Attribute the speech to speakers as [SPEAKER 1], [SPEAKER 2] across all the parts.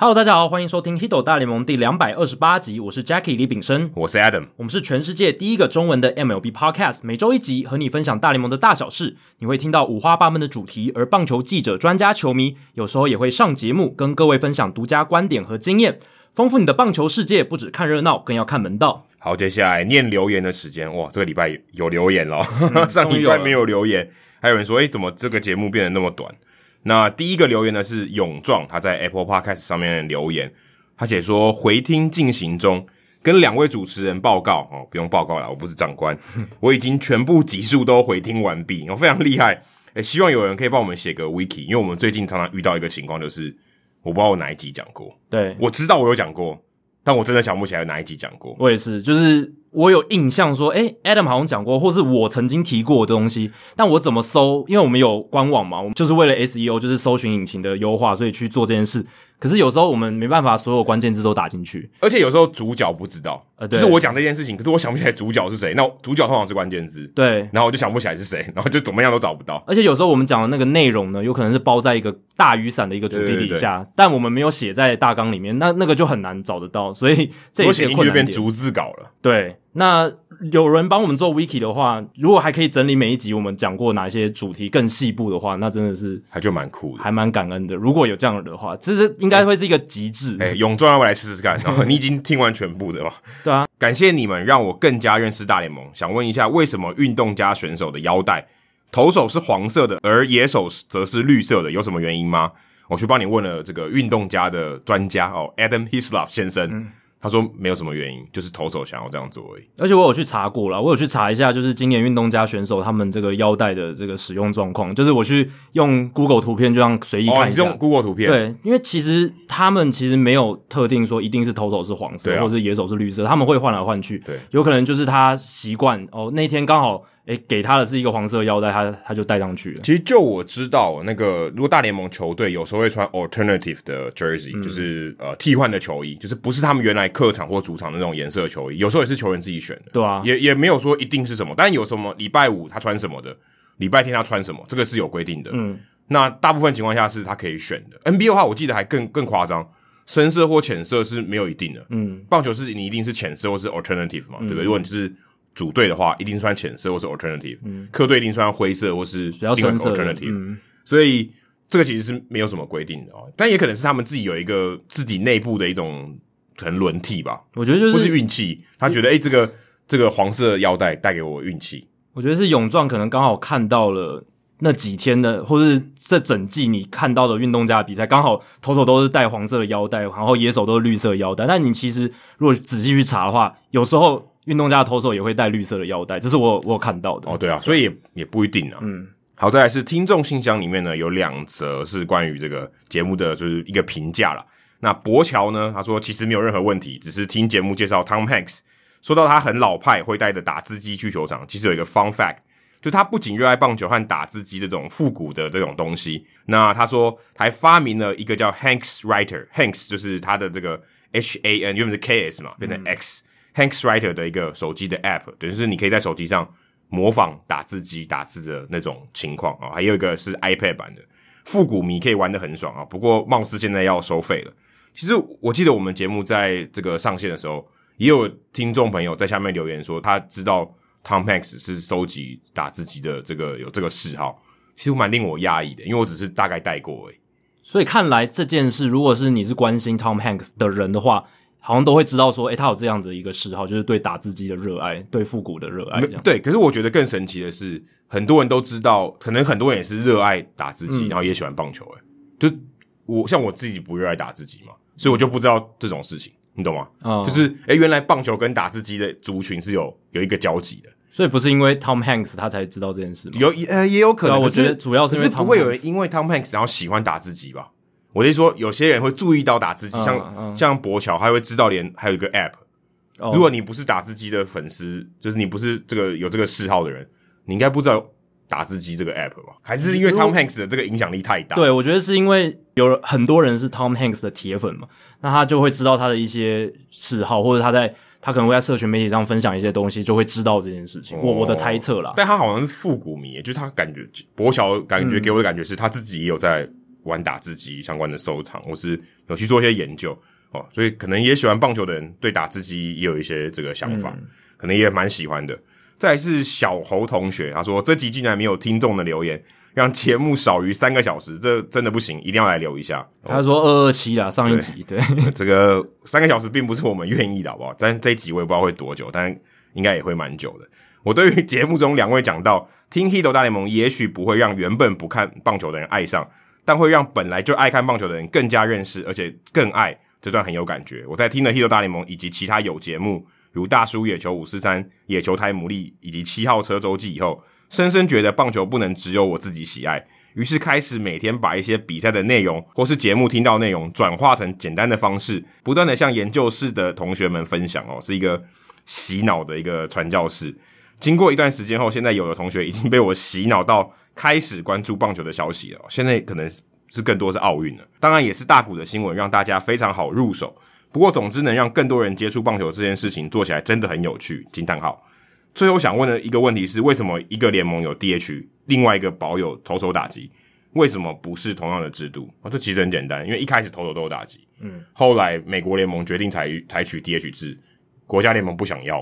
[SPEAKER 1] Hello，大家好，欢迎收听《h i t o 大联盟》第两百二十八集，我是 Jackie 李炳生，
[SPEAKER 2] 我是 Adam。
[SPEAKER 1] 我们是全世界第一个中文的 MLB Podcast，每周一集和你分享大联盟的大小事，你会听到五花八门的主题，而棒球记者、专家、球迷有时候也会上节目，跟各位分享独家观点和经验，丰富你的棒球世界。不只看热闹，更要看门道。
[SPEAKER 2] 好，接下来念留言的时间，哇，这个礼拜有留言了，哦 上
[SPEAKER 1] 嗯终于
[SPEAKER 2] 礼
[SPEAKER 1] 有
[SPEAKER 2] 拜
[SPEAKER 1] 了
[SPEAKER 2] 没有留言，还有人说，诶，怎么这个节目变得那么短？那第一个留言呢是勇壮，他在 Apple Podcast 上面留言，他写说回听进行中，跟两位主持人报告哦，不用报告了，我不是长官，我已经全部集数都回听完毕，我、哦、非常厉害。诶，希望有人可以帮我们写个 wiki，因为我们最近常常遇到一个情况，就是我不知道我哪一集讲过，
[SPEAKER 1] 对
[SPEAKER 2] 我知道我有讲过，但我真的想不起来哪一集讲过。
[SPEAKER 1] 我也是，就是我有印象说，诶 a d a m 好像讲过，或是我曾经提过的东西，但我怎么搜？因为我们有官网嘛，我们就是为了 SEO，就是搜寻引擎的优化，所以去做这件事。可是有时候我们没办法，所有关键字都打进去。
[SPEAKER 2] 而且有时候主角不知道，
[SPEAKER 1] 呃对
[SPEAKER 2] 就是我讲这件事情，可是我想不起来主角是谁。那主角通常是关键字，
[SPEAKER 1] 对，
[SPEAKER 2] 然后我就想不起来是谁， 然后就怎么样都找不到。
[SPEAKER 1] 而且有时候我们讲的那个内容呢，有可能是包在一个大雨伞的一个主题底下，但我们没有写在大纲里面，那那个就很难找得到，所以这也
[SPEAKER 2] 如果
[SPEAKER 1] 是
[SPEAKER 2] 写
[SPEAKER 1] 一个
[SPEAKER 2] 进去
[SPEAKER 1] 困
[SPEAKER 2] 就
[SPEAKER 1] 难
[SPEAKER 2] 变
[SPEAKER 1] 点。
[SPEAKER 2] 逐字稿了。
[SPEAKER 1] 对，那有人帮我们做 wiki 的话，如果还可以整理每一集我们讲过哪一些主题更细部的话，那真的是
[SPEAKER 2] 还就蛮酷的。
[SPEAKER 1] 还蛮感恩的。如果有这样的话，这是应该会是一个极致。
[SPEAKER 2] 哎、勇壮，要不要来试试看？然后你已经听完全部的了。
[SPEAKER 1] 对啊，
[SPEAKER 2] 感谢你们让我更加认识大联盟。想问一下，为什么运动家选手的腰带投手是黄色的，而野手则是绿色的？有什么原因吗？我去帮你问了这个运动家的专家哦，Adam Hislop 先生，
[SPEAKER 1] 嗯
[SPEAKER 2] 他说没有什么原因，就是投手想要这样做而已。
[SPEAKER 1] 而且我有去查过了，我有去查一下，就是今年运动家选手他们这个腰带的这个使用状况，就是我去用 Google 图片就让随意
[SPEAKER 2] 哦，
[SPEAKER 1] 看
[SPEAKER 2] 你
[SPEAKER 1] 一
[SPEAKER 2] 是
[SPEAKER 1] 下。
[SPEAKER 2] 用 Google 图片？
[SPEAKER 1] 对，因为其实他们其实没有特定说一定是投手是黄色，
[SPEAKER 2] 对啊
[SPEAKER 1] 或者是野手是绿色，他们会换来换去。
[SPEAKER 2] 对，
[SPEAKER 1] 有可能就是他习惯哦，那天刚好诶给他的是一个黄色腰带，他他就戴上去了。
[SPEAKER 2] 其实就我知道，那个如果大联盟球队有时候会穿 alternative 的 jersey，、就是
[SPEAKER 1] 嗯
[SPEAKER 2] 呃替换的球衣，就是不是他们原来客场或主场的那种颜色的球衣，有时候也是球员自己选的，
[SPEAKER 1] 对啊，
[SPEAKER 2] 也也没有说一定是什么，但有什么礼拜五他穿什么的，礼拜天他穿什么，这个是有规定的。
[SPEAKER 1] 嗯，
[SPEAKER 2] 那大部分情况下是他可以选的。NBA 的话，我记得还更更夸张，深色或浅色是没有一定的。
[SPEAKER 1] 嗯，
[SPEAKER 2] 棒球是你一定是浅色或是 alternative 嘛，对不对？如果你是组队的话，一定穿浅色或是 alternative，、客队一定穿灰色或是
[SPEAKER 1] 嗯比
[SPEAKER 2] 比
[SPEAKER 1] 较深色的。
[SPEAKER 2] alternative，、
[SPEAKER 1] 嗯，
[SPEAKER 2] 所以这个其实是没有什么规定的哦，但也可能是他们自己有一个自己内部的一种可能轮替吧，
[SPEAKER 1] 我觉得就
[SPEAKER 2] 或是嗯
[SPEAKER 1] 是
[SPEAKER 2] 运气，他觉得诶、这个这个黄色腰带带给我运气，
[SPEAKER 1] 我觉得是勇壮可能刚好看到了那几天的，或是这整季你看到的运动家的比赛，刚好投手都是戴黄色的腰带，然后野手都是绿色的腰带。但你其实如果仔细去查的话，有时候运动家的投手也会戴绿色的腰带，这是我有我有看到的。
[SPEAKER 2] 哦，对啊，所以也也不一定啊。嗯，好，再来是听众信箱里面呢有两则是关于这个节目的，就是一个评价啦。那博乔呢，他说其实没有任何问题，只是听节目介绍 Tom Hanks，说到他很老派，会带着打字机去球场。其实有一个 fun fact，就他不仅热爱棒球和打字机这种复古的这种东西，那他说还发明了一个叫 Hanks Writer，Hanks 就是他的这个 H A N 原本是 K S 嘛，变成 X、Hanks Writer 的一个手机的 App，等于是你可以在手机上模仿打字机打字的那种情况啊、还有一个是 iPad 版的，复古迷可以玩的很爽啊、不过貌似现在要收费了。其实我记得我们节目在这个上线的时候，也有听众朋友在下面留言说，他知道 Tom Hanks 是收集打字机的这个有这个嗜好，其实蛮令我讶异的，因为我只是大概带过而已。
[SPEAKER 1] 所以看来这件事，如果是你是关心 Tom Hanks 的人的话，好像都会知道说，诶、他有这样子的一个嗜好，就是对打字机的热爱，对复古的热爱
[SPEAKER 2] 没
[SPEAKER 1] 这样。
[SPEAKER 2] 对，可是我觉得更神奇的是，很多人都知道，可能很多人也是热爱打字
[SPEAKER 1] 嗯
[SPEAKER 2] 机，然后也喜欢棒球、欸。就我像我自己不热爱打字机嘛，所以我就不知道这种事情，你懂吗？
[SPEAKER 1] 嗯
[SPEAKER 2] 就是诶、原来棒球跟打字机的族群是有有一个交集的。
[SPEAKER 1] 所以不是因为 Tom Hanks 他才知道这件事吗？
[SPEAKER 2] 有呃也有可能，
[SPEAKER 1] 对啊
[SPEAKER 2] 可是
[SPEAKER 1] 我觉得主要是
[SPEAKER 2] 可
[SPEAKER 1] 因
[SPEAKER 2] 是
[SPEAKER 1] 为
[SPEAKER 2] 不
[SPEAKER 1] Tom
[SPEAKER 2] 会有人因为 Tom Hanks 然后喜欢打字机吧？我是说，有些人会注意到打字机，
[SPEAKER 1] 嗯
[SPEAKER 2] 像、
[SPEAKER 1] 嗯
[SPEAKER 2] 像博乔，他会知道连还有一个 App。
[SPEAKER 1] 哦
[SPEAKER 2] 如果你不是打字机的粉丝，就是你不是这个有这个嗜好的人，你应该不知道打字机这个 App 吧？还是因为
[SPEAKER 1] 如果
[SPEAKER 2] Tom Hanks 的这个影响力太大？
[SPEAKER 1] 对，我觉得是因为有很多人是 Tom Hanks 的铁粉嘛，那他就会知道他的一些嗜好，或者他在他可能会在社群媒体上分享一些东西，就会知道这件事情。我
[SPEAKER 2] 哦
[SPEAKER 1] 我的猜测啦，
[SPEAKER 2] 但他好像是复古迷，就是他感觉博乔感觉给我的感觉是他自己也有在玩打字机相关的收藏，或是有去做一些研究哦，所以可能也喜欢棒球的人对打字机也有一些这个想法，可能也蛮喜欢的。再来是小侯同学，他说这集竟然没有听众的留言，让节目少于三个小时，这真的不行，一定要来留一下。哦
[SPEAKER 1] 他说二二七啦，上一集对，
[SPEAKER 2] 这个三个小时并不是我们愿意的，好不好？但这一集我也不知道会多久，但应该也会蛮久的。我对于节目中两位讲到听《h i t 大联盟》，也许不会让原本不看棒球的人爱上，但会让本来就爱看棒球的人更加认识，而且更爱。这段很有感觉。我在听了《h i t 大联盟》以及其他有节目，如《大叔野球五四三》、《野球台牡蛎》以及《七号车周记》以后，深深觉得棒球不能只有我自己喜爱，于是开始每天把一些比赛的内容或是节目听到内容转化成简单的方式，不断的向研究室的同学们分享哦，是一个洗脑的一个传教士。经过一段时间后，现在有的同学已经被我洗脑到开始关注棒球的消息了哦。现在可能是更多是奥运了，当然也是大股的新闻让大家非常好入手。不过，总之能让更多人接触棒球这件事情做起来真的很有趣。惊叹号！最后想问的一个问题是：为什么一个联盟有 DH，另外一个保有投手打击？为什么不是同样的制度？哦，这其实很简单，因为一开始投手都有打击，嗯，后来美国联盟决定采采取 DH 制，国家联盟不想要，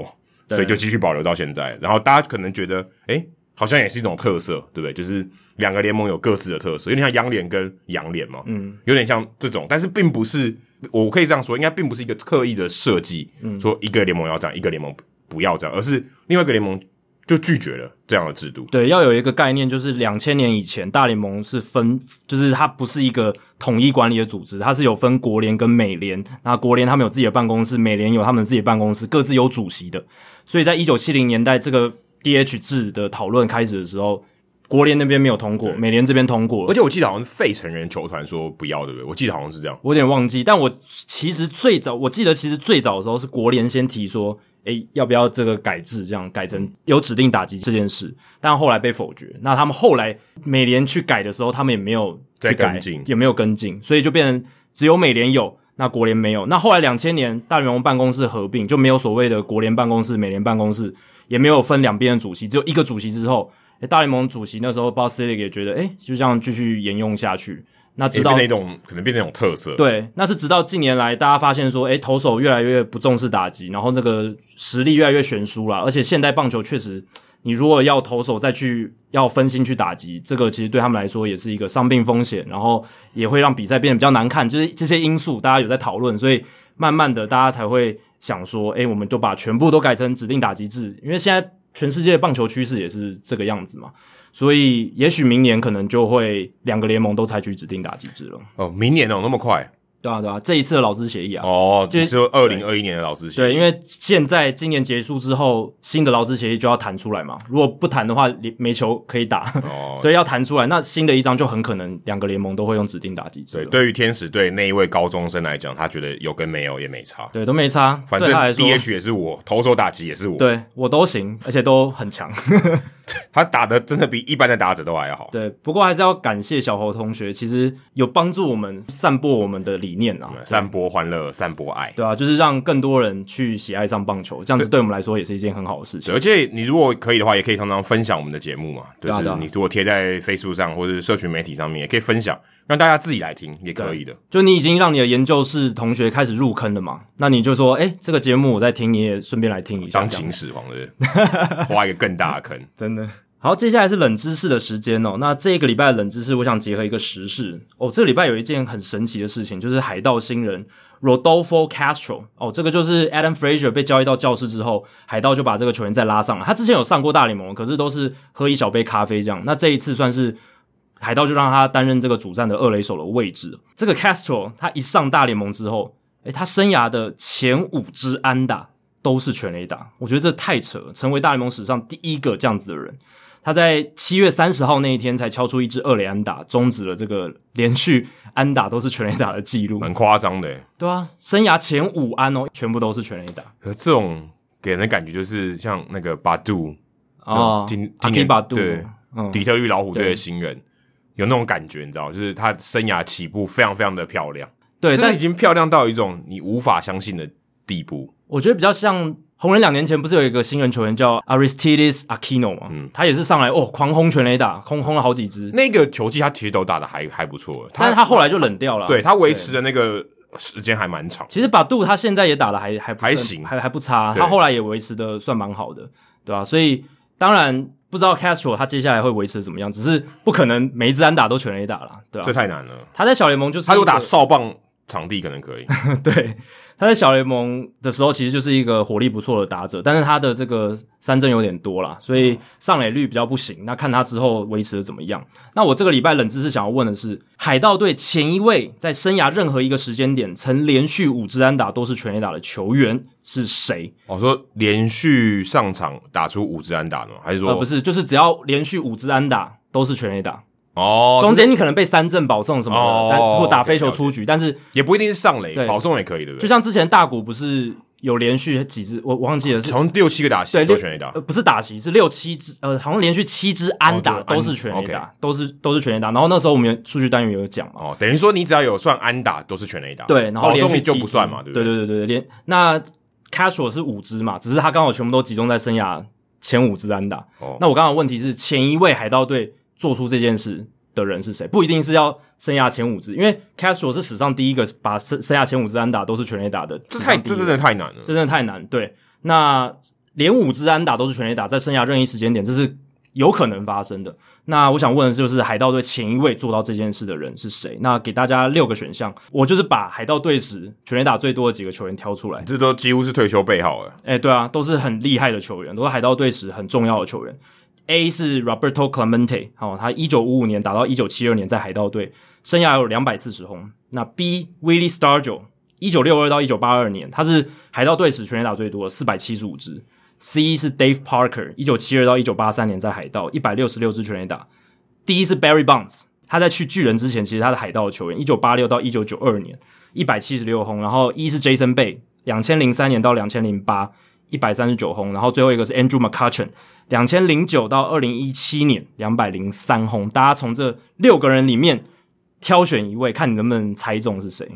[SPEAKER 2] 所以就继续保留到现在。然后大家可能觉得，诶、好像也是一种特色，对不对？就是两个联盟有各自的特色，有点像央联跟洋联嘛，嗯，有点像这种，但是并不是我可以这样说，应该并不是一个刻意的设计，说一个联盟要这样，一个联盟不要这样，而是另外一个联盟就拒绝了这样的制度。
[SPEAKER 1] 对，要有一个概念，就是两千年以前大联盟是分，就是它不是一个统一管理的组织，它是有分国联跟美联。那国联他们有自己的办公室，美联有他们自己的办公室，各自有主席的。所以在一九七零年代，这个 DH 制的讨论开始的时候，国联那边没有通过，美联这边通过
[SPEAKER 2] 而
[SPEAKER 1] 了。
[SPEAKER 2] 且我记得好像是费城人球团说不要，对不对？我记得好像是这样。
[SPEAKER 1] 我有点忘记，但我其实最早，我记得其实最早的时候是国联先提说，诶、要不要这个改制，这样改成有指定打击这件事，但后来被否决。那他们后来美联去改的时候，他们也没有去
[SPEAKER 2] 再
[SPEAKER 1] 改，
[SPEAKER 2] 跟进
[SPEAKER 1] 也没有跟进，所以就变成只有美联有，那国联没有。那后来两千年大联盟办公室合并，就没有所谓的国联办公室、美联办公室，也没有分两边的主席，只有一个主席之后。诶大联盟主席那时候 b o s s i l i 也觉得，诶、就这样继续沿用下去。那直
[SPEAKER 2] 也
[SPEAKER 1] 到
[SPEAKER 2] 变成一种可能变成一种特色，
[SPEAKER 1] 对，那是直到近年来大家发现说，诶，投手越来越不重视打击，然后那个实力越来越悬殊啦。而且现代棒球确实，你如果要投手再去要分心去打击，这个其实对他们来说也是一个伤病风险，然后也会让比赛变得比较难看，就是这些因素大家有在讨论，所以慢慢的大家才会想说，诶，我们就把全部都改成指定打击制，因为现在全世界的棒球趋势也是这个样子嘛。所以，也许明年可能就会两个联盟都采取指定打击制了。
[SPEAKER 2] 哦，明年哦那么快
[SPEAKER 1] 对啊，对啊，这一次的劳资协议啊，
[SPEAKER 2] 哦，
[SPEAKER 1] 就
[SPEAKER 2] 就是是二零二一年的老师写
[SPEAKER 1] 对，因为现在今年结束之后，新的劳资协议就要谈出来嘛，如果不谈的话，连没球可以打，
[SPEAKER 2] 哦，
[SPEAKER 1] 所以要谈出来，那新的一张就很可能两个联盟都会用指定打击制
[SPEAKER 2] 对，
[SPEAKER 1] 了，
[SPEAKER 2] 对于天使队那一位高中生来讲，他觉得有跟没有也没差，
[SPEAKER 1] 对，都没差，
[SPEAKER 2] 反
[SPEAKER 1] 对
[SPEAKER 2] 正
[SPEAKER 1] 他来说，
[SPEAKER 2] DH 也是我，投手打击也是我，
[SPEAKER 1] 对我都行，而且都很强。
[SPEAKER 2] 他打的真的比一般的打者都还要好。
[SPEAKER 1] 对，不过还是要感谢小侯同学，其实有帮助我们散播我们的理念啊，
[SPEAKER 2] 散播欢乐，散播爱。
[SPEAKER 1] 对啊，就是让更多人去喜爱上棒球，这样子对我们来说也是一件很好的事情。
[SPEAKER 2] 而且你如果可以的话，也可以常常分享我们的节目嘛，就
[SPEAKER 1] 对啊
[SPEAKER 2] 是
[SPEAKER 1] 对啊
[SPEAKER 2] 你如果贴在 Facebook 上或者社群媒体上面，也可以分享，让大家自己来听也可以的。
[SPEAKER 1] 就你已经让你的研究室同学开始入坑了嘛？那你就说，哎、这个节目我在听，你也顺便来听一下。
[SPEAKER 2] 当
[SPEAKER 1] 这样
[SPEAKER 2] 秦始皇的， 挖一个更大的 坑。
[SPEAKER 1] 真的。好，接下来是冷知识的时间哦。那这个礼拜的冷知识，我想结合一个时事哦。这个礼拜有一件很神奇的事情，就是海盗新人 Rodolfo Castro 哦，这个就是 Adam Fraser 被交易到教室之后，海盗就把这个球员再拉上了。他之前有上过大联盟，可是都是喝一小杯咖啡这样。那这一次算是海盗就让他担任这个主战的二垒手的位置。这个 Castro 他一上大联盟之后，诶，他生涯的前五支安打都是全垒打，我觉得这太扯了，成为大联盟史上第一个这样子的人。他在七月三十号那一天才敲出一支二垒安打，终止了这个连续安打都是全垒打的记录。
[SPEAKER 2] 蛮夸张的欸。
[SPEAKER 1] 对啊，生涯前五安哦，全部都是全垒打
[SPEAKER 2] 可这种给人的感觉就是像那个巴杜，
[SPEAKER 1] 啊，
[SPEAKER 2] 今
[SPEAKER 1] 阿
[SPEAKER 2] 今
[SPEAKER 1] 基
[SPEAKER 2] 年
[SPEAKER 1] 巴杜，
[SPEAKER 2] 对
[SPEAKER 1] 嗯，
[SPEAKER 2] 底特律老虎队
[SPEAKER 1] 对
[SPEAKER 2] 的新人，有那种感觉，你知道吗，就是他生涯起步非常非常的漂亮，
[SPEAKER 1] 对，
[SPEAKER 2] 这
[SPEAKER 1] 但
[SPEAKER 2] 已经漂亮到一种你无法相信的地步。
[SPEAKER 1] 我觉得比较像红人两年前不是有一个新人球员叫 Aristides Aquino 吗？嗯，他也是上来哦狂轰全垒打，空轰了好几支，
[SPEAKER 2] 那个球季他其实都打的还还不错，
[SPEAKER 1] 但是他后来啊就冷掉了。
[SPEAKER 2] 对他维持的那个时间还蛮长。
[SPEAKER 1] 其实把杜他现在也打的还还不
[SPEAKER 2] 还行
[SPEAKER 1] 还还不差，啊
[SPEAKER 2] 对
[SPEAKER 1] 他后来也维持的算蛮好的，对吧、所以当然不知道 Castro 他接下来会维持得怎么样，只是不可能每一支安打都全垒打了，对吧、
[SPEAKER 2] 这太难了。
[SPEAKER 1] 他在小联盟就是
[SPEAKER 2] 他如果
[SPEAKER 1] 一
[SPEAKER 2] 打
[SPEAKER 1] 个
[SPEAKER 2] 哨棒场地可能可以，
[SPEAKER 1] 对，他在小联盟的时候其实就是一个火力不错的打者，但是他的这个三振有点多啦，所以上垒率比较不行。那看他之后维持的怎么样。那我这个礼拜冷知识想要问的是，海盗队前一位在生涯任何一个时间点曾连续五支安打都是全垒打的球员是谁？
[SPEAKER 2] 我哦说连续上场打出五支安打呢，还是说、
[SPEAKER 1] 呃，不是，就是只要连续五支安打都是全垒打，
[SPEAKER 2] 哦，
[SPEAKER 1] 中
[SPEAKER 2] 就是
[SPEAKER 1] 间你可能被三振保送什么的，
[SPEAKER 2] 哦
[SPEAKER 1] 但或打飞球
[SPEAKER 2] 了解
[SPEAKER 1] 出局，但是
[SPEAKER 2] 也不一定是上垒
[SPEAKER 1] 对，
[SPEAKER 2] 保送也可以，对
[SPEAKER 1] 就
[SPEAKER 2] 不对？
[SPEAKER 1] 像之前大谷不是有连续几支，我我忘记了是
[SPEAKER 2] 从六七个打席
[SPEAKER 1] 对
[SPEAKER 2] 都
[SPEAKER 1] 六
[SPEAKER 2] 全垒打
[SPEAKER 1] 呃，，不是打席，是六七支，呃，好像连续七支安打
[SPEAKER 2] 啊哦对
[SPEAKER 1] 都是
[SPEAKER 2] 安
[SPEAKER 1] 全垒
[SPEAKER 2] OK
[SPEAKER 1] 打，都是都是全垒打。然后那时候我们有数据单元有讲嘛，
[SPEAKER 2] 哦，等于说你只要有算安打都是全垒打，
[SPEAKER 1] 呃对，然后
[SPEAKER 2] 保
[SPEAKER 1] 连
[SPEAKER 2] 送
[SPEAKER 1] 续
[SPEAKER 2] 你就
[SPEAKER 1] 七
[SPEAKER 2] 不
[SPEAKER 1] 支
[SPEAKER 2] 算嘛，对
[SPEAKER 1] 对
[SPEAKER 2] 不对？
[SPEAKER 1] 对对对，连那 Castro 是五支嘛，只是他刚好全部都集中在生涯前五支安打。
[SPEAKER 2] 哦
[SPEAKER 1] 那我刚刚的问题是，前一位海盗队做出这件事的人是谁？不一定是要生涯前五支，因为 Castro 是史上第一个把生生涯前五支安打都是全垒打的，
[SPEAKER 2] 这
[SPEAKER 1] 史
[SPEAKER 2] 太
[SPEAKER 1] 上第一
[SPEAKER 2] 这
[SPEAKER 1] 人
[SPEAKER 2] 真的太难了
[SPEAKER 1] 这。真的太难。对，那连五支安打都是全垒打，在生涯任意时间点，这是有可能发生的。那我想问的就是，海盗队前一位做到这件事的人是谁？那给大家六个选项，我就是把海盗队史全垒打最多的几个球员挑出来。
[SPEAKER 2] 这都几乎是退休备号了。
[SPEAKER 1] 哎、对啊，都是很厉害的球员，都是海盗队史很重要的球员。A 是 Roberto Clemente，哦，他一九五五年打到一九七二年在海盗队，生涯有两百四十轰。那 B Willie Stargell，一九六二到一九八二年，他是海盗队史全垒打最多，四百七十五支。C 是 Dave Parker，一九七二到一九八三年在海盗，一百六十六支全垒打。第一是 Barry Bonds，他在去巨人之前，其实他是海盗的球员，一九八六到一九九二年，一百七十六轰。然后一是 Jason Bay，两千零三年到两千零八，一百三十九轰。然后最后一个是 Andrew McCutchen，两千零九到二零一七年，两百零三轰。大家从这六个人里面挑选一位，看你能不能猜中是谁。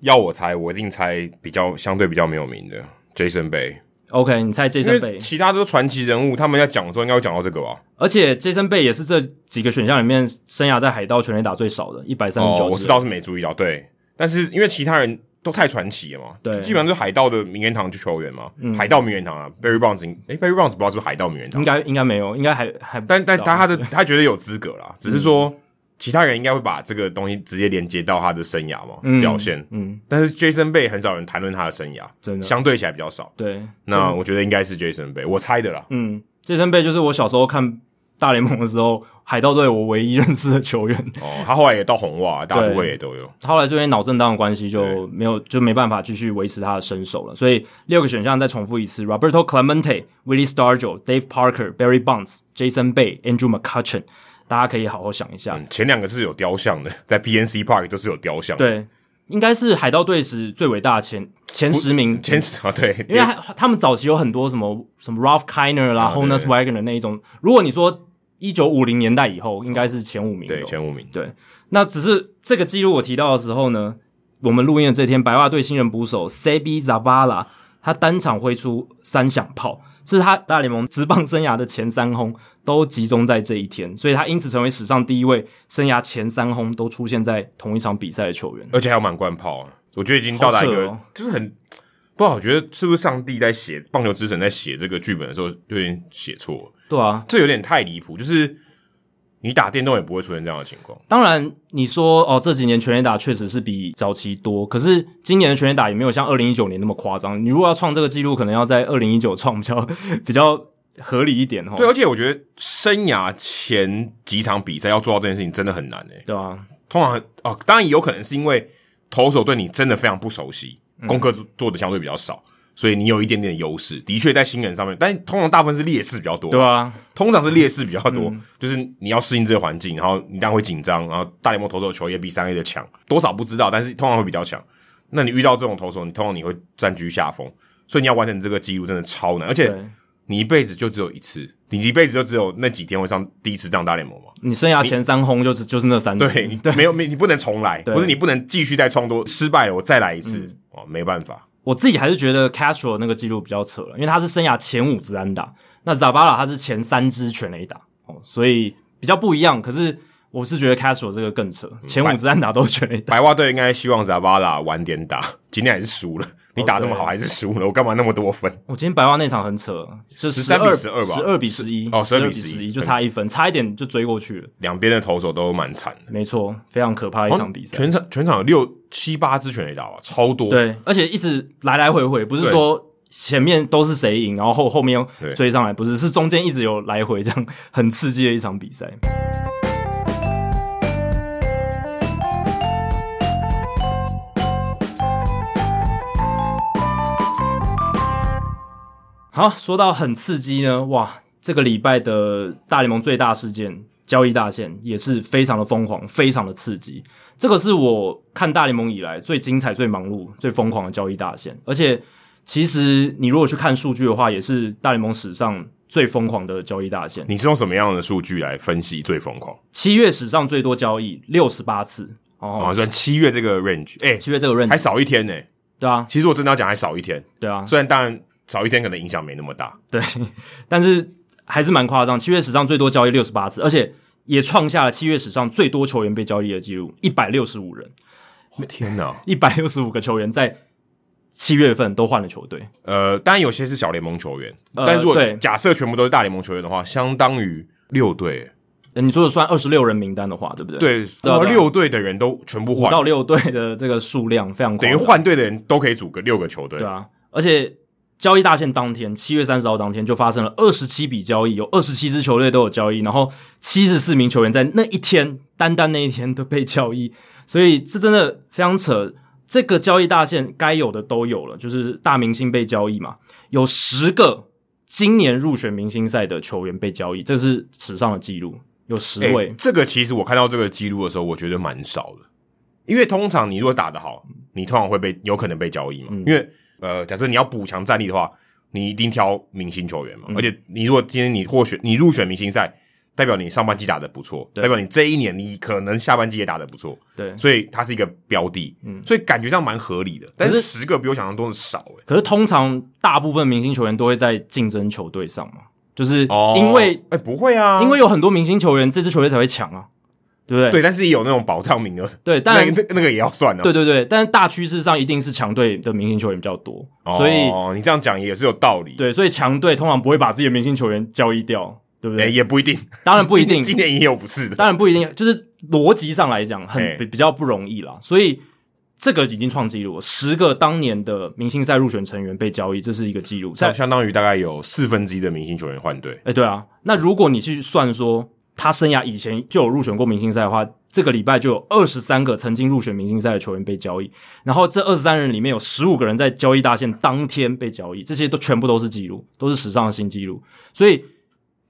[SPEAKER 2] 要我猜，我一定猜比较相对比较没有名的 Jason Bay，
[SPEAKER 1] OK，你猜
[SPEAKER 2] 因
[SPEAKER 1] Jason
[SPEAKER 2] 为
[SPEAKER 1] Bay，
[SPEAKER 2] 其他都传奇人物，他们要讲的时候应该会讲到这个吧？
[SPEAKER 1] 而且 Jason Bay 也是这几个选项里面生涯在海盗全垒打最少的，一百三十
[SPEAKER 2] 哦，
[SPEAKER 1] 九。
[SPEAKER 2] 我是倒是没注意到，对，但是因为其他人都太传奇了嘛，
[SPEAKER 1] 对嗯
[SPEAKER 2] 就基本上就是海盗的名人堂球员嘛，海盗名人堂啊，Barry Bonds，诶 b a r r y Bonds 不知道是不是海盗名人堂
[SPEAKER 1] 应，该应该没有，应该还还
[SPEAKER 2] 但但
[SPEAKER 1] 不知道嗯
[SPEAKER 2] 他他的他觉得有资格啦，只是说其他人应该会把这个东西直接连接到他的生涯嘛
[SPEAKER 1] 嗯
[SPEAKER 2] 表现，
[SPEAKER 1] 嗯
[SPEAKER 2] 但是 Jason Bay 很少人谈论他的生涯，
[SPEAKER 1] 真的
[SPEAKER 2] 相对起来比较少。
[SPEAKER 1] 对
[SPEAKER 2] 那我觉得应该是 Jason Bay，我猜的啦。
[SPEAKER 1] 嗯，杰森贝就是我小时候看大联盟的时候，海盗队我唯一认识的球员。
[SPEAKER 2] 哦，他后来也到红袜，大都
[SPEAKER 1] 对
[SPEAKER 2] 会也都有。
[SPEAKER 1] 后来因为脑震荡的关系，就
[SPEAKER 2] 对
[SPEAKER 1] 没有就没办法继续维持他的身手了。所以六个选项再重复一次：Roberto Clemente、Willie Stargell、Dave Parker、Barry Bonds、Jason Bay、Andrew McCutchen。大家可以好好想一下。
[SPEAKER 2] 嗯，前两个是有雕像的， 在 PNC Park 都是有雕像的。
[SPEAKER 1] 对，应该是海盗队史最伟大的前前十名，
[SPEAKER 2] 前十啊，对，
[SPEAKER 1] 因为他他们早期有很多什么什么 Ralph Kiner 啦、
[SPEAKER 2] 啊
[SPEAKER 1] h o n e s
[SPEAKER 2] 对
[SPEAKER 1] Wagner 那一种。如果你说一九五零年代以后，应该是前五名。
[SPEAKER 2] 对前五名。
[SPEAKER 1] 对，那只是这个记录我提到的时候呢，我们录音的这天，白袜队新人捕手 Sebi Zavala 他单场挥出三响炮，是他大联盟职棒生涯的前三轰都集中在这一天，所以他因此成为史上第一位生涯前三轰都出现在同一场比赛的球员。
[SPEAKER 2] 而且还有满贯炮啊，我觉得已经到达一
[SPEAKER 1] 好扯
[SPEAKER 2] 个、
[SPEAKER 1] 哦
[SPEAKER 2] 就是很不好，我觉得是不是上帝在写棒球之神在写这个剧本的时候有点写错了，
[SPEAKER 1] 对啊，
[SPEAKER 2] 这有点太离谱，就是你打电动也不会出现这样的情况。
[SPEAKER 1] 当然你说哦，这几年全垒打确实是比早期多，可是今年的全垒打也没有像二零一九年那么夸张。你如果要创这个记录，可能要在二零一九创比较 比较合理一点哦。
[SPEAKER 2] 对，啊而且我觉得生涯前几场比赛要做到这件事情真的很难诶、
[SPEAKER 1] 对啊，
[SPEAKER 2] 通常哦，当然也有可能是因为投手对你真的非常不熟悉，功课做做的相对比较少，所以你有一点点优势。的确在新人上面，但通常大部分是劣势比较多，
[SPEAKER 1] 对啊，
[SPEAKER 2] 通常是劣势比较多，就是你要适应这个环境，然后你当然会紧张，然后大联盟投手的球也比三 A 的强，多少不知道，但是通常会比较强。那你遇到这种投手，你通常你会占据下风，所以你要完成这个记录真的超难，而且
[SPEAKER 1] 对
[SPEAKER 2] 你一辈子就只有一次，你一辈子就只有那几天会上第一次上大联盟嘛？
[SPEAKER 1] 你生涯前三轰就是就是那三支，
[SPEAKER 2] 对，没有没你不能重来，
[SPEAKER 1] 对
[SPEAKER 2] 或者你不能继续再创多失败了，我再来一次、哦，没办法，
[SPEAKER 1] 我我自己还是觉得 Castro 那个记录比较扯了，因为他是生涯前五支安打，那 Zavala 他是前三支全垒打哦，所以比较不一样。可是我是觉得 Castro 这个更扯，前五支安打都是全垒打。
[SPEAKER 2] 白袜队应该希望 Zavala 晚点打，今天还是输了。你打这么好还是输了，我干嘛那么多分？
[SPEAKER 1] 我今天白袜那场很扯，就
[SPEAKER 2] 13比12吧
[SPEAKER 1] 十二比十一，
[SPEAKER 2] 哦
[SPEAKER 1] 12
[SPEAKER 2] 12
[SPEAKER 1] 比
[SPEAKER 2] 比
[SPEAKER 1] 十一，
[SPEAKER 2] 11
[SPEAKER 1] 就差一分，差一点就追过去了。
[SPEAKER 2] 两边的投手都蛮惨的。
[SPEAKER 1] 没错，非常可怕的一场比赛。
[SPEAKER 2] 全场全场有六七八支全垒打吧，啊超多。，
[SPEAKER 1] 对，而且一直来来回回，不是
[SPEAKER 2] 对
[SPEAKER 1] 说前面都是谁赢，然后后后面又
[SPEAKER 2] 对
[SPEAKER 1] 追上来，不是，是中间一直有来回，这样很刺激的一场比赛。好，说到很刺激呢，哇，这个礼拜的大联盟最大事件交易大限也是非常的疯狂，非常的刺激。这个是我看大联盟以来最精彩、最忙碌、最疯狂的交易大限，而且其实你如果去看数据的话，也是大联盟史上最疯狂的交易大限。
[SPEAKER 2] 你是用什么样的数据来分析最疯狂？
[SPEAKER 1] 七月史上最多交易六十八次哦嗯
[SPEAKER 2] 哦，，算七月这个 range，哎、
[SPEAKER 1] 七月这个 range
[SPEAKER 2] 还少一天呢、
[SPEAKER 1] 对啊，
[SPEAKER 2] 其实我真的要讲，还少一天。
[SPEAKER 1] 对啊，
[SPEAKER 2] 虽然当然少一天可能影响没那么大，
[SPEAKER 1] 对，但是还是蛮夸张。七月史上最多交易六十八次，而且也创下了七月史上最多球员被交易的记录，一百六十五人，
[SPEAKER 2] 我哦天哪！
[SPEAKER 1] 一百六十五个球员在七月份都换了球队。
[SPEAKER 2] 呃，当然有些是小联盟球员，
[SPEAKER 1] 呃
[SPEAKER 2] 但如果
[SPEAKER 1] 对
[SPEAKER 2] 假设全部都是大联盟球员的话，相当于六队，
[SPEAKER 1] 呃你说的算二十六人名单的话，对不对？，
[SPEAKER 2] 对，
[SPEAKER 1] 对啊
[SPEAKER 2] 哇六队的人都全部
[SPEAKER 1] 五
[SPEAKER 2] 换，
[SPEAKER 1] 到六队的这个数量非常夸
[SPEAKER 2] 等
[SPEAKER 1] 张
[SPEAKER 2] 于换队的人都可以组个六个球队
[SPEAKER 1] 对。啊，而且交易大限当天，七月三十号当天就发生了二十七笔交易，有二十七支球队都有交易，然后七十四名球员在那一天，单单那一天都被交易，所以这真的非常扯。这个交易大限该有的都有了，就是大明星被交易嘛，有十个今年入选明星赛的球员被交易，这是史上的记录，有十
[SPEAKER 2] 哎
[SPEAKER 1] 位。
[SPEAKER 2] 这个其实我看到这个记录的时候，我觉得蛮少的，因为通常你如果打得好，你通常会被有可能被交易嘛，
[SPEAKER 1] 嗯
[SPEAKER 2] 因为呃，假设你要补强战力的话，你一定挑明星球员
[SPEAKER 1] 嗯
[SPEAKER 2] 嘛，而且你如果今天你获选你入选明星赛。代表你上半季打得不错，
[SPEAKER 1] 对嗯
[SPEAKER 2] 代表你这一年你可能下半季也打得不错，
[SPEAKER 1] 对
[SPEAKER 2] 所以它是一个标的，嗯，所以感觉上蛮合理的。但是十个比我想象中的少、欸，
[SPEAKER 1] 可是通常大部分明星球员都会在竞争球队上嘛，就是
[SPEAKER 2] 哦，
[SPEAKER 1] 因为
[SPEAKER 2] 哎、不会啊，
[SPEAKER 1] 因为有很多明星球员，这支球队才会强啊，对不对？
[SPEAKER 2] 对，但是也有那种保障名额，
[SPEAKER 1] 对，当
[SPEAKER 2] 那
[SPEAKER 1] 然
[SPEAKER 2] 那那个也要算啊，
[SPEAKER 1] 对对对，但是大趋势上一定是强队的明星球员比较多，所以
[SPEAKER 2] 哦，你这样讲也是有道理，
[SPEAKER 1] 对，所以强队通常不会把自己的明星球员交易掉，对不
[SPEAKER 2] 哎、
[SPEAKER 1] 对？
[SPEAKER 2] 也不一定，
[SPEAKER 1] 当然不一定
[SPEAKER 2] 今年今年也有不是的。
[SPEAKER 1] 当然不一定，就是逻辑上来讲，很
[SPEAKER 2] 哎
[SPEAKER 1] 比比较不容易啦，所以。这个已经创纪录了，十个当年的明星赛入选成员被交易，这是一个记录。在
[SPEAKER 2] 相相当于大概有四分之一的明星球员换队，
[SPEAKER 1] 哎，对啊，那如果你去算说他生涯以前就有入选过明星赛的话，这个礼拜就有二十三个曾经入选明星赛的球员被交易，然后这二十三人里面有十五个人在交易大限当天被交易，这些都全部都是记录，都是史上的新纪录，所以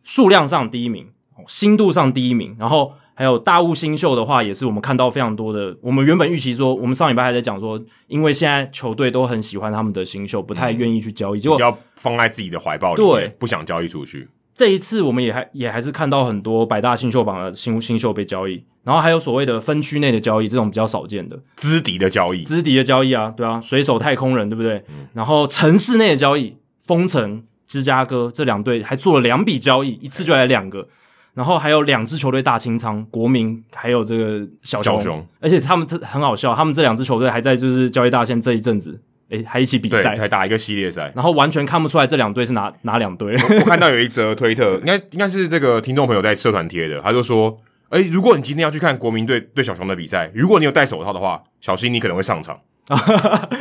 [SPEAKER 1] 数量上第一名，哦新度上第一名，然后。还有大物新秀的话，也是我们看到非常多的。我们原本预期说，我们上礼拜还在讲说，因为现在球队都很喜欢他们的新秀，不太愿意去交易。结果
[SPEAKER 2] 比较放在自己的怀抱里面，
[SPEAKER 1] 对
[SPEAKER 2] 不想交易出去。
[SPEAKER 1] 这一次我们也还也还是看到很多百大新秀榜的新新秀被交易，然后还有所谓的分区内的交易，这种比较少见的
[SPEAKER 2] 资敌的交易，
[SPEAKER 1] 资敌的交易啊，对啊，水手、太空人，对不对？
[SPEAKER 2] 嗯
[SPEAKER 1] 然后城市内的交易，啊封城、芝加哥这两队还做了两笔交易，一次就来两个，然后还有两支球队大清仓，国民还有这个小
[SPEAKER 2] 小
[SPEAKER 1] 熊，
[SPEAKER 2] 熊
[SPEAKER 1] 而且他们这很好笑，他们这两支球队还在就是交易大限这一阵子，诶，还一起比
[SPEAKER 2] 对，
[SPEAKER 1] 赛，。
[SPEAKER 2] 才打一个系列赛
[SPEAKER 1] 然后完全看不出来这两队是哪哪两队。
[SPEAKER 2] 我看到有一则推特，应该应该是这个听众朋友在社团贴的，他就说：“哎、如果你今天要去看国民队对小熊的比赛，如果你有戴手套的话，小心你可能会 上场，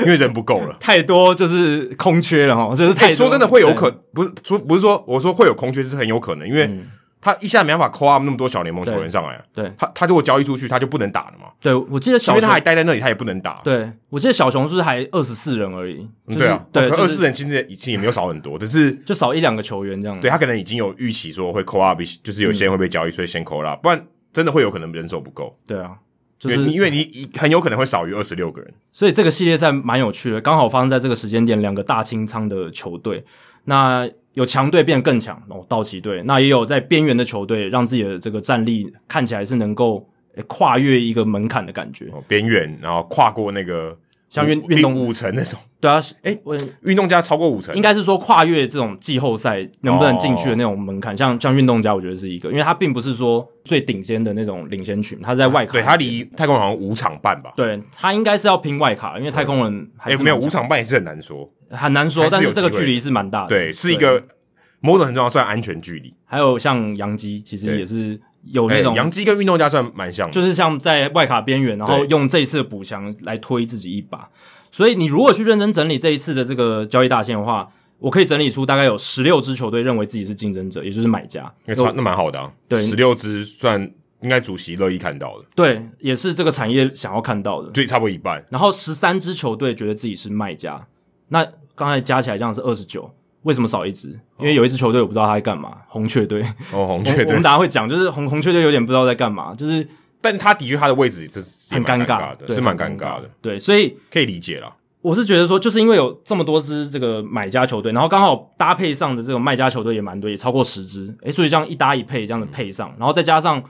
[SPEAKER 2] 因为人不够了。”
[SPEAKER 1] 太多就是空缺了哈，就是太、
[SPEAKER 2] 哎，说真的会有可，不是说不是说我说会有空缺是很有可能，因为他一下没办法 call up 那么多小联盟球员上来啊，
[SPEAKER 1] 嗯对对
[SPEAKER 2] 他他如果交易出去，他就不能打了嘛，
[SPEAKER 1] 对，我记得
[SPEAKER 2] 因
[SPEAKER 1] 小
[SPEAKER 2] 为他还
[SPEAKER 1] 熊，
[SPEAKER 2] 待在那里，他也不能打。
[SPEAKER 1] 对我记得小熊是不是还二十四人而已？就
[SPEAKER 2] 嗯
[SPEAKER 1] 是、
[SPEAKER 2] 对啊，
[SPEAKER 1] 对，
[SPEAKER 2] 二
[SPEAKER 1] 就
[SPEAKER 2] 四
[SPEAKER 1] 是嗯
[SPEAKER 2] 人其实也其实也没有少很多，只是
[SPEAKER 1] 就少一两个球员这样。
[SPEAKER 2] 对他可能已经有预期说会 call up，一些就是有
[SPEAKER 1] 嗯
[SPEAKER 2] 些人会被交易，所以先 call up，不然真的会有可能人手不够，
[SPEAKER 1] 对啊，就
[SPEAKER 2] 因为你
[SPEAKER 1] 是
[SPEAKER 2] 因为你你很有可能会少于二十六个人。
[SPEAKER 1] 所以这个系列赛蛮有趣的，刚好发生在这个时间点，两个大清仓的球队，那有强队变得更强哦，道奇队，那也有在边缘的球队让自己的这个战力哎看起来是能够、诶跨越一个门槛的感觉。
[SPEAKER 2] 哦边缘，然后跨过那个
[SPEAKER 1] 像运
[SPEAKER 2] 五
[SPEAKER 1] 运动
[SPEAKER 2] 五成那种，
[SPEAKER 1] 对啊，
[SPEAKER 2] 哎
[SPEAKER 1] 我
[SPEAKER 2] 运动家超过五成，
[SPEAKER 1] 应该是说跨越这种季后赛能不能进去的那种门槛，像像运动家，我觉得是一个，因为他并不是说最顶尖的那种领先群，他是在外卡，
[SPEAKER 2] 对他离太空人好像五场半吧？
[SPEAKER 1] 对他应该是要拼外卡，因为太空人还
[SPEAKER 2] 哎，
[SPEAKER 1] 是
[SPEAKER 2] 没有
[SPEAKER 1] 蛮
[SPEAKER 2] 五
[SPEAKER 1] 强
[SPEAKER 2] 场半也是很难说，
[SPEAKER 1] 很难说
[SPEAKER 2] 还，是
[SPEAKER 1] 但
[SPEAKER 2] 有
[SPEAKER 1] 是这个
[SPEAKER 2] 机会
[SPEAKER 1] 距离是蛮大的，
[SPEAKER 2] 对，是一个某种程度上算安全距离。
[SPEAKER 1] 还有像杨基，其实
[SPEAKER 2] 对
[SPEAKER 1] 也是有
[SPEAKER 2] 哎
[SPEAKER 1] 哦那种，
[SPEAKER 2] 杨基跟运动家算蛮像的，
[SPEAKER 1] 就是像在外卡边缘，然后
[SPEAKER 2] 对
[SPEAKER 1] 用这一次的补强来推自己一把。所以你如果去认真整理这一次的这个交易大线的话，我可以整理出大概有十六支球队认为自己是竞争者，也就是买家。
[SPEAKER 2] 因为超那蛮好的、啊，
[SPEAKER 1] 对
[SPEAKER 2] 十六支算应该主席乐意看到的，
[SPEAKER 1] 对，也是这个产业想要看到的。
[SPEAKER 2] 最差不多一半。
[SPEAKER 1] 然后十三支球队觉得自己是卖家，那刚才加起来这样是二十九，为什么少一支？因为有一支球队我不知道他在干嘛，红雀队。
[SPEAKER 2] 哦，红
[SPEAKER 1] 我
[SPEAKER 2] 雀
[SPEAKER 1] 我
[SPEAKER 2] 队
[SPEAKER 1] 们，大家会讲，就是红红雀队有点不知道在干嘛，就是
[SPEAKER 2] 但他的确他的位置这是也
[SPEAKER 1] 很
[SPEAKER 2] 蛮
[SPEAKER 1] 尴
[SPEAKER 2] 尬
[SPEAKER 1] 尬，
[SPEAKER 2] 的，
[SPEAKER 1] 对
[SPEAKER 2] 是蛮
[SPEAKER 1] 很
[SPEAKER 2] 尴尬的，。
[SPEAKER 1] 对，所以
[SPEAKER 2] 可以理解啦。
[SPEAKER 1] 我是觉得说，就是因为有这么多支这个买家球队，然后刚好搭配上的这个卖家球队也蛮多，也超过十支，诶，所以这样一搭一配这
[SPEAKER 2] 嗯
[SPEAKER 1] 样子配上，然后再加上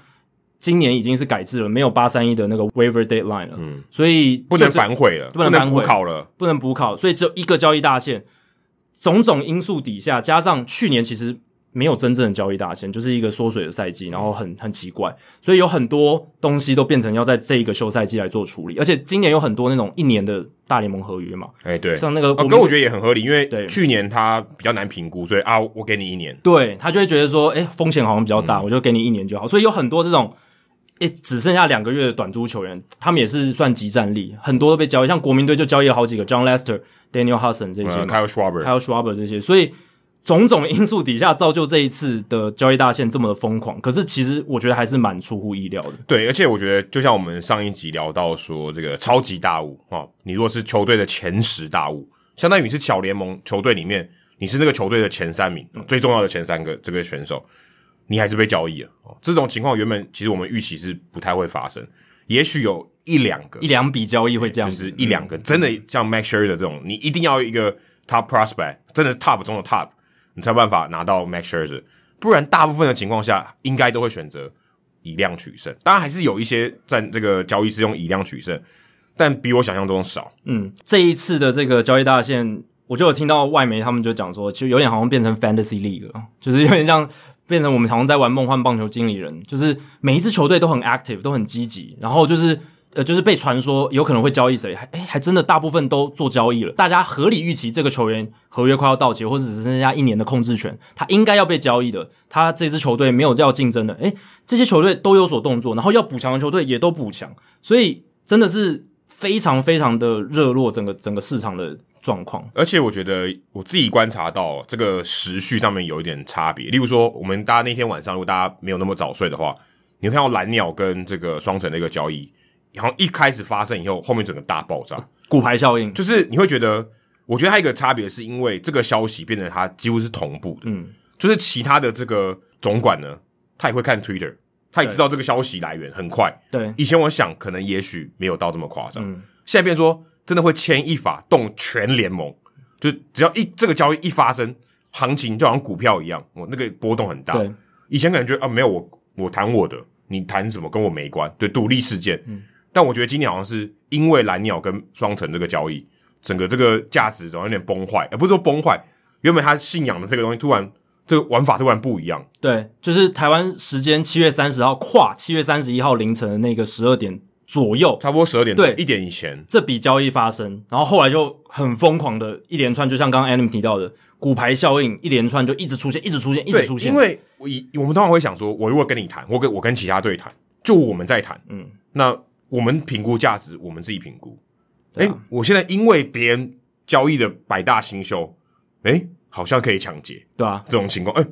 [SPEAKER 1] 今年已经是改制了，没有八三一的那个 waiver deadline 了，嗯，所以
[SPEAKER 2] 不能
[SPEAKER 1] 就这
[SPEAKER 2] 反悔了，
[SPEAKER 1] 不
[SPEAKER 2] 不
[SPEAKER 1] 能
[SPEAKER 2] 能
[SPEAKER 1] 反
[SPEAKER 2] 补
[SPEAKER 1] 悔
[SPEAKER 2] 考了，
[SPEAKER 1] 不能补考，所以只有一个交易大线。种种因素底下，加上去年其实没有真正的交易大线，就是一个缩水的赛季，然后很很奇怪，所以有很多东西都变成要在这一个休赛季来做处理，而且今年有很多那种一年的大联盟合约嘛，
[SPEAKER 2] 哎、对。
[SPEAKER 1] 像那个
[SPEAKER 2] 啊，
[SPEAKER 1] 们
[SPEAKER 2] 哥，我觉得也很合理，因为
[SPEAKER 1] 对
[SPEAKER 2] 去年他比较难评估，所以啊，我给你一年，
[SPEAKER 1] 对他就会觉得说，哎，风险好像比较大，
[SPEAKER 2] 嗯
[SPEAKER 1] 我就给你一年就好。所以有很多这种，哎，只剩下两个月的短租球员，他们也是算集战力，很多都被交易，像国民队就交易了好几个 John Lester、Daniel Hudson 这些嘛，
[SPEAKER 2] 呃，Kyle Schwarber，
[SPEAKER 1] 还有 Schwaber 这些，所以种种因素底下造就这一次的交易大线这么的疯狂。可是其实我觉得还是蛮出乎意料的，
[SPEAKER 2] 对，而且我觉得，就像我们上一集聊到说，这个超级大物啊、哦，你如果是球队的前十大物，相当于你是小联盟球队里面，你是那个球队的前三名，最重要的前三个这个选手，你还是被交易了。哦、这种情况原本其实我们预期是不太会发生，也许有一两个
[SPEAKER 1] 一，两笔交易会这样
[SPEAKER 2] 就
[SPEAKER 1] 子，嗯
[SPEAKER 2] 是一两个真的像 Max Scherzer 这种，你一定要有一个 top prospect，真的是 top 中的 top，你才有办法拿到 Max Scherzer，不然大部分的情况下应该都会选择以量取胜。当然还是有一些占这个交易是用以量取胜，但比我想象中少。
[SPEAKER 1] 嗯，这一次的这个交易大线，我就有听到外媒他们就讲说，就有点好像变成 fantasy league 了，就是有点像变成我们好像在玩梦幻棒球经理人，就是每一支球队都很 active，都很积极，然后就是。呃，就是被传说有可能会交易谁，还诶还真的大部分都做交易了。大家合理预期这个球员合约快要到期，或者只剩下一年的控制权，他应该要被交易的。他这支球队没有要竞争的，诶，这些球队都有所动作，然后要补强的球队也都补强，所以真的是非常非常的热络，整个整个市场的状况。
[SPEAKER 2] 而且我觉得我自己观察到这个时序上面有一点差别。例如说，我们大家那天晚上，如果大家没有那么早睡的话，你会看到蓝鸟跟这个双城的一个交易，然后一开始发生以后，后面整个大爆炸。
[SPEAKER 1] 骨牌效应，
[SPEAKER 2] 就是你会觉得，我觉得它一个差别是因为这个消息变成它几乎是同步的，
[SPEAKER 1] 嗯，
[SPEAKER 2] 就是其他的这个总管呢，他也会看 Twitter，他也
[SPEAKER 1] 对
[SPEAKER 2] 知道这个消息来源很快。
[SPEAKER 1] 对，
[SPEAKER 2] 以前我想可能也许没有到这么夸张，
[SPEAKER 1] 嗯
[SPEAKER 2] 现在变成说真的会牵一发动全联盟，就只要一这个交易一发生，行情就好像股票一样，我那个波动很大。
[SPEAKER 1] 对，
[SPEAKER 2] 以前感觉啊，没有我我谈我的，你谈什么跟我没关，对，独立事件。嗯，但我觉得今年好像是因为蓝鸟跟双城这个交易，整个这个价值总有点崩坏，而、呃不是说崩坏，原本他信仰的这个东西突然这个玩法突然不一样，
[SPEAKER 1] 对，就是台湾时间七月三十号跨七月三十一号凌晨的那个十二点左右，
[SPEAKER 2] 差不多十二点
[SPEAKER 1] 对
[SPEAKER 2] 一点以前，
[SPEAKER 1] 这笔交易发生，然后后来就很疯狂的一连串，就像刚刚 Adam 提到的骨牌效应，一连串就一直出现，一直出现，一
[SPEAKER 2] 对
[SPEAKER 1] 直，出现。
[SPEAKER 2] 因为我以我们通常会想说，我如果跟你谈，我跟我跟其他队谈，就我们在谈，
[SPEAKER 1] 嗯，
[SPEAKER 2] 那我们评估价值，我们自己评估。哎、
[SPEAKER 1] 对啊
[SPEAKER 2] 我现在因为别人交易的百大新秀，哎、好像可以抢劫
[SPEAKER 1] 对啊，
[SPEAKER 2] 这种情况，哎、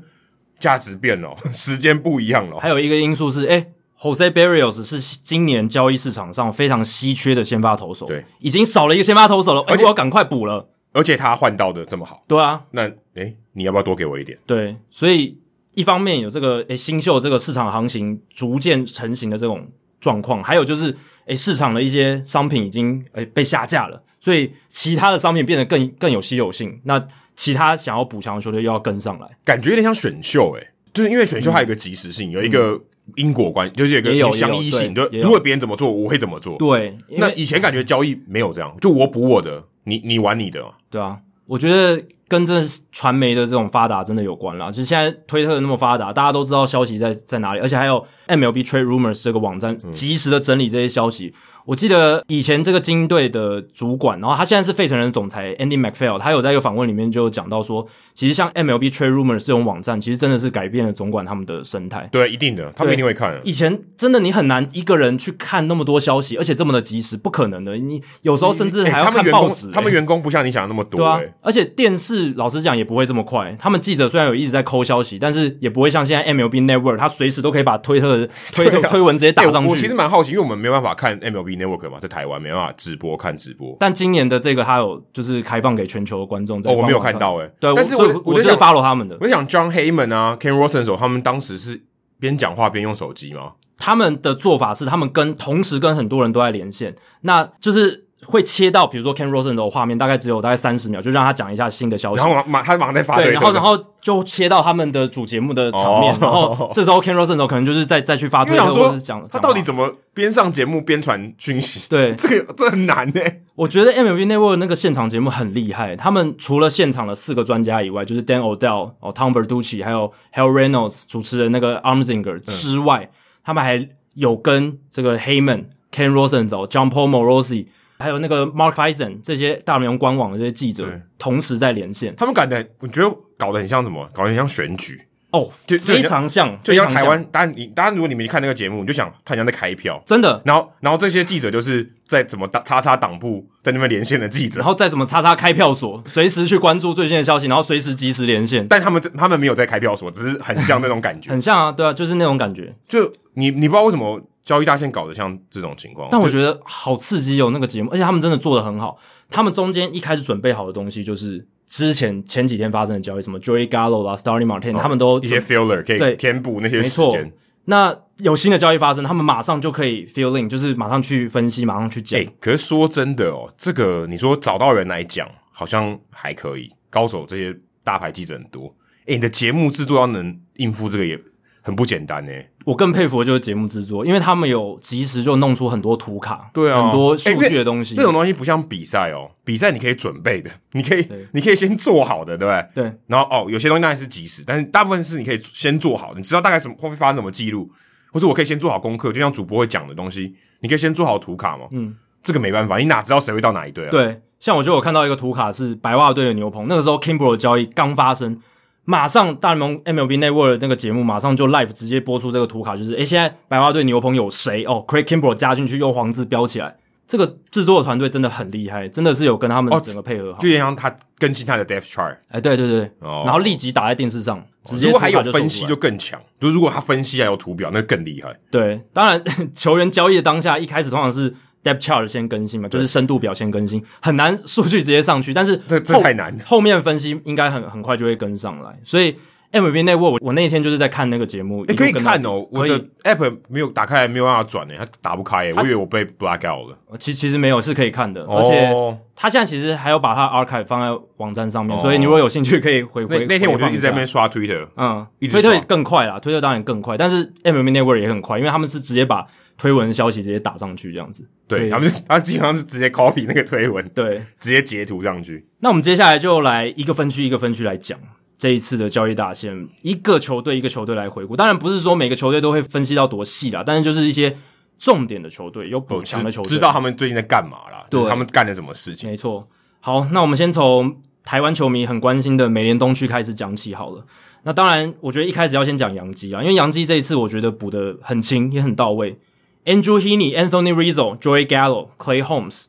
[SPEAKER 2] 价值变了， 时间不一样了，
[SPEAKER 1] 还有一个因素是，哎、j o s e Barrios 是今年交易市场上非常稀缺的先发投手，
[SPEAKER 2] 对，
[SPEAKER 1] 已经少了一个先发投手了，哎、
[SPEAKER 2] 而且
[SPEAKER 1] 我要赶快补了。
[SPEAKER 2] 而且他换到的这么好，
[SPEAKER 1] 对啊，
[SPEAKER 2] 那哎、诶你要不要多给我一点？
[SPEAKER 1] 对，所以一方面有这个诶新秀这个市场行情逐渐成型的这种状况，还有就是诶市场的一些商品已经诶被下架了，所以其他的商品变得更更有稀有性，那其他想要补强的球队又要跟上来。
[SPEAKER 2] 感觉有点像选秀、诶哎，就是因为选秀还有一个及时性，有一个因果关，就是有一个
[SPEAKER 1] 嗯也有
[SPEAKER 2] 有相依
[SPEAKER 1] 也有
[SPEAKER 2] 性。
[SPEAKER 1] 对
[SPEAKER 2] 就
[SPEAKER 1] 也有
[SPEAKER 2] 如果别人怎么做，我会怎么做。
[SPEAKER 1] 对，因
[SPEAKER 2] 那
[SPEAKER 1] 为
[SPEAKER 2] 以前感觉交易没有这样，就我补我的，你你玩你的嘛。
[SPEAKER 1] 对啊，我觉得跟这传媒的这种发达真的有关啦。其实现在推特那么发达，大家都知道消息在在哪里，而且还有 MLB Trade Rumors 这个网站
[SPEAKER 2] 嗯
[SPEAKER 1] 及时的整理这些消息。我记得以前这个精英队的主管，然后他现在是费城人的总裁 Andy McPhail，他有在一个访问里面就有讲到说，其实像 MLB Trade Rumors 这种网站，其实真的是改变了总管他们的生态。
[SPEAKER 2] 对，一定的，他们
[SPEAKER 1] 对
[SPEAKER 2] 一定会看的。
[SPEAKER 1] 以前真的你很难一个人去看那么多消息，而且这么的及时，不可能的。你有时候甚至
[SPEAKER 2] 欸
[SPEAKER 1] 还要
[SPEAKER 2] 他
[SPEAKER 1] 看
[SPEAKER 2] 们员
[SPEAKER 1] 报
[SPEAKER 2] 工
[SPEAKER 1] 纸、，
[SPEAKER 2] 他们员工不像你想的那么多、
[SPEAKER 1] 对啊
[SPEAKER 2] 欸，
[SPEAKER 1] 而且电视老实讲也不会这么快。他们记者虽然有一直在抠消息，但是也不会像现在 MLB Network，他随时都可以把推特 的推特、
[SPEAKER 2] 对啊
[SPEAKER 1] 推文直接打
[SPEAKER 2] 欸
[SPEAKER 1] 上
[SPEAKER 2] 我
[SPEAKER 1] 去。
[SPEAKER 2] 我其实蛮好奇，因为我们没办法看 MLB Network 嘛，在台湾没办法直播看直播。
[SPEAKER 1] 但今年的这个他有就是开放给全球的观众在
[SPEAKER 2] 哦，我没有
[SPEAKER 1] 官网
[SPEAKER 2] 看
[SPEAKER 1] 上，
[SPEAKER 2] 到哎、欸
[SPEAKER 1] 对，
[SPEAKER 2] 但是
[SPEAKER 1] 我所以
[SPEAKER 2] 我
[SPEAKER 1] 我
[SPEAKER 2] 在
[SPEAKER 1] 就是
[SPEAKER 2] 想，
[SPEAKER 1] follow 他们的，
[SPEAKER 2] 我在想 John Heyman 啊，Ken Rosen 手，他们当时是边讲话边用手机吗？
[SPEAKER 1] 他们的做法是他们跟同时跟很多人都在连线，那就是会切到比如说 Ken Rosen 的画面，大概只有大概三十秒，就让他讲一下新的消息
[SPEAKER 2] 然。后马马他马上在发
[SPEAKER 1] 对，
[SPEAKER 2] 推
[SPEAKER 1] 然
[SPEAKER 2] 特
[SPEAKER 1] 后
[SPEAKER 2] 的，
[SPEAKER 1] 然后就切到他们的主节目的场面，
[SPEAKER 2] 哦
[SPEAKER 1] 然 后这时候 Ken Rosen 可能就是再再去发
[SPEAKER 2] 因
[SPEAKER 1] 推特
[SPEAKER 2] 为想
[SPEAKER 1] 或
[SPEAKER 2] 说
[SPEAKER 1] 者是讲
[SPEAKER 2] 他到底
[SPEAKER 1] 讲话
[SPEAKER 2] 怎么边上节目边传讯息？
[SPEAKER 1] 对
[SPEAKER 2] 这个这很难呢、
[SPEAKER 1] 我觉得 MLB Network 那个现场节目很厉害，他们除了现场的四个专家以外，就是 Dan O'Dell、哦 Tom Verducci 还有 Hal Reynolds 主持人那个
[SPEAKER 2] 嗯
[SPEAKER 1] Armsinger 之外，他们还有跟这个 Heyman、Ken Rosenthal、John Paul Morosi 还有那个 Mark Eisen 这些大联盟官网的这些记者
[SPEAKER 2] 对
[SPEAKER 1] 同时在连线，
[SPEAKER 2] 他们感觉，我觉得搞得很像什么？搞得很像选举，
[SPEAKER 1] 哦，
[SPEAKER 2] 就就
[SPEAKER 1] 非常像，
[SPEAKER 2] 就
[SPEAKER 1] 非
[SPEAKER 2] 像
[SPEAKER 1] 常
[SPEAKER 2] 台湾。当然你当然，如果你们去看那个节目，你就想他很像在开票。
[SPEAKER 1] 真的。
[SPEAKER 2] 然后，然后这些记者就是在怎么打叉叉党部在那边连线的记者
[SPEAKER 1] 然，后再怎么叉叉开票所，随时去关注最新的消息，然后随时及时连线，
[SPEAKER 2] 但他们这他们没有在开票所，只是很像那种感 觉。
[SPEAKER 1] 很像啊，对啊，就是那种感觉。
[SPEAKER 2] 就你你不知道为什么交易大线搞得像这种情况，
[SPEAKER 1] 但我
[SPEAKER 2] 就
[SPEAKER 1] 觉得好刺激哦，那个节目，而且他们真的做的很好。他们中间一开始准备好的东西，就是之前前几天发生的交易，什么 Joey Gallo 啦、Starling Martin，、他
[SPEAKER 2] 哦
[SPEAKER 1] 们都
[SPEAKER 2] 一些
[SPEAKER 1] 准
[SPEAKER 2] filler 可
[SPEAKER 1] 对
[SPEAKER 2] 以填补那些
[SPEAKER 1] 没
[SPEAKER 2] 时
[SPEAKER 1] 错
[SPEAKER 2] 间。。
[SPEAKER 1] 那有新的交易发生，他们马上就可以 fill in，就是马上去分析，马上去讲。
[SPEAKER 2] 哎、可是说真的哦，这个你说找到人来讲，好像还可以。高手这些大牌记者很多，哎、你的节目制作要能应付这个也很不简单呢、
[SPEAKER 1] 我更佩服的就是节目制作，因为他们有及时就弄出很多图卡，
[SPEAKER 2] 对啊，
[SPEAKER 1] 很多
[SPEAKER 2] 哎
[SPEAKER 1] 数
[SPEAKER 2] 因为
[SPEAKER 1] 据的东西。
[SPEAKER 2] 那种东西不像比赛哦，比赛你可以准备的， 你可以你可以先做好的，对不对？
[SPEAKER 1] 对，
[SPEAKER 2] 然后哦，有些东西当然是即时，但是大部分是你可以先做好的，你知道大概什么会发生什么记录，或者我可以先做好功课，就像主播会讲的东西，你可以先做好图卡嘛。嗯，这个没办法，你哪知道谁会到哪一队啊？，
[SPEAKER 1] 对，像我就有看到一个图卡是白袜队的牛棚，那个时候 Kimbrough 的交易刚发生，马上大联盟 MLB Network 的那个节目马上就 live 直接播出这个图卡，就是诶、现在白袜队牛棚有谁？哦，Craig Kimbrough 加进去用黄字标起来，这个制作的团队真的很厉害，真的是有跟他们
[SPEAKER 2] 哦
[SPEAKER 1] 整个配合好。
[SPEAKER 2] 就像他更新他的 depth chart，
[SPEAKER 1] 哎、对对对，
[SPEAKER 2] 哦
[SPEAKER 1] 然后立即打在电视上，直接
[SPEAKER 2] 如
[SPEAKER 1] 图
[SPEAKER 2] 果还
[SPEAKER 1] 卡
[SPEAKER 2] 有
[SPEAKER 1] 就
[SPEAKER 2] 分
[SPEAKER 1] 送
[SPEAKER 2] 析
[SPEAKER 1] 出来
[SPEAKER 2] 就更强，就如果他分析还有图表，那更厉害。
[SPEAKER 1] 对，当然 球员交易的当下，一开始通常是 depth chart 先更新嘛，就是深度表先更新，很难数据直接上去，但是
[SPEAKER 2] 这这
[SPEAKER 1] 后
[SPEAKER 2] 太难了
[SPEAKER 1] 后面分析应该很很快就会跟上来，所以 MVP 那位我我那一天就是在看那个节目，
[SPEAKER 2] 哎、
[SPEAKER 1] 也
[SPEAKER 2] 可以看哦，我
[SPEAKER 1] 可
[SPEAKER 2] 的
[SPEAKER 1] 以，
[SPEAKER 2] app 没有打开来，没有办法转诶、它打不开欸诶、我以为我被 black out 了。
[SPEAKER 1] 其其实没有是可以看的，而且
[SPEAKER 2] 哦
[SPEAKER 1] 他现在其实还有把他 archive 放在网站上面，
[SPEAKER 2] 哦
[SPEAKER 1] 所以你如果有兴趣可以回
[SPEAKER 2] 那
[SPEAKER 1] 回
[SPEAKER 2] 那天我就一直在
[SPEAKER 1] 回放
[SPEAKER 2] 那。边刷 Twitter，
[SPEAKER 1] 嗯，
[SPEAKER 2] 一
[SPEAKER 1] 推
[SPEAKER 2] 直
[SPEAKER 1] 特
[SPEAKER 2] 刷
[SPEAKER 1] 更快啦，推特当然更快，但是 MMA Network 也很快，因为他们是直接把推文消息直接打上去这样子。所
[SPEAKER 2] 对
[SPEAKER 1] 以
[SPEAKER 2] 他们 是他基本上是直接 copy 那个推文，
[SPEAKER 1] 对，
[SPEAKER 2] 直接截图上去。
[SPEAKER 1] 那我们接下来就来一个分区一个分区来讲这一次的交易大限，一个球队一个球队来回顾。当然不是说每个球队都会分析到多细啦，但是就是一些重点的球队有补
[SPEAKER 2] 我
[SPEAKER 1] 强的球队，
[SPEAKER 2] 哦知道他们最近在干嘛啦，
[SPEAKER 1] 对
[SPEAKER 2] 就是他们干了什么事情。
[SPEAKER 1] 没错。好，那我们先从台湾球迷很关心的美联东区开始讲起好了。那当然，我觉得一开始要先讲杨基啊，因为杨基这一次我觉得补的很轻，也很到位。Andrew Heaney、Anthony Rizzo、Joey Gallo、Clay Holmes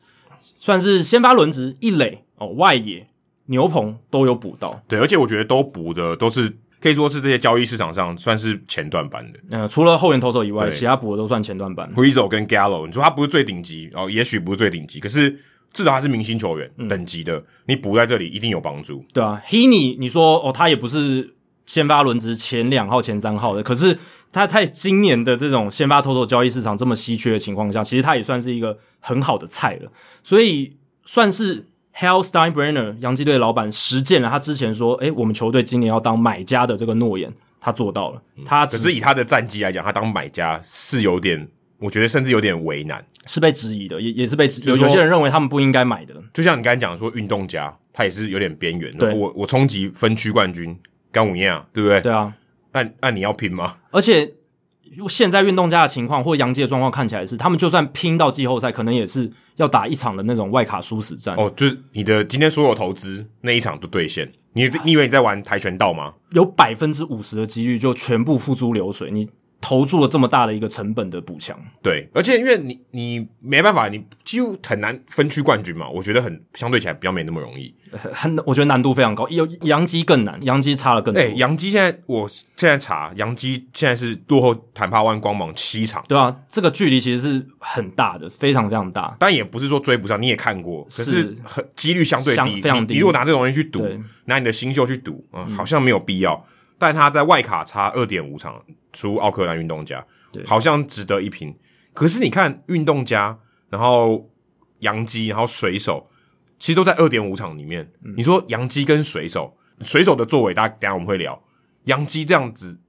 [SPEAKER 1] 算是先发轮值，一垒哦外野牛棚都有补到。
[SPEAKER 2] 对，而且我觉得都补的都是可以说是这些交易市场上算是前段班的。
[SPEAKER 1] 呃，除了后援投手以外，
[SPEAKER 2] 对
[SPEAKER 1] 其他补的都算前段班。
[SPEAKER 2] Rizzo 跟 Gallo，你说他不是最顶级哦，也许不是最顶级，可是至少他是明星球员、
[SPEAKER 1] 嗯
[SPEAKER 2] 等级的，你补在这里一定有帮助。
[SPEAKER 1] 对啊，Heaney，你说哦，他也不是先发轮值前两号、前三号的，可是他在今年的这种先发投手交易市场这么稀缺的情况下，其实他也算是一个很好的菜了，所以算是 Hal Steinbrenner 洋基队老板实践了他之前说，诶，我们球队今年要当买家的这个诺言。他做到了，他只
[SPEAKER 2] 可是以他的战绩来讲，他当买家是有点，我觉得甚至有点为难。
[SPEAKER 1] 是被质疑的，也也是被质有
[SPEAKER 2] 就是说
[SPEAKER 1] 有些人认为他们不应该买的，
[SPEAKER 2] 就像你刚才讲说，运动家他也是有点边缘。
[SPEAKER 1] 对
[SPEAKER 2] 我我冲击分区冠军，跟我一样，对不对？
[SPEAKER 1] 对啊，
[SPEAKER 2] 那那你要拼吗？
[SPEAKER 1] 而且现在运动家的情况或杨基的状况看起来是，他们就算拼到季后赛，可能也是要打一场的那种外卡殊死战，
[SPEAKER 2] 哦，就是你的今天所有投资那一场都兑现，你你以为你在玩跆拳道吗？
[SPEAKER 1] 有百分之五十的几率就全部付诸流水，你投注了这么大的一个成本的补强，
[SPEAKER 2] 对，而且因为你你没办法，你几乎很难分区冠军嘛，我觉得很相对起来比较没那么容易。
[SPEAKER 1] 很我觉得难度非常高，有杨基更难，杨基差了更多，
[SPEAKER 2] 哎、杨基现在我现在查，杨基现在是落后坦帕湾光芒七场，
[SPEAKER 1] 对啊，这个距离其实是很大的，非常非常大，
[SPEAKER 2] 但也不是说追不上，你也看过，可是
[SPEAKER 1] 是
[SPEAKER 2] 很几率相对
[SPEAKER 1] 相
[SPEAKER 2] 低。
[SPEAKER 1] 非常
[SPEAKER 2] 你
[SPEAKER 1] 低
[SPEAKER 2] 你如果拿这种东西去赌
[SPEAKER 1] 对，
[SPEAKER 2] 拿你的新秀去赌，嗯，好像没有必要。但他在外卡差二点五场输奥克兰运动家
[SPEAKER 1] 对，
[SPEAKER 2] 好像值得一拼。可是你看运动家，然后洋基，然后水手，其实都在二点五场里面。
[SPEAKER 1] 嗯
[SPEAKER 2] 你说洋基跟水手，水手的作为，大家等一下我们会聊。洋基这样子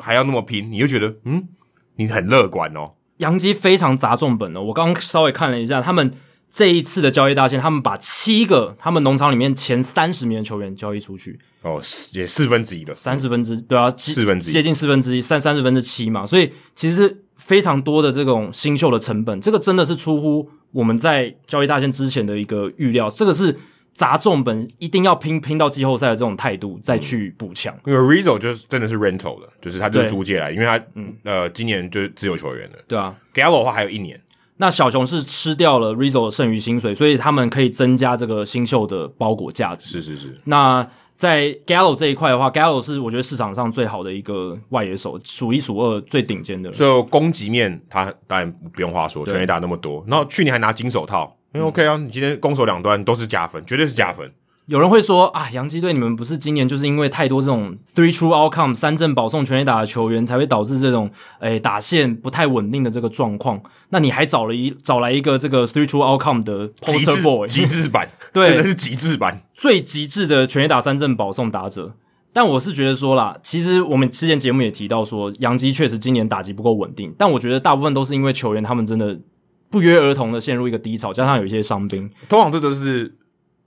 [SPEAKER 2] 还要那么拼，你就觉得嗯，你很乐观哦。
[SPEAKER 1] 杨基非常砸重本的。哦我刚刚稍微看了一下，他们这一次的交易大限，他们把七个他们农场里面前三十名的球员交易出去，
[SPEAKER 2] 哦，四也四分之一了，
[SPEAKER 1] 三十分之对啊，
[SPEAKER 2] 四
[SPEAKER 1] 四
[SPEAKER 2] 分之一
[SPEAKER 1] 接近四分之一，三三十分之七嘛，所以其实非常多的这种新秀的成本，这个真的是出乎我们在交易大限之前的一个预料，这个是砸重本一定要拼拼到季后赛的这种态度
[SPEAKER 2] 嗯
[SPEAKER 1] 再去补强。
[SPEAKER 2] 因为 Rizzo 就是真的是 rental 的，就是他就是
[SPEAKER 1] 对嗯
[SPEAKER 2] 租借来，因为他、呃今年就是自由球员了。
[SPEAKER 1] 对啊，
[SPEAKER 2] Gallo 的话还有一年，
[SPEAKER 1] 那小熊是吃掉了 Rizzo 的剩余薪水，所以他们可以增加这个新秀的包裹价值。
[SPEAKER 2] 是是是，
[SPEAKER 1] 那在 Gallo 这一块的话，Gallo 是我觉得市场上最好的一个外野手，数一数二最顶尖的。
[SPEAKER 2] 就攻击面他当然不用话说，
[SPEAKER 1] 对嗯
[SPEAKER 2] 全垒打那么多，然后去年还拿金手套，因为 OK 啊，你今天攻守两端都是加分，绝对是加分。
[SPEAKER 1] 有人会说啊，洋基队你们不是今年就是因为太多这种 three true outcome 三振保送全垒打的球员，才会导致这种诶、打线不太稳定的这个状况。那你还找了一找来一个这个 three true outcome 的
[SPEAKER 2] 极
[SPEAKER 1] poster
[SPEAKER 2] 致
[SPEAKER 1] boy，
[SPEAKER 2] 极致版，
[SPEAKER 1] 对
[SPEAKER 2] 真的是极致版。
[SPEAKER 1] 最极致的全垒打三振保送打者。但我是觉得说啦，其实我们之前节目也提到说，杨基确实今年打击不够稳定，但我觉得大部分都是因为球员他们真的不约而同的陷入一个低潮，加上有一些伤兵，
[SPEAKER 2] 通常这都是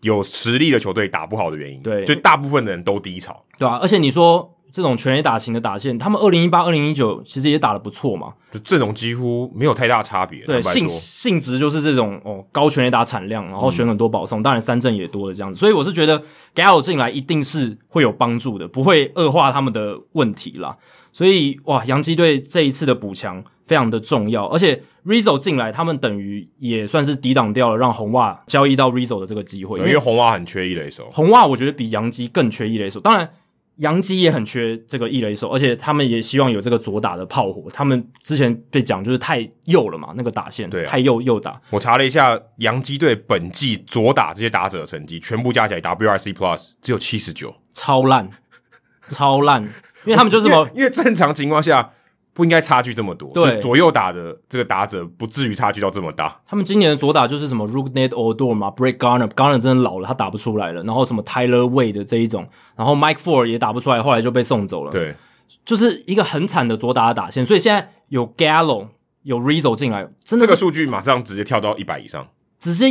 [SPEAKER 2] 有实力的球队打不好的原因，
[SPEAKER 1] 对
[SPEAKER 2] 就大部分的人都低潮，
[SPEAKER 1] 对吧、啊而且你说这种全垒打型的打线，他们二零一八、二零一九其实也打得不错嘛，
[SPEAKER 2] 就阵容几乎没有太大差别。
[SPEAKER 1] 对，
[SPEAKER 2] 坦白
[SPEAKER 1] 性
[SPEAKER 2] 说嗯
[SPEAKER 1] 性质就是这种哦，高全垒打产量，然后选很多保送，当然三振也多的这样子，所以我是觉得 Gallo 进来一定是会有帮助的，不会恶化他们的问题啦。所以哇，洋基队这一次的补强非常的重要，而且 Rizzo 进来，他们等于也算是抵挡掉了让红袜交易到 Rizzo 的这个机会，
[SPEAKER 2] 对
[SPEAKER 1] 因
[SPEAKER 2] 因
[SPEAKER 1] 为
[SPEAKER 2] 为红袜很缺一垒手，
[SPEAKER 1] 红袜我觉得比洋基更缺一垒手，当然。洋基也很缺这个一垒手，而且他们也希望有这个左打的炮火。他们之前被讲就是太右了嘛，那个打线
[SPEAKER 2] 对啊
[SPEAKER 1] 太右右打，
[SPEAKER 2] 我查了一下，洋基队本季左打这些打者的成绩，全部加起来 WRC Plus 只有七十九，
[SPEAKER 1] 超烂，超烂，因为他们就是什么
[SPEAKER 2] 因为因为正常情况下不应该差距这么多，
[SPEAKER 1] 对
[SPEAKER 2] 就是左右打的这个打者不至于差距到这么大。
[SPEAKER 1] 他们今年的左打就是什么 Rugnet Odor 嘛，Break Garner，Garner 真的老了，他打不出来了。然后什么 Tyler Wade 的这一种，然后 Mike Ford 也打不出来，后来就被送走了。，
[SPEAKER 2] 对，
[SPEAKER 1] 就是一个很惨的左打的打线。所以现在有 Gallo 有 Rizzo 进来，真的
[SPEAKER 2] 这
[SPEAKER 1] 是
[SPEAKER 2] 个数据马上直接跳到一百以上，
[SPEAKER 1] 直接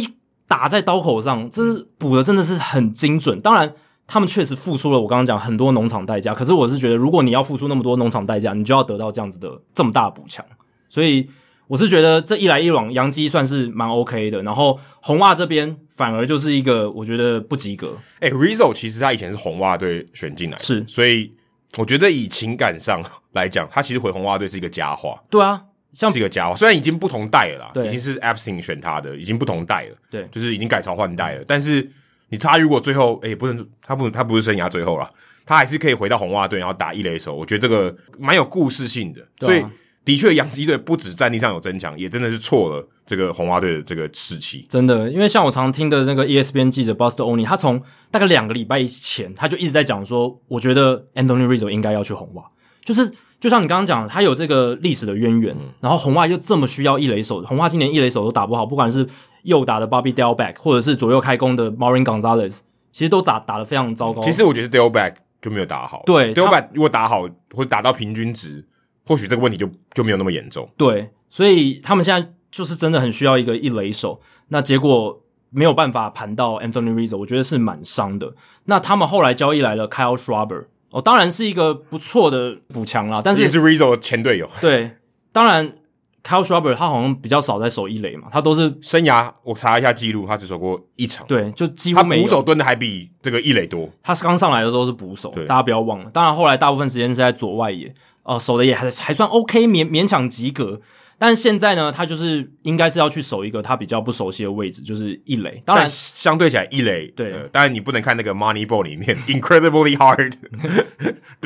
[SPEAKER 1] 打在刀口上，这是补的真的是很精准。当然，他们确实付出了我刚刚讲很多农场代价，可是我是觉得，如果你要付出那么多农场代价，你就要得到这样子的这么大的补强。所以我是觉得这一来一往，杨基算是蛮 OK 的，然后红袜这边反而就是一个我觉得不及格。
[SPEAKER 2] 哎、r i z o 其实他以前是红袜队选进来的，
[SPEAKER 1] 是
[SPEAKER 2] 所以我觉得以情感上来讲，他其实回红袜队是一个佳话，
[SPEAKER 1] 对啊，像
[SPEAKER 2] 是一个佳话。虽然已经不同代了啦，
[SPEAKER 1] 对
[SPEAKER 2] 已经是 Absing 选他的，已经不同代了，
[SPEAKER 1] 对
[SPEAKER 2] 就是已经改朝换代了。但是你他如果最后，哎、不能，他不，他不是生涯最后啦，他还是可以回到红袜队，然后打一垒手。我觉得这个蛮有故事性的，
[SPEAKER 1] 对啊
[SPEAKER 2] 所以的确，洋基队不止战力上有增强，也真的是错了这个红袜队的这个士气。
[SPEAKER 1] 真的，因为像我常听的那个 E ESPN 记者 Buster Oni，他从大概两个礼拜以前，他就一直在讲说，我觉得 Anthony Rizzo 应该要去红袜，就是就像你刚刚讲的，他有这个历史的渊源，然后红袜又这么需要一垒手，红袜今年一垒手都打不好，不管是右打的 Bobby Delback，或者是左右开弓的 Marin Gonzalez，其实都打打得非常糟糕。
[SPEAKER 2] 其实我觉得 d e l b a c k 就没有打好。
[SPEAKER 1] 哦对
[SPEAKER 2] 丢
[SPEAKER 1] 他
[SPEAKER 2] 板如果打好或打到平均值，或许这个问题就就没有那么严重。
[SPEAKER 1] 对，所以他们现在就是真的很需要一个一垒手，那结果没有办法盘到 Anthony Rizzo，我觉得是蛮伤的。那他们后来交易来了 Kyle Schwarber，哦，当然是一个不错的补强啦，但
[SPEAKER 2] 也
[SPEAKER 1] 是
[SPEAKER 2] 是 Rizzo 的前队友，
[SPEAKER 1] 对，当然 Kyle Schwarber 他好像比较少在守一垒嘛，他都是
[SPEAKER 2] 生涯我查一下记录，他只守过一场，
[SPEAKER 1] 对，就几
[SPEAKER 2] 他
[SPEAKER 1] 乎没
[SPEAKER 2] 捕手
[SPEAKER 1] 有。
[SPEAKER 2] 蹲的还比这个一垒多。
[SPEAKER 1] 他刚上来的时候是捕手
[SPEAKER 2] 对，
[SPEAKER 1] 大家不要忘了。当然后来大部分时间是在左外野，哦、守的也还还算 OK，勉勉强及格。但现在呢，他就是应该是要去守一个他比较不熟悉的位置，就是一垒。当然
[SPEAKER 2] 但，相对起来，一垒
[SPEAKER 1] 对
[SPEAKER 2] 呃当然你不能看那个 Money Ball 里面 incredibly hard，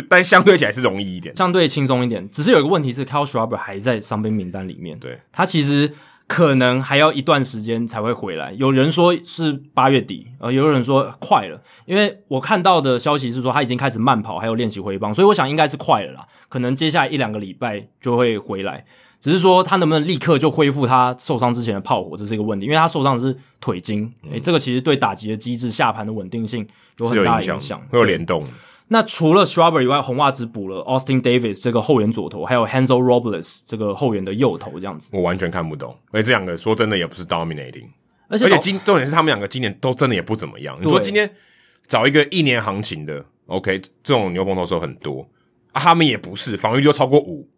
[SPEAKER 2] 但相对起来是容易一点。
[SPEAKER 1] 相对轻松一点。只是有一个问题是，Kyle Schwarber 还在伤兵名单里面，
[SPEAKER 2] 对，
[SPEAKER 1] 他其实可能还要一段时间才会回来。有人说是八月底，呃，有人说快了，因为我看到的消息是说他已经开始慢跑，还有练习挥棒，所以我想应该是快了啦，可能接下来一两个礼拜就会回来。只是说他能不能立刻就恢复他受伤之前的炮火，这是一个问题，因为他受伤的是腿筋，诶、这个其实对打击的机制、下盘的稳定性有
[SPEAKER 2] 嗯是
[SPEAKER 1] 很
[SPEAKER 2] 有
[SPEAKER 1] 大
[SPEAKER 2] 影
[SPEAKER 1] 的影
[SPEAKER 2] 响
[SPEAKER 1] 响
[SPEAKER 2] 的，，会有联动的。
[SPEAKER 1] 那除了 Strawberry 以外，红袜只补了 Austin Davis 这个后援左投，还有 Hansel Robles 这个后援的右投这样子。
[SPEAKER 2] 我完全看不懂，而且这两个说真的也不是 dominating，
[SPEAKER 1] 而且
[SPEAKER 2] 而且
[SPEAKER 1] 老
[SPEAKER 2] 今重点是他们两个今年都真的也不怎么样。你说
[SPEAKER 1] 对
[SPEAKER 2] 今天找一个一年行情的，OK，这种牛棚投手很多啊，他们也不是防御就超过五、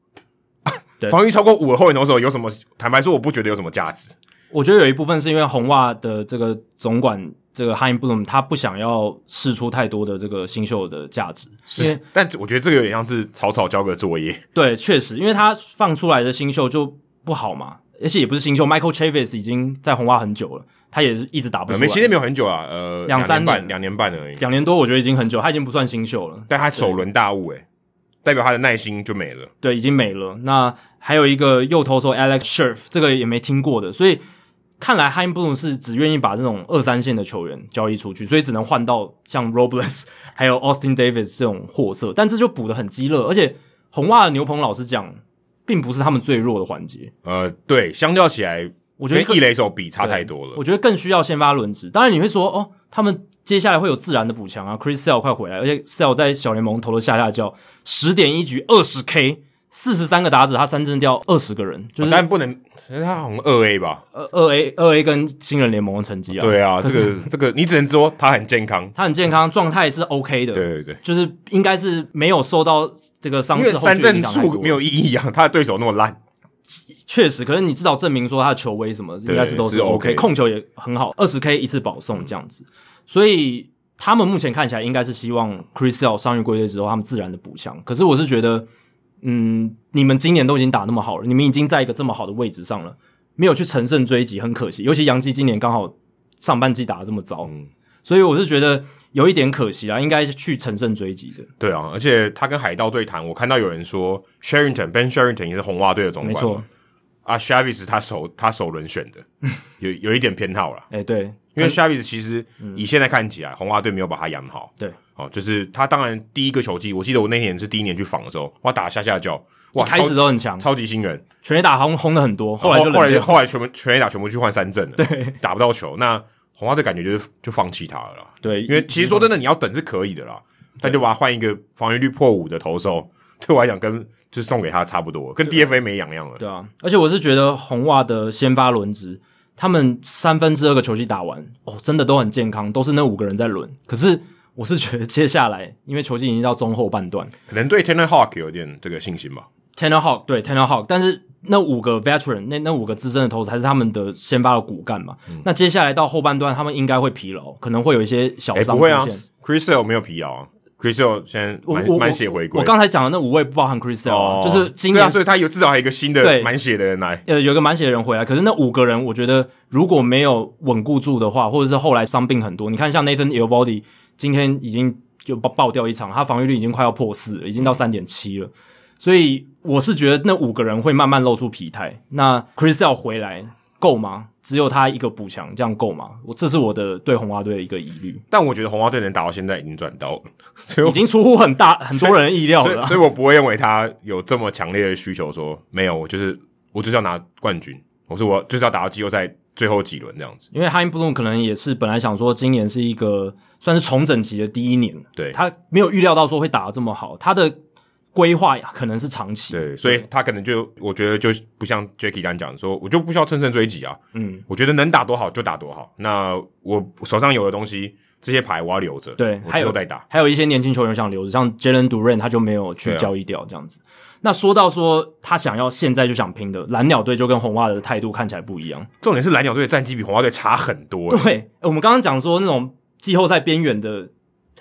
[SPEAKER 1] 对
[SPEAKER 2] 防御超过五的后援投手有什么？坦白说，我不觉得有什么价值。
[SPEAKER 1] 我觉得有一部分是因为红袜的这个总管这个 h e i n b l u m 他不想要试出太多的这个新秀的价值，因为
[SPEAKER 2] 是，但我觉得这个有点像是草草交个作业。
[SPEAKER 1] 对，确实，因为他放出来的新秀就不好嘛，而且也不是新秀，Michael Chavis 已经在红袜很久了，他也是一直打不
[SPEAKER 2] 呃
[SPEAKER 1] 出
[SPEAKER 2] 没，
[SPEAKER 1] 来，
[SPEAKER 2] 其实没有很久啊，呃，
[SPEAKER 1] 两三
[SPEAKER 2] 年半，
[SPEAKER 1] 年
[SPEAKER 2] 两年半而已。
[SPEAKER 1] 两年多，我觉得已经很久，他已经不算新秀了。
[SPEAKER 2] 但他首轮大悟，诶，代表他的耐心就没了。
[SPEAKER 1] 对，已经没了。那还有一个右投手 Alex Scherf，这个也没听过的，所以看来 h e i m b l u m 是只愿意把这种二三线的球员交易出去，所以只能换到像 Robles 还有 Austin Davis 这种货色，但这就补得很鸡肋，而且红袜的牛棚老实讲，并不是他们最弱的环节，
[SPEAKER 2] 呃，对，相较起来，
[SPEAKER 1] 我觉得
[SPEAKER 2] 跟
[SPEAKER 1] 更
[SPEAKER 2] 一垒手比差
[SPEAKER 1] 对
[SPEAKER 2] 太多了
[SPEAKER 1] 我。觉得更需要先发轮值。当然你会说，哦，他们接下来会有自然的补强啊，Chris Sale 快回来，而且 Sale 在小联盟投的下下叫，十点一局二十 K。四十三个打者，他三振掉二十个人，就是
[SPEAKER 2] 但不能，他好像二 A 吧？
[SPEAKER 1] 二二 A 二 A 跟新人联盟的成绩啊，
[SPEAKER 2] 对啊，这个这个，你只能说他很 健康。
[SPEAKER 1] 他很健康，状态是 OK 的，
[SPEAKER 2] 对，对对，
[SPEAKER 1] 就是应该是没有受到这个伤
[SPEAKER 2] 因
[SPEAKER 1] 势
[SPEAKER 2] 为
[SPEAKER 1] 后续
[SPEAKER 2] 三
[SPEAKER 1] 的影
[SPEAKER 2] 振
[SPEAKER 1] 响太多
[SPEAKER 2] 数没有意义啊，他的对手那么烂，
[SPEAKER 1] 确实，可是你至少证明说他的球威什么应该是都
[SPEAKER 2] 是
[SPEAKER 1] OK，,
[SPEAKER 2] OK
[SPEAKER 1] 控球也很好，二十 K 一次保送这样子，所以他们目前看起来应该是希望 Chris Sale 伤愈归队之后，他们自然的补强。可是我是觉得，嗯，你们今年都已经打那么好了，你们已经在一个这么好的位置上了，没有去乘胜追击，很可惜。尤其杨基今年刚好上半季打的这么糟，
[SPEAKER 2] 嗯
[SPEAKER 1] 所以我是觉得有一点可惜啊啦，应该是去乘胜追击的。
[SPEAKER 2] 对啊，而且他跟海盗对谈，我看到有人说 Sherrington Ben Sherrington 也是红袜队的总
[SPEAKER 1] 没
[SPEAKER 2] 管
[SPEAKER 1] 错
[SPEAKER 2] 嘛，，啊 Shavis 是他首他首轮选 的，有有一点偏好啦。
[SPEAKER 1] 哎、对，
[SPEAKER 2] 因为 Shavis 其实以现在看起来，红袜队没有把他养好。
[SPEAKER 1] 嗯对，
[SPEAKER 2] 哦，就是他当然第一个球季，我记得我那年是第一年去访的时候，哇，打下下脚，哇，
[SPEAKER 1] 开始
[SPEAKER 2] 超
[SPEAKER 1] 都很强，
[SPEAKER 2] 超级新人，
[SPEAKER 1] 全垒打轰轰了很多，后
[SPEAKER 2] 后
[SPEAKER 1] 来就
[SPEAKER 2] 后
[SPEAKER 1] 冷
[SPEAKER 2] 来
[SPEAKER 1] 掉。
[SPEAKER 2] 后来全部全垒打全部去换三振了，对，打不到球，那红袜队感觉就是就放弃他了啦。
[SPEAKER 1] 对，
[SPEAKER 2] 因为其实说真的，你要等是可以的啦，但就把他换一个防御率破五的投手，对我来讲跟就是送给他差不多，跟 DFA 没两样了。
[SPEAKER 1] 对啊，而且我是觉得红袜的先发轮值，他们三分之二个球季打完，哦，真的都很健康，都是那五个人在轮。可是我是觉得接下来，因为球季已经到中后半段
[SPEAKER 2] 可能对 Tanner Hawk 有点这个信心吧。
[SPEAKER 1] ，Tanner Hawk 对 Tanner Hawk，但是那五个 veteran 那那五个资深的投手才是他们的先发的骨干嘛。
[SPEAKER 2] 嗯
[SPEAKER 1] 那接下来到后半段，他们应该会疲劳，可能会有一些小
[SPEAKER 2] 哎、
[SPEAKER 1] 伤
[SPEAKER 2] 不
[SPEAKER 1] 出
[SPEAKER 2] 会
[SPEAKER 1] 现。
[SPEAKER 2] 啊，Chris Sale 没有疲劳啊，Chris Sale 现在
[SPEAKER 1] 我
[SPEAKER 2] 蛮
[SPEAKER 1] 我
[SPEAKER 2] 蛮血回归。
[SPEAKER 1] 我刚才讲的那五位不包含 Chris Sale，、
[SPEAKER 2] 哦，
[SPEAKER 1] 就是今年
[SPEAKER 2] 对啊，所以他有至少还有一个新的
[SPEAKER 1] 对
[SPEAKER 2] 满血的人来。
[SPEAKER 1] 呃，有一个满血的人回来，可是那五个人，我觉得如果没有稳固住的话，或者是后来伤病很多，你看像 Nathan Elbody 今天已经就爆爆掉一场，他防御率已经快要破四了，已
[SPEAKER 2] 嗯
[SPEAKER 1] 经到三点七了，所以我是觉得那五个人会慢慢露出疲态。那 Chris Sale 回来够吗？只有他一个补强，这样够吗？我这是我的对红袜队的一个疑虑，
[SPEAKER 2] 但我觉得红袜队能打到现在已经赚到了，所以
[SPEAKER 1] 已
[SPEAKER 2] 我
[SPEAKER 1] 经出乎很大很多人意料
[SPEAKER 2] 所
[SPEAKER 1] 了
[SPEAKER 2] 以
[SPEAKER 1] 啦。
[SPEAKER 2] 所以我不会认为他有这么强烈的需求说没有，我就是我就是要拿冠军，我说我就是要打到季后赛最后几轮这样子。
[SPEAKER 1] 因为 h i m b l o o m 可能也是本来想说今年是一个算是重整期的第一年，
[SPEAKER 2] 对
[SPEAKER 1] 他没有预料到说会打得这么好，他的规划可能是长期，
[SPEAKER 2] 对，所以他可能就我觉得就不像 Jacky 刚讲的说，我就不需要乘胜追击啊。
[SPEAKER 1] 嗯，
[SPEAKER 2] 我觉得能打多好就打多好。那我手上有的东西，这些牌我要留着，
[SPEAKER 1] 对
[SPEAKER 2] 我
[SPEAKER 1] 还
[SPEAKER 2] 之
[SPEAKER 1] 有
[SPEAKER 2] 后再打。
[SPEAKER 1] 还有一些年轻球员想留着，像 Jalen Duran 他就没有去
[SPEAKER 2] 对啊
[SPEAKER 1] 交易掉这样子。那说到说他想要现在就想拼的，蓝鸟队就跟红袜的态度看起来不一样。
[SPEAKER 2] 重点是蓝鸟队的战绩比红袜队差很多、欸，
[SPEAKER 1] 对，哎我们刚刚讲说那种季后赛边缘的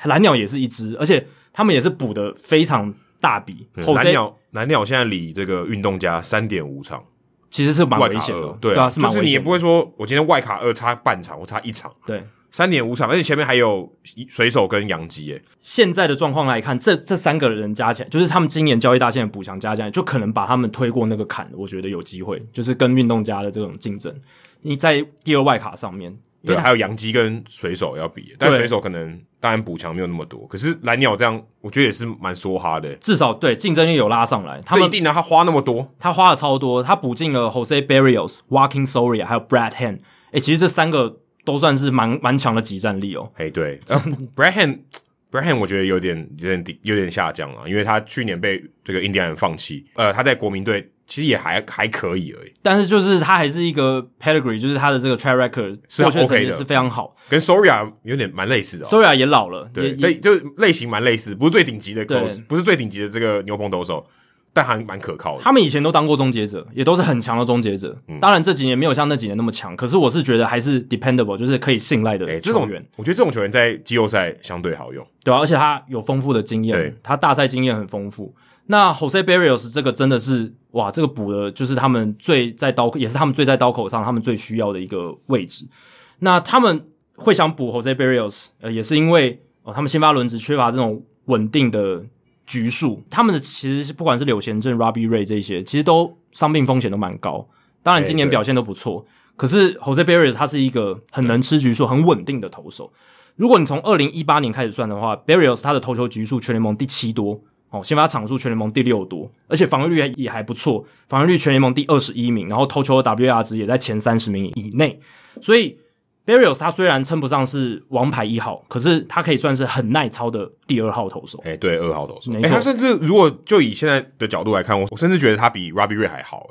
[SPEAKER 1] 蓝鸟也是一支，而且他们也是补的非常大笔。
[SPEAKER 2] 对
[SPEAKER 1] 后
[SPEAKER 2] 蓝鸟蓝鸟现在离这个运动家三点五场，
[SPEAKER 1] 其实是蛮
[SPEAKER 2] 外
[SPEAKER 1] 危
[SPEAKER 2] 卡
[SPEAKER 1] 险的
[SPEAKER 2] 二，，
[SPEAKER 1] 对
[SPEAKER 2] 啊，
[SPEAKER 1] 是
[SPEAKER 2] 就
[SPEAKER 1] 蛮危
[SPEAKER 2] 是
[SPEAKER 1] 险的。
[SPEAKER 2] 你也不会说我今天外卡二差半场，我差一场，
[SPEAKER 1] 对。
[SPEAKER 2] 三点五场，而且前面还有水手跟洋基，耶，
[SPEAKER 1] 现在的状况来看，这这三个人加起来，就是他们今年交易大线的补强加起来，就可能把他们推过那个坎。我觉得有机会，就是跟运动家的这种竞争，你在第二外卡上面，因为
[SPEAKER 2] 对，啊
[SPEAKER 1] 他
[SPEAKER 2] 还有洋基跟水手要比耶，但
[SPEAKER 1] 对
[SPEAKER 2] 水手可能当然补强没有那么多，可是蓝鸟这样，我觉得也是蛮梭哈的耶，
[SPEAKER 1] 至少对竞争力有拉上来。他
[SPEAKER 2] 这一
[SPEAKER 1] 们
[SPEAKER 2] 定啊，他花那么多，
[SPEAKER 1] 他花了超多，他补进了 Jose Barrios、Walking Soria 还有 Brad Hand。诶、其实这三个都算是蛮蛮强的集战力哦。
[SPEAKER 2] 哎， 对 b r a h a n b r a h a n 我觉得有点有点低有点下降啊，因为他去年被这个印第安人放弃，呃，他在国民队其实也还还可以而已，
[SPEAKER 1] 但是就是他还是一个 pedigree，就是他的这个 track record
[SPEAKER 2] 是
[SPEAKER 1] 过去
[SPEAKER 2] OK
[SPEAKER 1] 成绩
[SPEAKER 2] 的
[SPEAKER 1] 是非常好。
[SPEAKER 2] 跟 Soria 有点蛮类似的、哦。
[SPEAKER 1] Soria 也老了，也
[SPEAKER 2] 对，
[SPEAKER 1] 也
[SPEAKER 2] 类就是类型蛮类似，不是最顶级的
[SPEAKER 1] 对
[SPEAKER 2] close，不是最顶级的这个牛棚投手，但还蛮可靠的。
[SPEAKER 1] 他们以前都当过终结者，也都是很强的终结者。
[SPEAKER 2] 嗯
[SPEAKER 1] 当然这几年没有像那几年那么强，可是我是觉得还是 dependable，就是可以信赖的
[SPEAKER 2] 哎、这
[SPEAKER 1] 球
[SPEAKER 2] 种
[SPEAKER 1] 员，
[SPEAKER 2] 我觉得这种球员在季后赛相对好用。
[SPEAKER 1] 对啊，而且他有丰富的经验
[SPEAKER 2] 对，
[SPEAKER 1] 他大赛经验很丰富。那 Jose Barrios 这个真的是哇，这个补的就是他们最在刀，也是他们最在刀口上，他们最需要的一个位置。那他们会想补 Jose Barrios，呃，也是因为哦，他们先发轮值缺乏这种稳定的局数，他们的其实是不管是柳贤镇、Robbie Ray 这一些，其实都伤病风险都蛮高。当然今年
[SPEAKER 2] 哎对
[SPEAKER 1] 表现都不错，可是 Jose Barrios 他是一个很能吃局数、很稳定的投手。如果你从二零一八年开始算的话，Barrios 他的投球局数全联盟第七多，哦，先发场数全联盟第六多，而且防御率也也还不错，防御率全联盟第二十一名，然后投球的 WR 值也在前三十名以内，所以 Barrios 他虽然称不上是王牌一号，可是他可以算是很耐操的第二号投手。
[SPEAKER 2] 哎、对，二号投手。
[SPEAKER 1] 没错
[SPEAKER 2] 哎、他甚至如果就以现在的角度来看，我我甚至觉得他比 Robbie Ray 还好。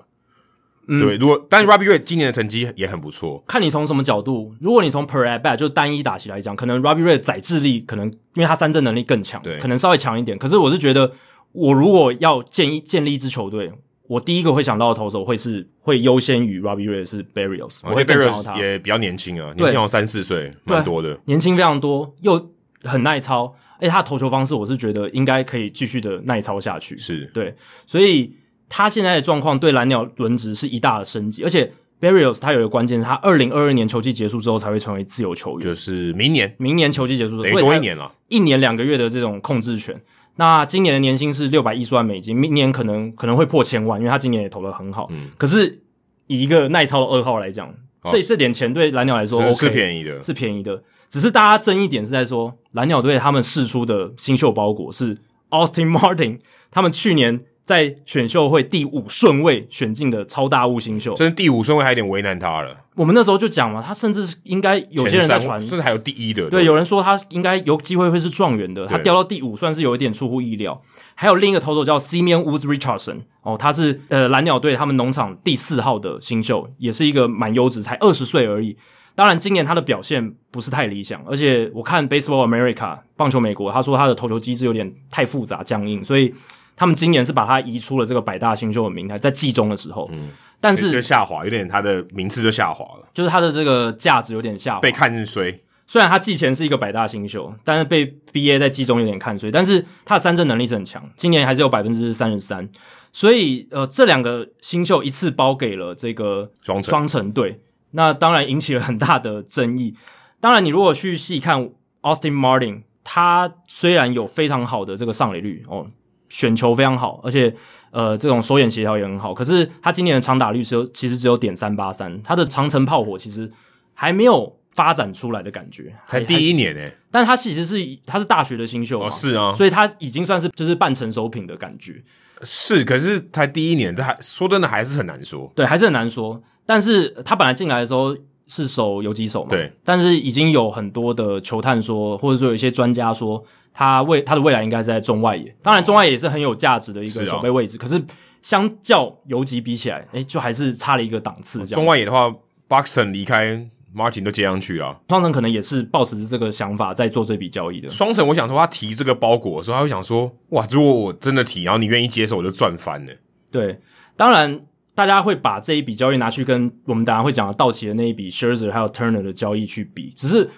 [SPEAKER 1] 嗯
[SPEAKER 2] 对，如果但是 Robbie Ray 今年的成绩也很不错，
[SPEAKER 1] 看你从什么角度，如果你从 per at bat 就单一打席来讲，可能 Robbie Ray 的载智力可能因为他三振能力更强，
[SPEAKER 2] 对
[SPEAKER 1] 可能稍微强一点。可是我是觉得，我如果要建议建立一支球队，我第一个会想到的投手会是会优先于 Robbie Ray 的是 Barrios，我会
[SPEAKER 2] 觉
[SPEAKER 1] 更
[SPEAKER 2] 得
[SPEAKER 1] 想到他
[SPEAKER 2] 哦 Barrios。也比较年轻啊，
[SPEAKER 1] 对
[SPEAKER 2] 年轻好像三四岁，蛮多的。
[SPEAKER 1] 年轻非常多，又很耐操，而且他的投球方式，我是觉得应该可以继续的耐操下去。
[SPEAKER 2] 是
[SPEAKER 1] 对，所以他现在的状况对蓝鸟轮值是一大的升级，而且 Barrios 他有一个关键，他二零二二年球季结束之后才会成为自由球员，
[SPEAKER 2] 就是明年
[SPEAKER 1] 明年球季结束之后，
[SPEAKER 2] 等于
[SPEAKER 1] 所以
[SPEAKER 2] 多
[SPEAKER 1] 他
[SPEAKER 2] 一年了。
[SPEAKER 1] 一年两个月的这种控制权。那今年的年薪是六百一十万美金，明年可能可能会破千万，因为他今年也投的很好。
[SPEAKER 2] 嗯
[SPEAKER 1] 可是以一个耐操的二号来讲，
[SPEAKER 2] 哦
[SPEAKER 1] 这这点钱对蓝鸟来说 OK，
[SPEAKER 2] 是是便宜的，
[SPEAKER 1] 是便宜的。只是大家争议点是在说，蓝鸟队他们试出的新秀包裹是 Austin Martin，他们去年在选秀会第五顺位选进的超大物新秀。
[SPEAKER 2] 甚至第五顺位还有点为难他了。
[SPEAKER 1] 我们那时候就讲嘛，他甚至是应该有些人在
[SPEAKER 2] 前三
[SPEAKER 1] 传，
[SPEAKER 2] 甚至还有第一的。
[SPEAKER 1] 对，有人说他应该有机会会是状元的，他
[SPEAKER 2] 对
[SPEAKER 1] 掉到第五算是有一点出乎意料。还有另一个投手叫 Simeon Woods Richardson，哦，他是呃蓝鸟队他们农场第四号的新秀，也是一个蛮优质，才二十岁而已。当然，今年他的表现不是太理想，而且我看 Baseball America 棒球美国，他说他的投球机制有点太复杂僵硬，所以他们今年是把他移出了这个百大新秀的名单，在季中的时候。嗯，但
[SPEAKER 2] 就是下滑，有点他的名次就下滑了，
[SPEAKER 1] 就是他的这个价值有点下滑，
[SPEAKER 2] 被看衰。
[SPEAKER 1] 虽然他季前是一个百大新秀，但是被 BA 在季中有点看衰，但是他的三振能力是很强，今年还是有百分之三十三，所以呃，这两个新秀一次包给了这个
[SPEAKER 2] 双城
[SPEAKER 1] 双城队，那当然引起了很大的争议。当然，你如果去细看 Austin Martin，他虽然有非常好的这个上垒率哦，选球非常好，而且呃这种手眼协调也很好，可是他今年的长打率只有其实只有点三八三，他的长城炮火其实还没有发展出来的感觉，
[SPEAKER 2] 才
[SPEAKER 1] 还
[SPEAKER 2] 第一年呢、欸
[SPEAKER 1] 但他其实是他是大学的新秀嘛，
[SPEAKER 2] 哦，是啊，
[SPEAKER 1] 所以他已经算是就是半成熟品的感觉，
[SPEAKER 2] 是，可是才第一年，这还说真的还是很难说。
[SPEAKER 1] 对，还是很难说。但是他本来进来的时候，是守游击手嘛，
[SPEAKER 2] 对，
[SPEAKER 1] 但是已经有很多的球探说，或者说有一些专家说，他未他的未来应该是在中外野。当然，中外野也是很有价值的一
[SPEAKER 2] 是
[SPEAKER 1] 个
[SPEAKER 2] 啊
[SPEAKER 1] 守备位置，可是相较游击比起来，诶、就还是差了一个档次。这
[SPEAKER 2] 中
[SPEAKER 1] 样，
[SPEAKER 2] 外野的话，Boxton 离开，Martin 都接上去了。
[SPEAKER 1] 双城可能也是抱持着这个想法在做这笔交易的。
[SPEAKER 2] 双城，我想说他提这个包裹的时候，他会想说，哇，如果我真的提，然后你愿意接手，我就赚翻了。
[SPEAKER 1] 对，当然大家会把这一笔交易拿去跟我们等一下会讲的道奇的那一笔 Scherzer 还有 Turner 的交易去比，只是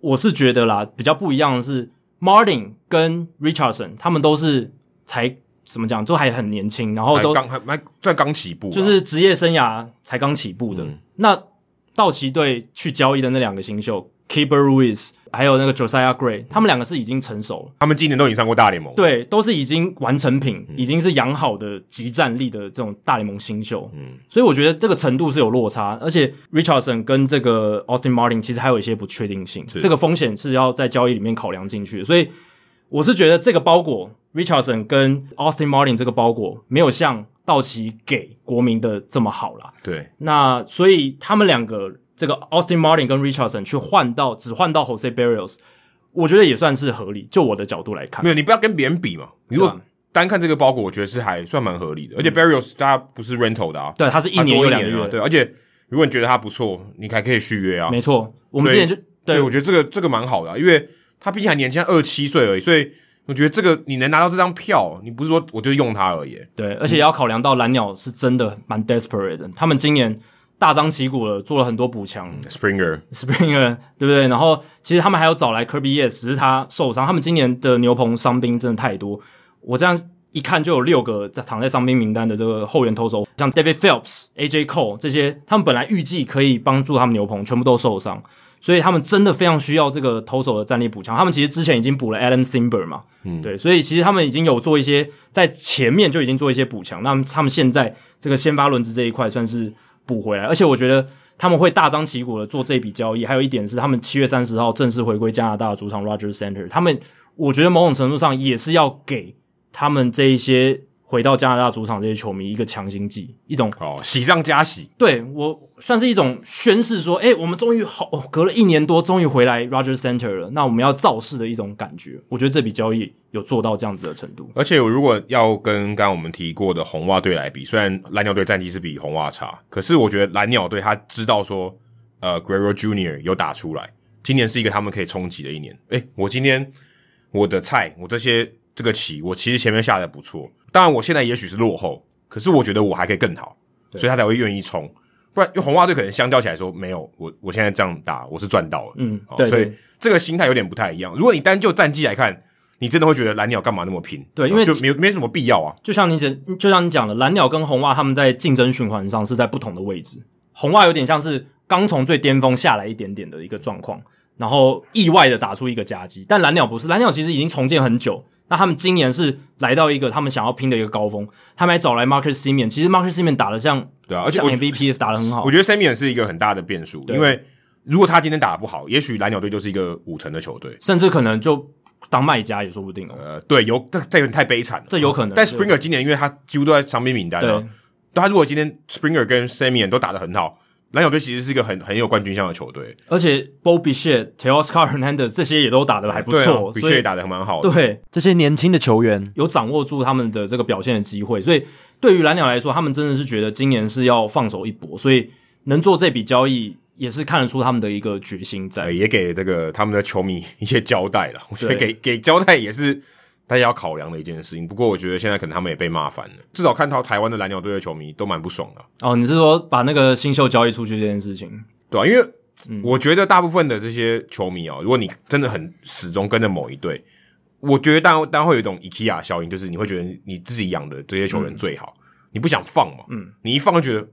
[SPEAKER 1] 我是觉得啦，比较不一样的是 Martin 跟 Richardson 他们都是才怎么讲，都还很年轻，然后
[SPEAKER 2] 还
[SPEAKER 1] 哦都
[SPEAKER 2] 刚还啊还算刚起步啊，
[SPEAKER 1] 就是职业生涯才刚起步的。那道奇队去交易的那两个新秀 Keeper Ruiz 还有那个 Josiah Gray，他们两个是已经成熟了。
[SPEAKER 2] 他们今年都已经上过大联盟。，
[SPEAKER 1] 对，都是已经完成品，已经是养好的集战力的这种大联盟新秀。嗯，所以我觉得这个程度是有落差，而且 Richardson 跟这个 Austin Martin 其实还有一些不确定性，这个风险是要在交易里面考量进去的。所以我是觉得这个包裹 Richardson 跟 Austin Martin 这个包裹没有像道奇给国民的这么好啦。
[SPEAKER 2] 对，
[SPEAKER 1] 那所以他们两个，这个 Austin Martin 跟 Richardson 去换到只换到 Jose Barrios，我觉得也算是合理。就我的角度来看
[SPEAKER 2] 没，有，你不要跟别人比嘛。你如
[SPEAKER 1] 对啊
[SPEAKER 2] 果单看这个包裹，我觉得是还算蛮合理的。而且 Barrios 大家不是 rental 的啊，
[SPEAKER 1] 对，他是一
[SPEAKER 2] 他多
[SPEAKER 1] 年有
[SPEAKER 2] 一
[SPEAKER 1] 两个
[SPEAKER 2] 年啊，
[SPEAKER 1] 月，
[SPEAKER 2] 对。而且如果你觉得他不错，你还可以续约啊。
[SPEAKER 1] 没错。我们之
[SPEAKER 2] 所以
[SPEAKER 1] 前就
[SPEAKER 2] 对，
[SPEAKER 1] 对
[SPEAKER 2] 我觉得这个这个蛮好的啊、因为他毕竟还年轻，二七岁而已，所以我觉得这个你能拿到这张票，你不是说我就用它而已。
[SPEAKER 1] 对，而且也要考量到蓝鸟是真的蛮 desperate 的，他们今年大张旗鼓的做了很多补强
[SPEAKER 2] 嗯 Springer
[SPEAKER 1] ，Springer 对不对？然后其实他们还有找来 Kirby Yes，只是他受伤，他们今年的牛棚伤兵真的太多，我这样。一看就有六个在躺在伤兵名单的这个后援投手，像 David Phelps、AJ Cole 这些，他们本来预计可以帮助他们牛棚，全部都受伤，所以他们真的非常需要这个投手的战力补强。他们其实之前已经补了 Adam Simber 嘛，对，所以其实他们已经有做一些在前面就已经做一些补强，那么他们现在这个先发轮值这一块算是补回来，而且我觉得他们会大张旗鼓的做这笔交易。还有一点是，他们七月三十号正式回归加拿大的主场 Rogers Center，他们我觉得某种程度上也是要给他们这一些回到加拿大主场这些球迷一个强心剂，一种
[SPEAKER 2] 哦，喜上加喜，
[SPEAKER 1] 对我算是一种宣誓，说，哎、我们终于好、哦隔了一年多，终于回来 Roger Center 了，那我们要造势的一种感觉。我觉得这笔交易有做到这样子的程度。
[SPEAKER 2] 而且我如果要跟刚刚我们提过的红袜队来比，虽然蓝鸟队战绩是比红袜差，可是我觉得蓝鸟队他知道说，呃 g r e r o Junior 有打出来，今年是一个他们可以冲击的一年。诶，我今天我的菜，我这些这个棋，我其实前面下的不错，当然我现在也许是落后，可是我觉得我还可以更好，所以他才会愿意冲。不然，因为红袜队可能相较起来说，没有我，我现在这样打，我是赚到了。
[SPEAKER 1] 嗯
[SPEAKER 2] 好
[SPEAKER 1] 对
[SPEAKER 2] 哦所以
[SPEAKER 1] 对
[SPEAKER 2] 这个心态有点不太一样。如果你单就战绩来看，你真的会觉得蓝鸟干嘛那么拼？哦
[SPEAKER 1] 对因为
[SPEAKER 2] 就没有没什么必要啊。
[SPEAKER 1] 就像你讲，就像你讲的，蓝鸟跟红袜他们在竞争循环上是在不同的位置。红袜有点像是刚从最巅峰下来一点点的一个状况，然后意外的打出一个夹击。但蓝鸟不是，蓝鸟其实已经重建很久。那他们今年是来到一个他们想要拼的一个高峰，他们还找来 Marcus Simeon，其实 Marcus Simeon 打的像
[SPEAKER 2] 对啊而且
[SPEAKER 1] 像
[SPEAKER 2] 我
[SPEAKER 1] MVP 打的很好
[SPEAKER 2] 我，觉得 Samian 是一个很大的变数，因为如果他今天打得不好，也许蓝鸟队就是一个五成的球队。
[SPEAKER 1] 甚至可能就当卖家也说不定哦。
[SPEAKER 2] 呃，对，有这这有点太悲惨了，哦
[SPEAKER 1] 这有可能
[SPEAKER 2] 但
[SPEAKER 1] 对
[SPEAKER 2] Springer 今年因为他几乎都在伤病名单啊
[SPEAKER 1] 对，
[SPEAKER 2] 他如果今天 Springer 跟 Samian 都打得很好，蓝鸟队其实是一个很很有冠军相的球队，
[SPEAKER 1] 而且 Bobby Shea、Teoscar Hernandez 这些也都打的还不
[SPEAKER 2] 对啊
[SPEAKER 1] 错，
[SPEAKER 2] 比
[SPEAKER 1] 所以
[SPEAKER 2] 切打得还蛮好的。
[SPEAKER 1] 对
[SPEAKER 3] 这些年轻的球员，
[SPEAKER 1] 有掌握住他们的这个表现的机会，所以对于蓝鸟来说，他们真的是觉得今年是要放手一搏，所以能做这笔交易也是看得出他们的一个决心在。
[SPEAKER 2] 呃，也给这个他们的球迷一些交代了。我觉得
[SPEAKER 1] 对
[SPEAKER 2] 给给交代也是大家要考量的一件事情。不过我觉得现在可能他们也被骂烦了，至少看到台湾的蓝鸟队的球迷都蛮不爽的啊，
[SPEAKER 1] 哦，你是说把那个新秀交易出去这件事情？
[SPEAKER 2] 对啊吧、因为我觉得大部分的这些球迷哦，如果你真的很始终跟着某一队，我觉得当然当然会有一种 IKEA 效应，就是你会觉得你自己养的这些球员最好，你不想放嘛，
[SPEAKER 1] 嗯，
[SPEAKER 2] 你一放就觉得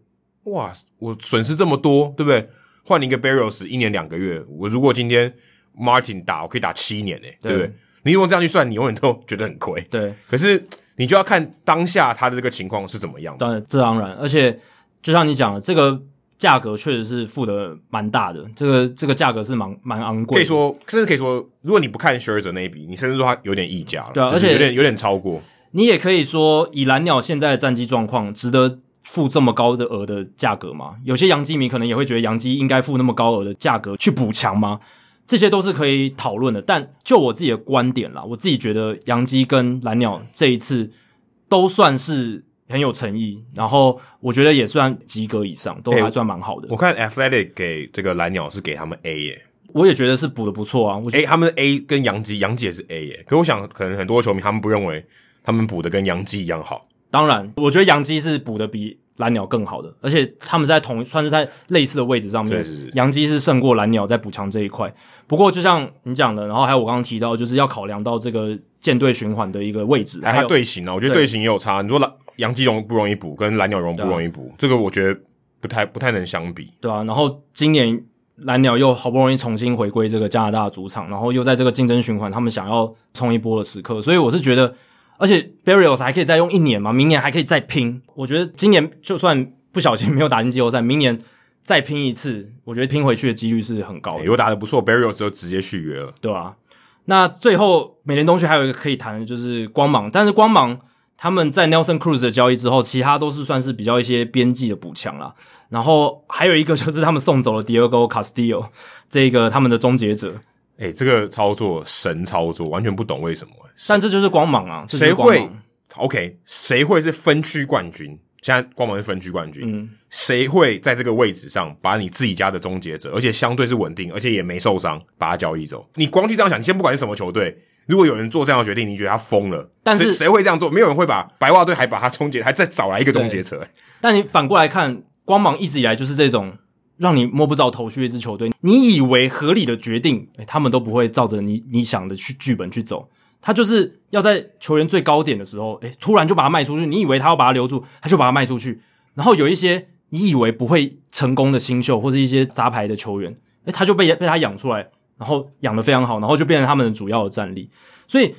[SPEAKER 2] 哇，我损失这么多，对不对？换你一个 Barrios 一年两个月，我如果今天 Martin 打，我可以打七年诶、欸对不对
[SPEAKER 1] 对？
[SPEAKER 2] 你如果这样去算，你永远都觉得很亏。
[SPEAKER 1] 对，
[SPEAKER 2] 可是你就要看当下他的这个情况是怎么样的。
[SPEAKER 1] 当然，这当然，而且就像你讲的，这个价格确实是付的蛮大的，这个这个价格是蛮蛮昂贵的，
[SPEAKER 2] 可以说，甚至可以说，如果你不看 s h i r z e r 那一笔，你甚至说他有点溢价了，
[SPEAKER 1] 对啊
[SPEAKER 2] 就是
[SPEAKER 1] 而且
[SPEAKER 2] 有点有点超过。
[SPEAKER 1] 你也可以说，以蓝鸟现在的战绩状况，值得付这么高的额的价格吗？有些洋基迷可能也会觉得洋基应该付那么高额的价格去补强吗？这些都是可以讨论的。但就我自己的观点啦，我自己觉得洋基跟蓝鸟这一次都算是很有诚意，然后我觉得也算及格以上，都还算蛮好的。
[SPEAKER 2] 我看 Athletic 给这个蓝鸟是给他们 A 耶、
[SPEAKER 1] 我也觉得是补的不错啊。我觉得
[SPEAKER 2] 欸，A 他们 A 跟杨基，杨基也是 A 耶、可我想可能很多球迷他们不认为他们补的跟杨基一样好。
[SPEAKER 1] 当然，我觉得洋基是补的比蓝鸟更好的，而且他们在同算是在类似的位置上面，
[SPEAKER 2] 是是是
[SPEAKER 1] 洋基是胜过蓝鸟在补强这一块。不过，就像你讲的，然后还有我刚刚提到，就是要考量到这个舰队循环的一个位置，
[SPEAKER 2] 哎，
[SPEAKER 1] 还
[SPEAKER 2] 他
[SPEAKER 1] 有
[SPEAKER 2] 队形呢、我觉得
[SPEAKER 1] 对
[SPEAKER 2] 队形也有差。你说蓝杨基容不容易补，跟蓝鸟容不容易
[SPEAKER 1] 啊
[SPEAKER 2] 补，这个我觉得不太不太能相比。
[SPEAKER 1] 对啊，然后今年蓝鸟又好不容易重新回归这个加拿大的主场，然后又在这个竞争循环，他们想要冲一波的时刻，所以我是觉得，而且 Barrios 还可以再用一年嘛，明年还可以再拼。我觉得今年就算不小心没有打进季后赛，明年再拼一次，我觉得拼回去的几率是很高
[SPEAKER 2] 欸
[SPEAKER 1] 的
[SPEAKER 2] 如，果打得不错 b a r r i o 就直接续约了。
[SPEAKER 1] 对啊。那最后美联东区还有一个可以谈的就是光芒，但是光芒他们在 Nelson Cruz 的交易之后，其他都是算是比较一些边际的补强啦。然后还有一个就是他们送走了 Diego Castillo 这个他们的终结者，
[SPEAKER 2] 哎、这个操作神操作，完全不懂为什么、
[SPEAKER 1] 但这就是光芒啊，这就
[SPEAKER 2] 谁
[SPEAKER 1] 是光芒
[SPEAKER 2] 会 OK？谁会是分区冠军？现在光芒是分区冠军，
[SPEAKER 1] 嗯
[SPEAKER 2] 谁会在这个位置上把你自己家的终结者，而且相对是稳定，而且也没受伤，把他交易走？你光去这样想，你先不管是什么球队，如果有人做这样的决定，你觉得他疯了？
[SPEAKER 1] 但是
[SPEAKER 2] 谁谁会这样做？没有人会把白袜队还把他终结，还再找来一个终结者、欸
[SPEAKER 1] 但你反过来看，光芒一直以来就是这种让你摸不着头绪的一支球队。你以为合理的决定，诶他们都不会照着你你想的去剧本去走。他就是要在球员最高点的时候，诶，突然就把他卖出去。你以为他要把他留住，他就把他卖出去。然后有一些你以为不会成功的新秀或是一些杂牌的球员，诶，他就被被他养出来，然后养得非常好，然后就变成他们的主要的战力。所以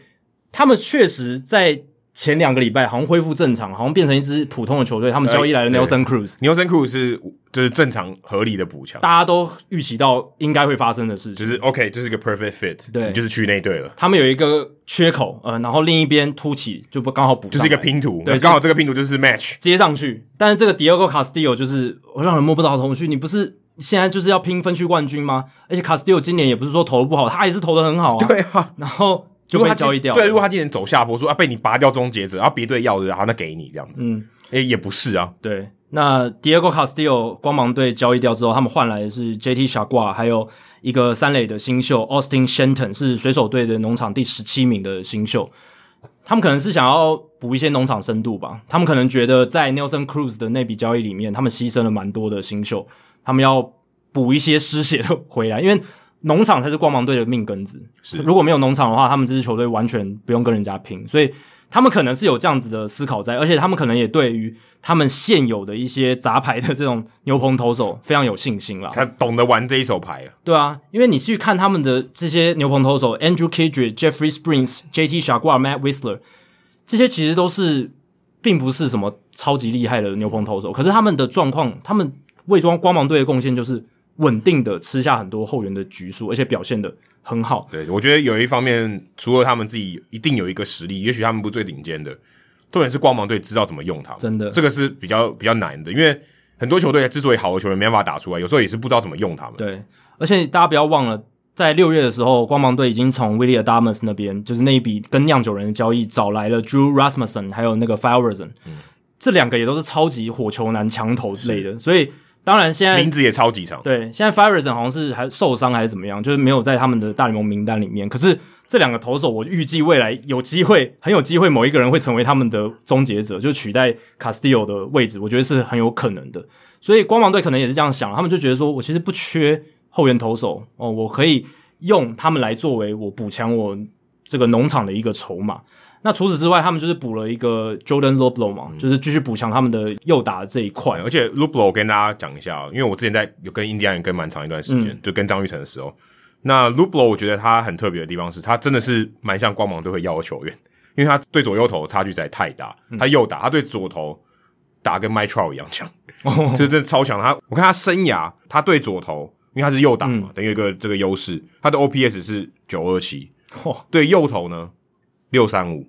[SPEAKER 1] 他们确实在前两个礼拜好像恢复正常，好像变成一支普通的球队。他们交易来的
[SPEAKER 2] 哎对
[SPEAKER 1] Nelson Cruz，
[SPEAKER 2] 牛森库是就是正常合理的补强
[SPEAKER 1] 大，家都预期到应该会发生的事
[SPEAKER 2] 就
[SPEAKER 1] 情。
[SPEAKER 2] 是 OK，就是一个 perfect fit，
[SPEAKER 1] 对
[SPEAKER 2] 你就是去那队了。
[SPEAKER 1] 他们有一个缺口，呃，然后另一边凸起，就不刚好补上来，
[SPEAKER 2] 就是一个拼图，
[SPEAKER 1] 对
[SPEAKER 2] 那刚好这个拼图就是 match，
[SPEAKER 1] 接上去。但是这个 Diego Castillo 就是我让人摸不着头绪，你不是现在就是要拼分区冠军吗？而且 Castillo 今年也不是说投的不好，他也是投的很好啊。，
[SPEAKER 2] 啊，
[SPEAKER 1] 然后就
[SPEAKER 2] 如果
[SPEAKER 1] 被
[SPEAKER 2] 他
[SPEAKER 1] 交易
[SPEAKER 2] 今
[SPEAKER 1] 掉了。
[SPEAKER 2] 对，如果他今年走下坡，说啊被你拔掉终结者，然后啊别队要的，然后那给你这样子，
[SPEAKER 1] 嗯，
[SPEAKER 2] 诶也不是啊，
[SPEAKER 1] 对，那 Diego Castillo 光芒队交易掉之后，他们换来的是 JT 傻瓜，还有一个三垒的新秀 Austin Shenton，是水手队的农场第十七名的新秀。他们可能是想要补一些农场深度吧，他们可能觉得在 Nelson Cruz 的那笔交易里面，他们牺牲了蛮多的新秀，他们要补一些失血的回来，因为农场才是光芒队的命根子。
[SPEAKER 2] 是
[SPEAKER 1] 如果没有农场的话，他们这支球队完全不用跟人家拼，所以他们可能是有这样子的思考在，而且他们可能也对于他们现有的一些杂牌的这种牛棚投手非常有信心啦。
[SPEAKER 2] 他懂得玩这一手牌了，
[SPEAKER 1] 对啊，因为你去看他们的这些牛棚投手，Andrew Kidry、Jeffrey Springs、JT 傻瓜、Matt Whistler，这些其实都是并不是什么超级厉害的牛棚投手，可是他们的状况，他们为光光芒队的贡献就是稳定的吃下很多后援的局数，而且表现的很好。
[SPEAKER 2] 对，我觉得有一方面，除了他们自己一定有一个实力，也许他们不是最顶尖的，重点是光芒队知道怎么用他们，
[SPEAKER 1] 真的
[SPEAKER 2] 这个是比较比较难的，因为很多球队之所以好的球员没办法打出来，有时候也是不知道怎么用他们，
[SPEAKER 1] 对，而且大家不要忘了，在六月的时候，光芒队已经从 Willie Adamas 那边，就是那一笔跟酿酒人的交易，找来了 Drew Rasmussen 还有那个 f i r e r s o n 这两个也都是超级火球男强投类的，所以当然现在
[SPEAKER 2] 名字也超级长，
[SPEAKER 1] 对，现在 f i r e s o n 好像是还受伤还是怎么样，就是没有在他们的大联盟名单里面。可是这两个投手，我预计未来有机会，很有机会，某一个人会成为他们的终结者，就取代 Castillo 的位置，我觉得是很有可能的。所以光芒队可能也是这样想，他们就觉得说我其实不缺后援投手哦，我可以用他们来作为我补强我这个农场的一个筹码。那除此之外，他们就是补了一个 Jordan l o b l o 嘛，就是继续补强他们的右打这一块。
[SPEAKER 2] 而且 l u p l o 跟大家讲一下，哦因为我之前在有跟印第安人跟蛮长一段时间，
[SPEAKER 1] 嗯
[SPEAKER 2] 就跟张玉成的时候，那 l u p l o 我觉得他很特别的地方是，他真的是蛮像光芒队会要的球员，因为他对左右投差距实在太大，
[SPEAKER 1] 嗯
[SPEAKER 2] 他右打，他对左投打跟 m i t r o 一样强，
[SPEAKER 1] 哦
[SPEAKER 2] 这、真的超强。他我看他生涯，他对左投，因为他是右打嘛，
[SPEAKER 1] 嗯
[SPEAKER 2] 等于有一个这个优势，他的 OPS 是九二七，
[SPEAKER 1] 哦
[SPEAKER 2] 对右投呢六三五。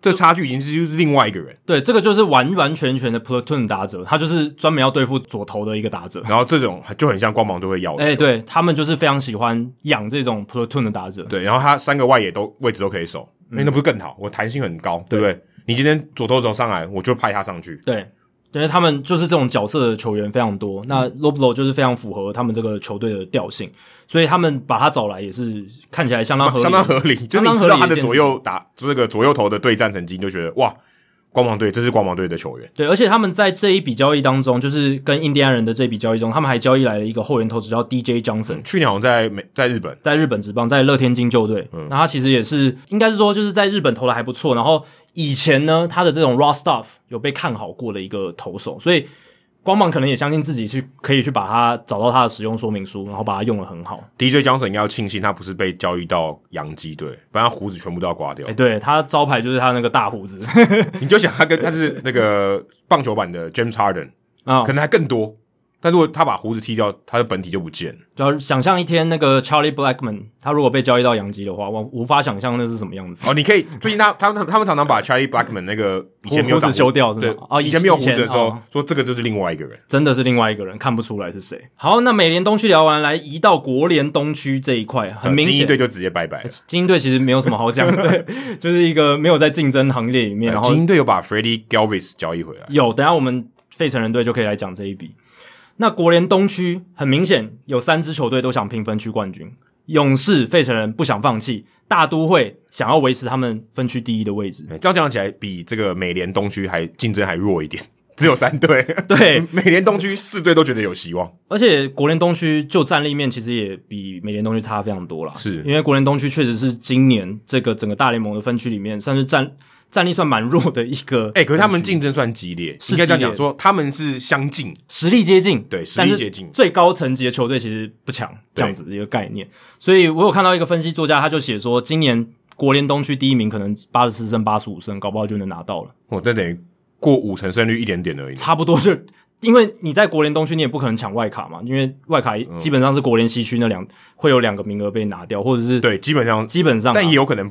[SPEAKER 2] 这差距已经是就是另外一个人。
[SPEAKER 1] 对，这个就是完完全全的 platoon 打者，他就是专门要对付左投的一个打者。
[SPEAKER 2] 然后这种就很像光芒队会要的，
[SPEAKER 1] 哎、对他们就是非常喜欢养这种 platoon 的打者。
[SPEAKER 2] 对，然后他三个外野都位置都可以守，那、
[SPEAKER 1] 嗯
[SPEAKER 2] 那不是更好？我弹性很高，对不对？你今天左投手上来，我就派他上去。
[SPEAKER 1] 对，因为他们就是这种角色的球员非常多，那 Loblo 就是非常符合他们这个球队的调性，所以他们把他找来也是看起来相当合理，
[SPEAKER 2] 相当合理，就是
[SPEAKER 1] 相
[SPEAKER 2] 你
[SPEAKER 1] 当合
[SPEAKER 2] 知
[SPEAKER 1] 理
[SPEAKER 2] 道他
[SPEAKER 1] 的
[SPEAKER 2] 的
[SPEAKER 1] 一件
[SPEAKER 2] 左右打这个左右头的对战成绩，你就觉得哇，光芒队这是光芒队的球员，
[SPEAKER 1] 对，而且他们在这一笔交易当中，就是跟印第安人的这笔交易中，他们还交易来了一个后援投手叫 DJ Johnson，
[SPEAKER 2] 去年好像在美在日本，
[SPEAKER 1] 在日本职棒，在乐天金鹫队，
[SPEAKER 2] 嗯
[SPEAKER 1] 那他其实也是应该是说就是在日本投的还不错，然后以前呢他的这种 raw stuff 有被看好过的一个投手，所以光芒可能也相信自己去可以去把它找到他的使用说明书，然后把它用的
[SPEAKER 2] 哦
[SPEAKER 1] 很好。
[SPEAKER 2] DJ Johnson 应该要庆幸他不是被交易到洋基队，不然他胡子全部都要刮掉
[SPEAKER 1] 哎、。对他招牌就是他那个大胡 子
[SPEAKER 2] 你就想他跟他是那个棒球版的 James Harden，
[SPEAKER 1] 啊，
[SPEAKER 2] 可能还更多。但如果他把胡子剃掉，他的本体就不见了。
[SPEAKER 1] 然后想象一天那个 Charlie Blackman 他如果被交易到洋基的话，我无法想象那是什么样子。
[SPEAKER 2] 哦，你可以最近他他们他们常常把 Charlie Blackman 那个以前没有
[SPEAKER 1] 胡
[SPEAKER 2] 长
[SPEAKER 1] 胡子修掉是吗
[SPEAKER 2] 对，
[SPEAKER 1] 哦以
[SPEAKER 2] 以前没有胡
[SPEAKER 1] 以
[SPEAKER 2] 子
[SPEAKER 1] 前
[SPEAKER 2] 的时候
[SPEAKER 1] 哦，
[SPEAKER 2] 说这个就是另外一个人。
[SPEAKER 1] 真的是另外一个人，看不出来是谁。好，那美联东区聊完，来移到国联东区这一块，很明
[SPEAKER 2] 精英
[SPEAKER 1] 显，
[SPEAKER 2] 队就直接拜拜了。
[SPEAKER 1] 精英队其实没有什么好 讲，对， 就是一个没有在竞争行列里面，然后
[SPEAKER 2] 精英队有把 Freddie Galvis 交易回来，
[SPEAKER 1] 有，等一下我们费城人队就可以来讲这一笔。那国联东区很明显有三支球队都想拼分区冠军，勇士、费城人不想放弃，大都会想要维持他们分区第一的位置。
[SPEAKER 2] 这样讲起来比这个美联东区还竞争还弱一点， 只有三队。
[SPEAKER 1] 对，
[SPEAKER 2] 美联东区四队都觉得有希望。
[SPEAKER 1] 而且国联东区就战力面其实也比美联东区差非常多啦，
[SPEAKER 2] 是
[SPEAKER 1] 因为国联东区确实是今年这个整个大联盟的分区里面，算是战战力算蛮弱的一个分区，
[SPEAKER 2] 哎、可是他们竞争算激烈，
[SPEAKER 1] 是
[SPEAKER 2] 应该这样
[SPEAKER 1] 激烈
[SPEAKER 2] 讲说，他们是相近，
[SPEAKER 1] 实力接近，
[SPEAKER 2] 对实力
[SPEAKER 1] 但是
[SPEAKER 2] 接近
[SPEAKER 1] 最高层级的球队其实不强，这样子的一个概念。所以我有看到一个分析作家，他就写说，今年国联东区第一名可能八十四胜、八十五胜，搞不好就能拿到了，
[SPEAKER 2] 哦，那等于过五成胜率一点点而已。
[SPEAKER 1] 差不多就。因为你在国联东区，你也不可能抢外卡嘛，因为外卡
[SPEAKER 2] 嗯
[SPEAKER 1] 基本上是国联西区那两、会有两个名额被拿掉，或者是
[SPEAKER 2] 对，基本上，
[SPEAKER 1] 基本上啊、
[SPEAKER 2] 但也有可能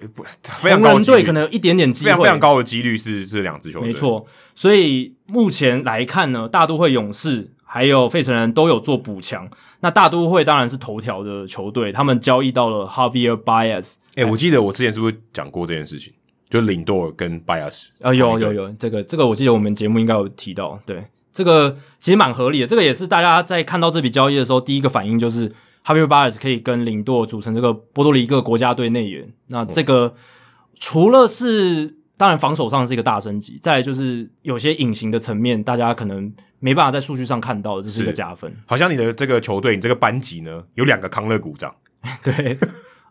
[SPEAKER 2] 呃不非常
[SPEAKER 1] 红
[SPEAKER 2] 高的
[SPEAKER 1] 人
[SPEAKER 2] 几率
[SPEAKER 1] 队可能有一点点机
[SPEAKER 2] 非
[SPEAKER 1] 会，
[SPEAKER 2] 常非常高的几率是这两支球队，
[SPEAKER 1] 没。错。所以目前来看呢，大都会勇士还有费城人都有做补强。那大都会当然是头条的球队，他们交易到了 Javier Baez，
[SPEAKER 2] 哎、我记得我之前是不是讲过这件事情？就领舵跟 Bias，
[SPEAKER 1] 啊，有
[SPEAKER 2] 同一个
[SPEAKER 1] 有有，这个这个我记得我们节目应该有提到，对，这个其实蛮合理的，这个也是大家在看到这笔交易的时候，第一个反应就是哈维巴尔斯可以跟领舵组成这个波多黎各国家队内援，那这个、除了是当然防守上是一个大升级，再来就是有些隐形的层面，大家可能没办法在数据上看到的，这是一个
[SPEAKER 2] 是
[SPEAKER 1] 加分，
[SPEAKER 2] 好像你的这个球队，你这个班级呢，有两个康乐股长，
[SPEAKER 1] 对，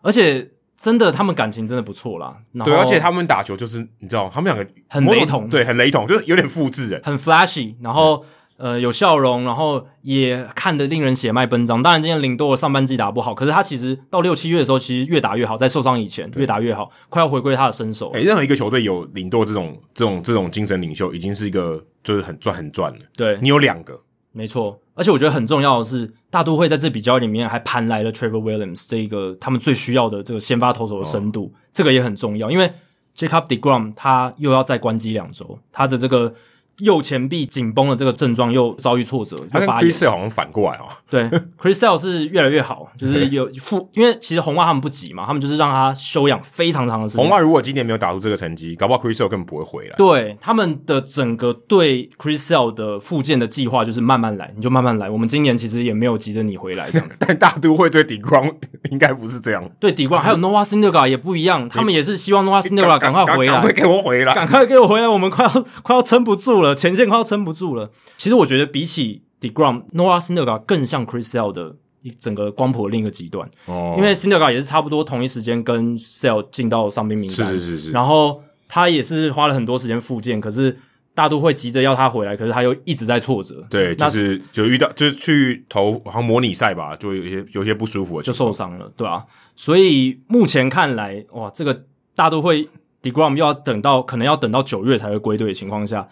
[SPEAKER 1] 而且真的他们感情真的不错啦，然后
[SPEAKER 2] 对，而且他们打球就是你知道，他们两个
[SPEAKER 1] 很
[SPEAKER 2] 某种
[SPEAKER 1] 雷同
[SPEAKER 2] 对，很雷同，就是有点复制人。
[SPEAKER 1] 很 flashy，然后、呃有笑容，然后也看得令人血脉奔张。当然，今天领舵上半季打不好，可是他其实到六七月的时候，其实越打越好，在受伤以前越打越好，快要回归他的身手了。
[SPEAKER 2] 哎、任何一个球队有领舵这种这种这种精神领袖，已经是一个就是很赚很赚了。
[SPEAKER 1] 对，
[SPEAKER 2] 你有两个，
[SPEAKER 1] 没错。而且我觉得很重要的是，大都会在这笔交易里面还盘来了 Trevor Williams 这一个他们最需要的这个先发投手的深
[SPEAKER 2] 哦
[SPEAKER 1] 度，这个也很重要，因为 Jacob Degrom 他又要再关机两周，他的这个右前臂紧绷的这个症状又遭遇挫折，
[SPEAKER 2] 他
[SPEAKER 1] 又
[SPEAKER 2] 跟
[SPEAKER 1] 发炎
[SPEAKER 2] Chris。Sale 好像反过来哦，
[SPEAKER 1] 对，Chris Sale 是越来越好，就是有复，因为其实红袜他们不急嘛，他们就是让他休养非常长的时间。
[SPEAKER 2] 红袜如果今年没有打出这个成绩，搞不好 Chris Sale 根本不会回来。
[SPEAKER 1] 对他们的整个对 Chris Sale 的复健的计划就是慢慢来，你就慢慢来。我们今年其实也没有急着你回来这样子。
[SPEAKER 2] 但大都会对底光 应该不是这样，
[SPEAKER 1] 对底冠还有 Noah Syndergaard 也不一样，他们也是希望 Noah Syndergaard 赶快回
[SPEAKER 2] 赶快
[SPEAKER 1] 来，
[SPEAKER 2] 给我回来。
[SPEAKER 1] 赶快给我回来，我们快要快要撑不住了，前线快要撑不住了。其实我觉得比起 Degrom，Noah Syndergaard 更像 Chris Sale 的一整个光谱的另一个极端。
[SPEAKER 2] 哦
[SPEAKER 1] 因为 Syndergaard 也是差不多同一时间跟 Sale 进到伤病名单，
[SPEAKER 2] 是是是是，
[SPEAKER 1] 然后他也是花了很多时间复健，可是大都会急着要他回来，可是他又一直在挫折，
[SPEAKER 2] 对，
[SPEAKER 1] 那
[SPEAKER 2] 就是就遇到就是去投好像模拟赛吧，就有一些有一些不舒服的情
[SPEAKER 1] 就
[SPEAKER 2] 况，
[SPEAKER 1] 受伤了，对啊，所以目前看来，哇，这个大都会 Degrom 又要等到可能要等到九月才会归队的情况下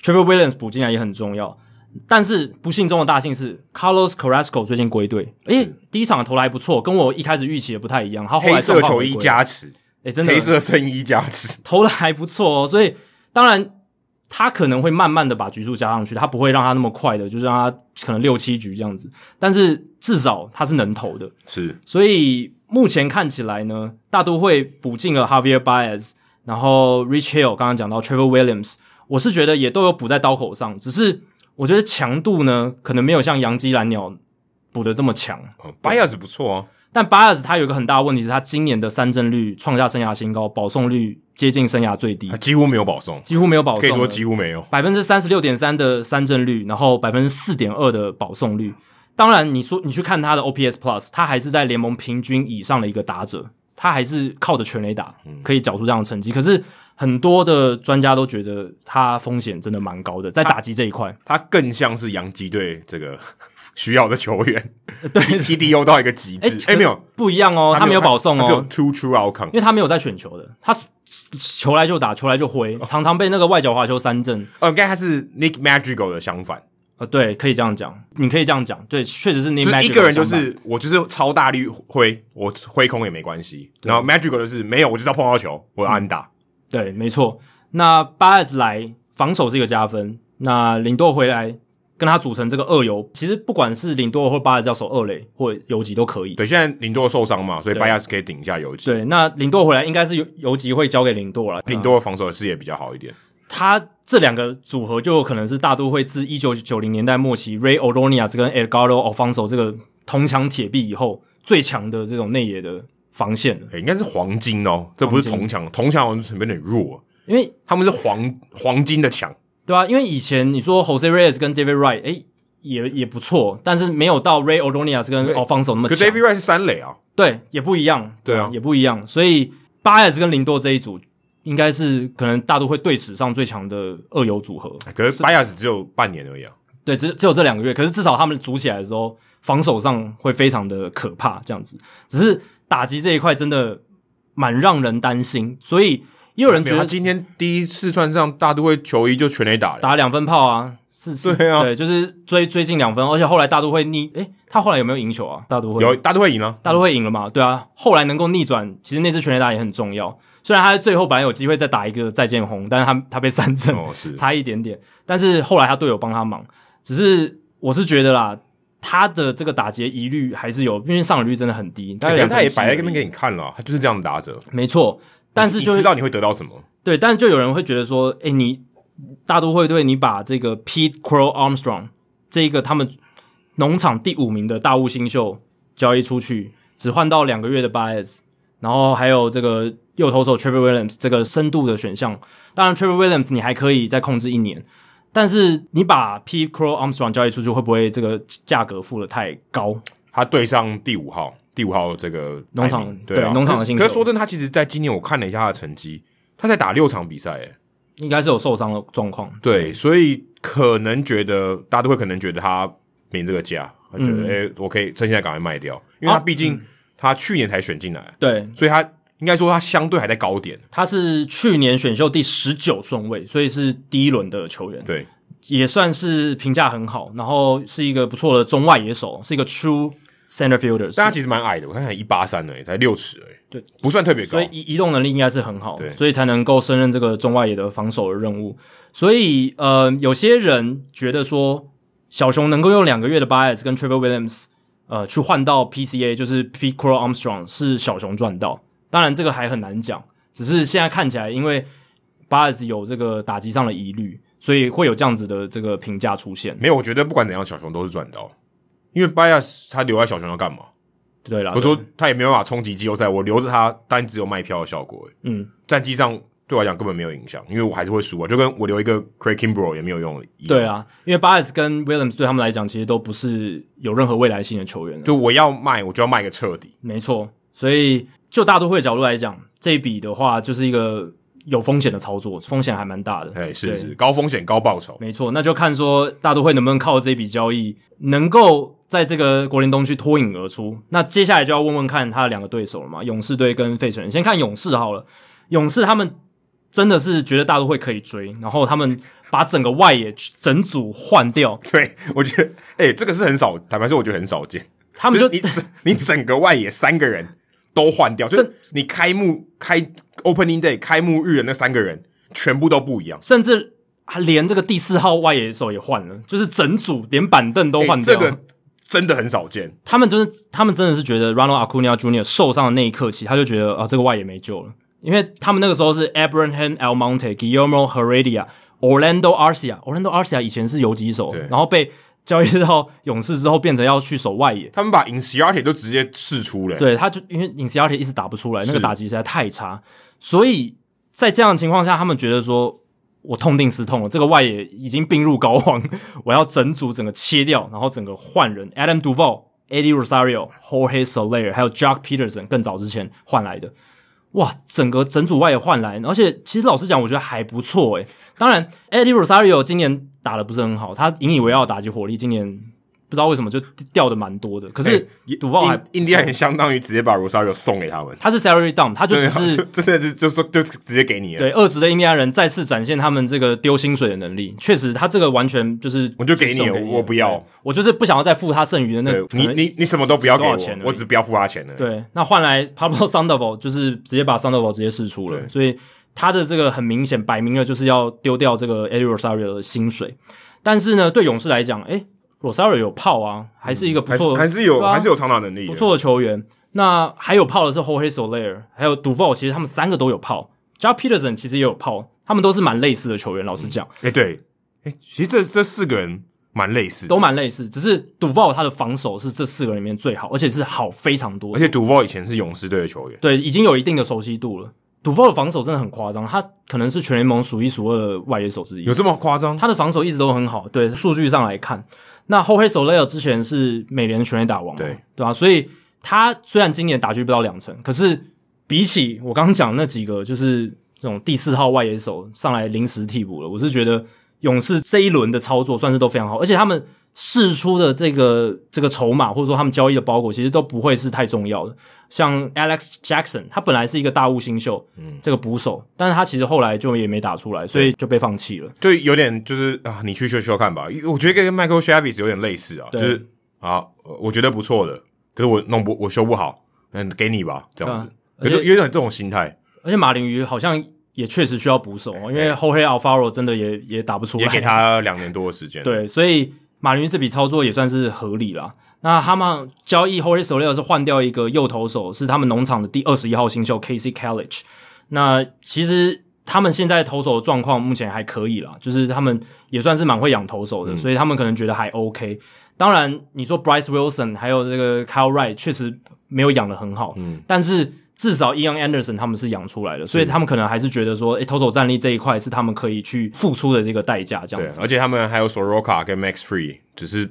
[SPEAKER 1] ，Trevor Williams 补进来也很重要。但是不幸中的大幸是，Carlos Carrasco 最近归队，诶，第一场的投的还不错，跟我一开始预期的不太一样。他后来
[SPEAKER 2] 黑色
[SPEAKER 1] 状况
[SPEAKER 2] 球
[SPEAKER 1] 回
[SPEAKER 2] 衣
[SPEAKER 1] 归
[SPEAKER 2] 加持，
[SPEAKER 1] 哎、真的
[SPEAKER 2] 黑色圣衣加持，
[SPEAKER 1] 投的还不错哦，所 以当然他可能会慢慢的把局数加上去，他不会让他那么快的，就是让他可能六七局这样子，但是至少他是能投的，
[SPEAKER 2] 是
[SPEAKER 1] 所以目前看起来呢，大都会补进了 Javier Baez，然后 Rich Hill 刚刚讲到 Trevor Williams，我是觉得也都有补在刀口上，只是我觉得强度呢，可能没有像洋基蓝鸟补的这么强，
[SPEAKER 2] 巴亚是不错哦，
[SPEAKER 1] 但巴尔斯他有一个很大的问题是，他今年的三振率创下生涯新高，保送率接近生涯最低
[SPEAKER 2] 他，几乎没有保送，
[SPEAKER 1] 几乎没有保送
[SPEAKER 2] 可
[SPEAKER 1] 了，
[SPEAKER 2] 以说几乎没有。
[SPEAKER 1] 百分之三十六点三的三振率，然后百分之四点二的保送率。当然，你说你去看他的 OPS Plus，他还是在联盟平均以上的一个打者，他还是靠着全垒打
[SPEAKER 2] 嗯
[SPEAKER 1] 可以缴出这样的成绩。可是很多的专家都觉得他风险真的蛮高的，在打击这一块。
[SPEAKER 2] 他更像是洋基队这个需要的球员， 对 TDO 到一个极致。哎、
[SPEAKER 1] 可
[SPEAKER 2] 没有，
[SPEAKER 1] 不一样哦，他没有保送
[SPEAKER 2] 他只有
[SPEAKER 1] 哦，
[SPEAKER 2] two true outcome
[SPEAKER 1] 因。为他没有在选球的，他是球来就打，球来就挥，
[SPEAKER 2] 哦
[SPEAKER 1] 常常被那个外角滑球三振。
[SPEAKER 2] 呃，应该他是 Nick Magical 的相反，
[SPEAKER 1] 呃，对，可以这样讲，你可以这样讲，对，确实是你
[SPEAKER 2] 就是一个人就是我就是超大力挥，我挥空也没关系。然后 Magical 的是没有，我就是要碰到球，我要安打。
[SPEAKER 1] 对，没错。那巴莱斯来防守是一个加分，那领舵回来跟他组成这个二游，其实不管是领舵或巴莱斯要守二垒或游击都可以。
[SPEAKER 2] 对，现在林多受伤嘛，所以
[SPEAKER 1] 对
[SPEAKER 2] 巴亚是可以顶一下游击。
[SPEAKER 1] 对，啊那领舵回来应该是游游击会交给领舵了。
[SPEAKER 2] 领舵防守的视野比较好一点，
[SPEAKER 1] 他这两个组合就有可能是大都会自一九九零年代末期 Ray Oronias 跟 Edgardo Alfonso 这个铜墙铁壁以后最强的这种内野的防线了，
[SPEAKER 2] 哎应该是黄金哦，这不是
[SPEAKER 1] 黄
[SPEAKER 2] 铜墙，铜墙好像是有点弱，
[SPEAKER 1] 因为
[SPEAKER 2] 他们是黄黄金的墙，
[SPEAKER 1] 对啊，因为以前你说 Jose Reyes 跟 David Wright，哎、也也不错，但是没有到 Ray Ordonez 跟
[SPEAKER 2] 对
[SPEAKER 1] Alfonso 那么
[SPEAKER 2] 可
[SPEAKER 1] 强。
[SPEAKER 2] David Wright 是三垒啊，
[SPEAKER 1] 对，也不一样。
[SPEAKER 2] 对啊
[SPEAKER 1] 也不一样。所以巴耶斯跟林多这一组，应该是可能大都会队史上最强的二游组合。
[SPEAKER 2] 可是巴亚只只有半年而已啊。
[SPEAKER 1] 对，只只有这两个月，可是至少他们组起来的时候，防守上会非常的可怕，这样子。只是打击这一块真的蛮让人担心，所以也有人
[SPEAKER 2] 没
[SPEAKER 1] 觉
[SPEAKER 2] 有，
[SPEAKER 1] 得
[SPEAKER 2] 他今天第一次穿上大都会球衣就全垒打了，
[SPEAKER 1] 打两分炮啊，是是，
[SPEAKER 2] 对啊
[SPEAKER 1] 就是追追进两分，而且后来大都会逆，诶、他后来有没有赢球啊？大都会
[SPEAKER 2] 有大都会赢 了，
[SPEAKER 1] 大都会赢了嘛？对啊，后来能够逆转，其实那次全垒打也很重要。虽然他最后本来有机会再打一个再见红，但是他他被三振，
[SPEAKER 2] 哦是
[SPEAKER 1] 差一点点。但是后来他队友帮他忙，只是我是觉得啦，他的这个打劫疑虑还是有，因为上垒率真的很低，大概
[SPEAKER 2] 可是
[SPEAKER 1] 两
[SPEAKER 2] 他也摆在那
[SPEAKER 1] 根
[SPEAKER 2] 边给你看了啊，他就是这样打者，
[SPEAKER 1] 没错。但是
[SPEAKER 2] 你
[SPEAKER 1] 就
[SPEAKER 2] 知
[SPEAKER 1] 是
[SPEAKER 2] 道你会得到什么，
[SPEAKER 1] 对，但就有人会觉得说，诶，你大都会队，你把这个 Pete Crow Armstrong 这一个他们农场第五名的大物新秀交易出去，只换到两个月的 Bias，然后还有这个右投手 Trevor Williams 这个深度的选项。当然，Trevor Williams 你还可以再控制一年，但是你把 Pete Crow Armstrong 交易出去，会不会这个价格付的太高？
[SPEAKER 2] 他对上第五号，第五号这个
[SPEAKER 1] 农场
[SPEAKER 2] 排名对啊
[SPEAKER 1] 对农场的新
[SPEAKER 2] 可是可是
[SPEAKER 1] 秀
[SPEAKER 2] 说真的，他其实在今年我看了一下他的成绩，他才打六场比赛，哎，
[SPEAKER 1] 应该是有受伤的状况。
[SPEAKER 2] 对，所以可能觉得大都会可能觉得他免这个价，他觉得
[SPEAKER 1] 嗯
[SPEAKER 2] 哎，我可以趁现在赶快卖掉，因为他
[SPEAKER 1] 啊
[SPEAKER 2] 毕竟他去年才选进来，
[SPEAKER 1] 对，
[SPEAKER 2] 所以他应该说他相对还在高点，
[SPEAKER 1] 他是去年选秀第十九顺位，所以是第一轮的球员。
[SPEAKER 2] 对。
[SPEAKER 1] 也算是评价很好，然后是一个不错的中外野手，是一个 true center fielder，
[SPEAKER 2] 但他其实蛮矮的，我看看一八三而已，才六尺而已，
[SPEAKER 1] 对，
[SPEAKER 2] 不算特别高
[SPEAKER 1] 所以。移移动能力应该是很好
[SPEAKER 2] 对，
[SPEAKER 1] 所以才能够胜任这个中外野的防守的任务。所以呃，有些人觉得说，小熊能够用两个月的 bias 跟 Trevor Williams 呃去换到 PCA，就是 P. c r o Armstrong 是小熊赚到。当然这个还很难讲，只是现在看起来，因为 bias 有这个打击上的疑虑，所以会有这样子的这个评价出现。
[SPEAKER 2] 没有，我觉得不管怎样，小熊都是赚到，因为 Bias 他留在小熊要干嘛？
[SPEAKER 1] 啊对啦，
[SPEAKER 2] 我说他也没办法冲击季后赛，我留着他，但只有卖票的效果而已，
[SPEAKER 1] 嗯，
[SPEAKER 2] 战绩上对我来讲根本没有影响，因为我还是会输啊，就跟我留一个 Craig Kimbro 也没有用一样。
[SPEAKER 1] 对，啊，因为 Bias 跟 Williams 对他们来讲，其实都不是有任何未来性的球员了。
[SPEAKER 2] 就我要卖，我就要卖个彻底。
[SPEAKER 1] 没错，所以就大都会的角度来讲，这一笔的话就是一个有风险的操作，风险还蛮大的。
[SPEAKER 2] 哎，是
[SPEAKER 1] 对
[SPEAKER 2] 是，高风险高报酬，
[SPEAKER 1] 没错，那就看说大都会能不能靠这笔交易，能够在这个国联东区脱颖而出。那接下来就要问问看他的两个对手了嘛，勇士队跟费城人。先看勇士好了，勇士他们真的是觉得大都会可以追，然后他们把整个外野整组换掉，
[SPEAKER 2] 对我觉得，哎，这个是很少，坦白说，我觉得很少见。
[SPEAKER 1] 他们就
[SPEAKER 2] 就是你整你整个外野三个人都换掉，就是你开幕开 opening day 开幕日的那三个人全部都不一样，
[SPEAKER 1] 甚至还连这个第四号外野手也换了，就是整组连板凳都换
[SPEAKER 2] 欸
[SPEAKER 1] 掉。
[SPEAKER 2] 这个真的很少见。
[SPEAKER 1] 他们就是他们真的是觉得 Ronald Acuna Jr. 受伤的那一刻起，他就觉得啊，这个外野没救了，因为他们那个时候是 Abraham Almonte、Guillermo Heredia、Orlando Arcia。Orlando Arcia 以前是游击手
[SPEAKER 2] 对，
[SPEAKER 1] 然后被交易到勇士之后，变成要去守外野。
[SPEAKER 2] 他们把 i n c i a r t 都直接试出了、欸，
[SPEAKER 1] 对，他就因为 i n c i a r t 一直打不出来，那
[SPEAKER 2] 是
[SPEAKER 1] 个打击实在太差，所以在这样的情况下，他们觉得说。我痛定思痛了，这个外野已经病入膏肓，我要整组整个切掉，然后整个换人。Adam Duval、Eddie Rosario、Jorge Soler 还有 Jack Peterson 更早之前换来的，哇，整个整组外野换来，而且其实老实讲，我觉得还不错诶。当然，Eddie Rosario 今年打的不是很好，他引以为傲的打击火力今年不知道为什么就掉的蛮多的，可是
[SPEAKER 2] 也
[SPEAKER 1] 哎赌报还
[SPEAKER 2] 印印第安人相当于直接把 Rosario 送 给他们，
[SPEAKER 1] 他是 salary dump，他就只
[SPEAKER 2] 对啊，
[SPEAKER 1] 是
[SPEAKER 2] 真的是就说就直接给你了。
[SPEAKER 1] 对二职的印第安人再次展现他们这个丢薪水的能力。确实，他这个完全就是
[SPEAKER 2] 我就给你
[SPEAKER 1] 送
[SPEAKER 2] 我不要
[SPEAKER 1] 对我就是不想要再付他剩余的那
[SPEAKER 2] 对
[SPEAKER 1] 可
[SPEAKER 2] 你
[SPEAKER 1] 能
[SPEAKER 2] 你你什么都不要给
[SPEAKER 1] 多少
[SPEAKER 2] 我
[SPEAKER 1] 钱而，已
[SPEAKER 2] 我只不要付他钱了。
[SPEAKER 1] 对，那换来 Pablo Sandoval 就是直接把 Sandoval 直接释出了，
[SPEAKER 2] 对
[SPEAKER 1] 所以他的这个很明显摆明了就是要丢掉这个 Eddie Rosario 的薪水。但是呢，对勇士来讲，诶 Rosario 有炮啊，还是一个不
[SPEAKER 2] 还
[SPEAKER 1] 错
[SPEAKER 2] 是
[SPEAKER 1] 的，
[SPEAKER 2] 还是有、
[SPEAKER 1] 对啊
[SPEAKER 2] 还是有长打能力的，
[SPEAKER 1] 不错的球员。那还有炮的是 Jorge Soler，还有 Duval，其实他们三个都有炮。Jack Peterson 其实也有炮，他们都是蛮类似的球员。老实讲，
[SPEAKER 2] 哎、对，哎、其实这这四个人蛮类似的，
[SPEAKER 1] 都蛮类似，只是 Duval 他的防守是这四个里面最好，而且是好非常多
[SPEAKER 2] 而。且 d u v a l 以前是勇士队的球员，
[SPEAKER 1] 对，已经有一定的熟悉度了。Duval 的防守真的很夸张，他可能是全联盟数一数二的外野手之一
[SPEAKER 2] 有。这么夸张？
[SPEAKER 1] 他的防守一直都很好，对数据上来看，那后黑手 l e 之前是美联全垒打王嘛，
[SPEAKER 2] 对
[SPEAKER 1] 对吧、所以他虽然今年打击不到两成，可是比起我刚刚讲那几个，就是这种第四号外野手上来临时替补了，我是觉得勇士这一轮的操作算是都非常好，而且他们试出的这个这个筹码或者说他们交易的包裹，其实都不会是太重要的。像 Alex Jackson，他本来是一个大物新秀，嗯，这个捕手，但是他其实后来就也没打出来，所以就被放弃了。
[SPEAKER 2] 就有点就是啊，你去修修看吧，因为我觉得跟 Michael Chavis 有点类似啊，就
[SPEAKER 1] 对
[SPEAKER 2] 是啊，呃我觉得不错的，可是我弄不我修不好，嗯，给你吧，这样子，
[SPEAKER 1] 对啊而且
[SPEAKER 2] 有有点这种心态，
[SPEAKER 1] 而且马林鱼好像也确实需要捕手哦，因为后黑 Alfaro 真的也也打不出来，
[SPEAKER 2] 也给他两年多的时间，，
[SPEAKER 1] 对，所以马林鱼这笔操作也算是合理啦。那他们交易 Jorge Soler 是换掉一个右投手，是他们农场的第二十一号新秀 Casey Calich。那其实他们现在投手的状况目前还可以啦，就是他们也算是蛮会养投手的，所以他们可能觉得还 OK。当然，你说 Bryce Wilson 还有这个 Kyle Wright 确实没有养的很好，嗯，但是至少 Ian Anderson 他们是养出来的，所以他们可能还是觉得说，诶、投手战力这一块是他们可以去付出的这个代价，这
[SPEAKER 2] 对
[SPEAKER 1] 样子，。
[SPEAKER 2] 而且他们还有 Soroka 跟 Max Free，只是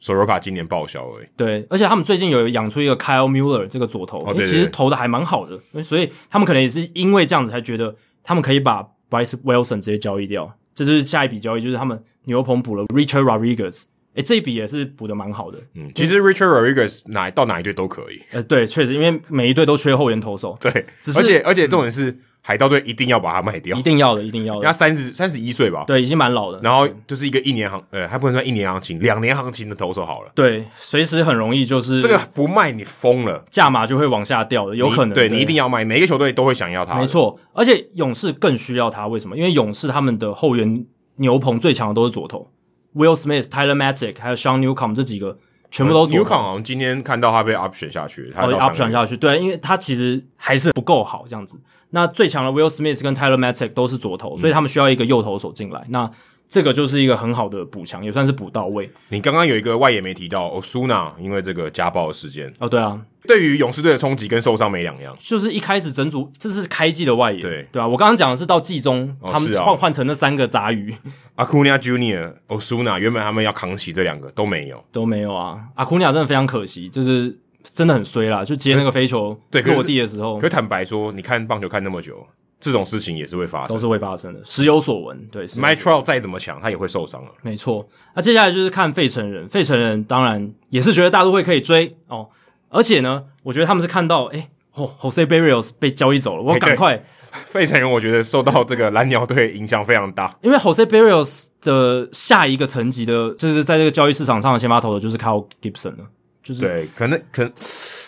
[SPEAKER 2] Soroka 今年报销而已，
[SPEAKER 1] 对，而且他们最近有养出一个 Kyle Mueller 这个左投，
[SPEAKER 2] 哦
[SPEAKER 1] 诶
[SPEAKER 2] 对
[SPEAKER 1] 其
[SPEAKER 2] 对
[SPEAKER 1] 实
[SPEAKER 2] 对
[SPEAKER 1] 投的还蛮好的，所以他们可能也是因为这样子才觉得他们可以把 Bryce Wilson 直接交易掉，这就是下一笔交易，就是他们牛棚补了 Richard Rodriguez，诶，这一笔也是补的蛮好的，
[SPEAKER 2] 嗯，其实 Richard Rodriguez 哪到哪一队都可以，
[SPEAKER 1] 呃，对，确实，因为每一队都缺后援投手，
[SPEAKER 2] 对，
[SPEAKER 1] 只是
[SPEAKER 2] 而且而且重点是海盗队一定要把他卖掉
[SPEAKER 1] 一，定要的，一定要
[SPEAKER 2] 他
[SPEAKER 1] 的，
[SPEAKER 2] 三十三十一岁吧，
[SPEAKER 1] 对，已经蛮老的，
[SPEAKER 2] 哦然后就是一个一年行，呃，还不能算一年行情，两年行情的投手好了。
[SPEAKER 1] 对，随时很容易就是
[SPEAKER 2] 这个不卖你疯了，
[SPEAKER 1] 价码就会往下掉的，有可能，
[SPEAKER 2] 你对你一定要卖，每个球队都会想要他。
[SPEAKER 1] 没，错，而且勇士更需要他，为什么？因为勇士他们的后援牛棚最强的都是左投，Will Smith、Tyler Matic 还有 Sean Newcomb 这几个全部都是
[SPEAKER 2] 纽
[SPEAKER 1] 左
[SPEAKER 2] 卡
[SPEAKER 1] 投。
[SPEAKER 2] 好像今天看到他被 option 下去，他
[SPEAKER 1] 哦
[SPEAKER 2] 到
[SPEAKER 1] ，up 转
[SPEAKER 2] 上个月
[SPEAKER 1] 下去，对，因为他其实还是不够好这样子。那最强的 Will Smith 跟 Tyler Matic 都是左
[SPEAKER 2] 嗯
[SPEAKER 1] 投，所以他们需要一个右投手进来。那这个就是一个很好的补强，也算是补到位。
[SPEAKER 2] 你刚刚有一个外野没提到，哦，苏纳因为这个家暴的事件，
[SPEAKER 1] 哦，对啊，
[SPEAKER 2] 对于勇士队的冲击跟受伤没两样。
[SPEAKER 1] 就是一开始整组这是开季的外野，
[SPEAKER 2] 对
[SPEAKER 1] 对啊，我刚刚讲的是到季中，
[SPEAKER 2] 哦
[SPEAKER 1] 他们
[SPEAKER 2] 是啊
[SPEAKER 1] 换换成那三个杂鱼，
[SPEAKER 2] Acuna Junior、哦，苏纳原本他们要扛起这两个都没有，
[SPEAKER 1] 都没有啊。阿库尼亚真的非常可惜，就是真的很衰啦，就接那个飞球
[SPEAKER 2] 对可是
[SPEAKER 1] 落地的时候
[SPEAKER 2] 可坦白说，你看棒球看那么久，这种事情也是会发
[SPEAKER 1] 都
[SPEAKER 2] 生。
[SPEAKER 1] 是会发生的，时有所闻。对，是
[SPEAKER 2] m y t r o u 再怎么强，他也会受伤了。
[SPEAKER 1] 没错。那接下来就是看费城人，费城人当然也是觉得大都会可以追哦，而且呢，我觉得他们是看到诶、哦，Jose Barrios 被交易走了，我
[SPEAKER 2] 哎嘿对
[SPEAKER 1] 赶快，
[SPEAKER 2] 费城人我觉得受到这个蓝鸟队影响非常大，
[SPEAKER 1] 因为 Jose Barrios 的下一个层级的，就是在这个交易市场上的先发投的就是 Kyle Gibson 了。就是
[SPEAKER 2] 对，可能可能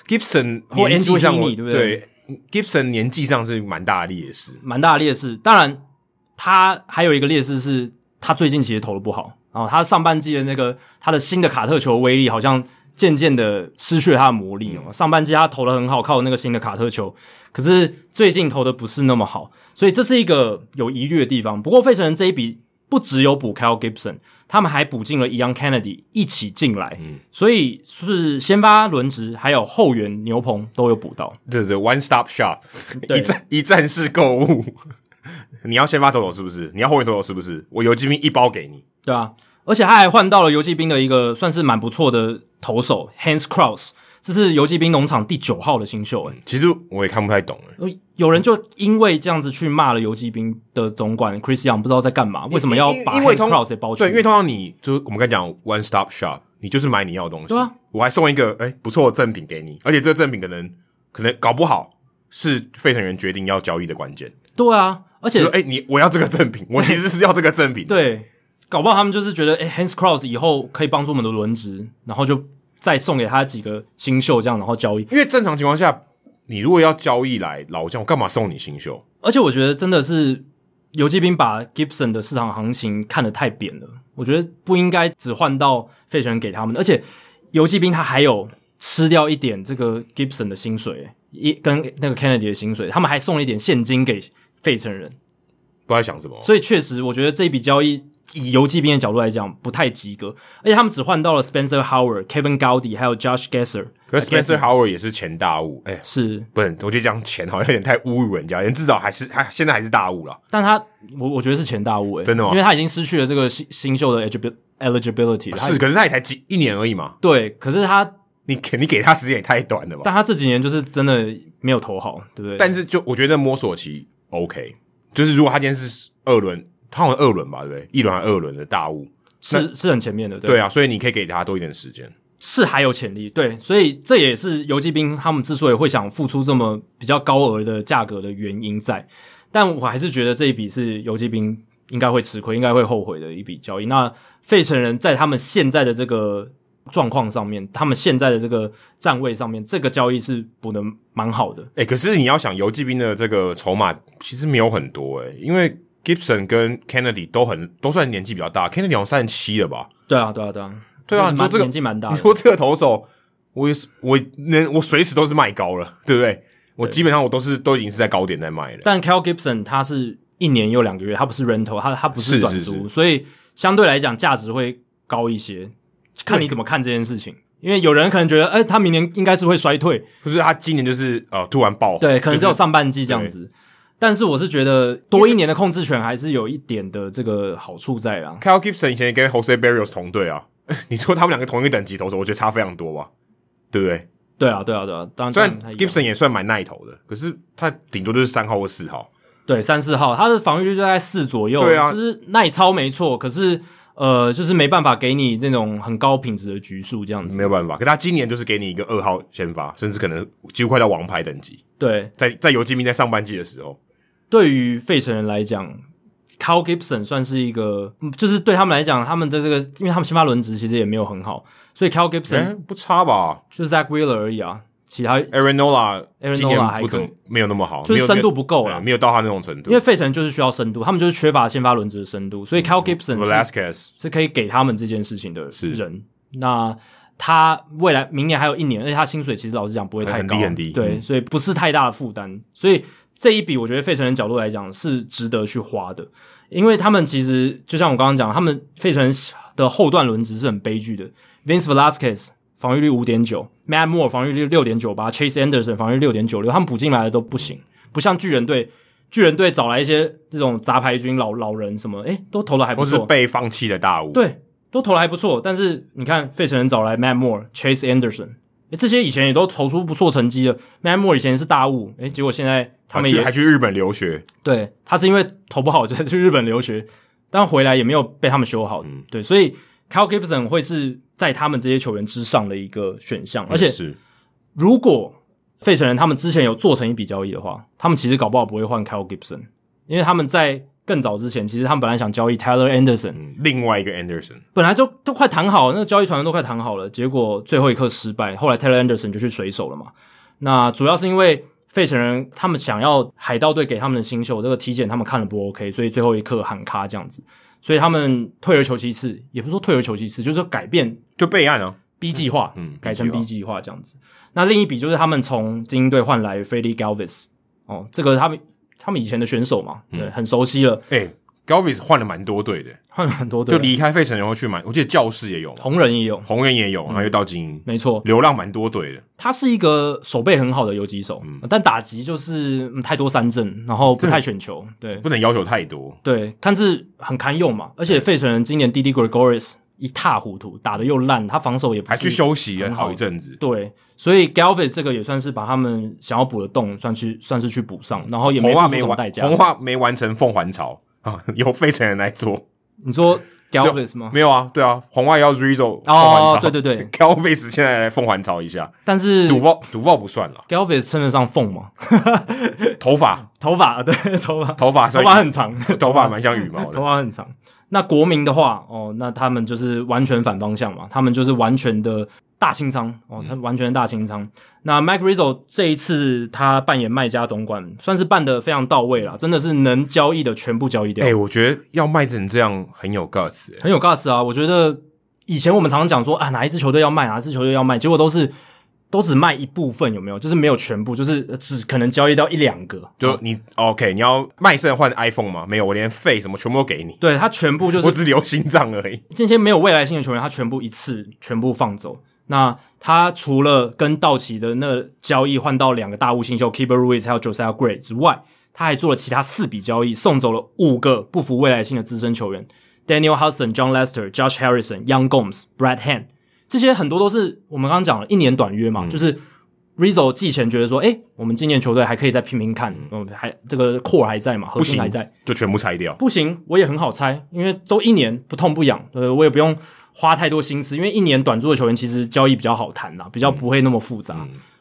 [SPEAKER 2] Gibson
[SPEAKER 1] 或
[SPEAKER 2] 年纪
[SPEAKER 1] Andrew
[SPEAKER 2] 上我
[SPEAKER 1] Heaney，对不
[SPEAKER 2] 对
[SPEAKER 1] 对
[SPEAKER 2] Gibson 年纪上是蛮大的劣势，
[SPEAKER 1] 蛮大的劣势。当然，他还有一个劣势是，他最近其实投的不好，然后他上半季的那个他的新的卡特球威力好像渐渐的失去了他的魔力哦。上半季他投的很好，靠那个新的卡特球，可是最近投的哦不是那么好，所以这是一个有疑虑的地方。不过费城人这一笔不只有补 Kyle Gibson，他们还补进了 Ian Kennedy 一起进来，所以是先发轮值还有后援牛棚都有补到。
[SPEAKER 2] 对对对，One Stop Shop，
[SPEAKER 1] 对
[SPEAKER 2] 一站一站式购物。你要先发投手是不是？你要后援投手是不是？我游击兵一包给你。
[SPEAKER 1] 对啊，而且他还换到了游击兵的一个算是蛮不错的投手 Hans Kraus，这是游击兵农场第九号的新秀、欸。
[SPEAKER 2] 其实我也看不太懂了，
[SPEAKER 1] 有有人就因为这样子去骂了游击兵的总管 Chris Young，不知道在干嘛，为什么要
[SPEAKER 2] 因
[SPEAKER 1] 把
[SPEAKER 2] 因为
[SPEAKER 1] Hans
[SPEAKER 2] 通
[SPEAKER 1] Kraus 也包去？
[SPEAKER 2] 对，因为通常你就是我们刚才讲 One Stop Shop，你就是买你要的东西。
[SPEAKER 1] 对啊，
[SPEAKER 2] 我还送一个哎、不错的赠品给你，而且这个赠品可能可能搞不好是费城人决定要交易的关键。
[SPEAKER 1] 对啊，而且
[SPEAKER 2] 就是哎、你我要这个赠品，我其实是要这个赠品。
[SPEAKER 1] 对，搞不好他们就是觉得，哎、h a n s Cross 以后可以帮助我们的轮值，然后就再送给他几个新秀，这样然后交易。
[SPEAKER 2] 因为正常情况下，你如果要交易来老将，我干嘛送你新秀？
[SPEAKER 1] 而且我觉得真的是游击兵把 Gibson 的市场行情看得太扁了，我觉得不应该只换到费城人给他们的，而且游击兵他还有吃掉一点这个 Gibson 的薪水，一跟那个 Kennedy 的薪水，他们还送了一点现金给费城人，
[SPEAKER 2] 不知道在想什么。
[SPEAKER 1] 所以确实我觉得这一笔交易。以游击兵的角度来讲，不太及格，而且他们只换到了 Spencer Howard、Kevin Gowdy 还有 Josh Gesser，
[SPEAKER 2] 可是 Spencer Howard 也是前大物，哎、
[SPEAKER 1] 是
[SPEAKER 2] 不是，我觉得讲钱好像有点太侮辱人家，人至少还是还现在还是大物了。
[SPEAKER 1] 但他我我觉得是前大物诶、欸
[SPEAKER 2] 真的吗
[SPEAKER 1] 因为他已经失去了这个新新秀的 eligibil- eligibility，他
[SPEAKER 2] 是，可是他也才几一年而已嘛，
[SPEAKER 1] 对，可是他
[SPEAKER 2] 你给你给他时间也太短了吧？
[SPEAKER 1] 但他这几年就是真的没有投好，对不对？
[SPEAKER 2] 但是就我觉得摸索期 OK，就是如果他今天是二轮，他好像二轮吧，对不对？一轮还是二轮的大物，
[SPEAKER 1] 是是很前面的，对
[SPEAKER 2] 对啊，所以你可以给他多一点时间。
[SPEAKER 1] 是还有潜力，对，所以这也是游击兵他们之所以会想付出这么比较高额的价格的原因在。但我还是觉得这一笔是游击兵应该会吃亏，应该会后悔的一笔交易。那费城人在他们现在的这个状况上面，他们现在的这个站位上面，这个交易是补的蛮好的。
[SPEAKER 2] 哎、可是你要想游击兵的这个筹码其实没有很多哎、因为 Gibson 跟 Kennedy 都很都算年纪比较大，Kennedy 好像三十七了吧？
[SPEAKER 1] 对啊，对啊，对啊，
[SPEAKER 2] 对啊，你说
[SPEAKER 1] 蛮
[SPEAKER 2] 这个
[SPEAKER 1] 年纪蛮大
[SPEAKER 2] 你
[SPEAKER 1] 的，
[SPEAKER 2] 说这个投手，我也是我能我随时都是卖高了，对不对？我基本上我都是都已经是在高点在卖了。
[SPEAKER 1] 但 Cal Gibson 他是一年又两个月，他不是 rental，他他不
[SPEAKER 2] 是
[SPEAKER 1] 是短租，
[SPEAKER 2] 是是
[SPEAKER 1] 所以相对来讲价值会高一些，看你怎么看这件事情。因为有人可能觉得，哎、他明年应该是会衰退，
[SPEAKER 2] 就是他今年就是呃突然爆红，
[SPEAKER 1] 对，可能只
[SPEAKER 2] 就
[SPEAKER 1] 有
[SPEAKER 2] 是
[SPEAKER 1] 上半季这样子。但是我是觉得多一年的控制权还是有一点的这个好处在啦。
[SPEAKER 2] Kyle Gibson 以前也跟 Jose Barrios 同队啊， 你说他们两个同一个等级投手，我觉得差非常多吧，对不对？
[SPEAKER 1] 对啊，对啊，对啊，当然
[SPEAKER 2] 虽
[SPEAKER 1] 当
[SPEAKER 2] 然
[SPEAKER 1] 然他一样
[SPEAKER 2] Gibson 也算蛮耐投的，可是他顶多就是三号或四号，
[SPEAKER 1] 对，三四号，他的防御率就在四左右，
[SPEAKER 2] 对啊
[SPEAKER 1] 就是耐操没错，可是呃，就是没办法给你这种很高品质的局数这样子
[SPEAKER 2] 没。有办法。可他今年就是给你一个二号先发，甚至可能几乎快到王牌等级，
[SPEAKER 1] 对，
[SPEAKER 2] 在在游击兵在上半季的时候，
[SPEAKER 1] 对于费城人来讲，Cal Gibson 算是一个，嗯就是对他们来讲，他们的这个，因为他们先发轮值其实也没有很好，所以 Cal
[SPEAKER 2] 哎、
[SPEAKER 1] Gibson
[SPEAKER 2] 不差吧
[SPEAKER 1] 就是 Zach Wheeler 而已啊，其他
[SPEAKER 2] ？Aaron Nola
[SPEAKER 1] Aaron
[SPEAKER 2] 今年
[SPEAKER 1] Nola 还
[SPEAKER 2] 不怎么
[SPEAKER 1] 可
[SPEAKER 2] 没有那么好，
[SPEAKER 1] 就是
[SPEAKER 2] 没有
[SPEAKER 1] 深度不够
[SPEAKER 2] 没有
[SPEAKER 1] 啦
[SPEAKER 2] 没有到他那种程度。
[SPEAKER 1] 因为费城就是需要深度，他们就是缺乏先发轮值的深度，所以 Cal Gibson 是
[SPEAKER 2] Velasquez
[SPEAKER 1] 是可以给他们这件事情的人。那他未来明年还有一年，而且他薪水其实老实讲不会太
[SPEAKER 2] 很
[SPEAKER 1] 高，
[SPEAKER 2] 低很低嗯
[SPEAKER 1] 对，所以不是太大的负担。所以这一笔，我觉得费城人角度来讲是值得去花的，因为他们其实就像我刚刚讲，他们费城人的后段轮值是很悲剧的。Vince Velasquez 防御率五点九，Matt Moore 防御率六点九八，Chase Anderson 防御六点九六，他们补进来的都不行，不像巨人队。巨人队找来一些这种杂牌军老老人什么，诶、都投的还不
[SPEAKER 2] 或
[SPEAKER 1] 错，
[SPEAKER 2] 是被放弃的大物，
[SPEAKER 1] 对，都投的还不错。但是你看，费城人找来 Matt Moore、Chase Anderson，诶这些以前也都投出不错成绩的。Matt Moore 以前是大物，诶，结果现在他
[SPEAKER 2] 还
[SPEAKER 1] 们
[SPEAKER 2] 去
[SPEAKER 1] 也
[SPEAKER 2] 啊还去日本留学，
[SPEAKER 1] 对他是因为投不好就 去日本留学，但回来也没有被他们修好。
[SPEAKER 2] 嗯
[SPEAKER 1] 对，所以 Kyle Gibson 会是在他们这些球员之上的一个选项，而且
[SPEAKER 2] 也是
[SPEAKER 1] 如果费城人他们之前有做成一笔交易的话，他们其实搞不好不会换 Kyle Gibson，因为他们在更早之前，其实他们本来想交易 Tyler Anderson，、
[SPEAKER 2] 嗯另外一个 Anderson，
[SPEAKER 1] 本来就都快谈好，那个交易传闻都快谈好了，结果最后一刻失败，后来 Taylor Anderson 就去水手了嘛。那主要是因为费城人他们想要海盗队给他们的新秀这个体检，他们看了不 OK，所以最后一刻喊卡这样子，所以他们退而求其次，也不是说退而求其次，就是说改变
[SPEAKER 2] 就备案啊，
[SPEAKER 1] B 计划，
[SPEAKER 2] 嗯
[SPEAKER 1] 改成
[SPEAKER 2] B
[SPEAKER 1] B 计划这样子。那另一笔就是他们从精英队换来 Freddy Galvis，哦，这个他们他们以前的选手嘛，
[SPEAKER 2] 嗯
[SPEAKER 1] 对，很熟悉了，
[SPEAKER 2] 哎、g a l v i s 换了蛮多队的，
[SPEAKER 1] 换了很多队
[SPEAKER 2] 就
[SPEAKER 1] 了，
[SPEAKER 2] 离开费城然后去买，我记得教室也有嘛，
[SPEAKER 1] 红人也有，
[SPEAKER 2] 红人也有，然后又到精英，
[SPEAKER 1] 没错，
[SPEAKER 2] 流浪蛮多队的，
[SPEAKER 1] 他是一个手背很好的游击手，
[SPEAKER 2] 嗯
[SPEAKER 1] 但打击就是、嗯太多三振，然后不太选 球，对
[SPEAKER 2] 不能要求太多。
[SPEAKER 1] 对，但是很堪用嘛。而且费城人今年 Didi Gregorius 一塌糊涂，打的又烂，他防守也不
[SPEAKER 2] 还
[SPEAKER 1] 是
[SPEAKER 2] 去休息了
[SPEAKER 1] 很好
[SPEAKER 2] 好一阵子，
[SPEAKER 1] 对，所以 Galvis 这个也算是把他们想要补的洞算去算是去补上，然后也
[SPEAKER 2] 红
[SPEAKER 1] 没
[SPEAKER 2] 袜
[SPEAKER 1] 付出
[SPEAKER 2] 没
[SPEAKER 1] 什么
[SPEAKER 2] 完
[SPEAKER 1] 代，价。
[SPEAKER 2] 红袜没完成凤凰巢啊， 由费城人来做，
[SPEAKER 1] 你说 Galvis 吗？
[SPEAKER 2] 没有啊，对啊，红袜要 Rizzo 凤凰
[SPEAKER 1] 哦
[SPEAKER 2] 巢，，
[SPEAKER 1] 对对对，
[SPEAKER 2] g a l v i s 现在来凤凰巢一下，
[SPEAKER 1] 但是
[SPEAKER 2] 赌豹赌豹不算了，
[SPEAKER 1] Galvis 称得上凤吗？
[SPEAKER 2] 头发
[SPEAKER 1] 头发啊对，头发
[SPEAKER 2] 头发
[SPEAKER 1] 头
[SPEAKER 2] 算
[SPEAKER 1] 发很 长，
[SPEAKER 2] 头发蛮像羽毛
[SPEAKER 1] 头
[SPEAKER 2] 的，
[SPEAKER 1] 发很长。那国民的话，哦，那他们就是完全反方向嘛，他们就是完全的大清仓哦，
[SPEAKER 2] 嗯
[SPEAKER 1] 他完全的大清仓。那 Mike Rizzo 这一次他扮演卖家总管，算是办的非常到位啦，真的是能交易的全部交易掉，
[SPEAKER 2] 哎，我觉得要卖成这样很有 guts，哎
[SPEAKER 1] 很有 guts 啊。我觉得以前我们常常讲说啊，哪一支球队要卖，哪一支球队要卖，结果都是都只卖一部分，有没有？就是没有全部，就是只可能交易到一两个。
[SPEAKER 2] 就你 OK，你要卖肾换 iPhone 吗？没有，我连肺什么全部都给你，
[SPEAKER 1] 对他全部就是
[SPEAKER 2] 我只留心脏而已。
[SPEAKER 1] 这些没有未来性的球员，他全部一次全部放走。那他除了跟道奇的那交易换到两个大物新秀 k i b e r Ruiz 还有 Josiah Gray 之外，他还做了其他四笔交易，送走了五个不服未来性的资深球员：Daniel Hudson、John Lester、Josh Harrison、Young Gomes、Brad Hand。这些很多都是我们刚刚讲了一年短约嘛，
[SPEAKER 2] 嗯
[SPEAKER 1] 就是 Rizzo 季前觉得说，诶、我们今年球队还可以再拼拼看，嗯，还这个 core 还在嘛，核
[SPEAKER 2] 不
[SPEAKER 1] 心
[SPEAKER 2] 行
[SPEAKER 1] 还在，，
[SPEAKER 2] 就全部拆掉。
[SPEAKER 1] 不行，我也很好猜，因为都一年不痛不痒，呃，我也不用花太多心思，因为一年短租的球员其实交易比较好谈啦，比较不会那么复杂，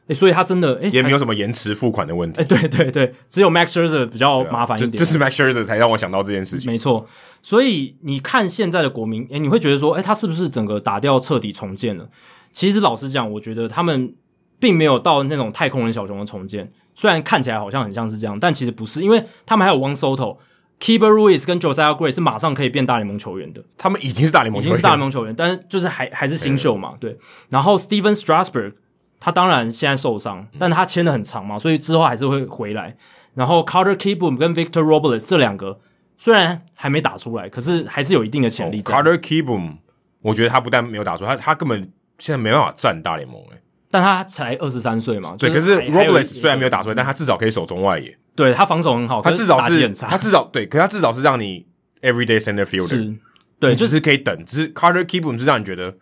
[SPEAKER 1] 诶所以他真的诶
[SPEAKER 2] 嗯也没有什么延迟付款的问题
[SPEAKER 1] 诶，对对对，只有 Max Scherzer 比较
[SPEAKER 2] 对啊
[SPEAKER 1] 哎麻烦一点，
[SPEAKER 2] 这这是 Max Scherzer 才让我想到这件事情。
[SPEAKER 1] 没错，所以你看现在的国民，诶，你会觉得说，诶，他是不是整个打掉彻底重建了？其实老实讲，我觉得他们并没有到那种太空人小熊的重建，虽然看起来好像很像是这样，但其实不是，因为他们还有 One Soto、Kiber Ruiz 跟 Josiah Gray 是马上可以变大联盟球员的。
[SPEAKER 2] 他们已经是大联盟
[SPEAKER 1] 已
[SPEAKER 2] 球
[SPEAKER 1] 经
[SPEAKER 2] 员，
[SPEAKER 1] 是大联盟球员，但是就是还还是新秀嘛，对。然后 Steven Strasburg 他当然现在受伤，
[SPEAKER 2] 嗯
[SPEAKER 1] 但他签的很长嘛，所以之后还是会回来。然后 Carter Keyboom 跟 Victor Robles 这两个虽然还没打出来，可是还是有一定的潜力在。
[SPEAKER 2] 哦 Carter Kibum，我觉得他不但没有打出，他他根本现在没办法站大联盟哎、
[SPEAKER 1] 但他才二十三岁嘛，
[SPEAKER 2] 对，
[SPEAKER 1] 就
[SPEAKER 2] 可是
[SPEAKER 1] 嗯还还有一
[SPEAKER 2] Robles 虽然没有打出来，但他至少可以守中外野，
[SPEAKER 1] 对他防守很好，
[SPEAKER 2] 他
[SPEAKER 1] 可
[SPEAKER 2] 至少
[SPEAKER 1] 打击
[SPEAKER 2] 是
[SPEAKER 1] 很
[SPEAKER 2] 他
[SPEAKER 1] 差，
[SPEAKER 2] 至少对，可他至少是让你 everyday center fielder，
[SPEAKER 1] 是，对，
[SPEAKER 2] 你
[SPEAKER 1] 就
[SPEAKER 2] 只
[SPEAKER 1] 是
[SPEAKER 2] 是可以等。只是 Carter Kibum 是让你觉得，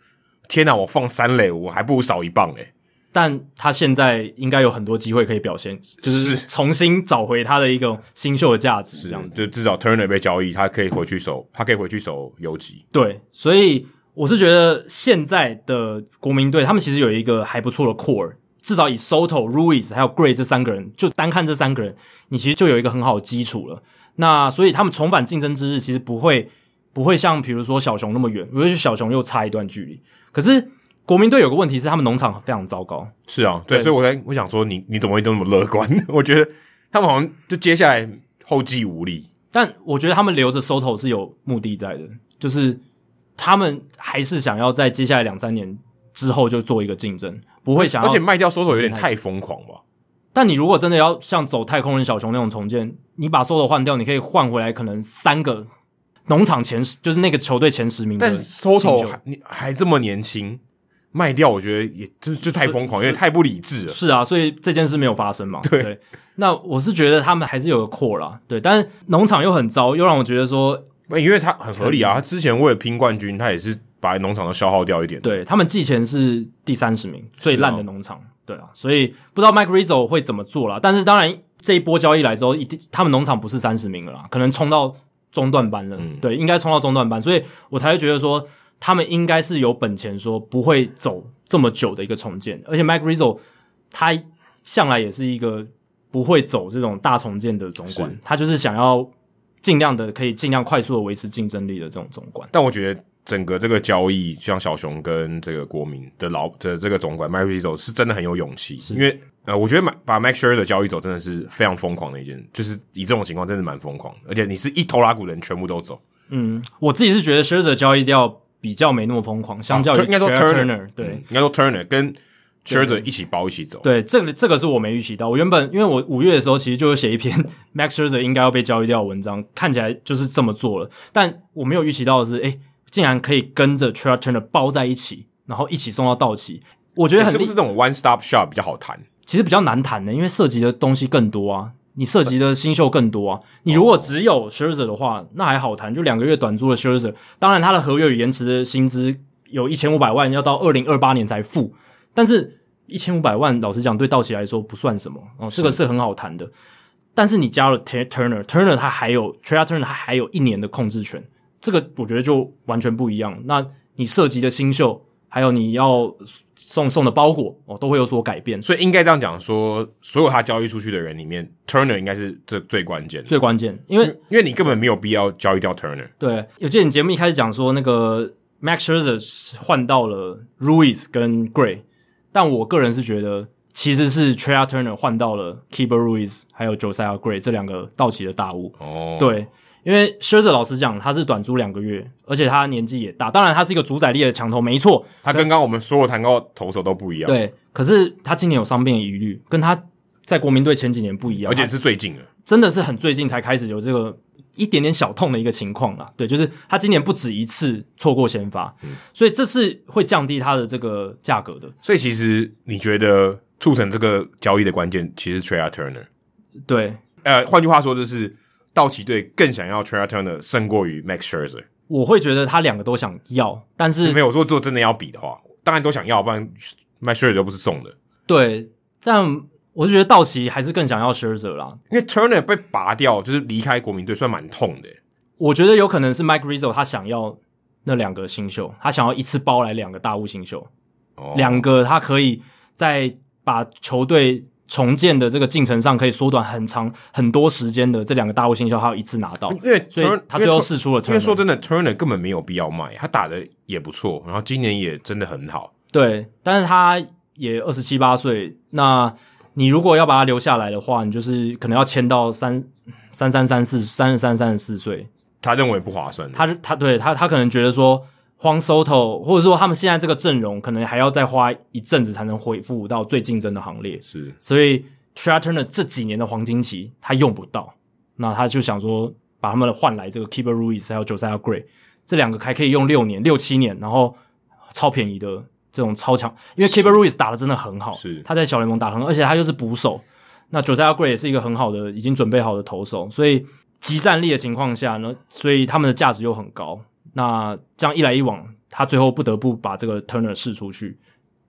[SPEAKER 2] 天哪，我放三垒，我还不如少一棒哎、
[SPEAKER 1] 但他现在应该有很多机会可以表现，就是
[SPEAKER 2] 是
[SPEAKER 1] 重新找回他的一个新秀的价值，这样子。
[SPEAKER 2] 就至少 Turner 被交易，他可以回去守，他可以回去守游击。
[SPEAKER 1] 对，所以我是觉得现在的国民队，他们其实有一个还不错的 core，至少以 Soto、Ruiz 还有 Gray 这三个人，就单看这三个人，你其实就有一个很好的基础了。那所以他们重返竞争之日，其实不会不会像比如说小熊那么远，尤其是小熊又差一段距离。可是国民队有个问题是，他们农场非常糟糕，
[SPEAKER 2] 是啊，对，
[SPEAKER 1] 对
[SPEAKER 2] 所以我才我想说你，你怎么会都那么乐观？ 我觉得他们好像就接下来后继无力。
[SPEAKER 1] 但我觉得他们留着 Soto 是有目的在的，就是他们还是想要在接下来两三年之后就做一个竞争，不会想要
[SPEAKER 2] 而且卖掉收手有点太疯狂吧？
[SPEAKER 1] 但你如果真的要像走太空人小熊那种重建，你把 Soto 换掉，你可以换回来可能三个农场前十，就是那个球队前十名的
[SPEAKER 2] 但
[SPEAKER 1] 新秀。
[SPEAKER 2] 收手还你还这么年轻，卖掉我觉得也这就太疯狂，有点太不理智了。
[SPEAKER 1] 是啊，所以这件事没有发生嘛。对，那我是觉得他们还是有个 core 啦，对，但是农场又很糟，又让我觉得说，
[SPEAKER 2] 那因为他很合理啊，他之前为了拼冠军，他也是把农场都消耗掉一点。，
[SPEAKER 1] 对他们季前是第三十名，最烂
[SPEAKER 2] 是
[SPEAKER 1] 的
[SPEAKER 2] 哦
[SPEAKER 1] 农场。对啊，所以不知道 Mike Rizzo 会怎么做啦。但是当然，这一波交易来之后，一定他们农场不是三十名了啦，可能冲到中段班了。
[SPEAKER 2] 嗯
[SPEAKER 1] 对，应该冲到中段班，所以我才会觉得说，他们应该是有本钱说不会走这么久的一个重建。而且 Mike Rizzo 他向来也是一个不会走这种大重建的总管
[SPEAKER 2] 是，
[SPEAKER 1] 他就是想要尽量的可以尽量快速的维持竞争力的这种总管。
[SPEAKER 2] 但我觉得整个这个交易，像小熊跟这个国民的老的这个总管 Mike r i z o 是真的很有勇气，因为呃，我觉得买把 Max Scherzer 交易走真的是非常疯狂的一件，就是以这种情况真的蛮疯狂的，而且你是一头拉股人全部都走，
[SPEAKER 1] 嗯，我自己是觉得 Scherzer 交易掉比较没那么疯狂，相较于、
[SPEAKER 2] 啊应该说
[SPEAKER 1] Turner，,
[SPEAKER 2] Turner
[SPEAKER 1] 对。
[SPEAKER 2] 嗯应该说 Turner 跟 Scherzer 一起包一起走，
[SPEAKER 1] 对，这个这个是我没预期到。我原本因为我五月的时候其实就有写一篇 Max Scherzer 应该要被交易掉的文章，看起来就是这么做了。但我没有预期到的是，诶，竟然可以跟着 t r a Turner 包在一起，然后一起送到道奇。我觉得
[SPEAKER 2] 欸
[SPEAKER 1] 很
[SPEAKER 2] 是不是这种 one stop shop 比较好谈？
[SPEAKER 1] 其实比较难谈的，因为涉及的东西更多啊，你涉及的新秀更多啊。你如果只有 Scherzer 的话，那还好谈，就两个月短租的 Scherzer，当然他的合约与延迟的薪资有一千五百万要到二零二八年才付，但是一千五百万老实讲对道奇来说不算什么哦，这个是很好谈的。但是你加了 Tur- Turner，Turner 他还有 t r a Turner 他还有一年的控制权，这个我觉得就完全不一样。那你涉及的新秀，还有你要送送的包裹哦，都会有所改变。
[SPEAKER 2] 所以应该这样讲说，所有他交易出去的人里面，Turner 应该是这最关键的，
[SPEAKER 1] 最关键，因为
[SPEAKER 2] 因为你根本没有必要交易掉 Turner。
[SPEAKER 1] 对，有记得你节目一开始讲说那个 Max Scherzer 换到了 Ruiz 跟 Gray，但我个人是觉得其实是 t r e y Turner 换到了 Keeper Ruiz 还有 Josiah Gray 这两个道奇的大物。
[SPEAKER 2] 哦，
[SPEAKER 1] 对，因为 Scherzer 老实讲，他是短租两个月，而且他年纪也大，当然他是一个主宰力的强投，没错，
[SPEAKER 2] 他跟刚刚我们所有谈到的投手都不一样，，
[SPEAKER 1] 对。可是他今年有伤病的疑虑，跟他在国民队前几年不一样，
[SPEAKER 2] 而且是最近的，
[SPEAKER 1] 真的是很最近才开始有这个一点点小痛的一个情况啦。对，就是他今年不止一次错过先发，
[SPEAKER 2] 嗯
[SPEAKER 1] 所以这是会降低他的这个价格的。
[SPEAKER 2] 所以其实你觉得促成这个交易的关键其实是 t r e y Turner。
[SPEAKER 1] 对
[SPEAKER 2] 呃，换句话说就是，道奇队更想要 t r e y Turner 胜过于 Max Scherzer。
[SPEAKER 1] 我会觉得他两个都想要，但
[SPEAKER 2] 没
[SPEAKER 1] 是
[SPEAKER 2] 有说做真的要比的话，当然都想要，不然 Max Scherzer 又不是送的。
[SPEAKER 1] 对，但我是觉得道奇还是更想要 Scherzer 啦。
[SPEAKER 2] 因为 Turner 被拔掉，就是离开国民队，算蛮痛的。
[SPEAKER 1] 我觉得有可能是 Mike Rizzo 他想要那两个新秀，他想要一次包来两个大物新秀。
[SPEAKER 2] 哦
[SPEAKER 1] 两个他可以在把球队重建的这个进程上可以缩短很长很多时间的这两个大物新秀，他要一次拿到，
[SPEAKER 2] 因为
[SPEAKER 1] 所以
[SPEAKER 2] Turner
[SPEAKER 1] 他最
[SPEAKER 2] 因
[SPEAKER 1] 后
[SPEAKER 2] 为
[SPEAKER 1] 试出了
[SPEAKER 2] Turner- 因为说
[SPEAKER 1] turn。
[SPEAKER 2] 真的，Turner 根本没有必要卖，他打的也不错，然后今年也真的很好。
[SPEAKER 1] 对，但是他也二十七八岁，那你如果要把他留下来的话，你就是可能要签到三三三三四三十三三十四岁，
[SPEAKER 2] 他认为不划算的，
[SPEAKER 1] 他是他对他他可能觉得说。荒 Soto，或者说他们现在这个阵容，可能还要再花一阵子才能恢复到最竞争的行列。
[SPEAKER 2] 是
[SPEAKER 1] 所以 t r a Turner 这几年的黄金期他用不到，那他就想说把他们换来这个 Keeper Ruiz 还有 Josiah Gray 这两个还可以用六年、六七年，然后超便宜的这种超强，因为 Keeper Ruiz 打的真的很好，
[SPEAKER 2] 是
[SPEAKER 1] 他在小联盟打得很好，而且他又是捕手，那 Josiah Gray 也是一个很好的已经准备好的投手，所以集战力的情况下呢，所以他们的价值又很高。那这样一来一往，他最后不得不把这个 Turner 试出去。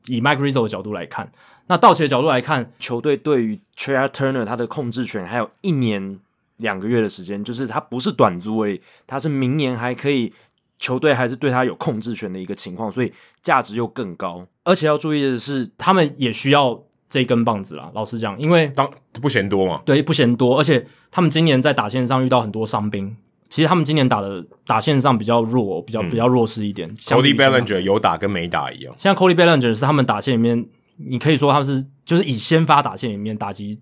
[SPEAKER 1] 以 Mike Rizzo 的角度来看，那道奇的角度来看，
[SPEAKER 3] 球队对于 t r e y Turner 他的控制权还有一年两个月的时间，就是他不是短租而已，他是明年还可以，球队还是对他有控制权的一个情况，所以价值又更高。而且要注意的是，
[SPEAKER 1] 他们也需要这一根棒子啦。老实讲，因为
[SPEAKER 2] 当不嫌多嘛。
[SPEAKER 1] 对不嫌多，而且他们今年在打线上遇到很多伤兵，其实他们今年打的打线上比较弱，比较、比较弱势一点。相比
[SPEAKER 2] 嗯 Cody
[SPEAKER 1] 之下
[SPEAKER 2] Bellinger 有打跟没打一样，
[SPEAKER 1] 现在 Cody Bellinger 是他们打线里面，你可以说他们是就是以先发打线里面打击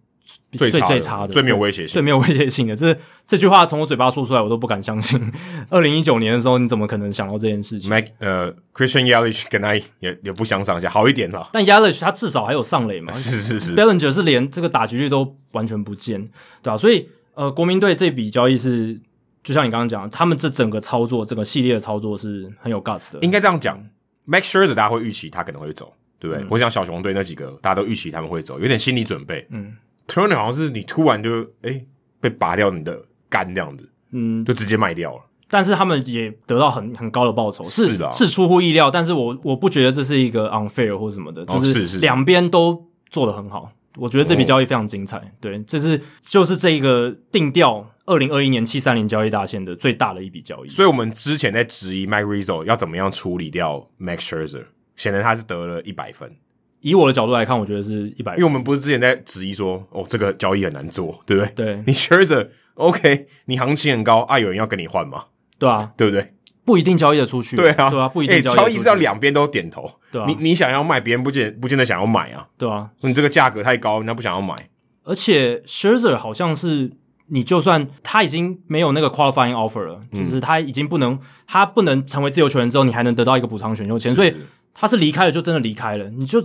[SPEAKER 2] 最
[SPEAKER 1] 最
[SPEAKER 2] 差
[SPEAKER 1] 最
[SPEAKER 2] 的
[SPEAKER 1] 差的、
[SPEAKER 2] 最没有威胁
[SPEAKER 1] 最
[SPEAKER 2] 性。
[SPEAKER 1] 没有威胁性的。这这句话从我嘴巴说出来，我都不敢相信。 二零一九年的时候，你怎么可能想到这件事情？
[SPEAKER 2] Mac 呃，Christian Yelich 跟他也也不相上下，好一点啦。
[SPEAKER 1] 但 Yelich 他至少还有上垒嘛，
[SPEAKER 2] 呃是是是，
[SPEAKER 1] Bellinger 是连这个打击率都完全不见，对吧、所以呃，国民队这笔交易是，就像你刚刚讲，他们这整个操作，整个系列的操作是很有 guts 的。
[SPEAKER 2] 应该这样讲。Max Scherzer 大家会预期他可能会走，对
[SPEAKER 1] 嗯
[SPEAKER 2] 不对？我想小熊队那几个大家都预期他们会走，有点心理准备。
[SPEAKER 1] 嗯
[SPEAKER 2] ，Turner 好像是你突然就哎、被拔掉你的肝这样子，
[SPEAKER 1] 嗯，
[SPEAKER 2] 就直接卖掉了。
[SPEAKER 1] 但是他们也得到很很高的报酬，是
[SPEAKER 2] 是的啊
[SPEAKER 1] 是出乎意料，但是我我不觉得这是一个 unfair 或什么的，
[SPEAKER 2] 哦
[SPEAKER 1] 就是
[SPEAKER 2] 是哦
[SPEAKER 1] 两边都做得很好。我觉得这笔交易非常精彩，对，这是就是这一个定调二零二一年七三零交易大限的最大的一笔交易。
[SPEAKER 2] 所以我们之前在质疑 Mike Rizzo 要怎么样处理掉 Max Scherzer，显然他是得了一百分，
[SPEAKER 1] 以我的角度来看，我觉得是一百
[SPEAKER 2] 因为我们不是之前在质疑说哦这个交易很难做，对不对？
[SPEAKER 1] 对
[SPEAKER 2] 你 Scherzer OK，你行情很高啊，有人要跟你换吗？
[SPEAKER 1] 对啊，
[SPEAKER 2] 对不对？
[SPEAKER 1] 不一定交易的出去，
[SPEAKER 2] 对啊，
[SPEAKER 1] 对啊，不一定
[SPEAKER 2] 哎
[SPEAKER 1] 交易
[SPEAKER 2] 交
[SPEAKER 1] 得
[SPEAKER 2] 易
[SPEAKER 1] 出
[SPEAKER 2] 是要
[SPEAKER 1] 去，
[SPEAKER 2] 两边都点头。
[SPEAKER 1] 对啊
[SPEAKER 2] 你你想要卖，别人不见不见得想要买啊。
[SPEAKER 1] 对啊，
[SPEAKER 2] 你这个价格太高，人家不想要买。
[SPEAKER 1] 而且 Scherzer 好像是你就算他已经没有那个 qualifying offer 了，就
[SPEAKER 2] 嗯
[SPEAKER 1] 是他已经不能他不能成为自由球员之后，你还能得到一个补偿选秀权，所以他是离开了就真的离开了，你就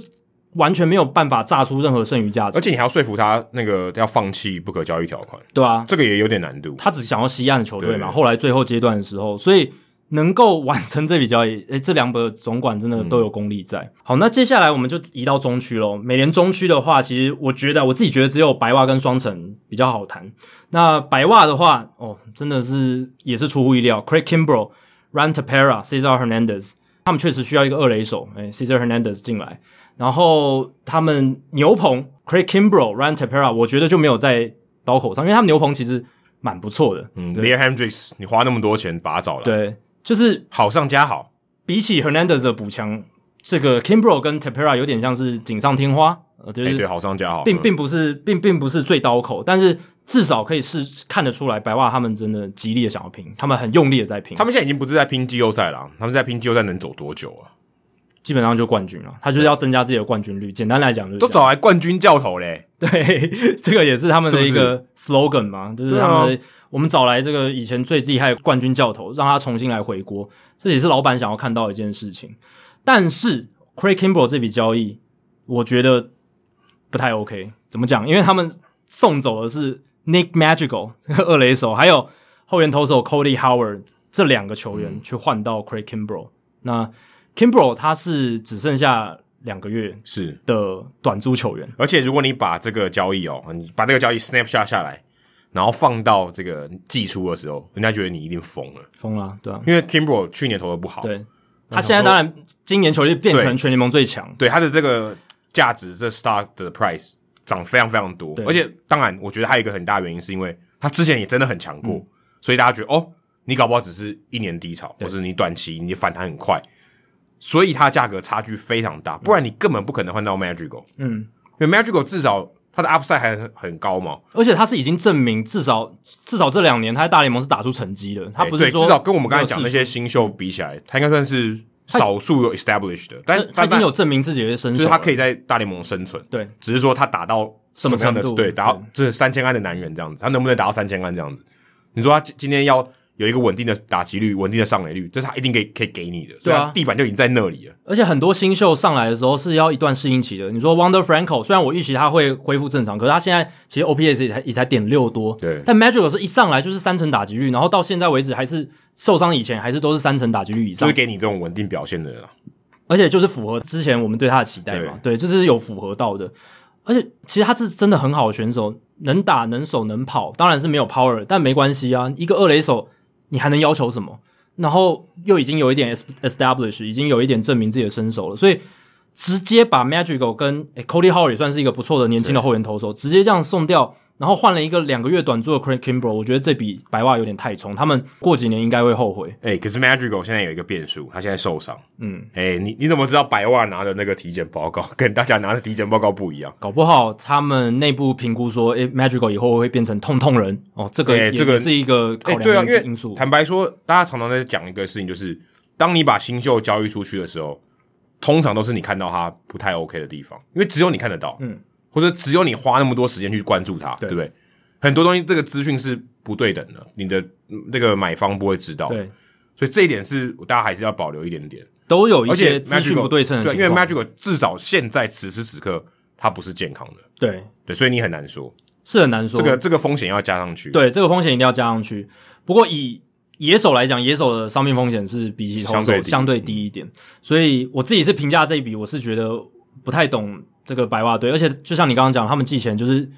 [SPEAKER 1] 完全没有办法榨出任何剩余价值
[SPEAKER 2] 而，且你还要说服他那个要放弃不可交易条款，
[SPEAKER 1] 对啊，
[SPEAKER 2] 这个也有点难度。
[SPEAKER 1] 他只想要西岸的球队嘛，
[SPEAKER 2] 对
[SPEAKER 1] 后来最后阶段的时候，所以能够完成这笔交易， 诶、这两个总管真的都有功力在。
[SPEAKER 2] 嗯
[SPEAKER 1] 好，那接下来我们就移到中区喽。美联中区的话，其实我觉得我自己觉得只有白袜跟双城比较好谈。那白袜的话，哦，真的是也是出乎意料，Craig Kimbrel、Ran Tapera、Cesar Hernandez，他们确实需要一个二垒手，诶、c e s a r Hernandez 进来。然后他们牛棚 Craig Kimbrel、Ran Tapera，我觉得就没有在刀口上，因为他们牛棚其实蛮不错的。
[SPEAKER 2] 嗯
[SPEAKER 1] 对
[SPEAKER 2] l e a Hendricks，你花那么多钱把他找来，
[SPEAKER 1] 对，就是
[SPEAKER 2] 好上加好。
[SPEAKER 1] 比起 Hernandez 的补强，这个 Kimbrel 跟 Tapera 有点像是锦上添花，呃，就
[SPEAKER 2] 哎、对，
[SPEAKER 1] 是
[SPEAKER 2] 好上加好，
[SPEAKER 1] 并
[SPEAKER 2] 嗯
[SPEAKER 1] 并不是并并不是最刀口，但是至少可以是看得出来，白袜他们真的极力的想要拼，他们很用力的在拼，
[SPEAKER 2] 嗯他们现在已经不是在拼季后赛了啊，他们在拼季后赛能走多久啊？
[SPEAKER 1] 基本上就冠军了，他就是要增加自己的冠军率。简单来讲就是
[SPEAKER 2] 都
[SPEAKER 1] 这样
[SPEAKER 2] 找来冠军教头嘞，
[SPEAKER 1] 对，这个也是他们的一个 slogan 嘛，就是
[SPEAKER 2] 对
[SPEAKER 1] 他
[SPEAKER 2] 啊
[SPEAKER 1] 们的、我们找来这个以前最厉害的冠军教头，让他重新来回国，这也是老板想要看到的一件事情。但是 Craig Kimbrel 这笔交易，我觉得不太 OK。怎么讲？因为他们送走的是 Nick Magical 这个二垒手，还有后援投手 Cody Howard 这两个球员去换到 Craig Kimbrel。那 Kimbrel 他是只剩下两个月
[SPEAKER 2] 是。
[SPEAKER 1] 的短租球员。
[SPEAKER 2] 而且如果你把这个交易哦，你把这个交易 snapshot 下来，然后放到这个季初的时候，人家觉得你一定疯了，
[SPEAKER 1] 疯了，对啊，
[SPEAKER 2] 因为 Kimbrel 去年投的不好，
[SPEAKER 1] 对他现在当然今年球队变成全联盟最强，
[SPEAKER 2] 对他的这个价值，这 stock 的 price 涨非常非常多
[SPEAKER 1] 对，
[SPEAKER 2] 而且当然，我觉得还有一个很大原因是因为他之前也真的很强过，
[SPEAKER 1] 嗯
[SPEAKER 2] 所以大家觉得哦，你搞不好只是一年低潮，或是你短期你反弹很快，所以它的价格差距非常大，不然你根本不可能换到 Magical，
[SPEAKER 1] 嗯，
[SPEAKER 2] 因为 Magical 至少它的 upside 还很很高嘛，
[SPEAKER 1] 而且他是已经证明至少至少这两年他在大联盟是打出成绩的，他
[SPEAKER 2] 哎
[SPEAKER 1] 不是
[SPEAKER 2] 对，
[SPEAKER 1] 说
[SPEAKER 2] 至少跟我们刚才讲
[SPEAKER 1] 没
[SPEAKER 2] 那
[SPEAKER 1] 有试出，
[SPEAKER 2] 些新秀比起来，他应该算是少数有 established 的，但
[SPEAKER 1] 他他已经
[SPEAKER 2] 但
[SPEAKER 1] 有证明自己的身
[SPEAKER 2] 就
[SPEAKER 1] 手
[SPEAKER 2] 是
[SPEAKER 1] 了，
[SPEAKER 2] 他可以在大联盟生存，
[SPEAKER 1] 对
[SPEAKER 2] 只是说他打到
[SPEAKER 1] 什么
[SPEAKER 2] 样的
[SPEAKER 1] 程度嗯
[SPEAKER 2] 对，打到
[SPEAKER 1] 对
[SPEAKER 2] 这三千安的男人这样子，他能不能打到三千安这样子？你说他今今天要有一个稳定的打击率、稳定的上垒率，这是他一定可以可以给你的，所
[SPEAKER 1] 对
[SPEAKER 2] 以
[SPEAKER 1] 啊
[SPEAKER 2] 他地板就已经在那里了。
[SPEAKER 1] 而且很多新秀上来的时候是要一段适应期的。你说 Wonder Franco，虽然我预期他会恢复正常，可是他现在其实 OPS 也才也才点六多，
[SPEAKER 2] 对
[SPEAKER 1] 但 Magic 是一上来就是三成打击率，然后到现在为止还是受伤以前还是都是三成打击率以
[SPEAKER 2] 就
[SPEAKER 1] 上
[SPEAKER 2] 是，给你这种稳定表现的人啊，
[SPEAKER 1] 而且就是符合之前我们对他的期待嘛，对，这、就是有符合到的。而且其实他是真的很好的选手，能打能守能跑，当然是没有 power，但没关系啊。一个二垒手，你还能要求什么？然后又已经有一点 es- establish，已经有一点证明自己的身手了，所以直接把 Magical 跟、诶 Cody Howard 也算是一个不错的年轻的后援投手，直接这样送掉，然后换了一个两个月短租的 Craig Kimbrel，我觉得这笔白袜有点太冲，他们过几年应该会后悔。
[SPEAKER 2] 哎、可是 Magical 现在有一个变数，他现在受伤，
[SPEAKER 1] 嗯，
[SPEAKER 2] 哎、你你怎么知道白袜拿的那个体检报告 跟大家拿的体检报告不一样？
[SPEAKER 1] 搞不好他们内部评估说，诶、m a g i c a l 以后会变成痛痛人哦，这个也、
[SPEAKER 2] 诶这个
[SPEAKER 1] 也是一个考
[SPEAKER 2] 哎、对啊，
[SPEAKER 1] 量
[SPEAKER 2] 因
[SPEAKER 1] 的
[SPEAKER 2] 为
[SPEAKER 1] 因素。
[SPEAKER 2] 坦白说，大家常常在讲一个事情，就是当你把新秀交易出去的时候，通常都是你看到他不太 OK 的地方，因为只有你看得到，
[SPEAKER 1] 嗯，
[SPEAKER 2] 或者只有你花那么多时间去关注他，
[SPEAKER 1] 对
[SPEAKER 2] 对不对？很多东西这个资讯是不对等的，你的嗯那个买方不会知道，，
[SPEAKER 1] 对，
[SPEAKER 2] 所以这一点是大家还是要保留一点点。
[SPEAKER 1] 都有一
[SPEAKER 2] 而且
[SPEAKER 1] 些资讯
[SPEAKER 2] Magical-
[SPEAKER 1] 不对称的
[SPEAKER 2] 对，
[SPEAKER 1] 情
[SPEAKER 2] 因为
[SPEAKER 1] 况。
[SPEAKER 2] Magic 至少现在此时此刻他不是健康的，
[SPEAKER 1] 对，
[SPEAKER 2] 对，所以你很难说
[SPEAKER 1] 是很难说。
[SPEAKER 2] 这个这个风险要加上去，，
[SPEAKER 1] 对这个风险一定要加上去。不过以野手来讲，野手的伤病风险是比起投
[SPEAKER 2] 相
[SPEAKER 1] 手
[SPEAKER 2] 对低嗯
[SPEAKER 1] 相对低一点，所以我自己是评价这一笔，我是觉得不太懂这个白袜队，而且就像你刚刚讲，他们寄钱就是。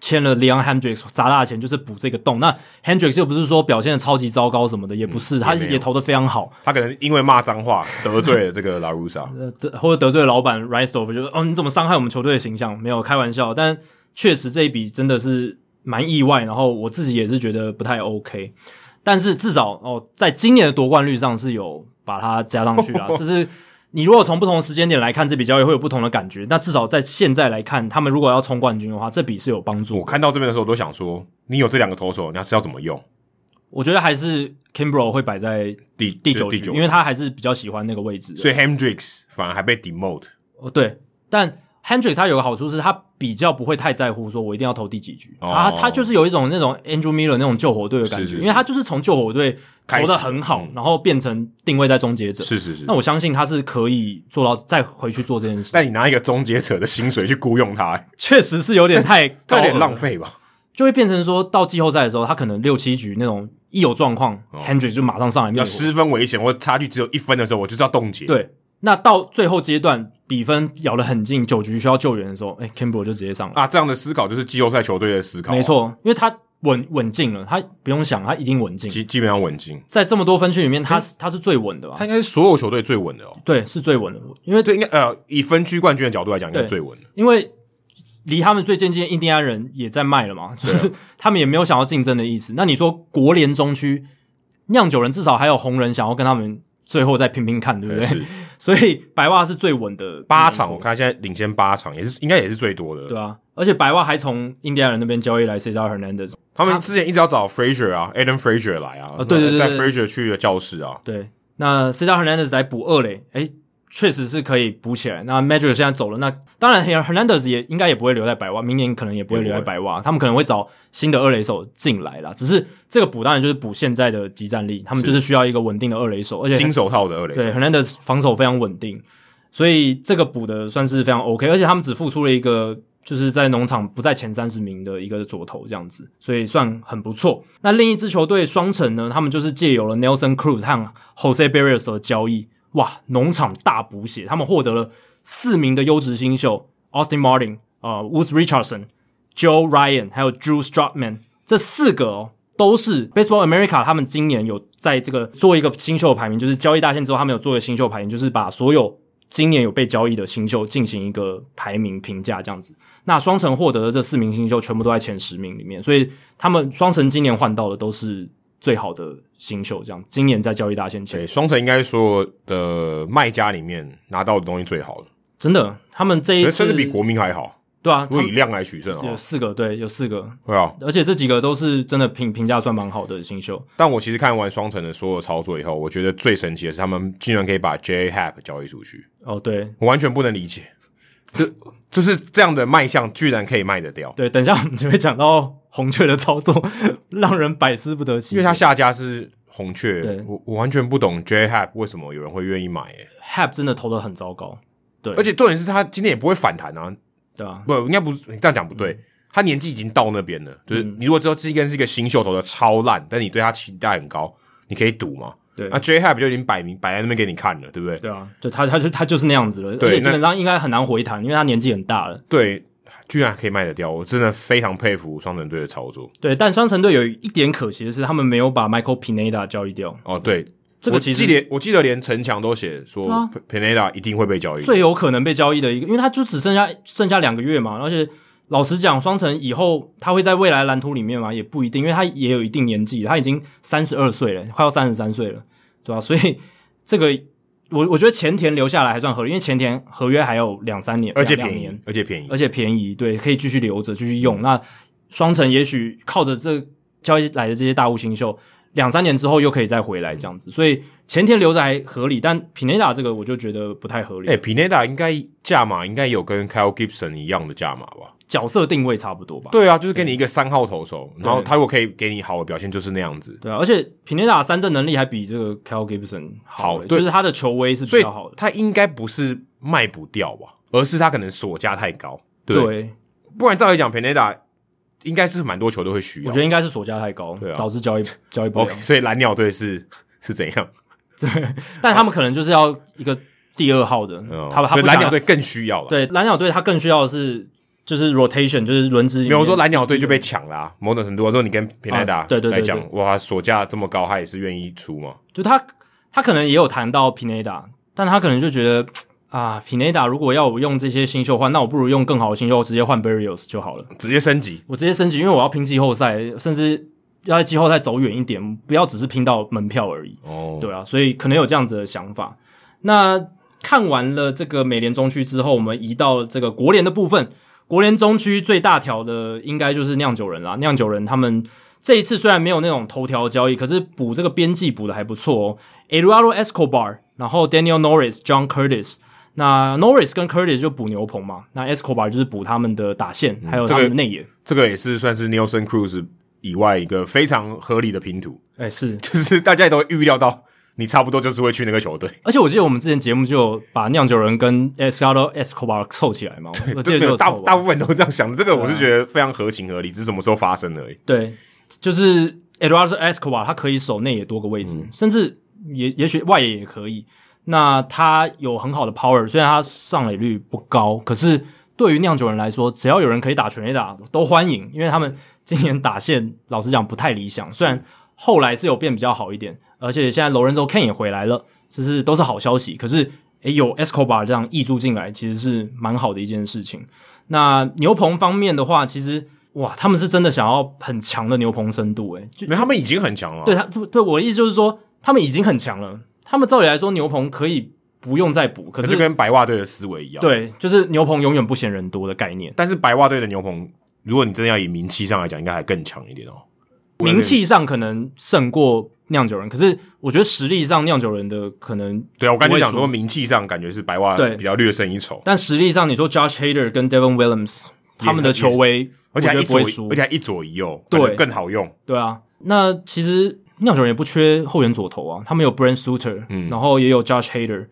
[SPEAKER 1] 签了 Leon Hendricks 砸大钱就是补这个洞，那 Hendricks 又不是说表现的超级糟糕什么的，也不是，他
[SPEAKER 2] 嗯也没有
[SPEAKER 1] 也投的非常好，
[SPEAKER 2] 他可能因为骂脏话得罪了这个 La Russa。
[SPEAKER 1] 呃，得或者得罪了老板 r i s e o f 就说哦，你怎么伤害我们球队的形象？没有开玩笑，但确实这一笔真的是蛮意外，然后我自己也是觉得不太 OK。但是至少哦，在今年的夺冠率上是有把它加上去啊，这是 你如果从不同的时间点来看这笔交易，会有不同的感觉。那至少在现在来看，他们如果要冲冠军的话，这笔是有帮助
[SPEAKER 2] 我。看到这边的时候，我都想说，你有这两个投手，你要是要怎么用？
[SPEAKER 1] 我觉得还是 k i m b r o 会摆在
[SPEAKER 2] 第
[SPEAKER 1] 第
[SPEAKER 2] 就是
[SPEAKER 1] 九
[SPEAKER 2] 第
[SPEAKER 1] 局，
[SPEAKER 2] 九
[SPEAKER 1] 因为他还是比较喜欢那个位置的。
[SPEAKER 2] 所以 Hendricks 反而还被 demote。
[SPEAKER 1] 哦，对，但 Hendrick 他有个好处是他比较不会太在乎说我一定要投第几局，
[SPEAKER 2] 哦
[SPEAKER 1] 他他就是有一种那种 Andrew Miller 那种救火队的感觉，
[SPEAKER 2] 是是是
[SPEAKER 1] 因为他就是从救火队
[SPEAKER 2] 开
[SPEAKER 1] 投
[SPEAKER 2] 始
[SPEAKER 1] 的很好
[SPEAKER 2] 嗯，
[SPEAKER 1] 然后变成定位在终结者。
[SPEAKER 2] 是是是
[SPEAKER 1] 那。我相信他是可以做到再回去做这件事，
[SPEAKER 2] 但你拿一个终结者的薪水去雇佣 他，欸
[SPEAKER 1] 确实是有点 太
[SPEAKER 2] 这
[SPEAKER 1] 高
[SPEAKER 2] 有点
[SPEAKER 1] 了
[SPEAKER 2] 浪，费吧？
[SPEAKER 1] 就会变成说到季后赛的时候，他可能六七局那种一有状况、h e n d r i c k 就马上上来灭
[SPEAKER 2] 哦要
[SPEAKER 1] 火。
[SPEAKER 2] 失分危险或差距只有一分的时候，我就是要冻结。，
[SPEAKER 1] 对，那到最后阶段比分咬得很近，九局需要救援的时候，哎、k i m b r 就直接上了。
[SPEAKER 2] 啊，这样的思考就是季后赛球队的思考，啊
[SPEAKER 1] 没，错，因为他稳稳进了，他不用想，他一定稳进。
[SPEAKER 2] 基基本上稳进，
[SPEAKER 1] 在这么多分区里面，他是他是最稳的吧
[SPEAKER 2] 他？应该是所有球队最稳的哦。
[SPEAKER 1] 对，是最稳的，因为
[SPEAKER 2] 对，应该呃，以分区冠军的角度来讲，应该
[SPEAKER 1] 对
[SPEAKER 2] 最稳的。
[SPEAKER 1] 因为离他们最接近的印第安人也在卖了嘛，
[SPEAKER 2] 啊
[SPEAKER 1] 就是他们也没有想要竞争的意思。那你说国联中区酿酒人至少还有红人想要跟他们最后再拼拼看，对不对？
[SPEAKER 2] 是
[SPEAKER 1] 所以白袜是最稳的
[SPEAKER 2] 八
[SPEAKER 1] 没
[SPEAKER 2] 场，
[SPEAKER 1] 错
[SPEAKER 2] 我看现在领先八场，也是应该也是最多的。
[SPEAKER 1] 对啊，而且白袜还从印第安人那边交易来 Cesar Hernandez，
[SPEAKER 2] 他们之前一直要找 Fraser 啊，Adam Fraser 来啊，
[SPEAKER 1] 啊对对对
[SPEAKER 2] 带
[SPEAKER 1] 对
[SPEAKER 2] Fraser 去了教室啊，
[SPEAKER 1] 对，那 C 加 Hernandez 来补二垒，诶，确实是可以补起来。那 Magic 现在走了，那当然 Hernandez 也应该也不会留在白袜，明年可能也不会留在白袜，他们可能会找新的二垒手进来啦。只是这个补当然就是补现在的集战力，他们就是需要一个稳定的二垒手，而且
[SPEAKER 2] 金手套的二垒
[SPEAKER 1] 对
[SPEAKER 2] 手，
[SPEAKER 1] Hernandez 防守非常稳定，所以这个补的算是非常 OK，而且他们只付出了一个就是在农场不在前三十名的一个左投这样子，所以算很不错。那另一支球队双城呢，他们就是借由了 Nelson Cruz 和 Jose Barrios 的交易，哇，农场大补血，他们获得了四名的优质新秀 Austin Martin、呃 Woods Richardson、Joe Ryan 还有 Drew Strutman 这四个哦，都是 Baseball America 他们今年有在这个做一个新秀排名，就是交易大限之后，他们有做一个新秀排名，就是把所有今年有被交易的新秀进行一个排名评价这样子。那双城获得的这四名新秀全部都在前十名里面，所以他们双城今年换到的都是最好的新秀，这样今年在交易大限前
[SPEAKER 2] 对，双城应该说的卖家里面拿到的东西最好的，
[SPEAKER 1] 真的，他们这一
[SPEAKER 2] 可
[SPEAKER 1] 次
[SPEAKER 2] 是甚至比国民还好。
[SPEAKER 1] 对啊，
[SPEAKER 2] 如果
[SPEAKER 1] 他
[SPEAKER 2] 以
[SPEAKER 1] 们
[SPEAKER 2] 量来取胜啊
[SPEAKER 1] 有，四个对，有四个，
[SPEAKER 2] 对啊。
[SPEAKER 1] 而且这几个都是真的评评价算蛮好的新秀。
[SPEAKER 2] 但我其实看完双城的所有操作以后，我觉得最神奇的是他们竟然可以把 J Hap 交易出去，
[SPEAKER 1] 哦，对
[SPEAKER 2] 我完全不能理解，这就是这样的卖相居然可以卖得掉，
[SPEAKER 1] 对，等一下我们就会讲到红雀的操作，让人百思不得其解。
[SPEAKER 2] 因为他下家是红雀
[SPEAKER 1] 对，
[SPEAKER 2] 我我完全不懂 J Hap 为什么有人会愿意买、欸，
[SPEAKER 1] Hap 真的投的很糟糕，对
[SPEAKER 2] 而且重点是他今天也不会反弹啊，
[SPEAKER 1] 对吧、啊？
[SPEAKER 2] 不，应该不是这样讲不
[SPEAKER 1] 嗯
[SPEAKER 2] 对。他年纪已经到那边了，就是你如果知道这一根是一个新秀投的超烂，但你对他期待很高，你可以赌嘛？
[SPEAKER 1] 对
[SPEAKER 2] 那 J Hap 就已经摆明摆在那边给你看了，对不对？
[SPEAKER 1] 对啊，就他他就他就是那样子了，
[SPEAKER 2] 对
[SPEAKER 1] 而且基
[SPEAKER 2] 那
[SPEAKER 1] 本上应该很难回弹，因为他年纪很大了。
[SPEAKER 2] 对，居然可以卖得掉，我真的非常佩服双城队的操作。
[SPEAKER 1] 对，但双城队有一点可惜的是，他们没有把 Michael Pineda 交易掉，
[SPEAKER 2] 哦，对，
[SPEAKER 1] 这个其
[SPEAKER 2] 我
[SPEAKER 1] 实
[SPEAKER 2] 记得我记得连陈强都写说
[SPEAKER 1] 对啊
[SPEAKER 2] p e n e d a 一定会被交易，
[SPEAKER 1] 最有可能被交易的一个，因为他就只剩下剩下两个月嘛，而且。老实讲，双城以后他会在未来蓝图里面嘛，也不一定，因为他也有一定年纪，他已经三十二岁了，快要三十三岁了，对吧、所以这个我我觉得前田留下来还算合理，因为前田合约还有两三年，
[SPEAKER 2] 而且
[SPEAKER 1] 两
[SPEAKER 2] 便
[SPEAKER 1] 两年
[SPEAKER 2] 宜，而且便宜
[SPEAKER 1] 而。且便宜，对，可以继续留着，继续用。那双城也许靠着这交易来的这些大物新秀，两三年之后又可以再回来这样子，所以前田留着还合理，但皮内达这个我就觉得不太合理，
[SPEAKER 2] 哎、p e n e d a 应该价码应该有跟 Kyle Gibson 一样的价码吧？
[SPEAKER 1] 角色定位差不多吧？
[SPEAKER 2] 对啊，就是给你一个三号投手，然后他如果可以给你好的表现，就是那样子。
[SPEAKER 1] 对啊，而且皮内达三振能力还比这个 Cal Gibson 好
[SPEAKER 2] 好
[SPEAKER 1] 欸，
[SPEAKER 2] 对
[SPEAKER 1] 就是他的球威是
[SPEAKER 2] 所
[SPEAKER 1] 比
[SPEAKER 2] 以
[SPEAKER 1] 较好的，
[SPEAKER 2] 他应该不是卖不掉吧，而是他可能锁价太高。不，
[SPEAKER 1] 对，
[SPEAKER 2] 不然照理讲 p e n e d a 应该是蛮多球队会需要。
[SPEAKER 1] 我觉得应该是索价太高，
[SPEAKER 2] 对啊哦
[SPEAKER 1] 导致 交易交易不了
[SPEAKER 2] OK，所以蓝鸟队是 是怎样？
[SPEAKER 1] 但他们可能就是要一个第二号的，
[SPEAKER 2] 嗯
[SPEAKER 1] 他他
[SPEAKER 2] 所以
[SPEAKER 1] 不
[SPEAKER 2] 蓝
[SPEAKER 1] 想
[SPEAKER 2] 鸟队更需要了。，
[SPEAKER 1] 对蓝鸟队他更需要的是就是 rotation，就是轮值里
[SPEAKER 2] 没
[SPEAKER 1] 面
[SPEAKER 2] 有我说蓝鸟队就被抢啦、啊某种程度，如果你跟 p e n e d a
[SPEAKER 1] 啊对对对
[SPEAKER 2] 来
[SPEAKER 1] 对
[SPEAKER 2] 讲，哇，锁价这么高，他也是愿意出嘛？
[SPEAKER 1] 就他他可能也有谈到 Pineda，但他可能就觉得嘖啊，Pineda 如果要我用这些新秀换，那我不如用更好的新秀，直接换 Barrios 就好了。
[SPEAKER 2] 直接升级。
[SPEAKER 1] 我直接升级，因为我要拼季后赛，甚至要在季后赛走远一点，不要只是拼到门票而已。
[SPEAKER 2] 哦，
[SPEAKER 1] 对啊，所以可能有这样子的想法。那看完了这个美联中区之后，我们移到这个国联的部分。国联中区最大条的应该就是酿酒人啦，酿酒人他们这一次虽然没有那种头条交易，可是补这个边际补的还不错哦。e d u a r d o Escobar，然后 Daniel Norris、John Curtis。那 Norris 跟 Curtis 就补牛棚嘛，那 Escobar 就是补他们的打线，还有他们的内野。
[SPEAKER 2] 嗯这个也是算是 Nelson Cruz 以外一个非常合理的拼图，
[SPEAKER 1] 哎、是，
[SPEAKER 2] 就是大家也都预料到，你差不多就是会去那个球队，
[SPEAKER 1] 而且我记得我们之前节目就有把酿酒人跟 Escado Escobar 凑起来嘛，我记得呃就
[SPEAKER 2] 没有
[SPEAKER 1] 有
[SPEAKER 2] 大
[SPEAKER 1] 凑吧。
[SPEAKER 2] 大
[SPEAKER 1] 啊
[SPEAKER 2] 部分都这样想，这个我是觉得非常合情合理，只是什么时候发生而已。
[SPEAKER 1] 对，就是 Eduardo Escobar 他可以守内野多个位置，甚至也也许外野也可以。那他有很好的 power，虽然他上垒率不高，可是对于酿酒人来说，只要有人可以打全垒打都欢迎，因为他们今年打线老实讲不太理想，虽然后来是有变比较好一点，而且现在楼人州 Ken 也回来了，这是都是好消息。可是诶有 Escobar 这样挹注进来，其实是蛮好的一件事情。那牛棚方面的话，其实哇，他们是真的想要很强的牛棚深度、诶就
[SPEAKER 2] 没有，他们已经很强了。啊
[SPEAKER 1] 对他不对我的意思就是说，他们已经很强了，他们照理来说牛棚可以不用再补，可
[SPEAKER 2] 那就是跟白袜队的思维一样。，
[SPEAKER 1] 对，就是牛棚永远不嫌人多的概念。
[SPEAKER 2] 但是白袜队的牛棚，如果你真的要以名气上来讲，应该还更强一点哦。
[SPEAKER 1] 名气上可能胜过酿酒人，可是我觉得实力上酿酒人的可能，
[SPEAKER 2] 对啊，我刚才
[SPEAKER 1] 不会
[SPEAKER 2] 讲
[SPEAKER 1] 输
[SPEAKER 2] 说名气上感觉是白袜
[SPEAKER 1] 对
[SPEAKER 2] 比较略胜一筹，
[SPEAKER 1] 但实力上你说 Josh Hader 跟 Devon Williams 他们的球威，
[SPEAKER 2] 而且还
[SPEAKER 1] 我觉
[SPEAKER 2] 一
[SPEAKER 1] 得不会
[SPEAKER 2] 左
[SPEAKER 1] 输
[SPEAKER 2] 而，且还一左一右，
[SPEAKER 1] 对
[SPEAKER 2] 感觉更好用。
[SPEAKER 1] 对啊。那其实酿酒人也不缺后援左投啊，他们有 Brand Suter，、然后也有 Josh Hader，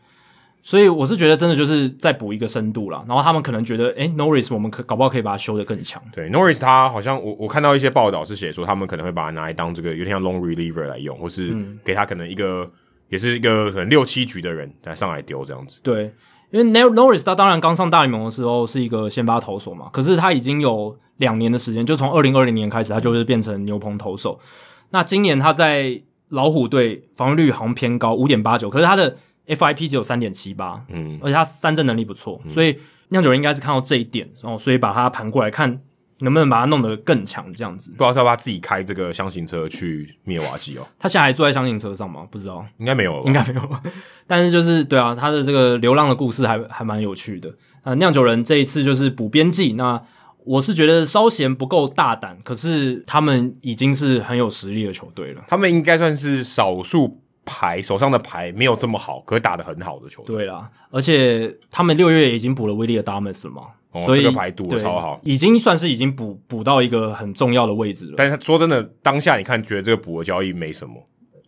[SPEAKER 1] 所以我是觉得真的就是再补一个深度啦。然后他们可能觉得，诶 n o r r i s 我们可搞不好可以把它修得更强。
[SPEAKER 2] 对，Norris 他好像我我看到一些报道是写说，他们可能会把它拿来当这个有点像 long reliever 来用，或是
[SPEAKER 1] 嗯
[SPEAKER 2] 给他可能一个也是一个可能六七局的人来上来丢这样子。
[SPEAKER 1] 对，因为 Nor- Norris 他当然刚上大联盟的时候是一个先发投手嘛，可是他已经有两年的时间，就从二零二零年开始，他就是变成牛棚投手。那今年他在老虎队防御率好像偏高，五点八九，可是他的 FIP 只有三点七八，
[SPEAKER 2] 嗯，
[SPEAKER 1] 而且他三振能力不错，所以酿酒人应该是看到这一点，然、后所以把他盘过来看能不能把他弄得更强这样子
[SPEAKER 2] 不。知道是要不要自己开这个箱型车去灭瓦基哦，
[SPEAKER 1] 他现在还坐在相信车上吗？不知道，
[SPEAKER 2] 应该没有了吧
[SPEAKER 1] 应该没有。但是就是对啊，他的这个流浪的故事还还蛮有趣的。啊、酿酒人这一次就是补边际，那我是觉得稍嫌不够大胆，可是他们已经是很有实力的球队了。
[SPEAKER 2] 他们应该算是少数牌手上的牌没有这么好，可打得很好的球队。
[SPEAKER 1] 对啦，而且他们六月也已经补了威利的 Damas 了嘛，
[SPEAKER 2] 哦
[SPEAKER 1] 所以
[SPEAKER 2] 这个牌堵得
[SPEAKER 1] 对
[SPEAKER 2] 超好
[SPEAKER 1] 已经算是已经补补到一个很重要的位置了。
[SPEAKER 2] 但是他说真的，当下你看觉得这个补额交易没什么，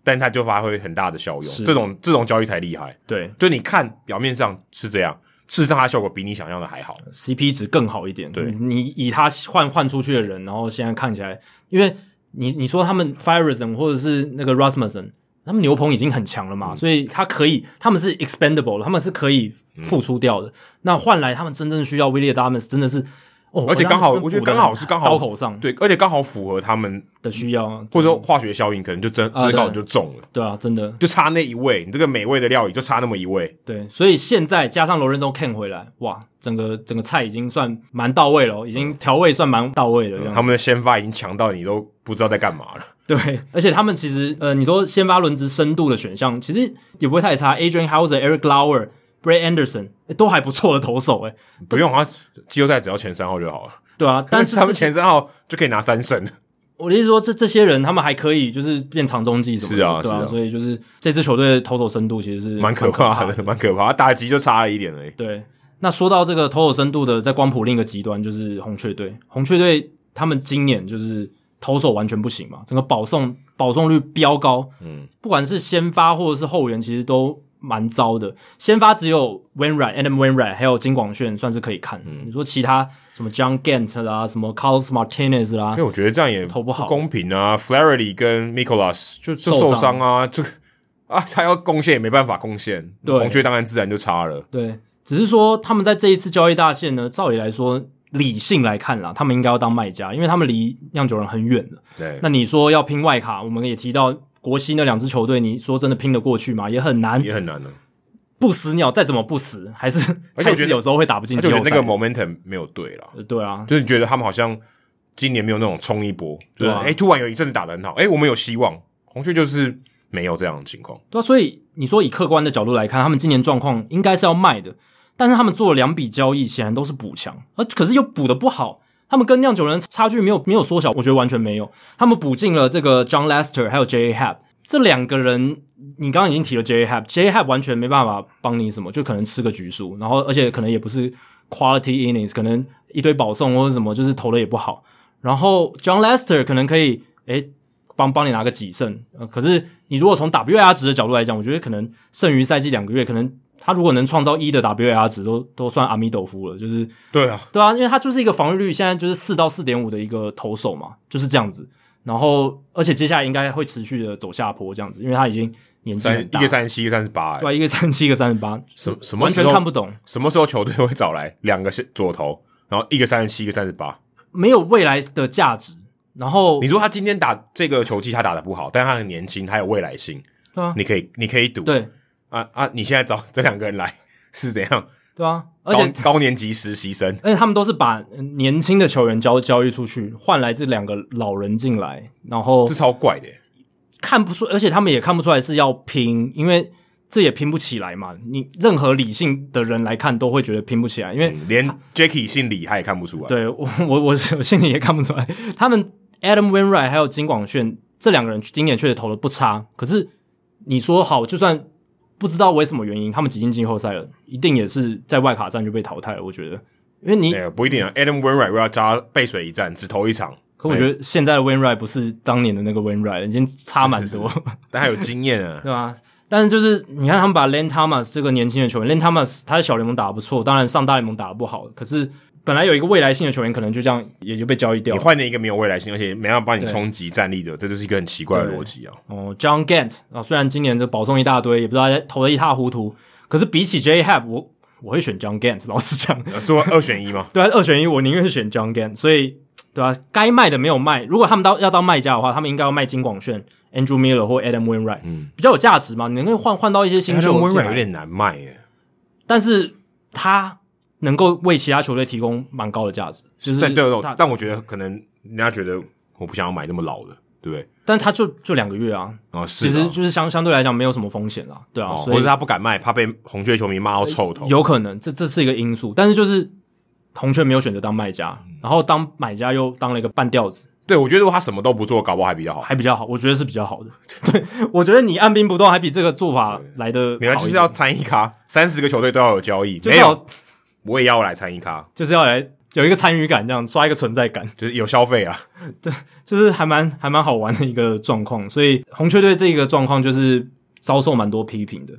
[SPEAKER 2] 但他就发挥很大的效用。
[SPEAKER 1] 是
[SPEAKER 2] 这种这种交易才厉害。
[SPEAKER 1] 对
[SPEAKER 2] 就你看表面上是这样，事实上它效果比你想象的还好。
[SPEAKER 1] CP 值更好一点。
[SPEAKER 2] 对
[SPEAKER 1] 你以他换换出去的人，然后现在看起来，因为你你说他们 f i r e s o n 或者是那个 Rasmussen，他们牛棚已经很强了
[SPEAKER 2] 嗯
[SPEAKER 1] 嘛，所以他可以，他们是 expendable，他们是可以付出掉的。那换来他们真正需要 w i l l i a d a m a s 真的是。哦，
[SPEAKER 2] 而且刚好，
[SPEAKER 1] 真的
[SPEAKER 2] 我觉得
[SPEAKER 1] 补得
[SPEAKER 2] 刚好是刚好
[SPEAKER 1] 刀口上
[SPEAKER 2] 对，而且刚好符合他们，
[SPEAKER 1] 的需要啊，
[SPEAKER 2] 或者说化学效应，可能就真
[SPEAKER 1] 啊
[SPEAKER 2] 真的刚好
[SPEAKER 1] 对
[SPEAKER 2] 就中了，
[SPEAKER 1] 对啊，真的
[SPEAKER 2] 就差那一位，你这个美味的料理就差那么一位，
[SPEAKER 1] 对，所以现在加上罗仁州 Ken 回来，哇，整个整个菜已经算蛮到位了哦，已经调味算蛮到位了，这样
[SPEAKER 2] 他们的先发已经强到你都不知道在干嘛了。
[SPEAKER 1] 对，而且他们其实呃，你说先发轮值深度的选项，其实也不会太差。Adrian Hauser、Eric Lauer、Bray Anderson、诶都还不错的投手、诶
[SPEAKER 2] 不用啊，季后赛只要前三号就好了，
[SPEAKER 1] 对啊。但
[SPEAKER 2] 但
[SPEAKER 1] 是
[SPEAKER 2] 是他们
[SPEAKER 1] 这些嗯
[SPEAKER 2] 前三号就可以拿三胜了。
[SPEAKER 1] 我的意思说，这这些人他们还可以就是变长中继什么的，
[SPEAKER 2] 是啊
[SPEAKER 1] 对
[SPEAKER 2] 是啊
[SPEAKER 1] 所以就是这支球队的投手深度其实是
[SPEAKER 2] 蛮可怕的，蛮可怕。打击就差了一点而已。
[SPEAKER 1] 对，那说到这个投手深度的，在光谱另一个极端就是红雀队，红雀队他们今年就是投手完全不行嘛，整个保送保送率飙高，嗯，不管是先发或者是后援，其实都蛮糟的。先发只有 Wainwright、Adam Wainwright 还有金广炫算是可以看，你说其他什么 John Gant 啦，什么 Carlos Martinez 啦
[SPEAKER 2] 因为，我觉得这样也
[SPEAKER 1] 啊投不好
[SPEAKER 2] 公平啊。Flaherty 跟 Mikolas 就就
[SPEAKER 1] 受
[SPEAKER 2] 受
[SPEAKER 1] 伤
[SPEAKER 2] 伤啊，这个啊，他要贡献也没办法贡献，
[SPEAKER 1] 对
[SPEAKER 2] 红雀当然自然就差了。
[SPEAKER 1] 对，只是说他们在这一次交易大限呢，照理来说。理性来看啦，他们应该要当卖家，因为他们离酿酒人很远了。
[SPEAKER 2] 对，
[SPEAKER 1] 那你说要拼外卡，我们也提到国西那两支球队，你说真的拼得过去吗？也很难。
[SPEAKER 2] 也很难啊了。
[SPEAKER 1] 不死鸟再怎么不死，还是
[SPEAKER 2] 而且我
[SPEAKER 1] 还
[SPEAKER 2] 觉得
[SPEAKER 1] 是有时候会打不进
[SPEAKER 2] 而
[SPEAKER 1] 季
[SPEAKER 2] 且
[SPEAKER 1] 后
[SPEAKER 2] 我觉
[SPEAKER 1] 赛。
[SPEAKER 2] 得那个 momentum 没有对了，
[SPEAKER 1] 呃对啊，
[SPEAKER 2] 就是觉得他们好像今年没有那种冲一波，就
[SPEAKER 1] 对
[SPEAKER 2] 是
[SPEAKER 1] 啊
[SPEAKER 2] 哎，突然有一阵子打得很好，哎，我们有希望。红雀就是没有这样的情况。
[SPEAKER 1] 对啊，所以你说以客观的角度来看，他们今年状况应该是要卖的，但是他们做了两笔交易，显然都是补强，而可是又补的不好。他们跟酿酒人差距没有没有缩小，我觉得完全没有。他们补进了这个 John Lester 还有 J. A. Hab 这两个人，你刚刚已经提了 J. A. Hab，J. A. Hab 完全没办法帮你什么，就可能吃个局数，然后而且可能也不是 quality innings，可能一堆保送或者什么，就是投的也不好。然后 John Lester 可能可以诶帮帮你拿个几胜，呃可是你如果从 WAR 值的角度来讲，我觉得可能剩余赛季两个月，可能他如果能创造一的 WAR 值，都都算阿弥豆夫了，就是。
[SPEAKER 2] 对啊，
[SPEAKER 1] 对啊，因为他就是一个防御率现在就是四到四点五的一个投手嘛，就是这样子。然后，而且接下来应该会持续的走下坡这样子，因为他已经年纪
[SPEAKER 2] 三
[SPEAKER 1] 很
[SPEAKER 2] 一
[SPEAKER 1] 大，
[SPEAKER 2] 个三十七，一个三十八，
[SPEAKER 1] 对、啊，一个三七，一个三十八，
[SPEAKER 2] 什什么
[SPEAKER 1] 完
[SPEAKER 2] 时
[SPEAKER 1] 全
[SPEAKER 2] 候
[SPEAKER 1] 看不懂，
[SPEAKER 2] 什么时候球队会找来两个是左投，然后一个三十七，一个三十八？
[SPEAKER 1] 没有未来的价值。然后
[SPEAKER 2] 你，说他今天打这个球技他打的不好，但他很年轻，他有未来性，
[SPEAKER 1] 对啊
[SPEAKER 2] 你可以你可以赌，
[SPEAKER 1] 对
[SPEAKER 2] 啊啊！你现在找这两个人来是怎样？
[SPEAKER 1] 对啊，而
[SPEAKER 2] 高
[SPEAKER 1] 且
[SPEAKER 2] 高年级实习生，
[SPEAKER 1] 而且他们都是把呃年轻的球员交交易出去，换来这两个老人进来，然后
[SPEAKER 2] 这超怪的耶。
[SPEAKER 1] 看不出，而且他们也看不出来是要拼，因为这也拼不起来嘛。你任何理性的人来看都会觉得拼不起来，因为
[SPEAKER 2] 嗯连 Jacky 姓李他也看不出来，
[SPEAKER 1] 对 我我我我心里也看不出来，他们 Adam Winwright 还有金广炫这两个人今年确实投的不差，可是你说好，就算不知道为什么原因，他们挤进季后赛了，一定也是在外卡战就被淘汰了。我觉得，因为你，
[SPEAKER 2] 哎呀，不一定啊。Adam Wainwright 要加背水一战，只投一场，
[SPEAKER 1] 可我觉得现在的 Winwright 不是当年的那个 Winwright，了已经差蛮多，
[SPEAKER 2] 但他有经验啊。
[SPEAKER 1] 对吧？但是就是你看他们把 Len Thomas 这个年轻的球员，Len Thomas 他在小联盟打得不错，当然上大联盟打得不好，可是本来有一个未来性的球员，可能就这样也就被交易掉
[SPEAKER 2] 你
[SPEAKER 1] 了。
[SPEAKER 2] 换了一个没有未来性，而且没办法帮你
[SPEAKER 1] 对
[SPEAKER 2] 冲击战力的，这就是一个很奇怪的逻辑啊。
[SPEAKER 1] 哦，John Gant 啊，虽然今年这保送一大堆，也不知道他投的一塌糊涂，可是比起 J Hab，我我会选 John Gant。老实讲，
[SPEAKER 2] 呃做二选一
[SPEAKER 1] ，
[SPEAKER 2] 嘛
[SPEAKER 1] 对啊，二选一，我宁愿选 John Gant。所以，对啊，该卖的没有卖。如果他们到要当卖家的话，他们应该要卖金广炫、Andrew Miller 或 Adam Winwright，嗯，比较有价值嘛。你能够换换到一些新
[SPEAKER 2] 但是
[SPEAKER 1] 秀
[SPEAKER 2] 温
[SPEAKER 1] 进
[SPEAKER 2] 软有
[SPEAKER 1] 来，
[SPEAKER 2] 点难卖耶，
[SPEAKER 1] 但是他能够为其他球队提供蛮高的价值，就是
[SPEAKER 2] 但对
[SPEAKER 1] 他
[SPEAKER 2] 但我觉得可能人家觉得我不想要买那么老的，对不对？
[SPEAKER 1] 但他就就两个月啊，
[SPEAKER 2] 啊，是
[SPEAKER 1] 其
[SPEAKER 2] 啊
[SPEAKER 1] 实就是相相对来讲没有什么风险啦，对啊，
[SPEAKER 2] 哦，
[SPEAKER 1] 所
[SPEAKER 2] 或
[SPEAKER 1] 以
[SPEAKER 2] 者是他不敢卖，怕被红雀球迷骂到臭头。
[SPEAKER 1] 有可能，这这是一个因素，但是就是红雀没有选择当卖家，
[SPEAKER 2] 嗯
[SPEAKER 1] 然后当买家又当了一个半吊子，
[SPEAKER 2] 对，我觉得如果他什么都不做，搞不好还比较好。
[SPEAKER 1] 还比较好，我觉得是比较好的。 对，我觉得你按兵不动还比这个做法来的
[SPEAKER 2] 没有，就是要参一咖，三十个球队都要有交易，
[SPEAKER 1] 就是
[SPEAKER 2] 没
[SPEAKER 1] 要
[SPEAKER 2] 有，我也要来参一咖，
[SPEAKER 1] 就是要来有一个参与感，这样刷一个存在感，
[SPEAKER 2] 就是有消费啊。
[SPEAKER 1] 就是还蛮还蛮好玩的一个状况。所以红雀队这个状况就是遭受蛮多批评的。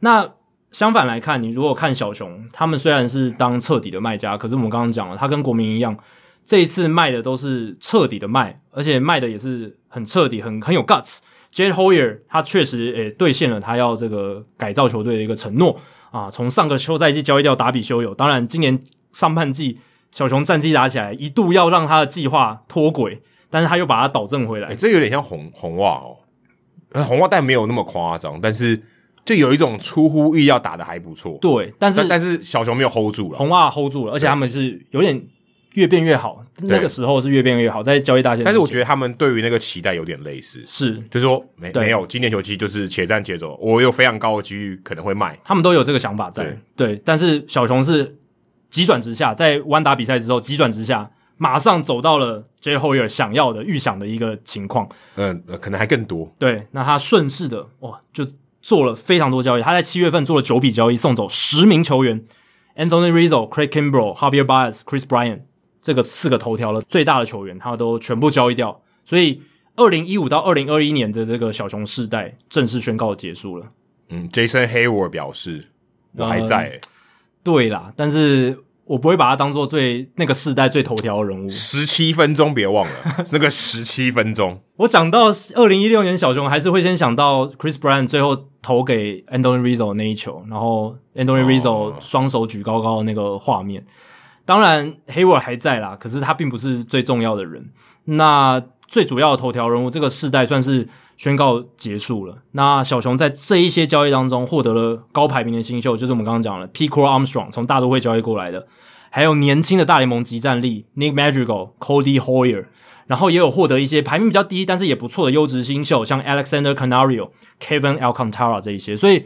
[SPEAKER 1] 那相反来看，你如果看小熊，他们虽然是当彻底的卖家，可是我们刚刚讲了，他跟国民一样，这一次卖的都是彻底的卖，而且卖的也是很彻底，很很有 guts。Jade Hoyer 他确实诶、兑现了他要这个改造球队的一个承诺啊，从上个休赛季交易掉达比修友，当然今年上半季小熊战绩打起来，一度要让他的计划脱轨，但是他又把它导正回
[SPEAKER 2] 哎、
[SPEAKER 1] 来。
[SPEAKER 2] 这有点像红红袜哦，呃红袜但没有那么夸张，但是就有一种出乎意料打的还不错。
[SPEAKER 1] 对，但是
[SPEAKER 2] 但但是小熊没有 hold 住了，
[SPEAKER 1] 红袜 hold 住了，而且他们是有点越变越好，那个时候是越变越好，在交易大限之前。
[SPEAKER 2] 但是我觉
[SPEAKER 1] 得
[SPEAKER 2] 得他们对于那个期待有点类似，
[SPEAKER 1] 是
[SPEAKER 2] 就是说没
[SPEAKER 1] 对
[SPEAKER 2] 没有今年球季就是且战且走，我有非常高的几率可能会卖。
[SPEAKER 1] 他们都有这个想法在，对，但是小熊是急转直下，在弯打比赛之后急转直下，马上走到了 J Hoyer 想要的预想的一个情况。
[SPEAKER 2] 嗯、呃可能还更多。
[SPEAKER 1] 对，那他顺势的哇，就做了非常多交易。他在七月份做了九笔交易，送走十名球员：Anthony Rizzo、Craig Kimbrel、Javier Baez、Chris Bryant，这个四个头条的最大的球员，他都全部交易掉。所以，二零一五到二零二一年的这个小熊世代正式宣告结束了。
[SPEAKER 2] 嗯，Jason Hayward 表示我还在、欸，
[SPEAKER 1] 对啦，但是我不会把他当做最那个世代最头条的人物。
[SPEAKER 2] 十七、分钟别忘 了那个十七分钟。
[SPEAKER 1] 我讲到二零一六年小熊，还是会先想到 Chris Brown 最后投给 Anthony Rizzo 那一球，然后 Anthony
[SPEAKER 2] 哦
[SPEAKER 1] Rizzo 双手举高高的那个画面。当然，Hayward 还在啦，可是他并不是最重要的人。那最主要的头条人物，这个世代算是宣告结束了。那小熊在这一些交易当中获得了高排名的新秀，就是我们刚刚讲了 p i c o Armstrong 从大都会交易过来的，还有年轻的大联盟级战力 Nick Madrigal、Cody Hoyer，然后也有获得一些排名比较低，但是也不错的优质新秀，像 Alexander Canario、Kevin Alcantara 这一些。所以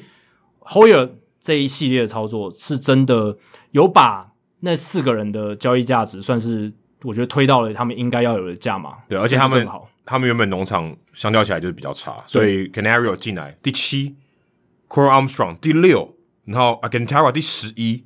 [SPEAKER 1] Hoyer 这一系列的操作是真的有把那四个人的交易价值，算是我觉得推到了他们应该要有的价码。
[SPEAKER 2] 对，而且他
[SPEAKER 1] 甚至
[SPEAKER 2] 们
[SPEAKER 1] 更好
[SPEAKER 2] 他们原本农场相较起来就是比较差，所以 Canario 进来第七 c o r e Armstrong 第六，然后 Agantara 第十一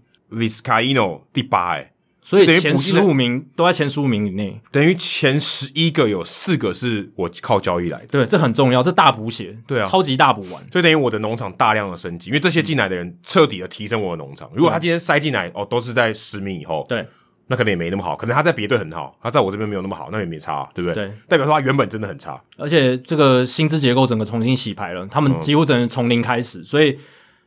[SPEAKER 2] ，Viscaino 第八、哎，
[SPEAKER 1] 所以
[SPEAKER 2] 等于
[SPEAKER 1] 前
[SPEAKER 2] 补进
[SPEAKER 1] 十
[SPEAKER 2] 来
[SPEAKER 1] 五名都在前十五名以内。
[SPEAKER 2] 等于前十一个有四个是我靠交易来的，
[SPEAKER 1] 对，这很重要，这大补血，
[SPEAKER 2] 对啊
[SPEAKER 1] 超级大补完。
[SPEAKER 2] 所以等于我的农场大量的升级，因为这些进来的人彻底的提升我的农场。如果他今天塞进来哦，都是在十米以后，
[SPEAKER 1] 对，
[SPEAKER 2] 那可能也没那么好，可能他在别队很好，他在我这边没有那么好，那也没差啊，对不对？
[SPEAKER 1] 对
[SPEAKER 2] 代表说他原本真的很差，
[SPEAKER 1] 而且这个薪资结构整个重新洗牌了，他
[SPEAKER 2] 嗯
[SPEAKER 1] 们几乎等于从零开始，所以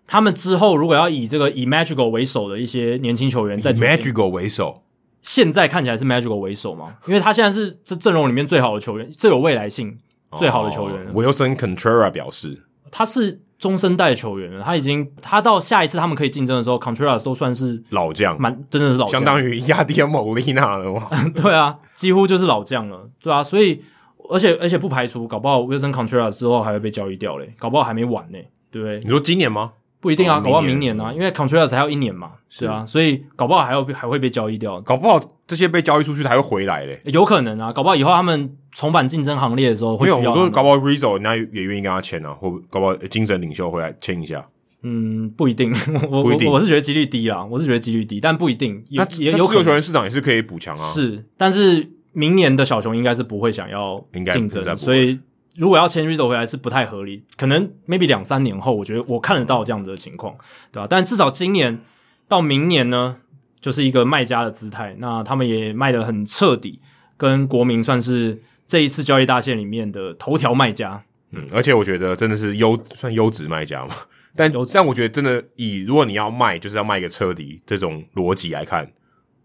[SPEAKER 1] 他们之后如果要以这个以 Magical 为首的一些年轻球员在
[SPEAKER 2] 以 Magical 为首，
[SPEAKER 1] 现在看起来是 Magical 为首嘛，因为他现在是这阵容里面最好的球员，最有未来性、
[SPEAKER 2] 哦
[SPEAKER 1] 最好的球员了。
[SPEAKER 2] Wilson Contrera 表示，
[SPEAKER 1] 他是中生代球员了，他已经他到下一次他们可以竞争的时候，Contreras 都算是
[SPEAKER 2] 老将，
[SPEAKER 1] 蛮真的是老将
[SPEAKER 2] 相当于亚迪尔某利纳了哇！
[SPEAKER 1] 对啊，几乎就是老将了，对啊，所以而且而且不排除搞不好 Wilson Contreras 之后还会被交易掉嘞，搞不好还没完呢，对不对？
[SPEAKER 2] 你说今年吗？
[SPEAKER 1] 不一定啊，
[SPEAKER 2] 哦
[SPEAKER 1] 搞不好明
[SPEAKER 2] 明
[SPEAKER 1] 年
[SPEAKER 2] 年
[SPEAKER 1] 啊，因为 Contreras 还有一年嘛，是啊，所以搞不好还要被还会被交易掉，
[SPEAKER 2] 搞不好这些被交易出去的还会回来嘞。
[SPEAKER 1] 有可能啊，搞不好以后他们重返竞争行列的时候会
[SPEAKER 2] 没有，
[SPEAKER 1] 需要
[SPEAKER 2] 我
[SPEAKER 1] 他
[SPEAKER 2] 都
[SPEAKER 1] 们
[SPEAKER 2] 搞不好 Rizzo 人家也愿意跟他签啊，或搞不好精神领袖回来签一下。
[SPEAKER 1] 嗯，不一定， 我
[SPEAKER 2] 不
[SPEAKER 1] 我
[SPEAKER 2] 一定
[SPEAKER 1] 我是觉得几率低啦，我是觉得几率低，但不一定，也
[SPEAKER 2] 那
[SPEAKER 1] 也
[SPEAKER 2] 那
[SPEAKER 1] 有
[SPEAKER 2] 自由
[SPEAKER 1] 可
[SPEAKER 2] 球
[SPEAKER 1] 能
[SPEAKER 2] 员市场也是可以补强啊。
[SPEAKER 1] 是，但是明年的小熊应该是不会想要
[SPEAKER 2] 应该
[SPEAKER 1] 竞
[SPEAKER 2] 不是
[SPEAKER 1] 争，
[SPEAKER 2] 在不会
[SPEAKER 1] 所以如果要签 Rizzo 回来是不太合理，可能 maybe 两三年后，我觉得我看得到这样子的情况，对吧、但至少今年到明年呢，就是一个卖家的姿态，那他们也卖得很彻底，跟国民算是这一次交易大线里面的头条卖家，
[SPEAKER 2] 嗯，而且我觉得真的是优算优质卖家
[SPEAKER 1] 嗯
[SPEAKER 2] 嘛。但但我觉得真的以如果你要卖，就是要卖一个车底这种逻辑来看，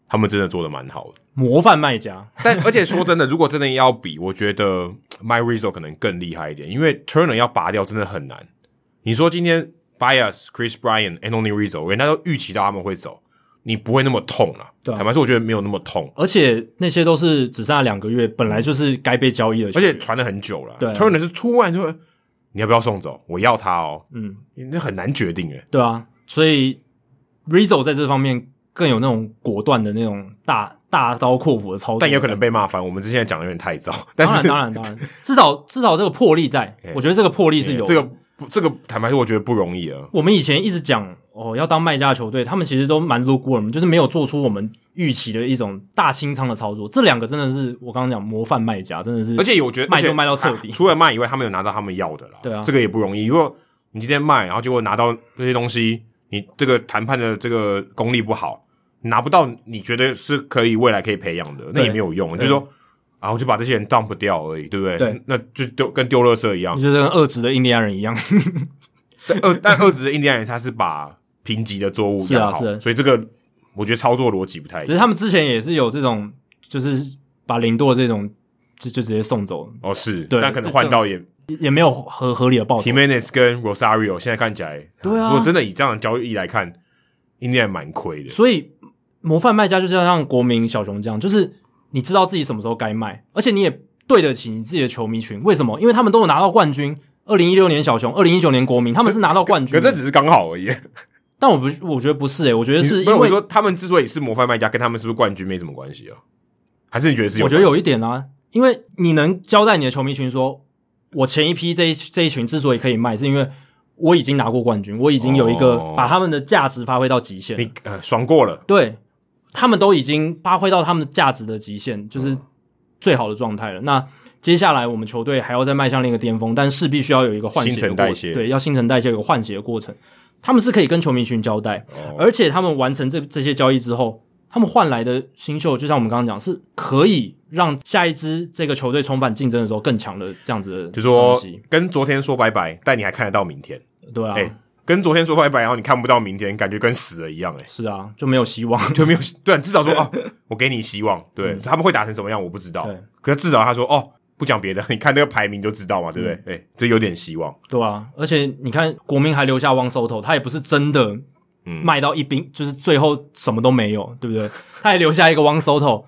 [SPEAKER 2] 他们真的做的蛮好的。
[SPEAKER 1] 模范卖家，
[SPEAKER 2] 但而且说 真的，如果真的要比，我觉得呃 My Rizzo 可能更厉害一点，因为 Turner 要拔掉真的很难。你说今天 Bias、Chris Bryan、Anthony Rizzo，人家都预期到他们会走，你不会那么痛啊。
[SPEAKER 1] 对啊
[SPEAKER 2] 坦白说，我觉得没有那么痛，
[SPEAKER 1] 而且那些都是只剩下两个月，本来就是该被交易的球
[SPEAKER 2] 而
[SPEAKER 1] 员，
[SPEAKER 2] 且传了很久了。
[SPEAKER 1] 对啊
[SPEAKER 2] Turner 是突然就会，你要不要送走？我要他哦，
[SPEAKER 1] 嗯，
[SPEAKER 2] 那很难决定诶、欸
[SPEAKER 1] 对啊，所以 Rizzo 在这方面更有那种果断的那种大大刀阔斧的操作，
[SPEAKER 2] 但也有可能被骂翻。我们之前讲的有点太早， 但
[SPEAKER 1] 当
[SPEAKER 2] 是
[SPEAKER 1] 然当然当 然，至少至少这个魄力在，
[SPEAKER 2] 哎
[SPEAKER 1] 我觉得这个魄力是有的
[SPEAKER 2] 这个不这个坦白说，我觉得不容易啊。
[SPEAKER 1] 我们以前一直讲哦，要当卖家的球队，他们其实都蛮 lukewarm，就是没有做出我们预期的一种大清仓的操作。这两个真的是我刚刚讲模范卖家，真的是，
[SPEAKER 2] 而且我觉得
[SPEAKER 1] 卖就
[SPEAKER 2] 而且
[SPEAKER 1] 卖到彻底
[SPEAKER 2] 啊除了卖以外，他们有拿到他们要的啦。
[SPEAKER 1] 对啊
[SPEAKER 2] 这个也不容易。如果你今天卖，然后结果拿到这些东西，你这个谈判的这个功力不好，拿不到你觉得是可以未来可以培养的，那
[SPEAKER 1] 对
[SPEAKER 2] 也没有用。
[SPEAKER 1] 对
[SPEAKER 2] 就是说啊，我就把这些人 dump 掉而已，对不对？
[SPEAKER 1] 对，嗯
[SPEAKER 2] 那就丢跟丢垃圾一样。
[SPEAKER 1] 就是跟二职的印第安人一样，
[SPEAKER 2] 哎但二但二职的印第安人他是把评级的作物
[SPEAKER 1] 是啊
[SPEAKER 2] 养好，
[SPEAKER 1] 是啊
[SPEAKER 2] 所以这个我觉得操作逻辑不太一
[SPEAKER 1] 只
[SPEAKER 2] 样。
[SPEAKER 1] 是他们之前也是有这种，就是把零舵这种就就直接送走，
[SPEAKER 2] 哦，是，
[SPEAKER 1] 对
[SPEAKER 2] 但可
[SPEAKER 1] 这
[SPEAKER 2] 能换
[SPEAKER 1] 这
[SPEAKER 2] 到也
[SPEAKER 1] 也也没有合合理的报酬。
[SPEAKER 2] Timanes 跟 Rosario 现在看起来，
[SPEAKER 1] 对啊
[SPEAKER 2] 如果真的以这样的交易来看，应该蛮亏的。
[SPEAKER 1] 所以模范卖家就是要像国民小熊这样，就是你知道自己什么时候该卖，而且你也对得起你自己的球迷群。为什么？因为他们都有拿到冠军。二零一六年小熊，二零一九年国民，他们是拿到冠
[SPEAKER 2] 可
[SPEAKER 1] 军
[SPEAKER 2] 这
[SPEAKER 1] 的。
[SPEAKER 2] 只是刚好而已。
[SPEAKER 1] 但我不，我觉得不是诶、我觉得是
[SPEAKER 2] 不
[SPEAKER 1] 因
[SPEAKER 2] 我
[SPEAKER 1] 为
[SPEAKER 2] 说他们之所以是模范卖家，跟他们是不是冠军没什么关系啊？还是你觉得是有
[SPEAKER 1] 我
[SPEAKER 2] 关系？
[SPEAKER 1] 觉得有一点啊，因为你能交代你的球迷群说，我前一批这一这一群之所以可以卖，是因为我已经拿过冠军，我已经有一个
[SPEAKER 2] 哦
[SPEAKER 1] 把他们的价值发挥到极限了。
[SPEAKER 2] 你呃爽过了，
[SPEAKER 1] 对他们都已经发挥到他们的价值的极限，
[SPEAKER 2] 嗯
[SPEAKER 1] 就是最好的状态了。那接下来我们球队还要再迈向另一个巅峰，但势必需要有一个换血的
[SPEAKER 2] 新陈
[SPEAKER 1] 过
[SPEAKER 2] 代谢
[SPEAKER 1] 对，要新陈代谢有个换血的过程。他们是可以跟球迷群交代，
[SPEAKER 2] 哦
[SPEAKER 1] 而且他们完成这这些交易之后，他们换来的新秀，就像我们刚刚讲，是可以让下一支这个球队重返竞争的时候更强的这样子的
[SPEAKER 2] 就说
[SPEAKER 1] 东西
[SPEAKER 2] 跟昨天说拜拜，但你还看得到明天。
[SPEAKER 1] 对啊，
[SPEAKER 2] 哎、跟昨天说拜拜，然后你看不到明天，感觉跟死了一样、哎，
[SPEAKER 1] 是啊，就没有希望。
[SPEAKER 2] 就没有对，至少说哦，我给你希望。对、他们会打成什么样，我不知道
[SPEAKER 1] 嗯对。
[SPEAKER 2] 可是至少他说哦，不讲别的， 你看那个排名就知道嘛，对不对？
[SPEAKER 1] 嗯
[SPEAKER 2] 哎、这有点希望。
[SPEAKER 1] 对啊，而且你看，国民还留下汪 Soto，他也不是真的
[SPEAKER 2] 嗯
[SPEAKER 1] 卖到一兵，就是最后什么都没有，对不对？他还留下一个汪 Soto，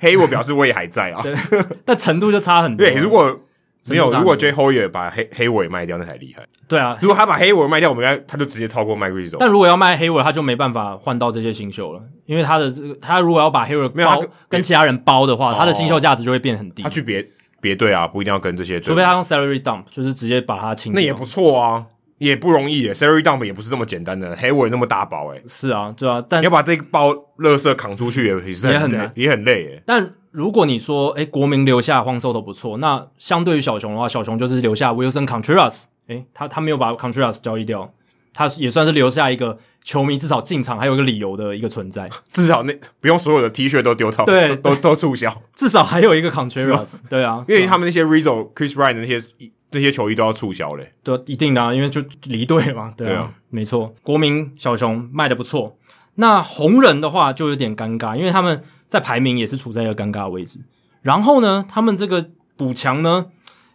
[SPEAKER 2] 黑我表示我也还在 啊。
[SPEAKER 1] 对啊但程度就差很多。
[SPEAKER 2] 对，如果没有
[SPEAKER 1] 程度上
[SPEAKER 2] 如果 J Hoyer 把黑黑尾卖掉，那才厉害。
[SPEAKER 1] 对啊，
[SPEAKER 2] 如果他把黑尾卖掉，我们应该他就直接超过 m i c h a e
[SPEAKER 1] 但如果要卖黑尾，他就没办法换到这些新秀了，因为他的这个他如果要把黑尾
[SPEAKER 2] 没有他
[SPEAKER 1] 包
[SPEAKER 2] 跟
[SPEAKER 1] 跟其他人包的话，
[SPEAKER 2] 哦
[SPEAKER 1] 他的新秀价值就会变很低
[SPEAKER 2] 他。去别别队啊，不一定要跟这些队伍，
[SPEAKER 1] 除非他用 salary dump，就是直接把他清掉。
[SPEAKER 2] 那也不错啊，也不容易耶。Salary dump 也不是这么简单的，黑尾那么大包哎，
[SPEAKER 1] 是啊，对啊，但
[SPEAKER 2] 要把这个包垃圾扛出去也也是
[SPEAKER 1] 也很
[SPEAKER 2] 累
[SPEAKER 1] 难
[SPEAKER 2] 也很累耶。
[SPEAKER 1] 但如果你说，诶，国民留下荒兽都不错，那相对于小熊的话，小熊就是留下 Wilson Contreras，诶，他他没有把 Contreras 交易掉，他也算是留下一个球迷至少进场还有一个理由的一个存在，
[SPEAKER 2] 至少那不用所有的 T 恤都丢到，
[SPEAKER 1] 对
[SPEAKER 2] 都都都促 销，
[SPEAKER 1] 至少还有一个
[SPEAKER 2] 是
[SPEAKER 1] Contreras，对啊，
[SPEAKER 2] 因为他们那些 Rizzo、Chris Ryan 的那些那些球衣都要促销嘞。
[SPEAKER 1] 对啊，一定的、啊，因为就离队嘛，对啊，
[SPEAKER 2] 对啊
[SPEAKER 1] 没错。国民小熊卖的不错，那红人的话就有点尴尬，因为他们在排名也是处在一个尴尬的位置。然后呢，他们这个补强呢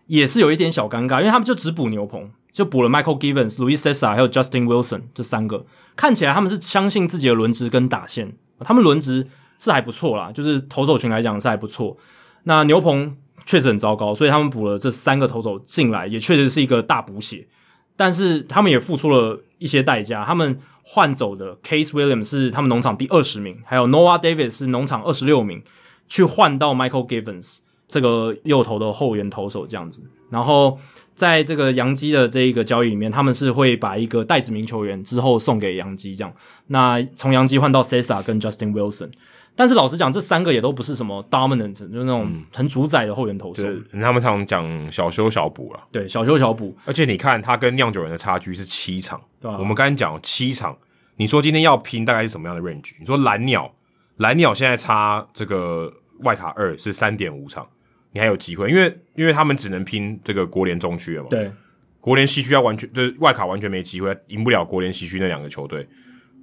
[SPEAKER 1] 也是有一点小尴尬，因为他们就只补牛棚，就补了 Michael Givens、Louis Cesar 还有 Justin Wilson 这三个，看起来他们是相信自己的轮值跟打线，他们轮值是还不错啦，就是投手群来讲是还不错。那牛棚确实很糟糕，所以他们补了这三个投手进来，也确实是一个大补血。但是他们也付出了一些代价，他们换走的 Case Williams 是他们农场第二十名，还有 Noah Davis 是农场二十六名，去换到 Michael Givens 这个右投的后援投手这样子。然后在这个洋基的这一个交易里面，他们是会把一个代指名球员之后送给洋基这样。那从洋基换到 Cesar 跟 Justin Wilson。但是老实讲，这三个也都不是什么 dominant，就是那种很主宰的后援投手。
[SPEAKER 2] 就是他们常讲小修小补了，
[SPEAKER 1] 对，小修小补，
[SPEAKER 2] 而且你看他跟酿酒人的差距是七场，
[SPEAKER 1] 对啊
[SPEAKER 2] 我们刚才讲七场，你说今天要拼大概是什么样的 range？你说蓝鸟，蓝鸟现在差这个外卡二是三点五场，你还有机会，因为因为他们只能拼这个国联中区了嘛，
[SPEAKER 1] 对，
[SPEAKER 2] 国联西区要完全就是外卡完全没机会，赢不了国联西区那两个球队，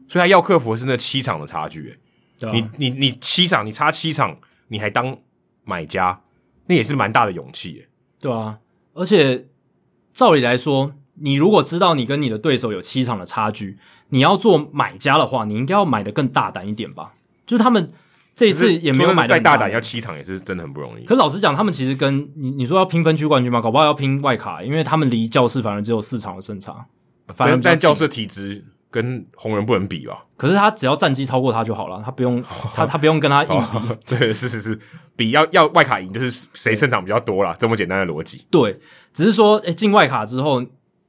[SPEAKER 2] 所以他要克服的是那七场的差距、欸
[SPEAKER 1] 对啊
[SPEAKER 2] 你你你七场，你差七场，你还当买家，那也是蛮大的勇气欸耶。
[SPEAKER 1] 对啊，而且照理来说，你如果知道你跟你的对手有七场的差距，你要做买家的话，你应该要买的更大胆一点吧？就是他们这一次也没有买得
[SPEAKER 2] 再
[SPEAKER 1] 很
[SPEAKER 2] 大胆，要七场也是真的很不容易。
[SPEAKER 1] 可是老实讲，他们其实跟你你说要拼分区冠军嘛，搞不好要拼外卡，因为他们离教室反而只有四场的胜差，反而
[SPEAKER 2] 但
[SPEAKER 1] 比较
[SPEAKER 2] 但
[SPEAKER 1] 近
[SPEAKER 2] 教室体质跟红人不能比吧？
[SPEAKER 1] 可是他只要战绩超过他就好了，他不 用他他不用跟他硬比。
[SPEAKER 2] 哦， 对，是是是，比要要外卡赢就是谁胜场比较多啦，这么简单的逻辑。
[SPEAKER 1] 对，只是说，诶，进外卡之后，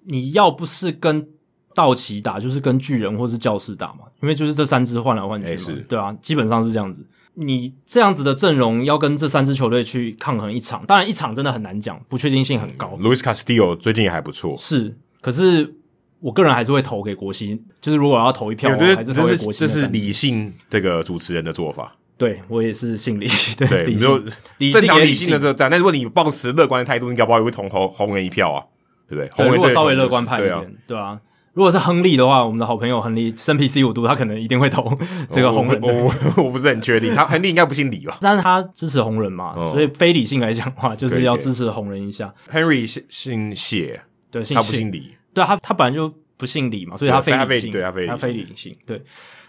[SPEAKER 1] 你要不是跟道奇打，就是跟巨人或是教士打嘛，因为就是这三支换来换去
[SPEAKER 2] 诶
[SPEAKER 1] 嘛，
[SPEAKER 2] 是
[SPEAKER 1] 对啊，基本上是这样子。你这样子的阵容要跟这三支球队去抗衡一场，当然一场真的很难讲，不确定性很高。
[SPEAKER 2] Luis Castillo 最近也还不错，
[SPEAKER 1] 是，可是我个人还是会投给国西，就是如果要投一票，
[SPEAKER 2] 我
[SPEAKER 1] 我
[SPEAKER 2] 觉
[SPEAKER 1] 还
[SPEAKER 2] 得
[SPEAKER 1] 是投
[SPEAKER 2] 这
[SPEAKER 1] 给
[SPEAKER 2] 是
[SPEAKER 1] 国西
[SPEAKER 2] 这
[SPEAKER 1] 那三支。
[SPEAKER 2] 是理性这个主持人的做法。
[SPEAKER 1] 对我也是姓李，
[SPEAKER 2] 对，
[SPEAKER 1] 理
[SPEAKER 2] 没有
[SPEAKER 1] 性理性
[SPEAKER 2] 正常
[SPEAKER 1] 也
[SPEAKER 2] 理性的这战，但如果你抱持乐观的态度，你搞不好也会同红红人一票啊，对不对？
[SPEAKER 1] 对，
[SPEAKER 2] 红人
[SPEAKER 1] 如果
[SPEAKER 2] 队
[SPEAKER 1] 稍微
[SPEAKER 2] 同
[SPEAKER 1] 乐观派一
[SPEAKER 2] 对啊
[SPEAKER 1] 点，，对啊。如果是亨利的话，我们的好朋友亨利生 P C 五度，他可能一定会投 这个
[SPEAKER 2] 我
[SPEAKER 1] 红人
[SPEAKER 2] 我
[SPEAKER 1] 队，
[SPEAKER 2] 我 我不是很确定，他亨利应该不姓李吧
[SPEAKER 1] 但是他支持红人嘛，
[SPEAKER 2] 哦
[SPEAKER 1] 所以非理性来讲的话，就是
[SPEAKER 2] 对
[SPEAKER 1] 要
[SPEAKER 2] 对
[SPEAKER 1] 支持红人一下。
[SPEAKER 2] ？Henry 姓姓谢，
[SPEAKER 1] 对，姓
[SPEAKER 2] 他不
[SPEAKER 1] 谢
[SPEAKER 2] 姓李，
[SPEAKER 1] 对他他本来就不姓李嘛，所以他非
[SPEAKER 2] 对他
[SPEAKER 1] 理
[SPEAKER 2] 非
[SPEAKER 1] 性，
[SPEAKER 2] 对他非理性
[SPEAKER 1] 非理性，对。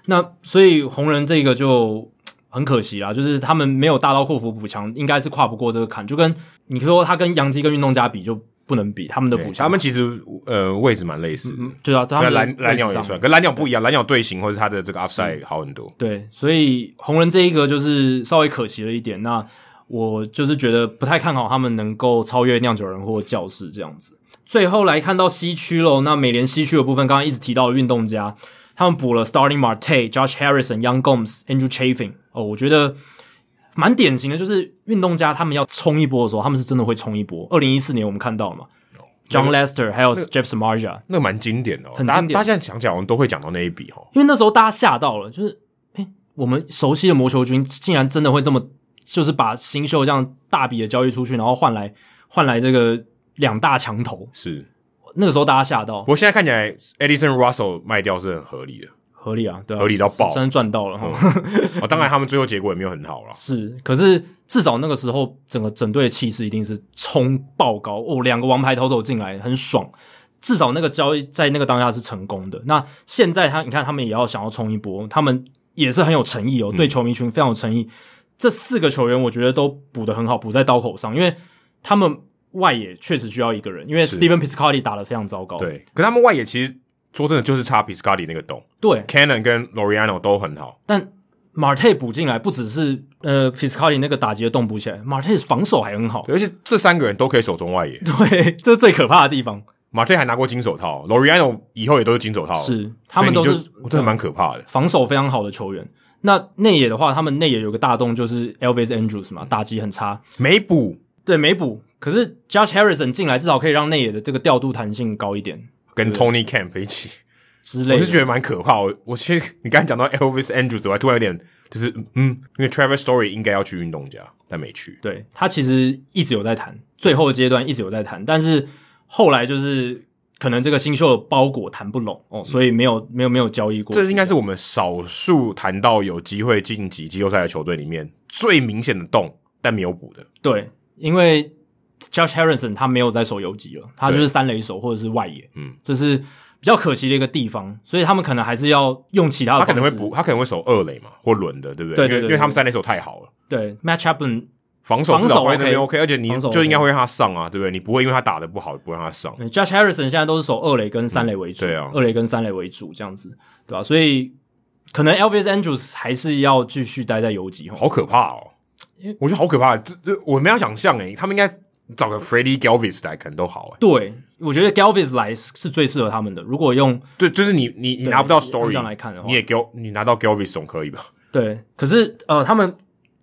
[SPEAKER 1] 那所以红人这个就嗯很可惜啦，就是他们没有大刀阔斧补强，应该是跨不过这个坎。就跟你说，他跟杨基跟运动家比就不能比，他们的
[SPEAKER 2] 对
[SPEAKER 1] 补强，
[SPEAKER 2] 他们其实呃位置蛮类似的，
[SPEAKER 1] 对啊，他
[SPEAKER 2] 那
[SPEAKER 1] 们的
[SPEAKER 2] 蓝蓝鸟
[SPEAKER 1] 位置
[SPEAKER 2] 也
[SPEAKER 1] 上
[SPEAKER 2] 算，可蓝鸟不一样，蓝鸟队形或者他的这个 upside 好很多。
[SPEAKER 1] 对，所以红人这一个就是稍微可惜了一点。那我就是觉得不太看好他们能够超越酿酒人或教士这样子。最后来看到西区喽，那美联西区的部分，刚刚一直提到的运动家，他们补了 Starting Marte、Josh Harrison、Young Gomes、Andrew Chafin。哦，我觉得蛮典型的，就是运动家他们要冲一波的时候，他们是真的会冲一波。二零一四年我们看到了嘛，John Lester 还有 Jeff Samarja，
[SPEAKER 2] 那个蛮经典的、哦，
[SPEAKER 1] 很
[SPEAKER 2] 大家
[SPEAKER 1] 经典
[SPEAKER 2] 大家现在想讲，我们都会讲到那一笔哦。
[SPEAKER 1] 因为那时候大家吓到了，就是哎、诶我们熟悉的魔球军竟然真的会这么，就是把新秀这样大笔的交易出去，然后换来换来这个两大强头。
[SPEAKER 2] 是，
[SPEAKER 1] 那个时候大家吓到
[SPEAKER 2] 不，过现在看起来，Edison Russell 卖掉是很合理的。
[SPEAKER 1] 合理啊，对啊，
[SPEAKER 2] 合理到爆
[SPEAKER 1] 算是赚到了哈。
[SPEAKER 2] 哦，当然他们最后结果也没有很好啦。
[SPEAKER 1] 是，可是至少那个时候整个整队的气势一定是冲爆高哦，两个王牌投手进来很爽，至少那个交易在那个当下是成功的。那
[SPEAKER 2] 嗯
[SPEAKER 1] 现在他你看他们也要想要冲一波，他们也是很有诚意哦，对球迷群非常有诚意。这四个球员我觉得都补得很好，补在刀口上，因为他们外野确实需要一个人，因为
[SPEAKER 2] 是
[SPEAKER 1] Steven Piscotty 打得非常糟糕，
[SPEAKER 2] 对，可他们外野其实说真的就是差 p i s c o t t i 那个洞
[SPEAKER 1] 对，
[SPEAKER 2] ，Cannon 跟 Loriano 都很好，
[SPEAKER 1] 但 Marte 补进来不只是呃 Piscotty 那个打击的动补起来，Marte 防守还很好，
[SPEAKER 2] 对而且这三个人都可以守中外野。
[SPEAKER 1] 对，这是最可怕的地方，
[SPEAKER 2] 马特还拿过金手套，Loriano 以后也都是金手套了，
[SPEAKER 1] 是他们都
[SPEAKER 2] 所以你
[SPEAKER 1] 是
[SPEAKER 2] 就我真的蛮可怕的。
[SPEAKER 1] 防守非常好的球员。那内野的话，他们内野有个大洞，就是 Elvis Andrews
[SPEAKER 2] 嗯
[SPEAKER 1] 嘛，打击很差，
[SPEAKER 2] 没补
[SPEAKER 1] 对，没补。可是 Josh Harrison 进来，至少可以让内野的这个调度弹性高一点
[SPEAKER 2] 跟 Tony Camp 一起，
[SPEAKER 1] 之
[SPEAKER 2] 我
[SPEAKER 1] 类的。
[SPEAKER 2] 是觉得蛮可怕。我我其实你刚才讲到 Elvis Andrews，我还突然有点就是嗯，因为 Trevor Story 应该要去运动家，但没去。
[SPEAKER 1] 对他其实一直有在谈，最后阶段一直有在谈，但是后来就是可能这个新秀的包裹谈不拢
[SPEAKER 2] 嗯
[SPEAKER 1] 哦，所以没有没有没有交易过。
[SPEAKER 2] 这应该是我们少数谈到有机会晋级季后赛的球队里面最明显的洞，但没有补的。
[SPEAKER 1] 对，因为 Josh Harrison 他没有在守游击了，他就是三垒手或者是外野，
[SPEAKER 2] 嗯，
[SPEAKER 1] 这是比较可惜的一个地方，所以他们可能还是要用其他
[SPEAKER 2] 他
[SPEAKER 1] 的
[SPEAKER 2] 可
[SPEAKER 1] 方式。
[SPEAKER 2] 能会补，他可能会守二垒嘛，或轮的，对不
[SPEAKER 1] 对
[SPEAKER 2] 对？因为
[SPEAKER 1] 对对
[SPEAKER 2] 因为他们三垒手太好了，
[SPEAKER 1] 对 Match Chapman，
[SPEAKER 2] 防守
[SPEAKER 1] 防守
[SPEAKER 2] 至少放在那边
[SPEAKER 1] OK
[SPEAKER 2] OK，而且你
[SPEAKER 1] 防守
[SPEAKER 2] 就
[SPEAKER 1] OK
[SPEAKER 2] 应该会让他上啊，对不对？你不会因为他打的不好不让他上。
[SPEAKER 1] 呃 Josh Harrison 现在都是守二垒跟三垒为主，
[SPEAKER 2] 嗯对啊
[SPEAKER 1] 二垒跟三垒为主这样子，对吧、所以可能 Elvis Andrews 还是要继续待在游击，吼
[SPEAKER 2] 好可怕哦！我觉得好可怕，这这我没有想象欸诶，他们应该找个 Freddie Galvis 来可能都好欸诶。
[SPEAKER 1] 对，我觉得 Galvis 来是是最适合他们的。如果用
[SPEAKER 2] 对，就是你你你拿不到
[SPEAKER 1] 对按
[SPEAKER 2] Story，
[SPEAKER 1] 这样来看的话
[SPEAKER 2] 你也 Gal 你拿到 Galvis 总可以吧？
[SPEAKER 1] 对，可是呃，他们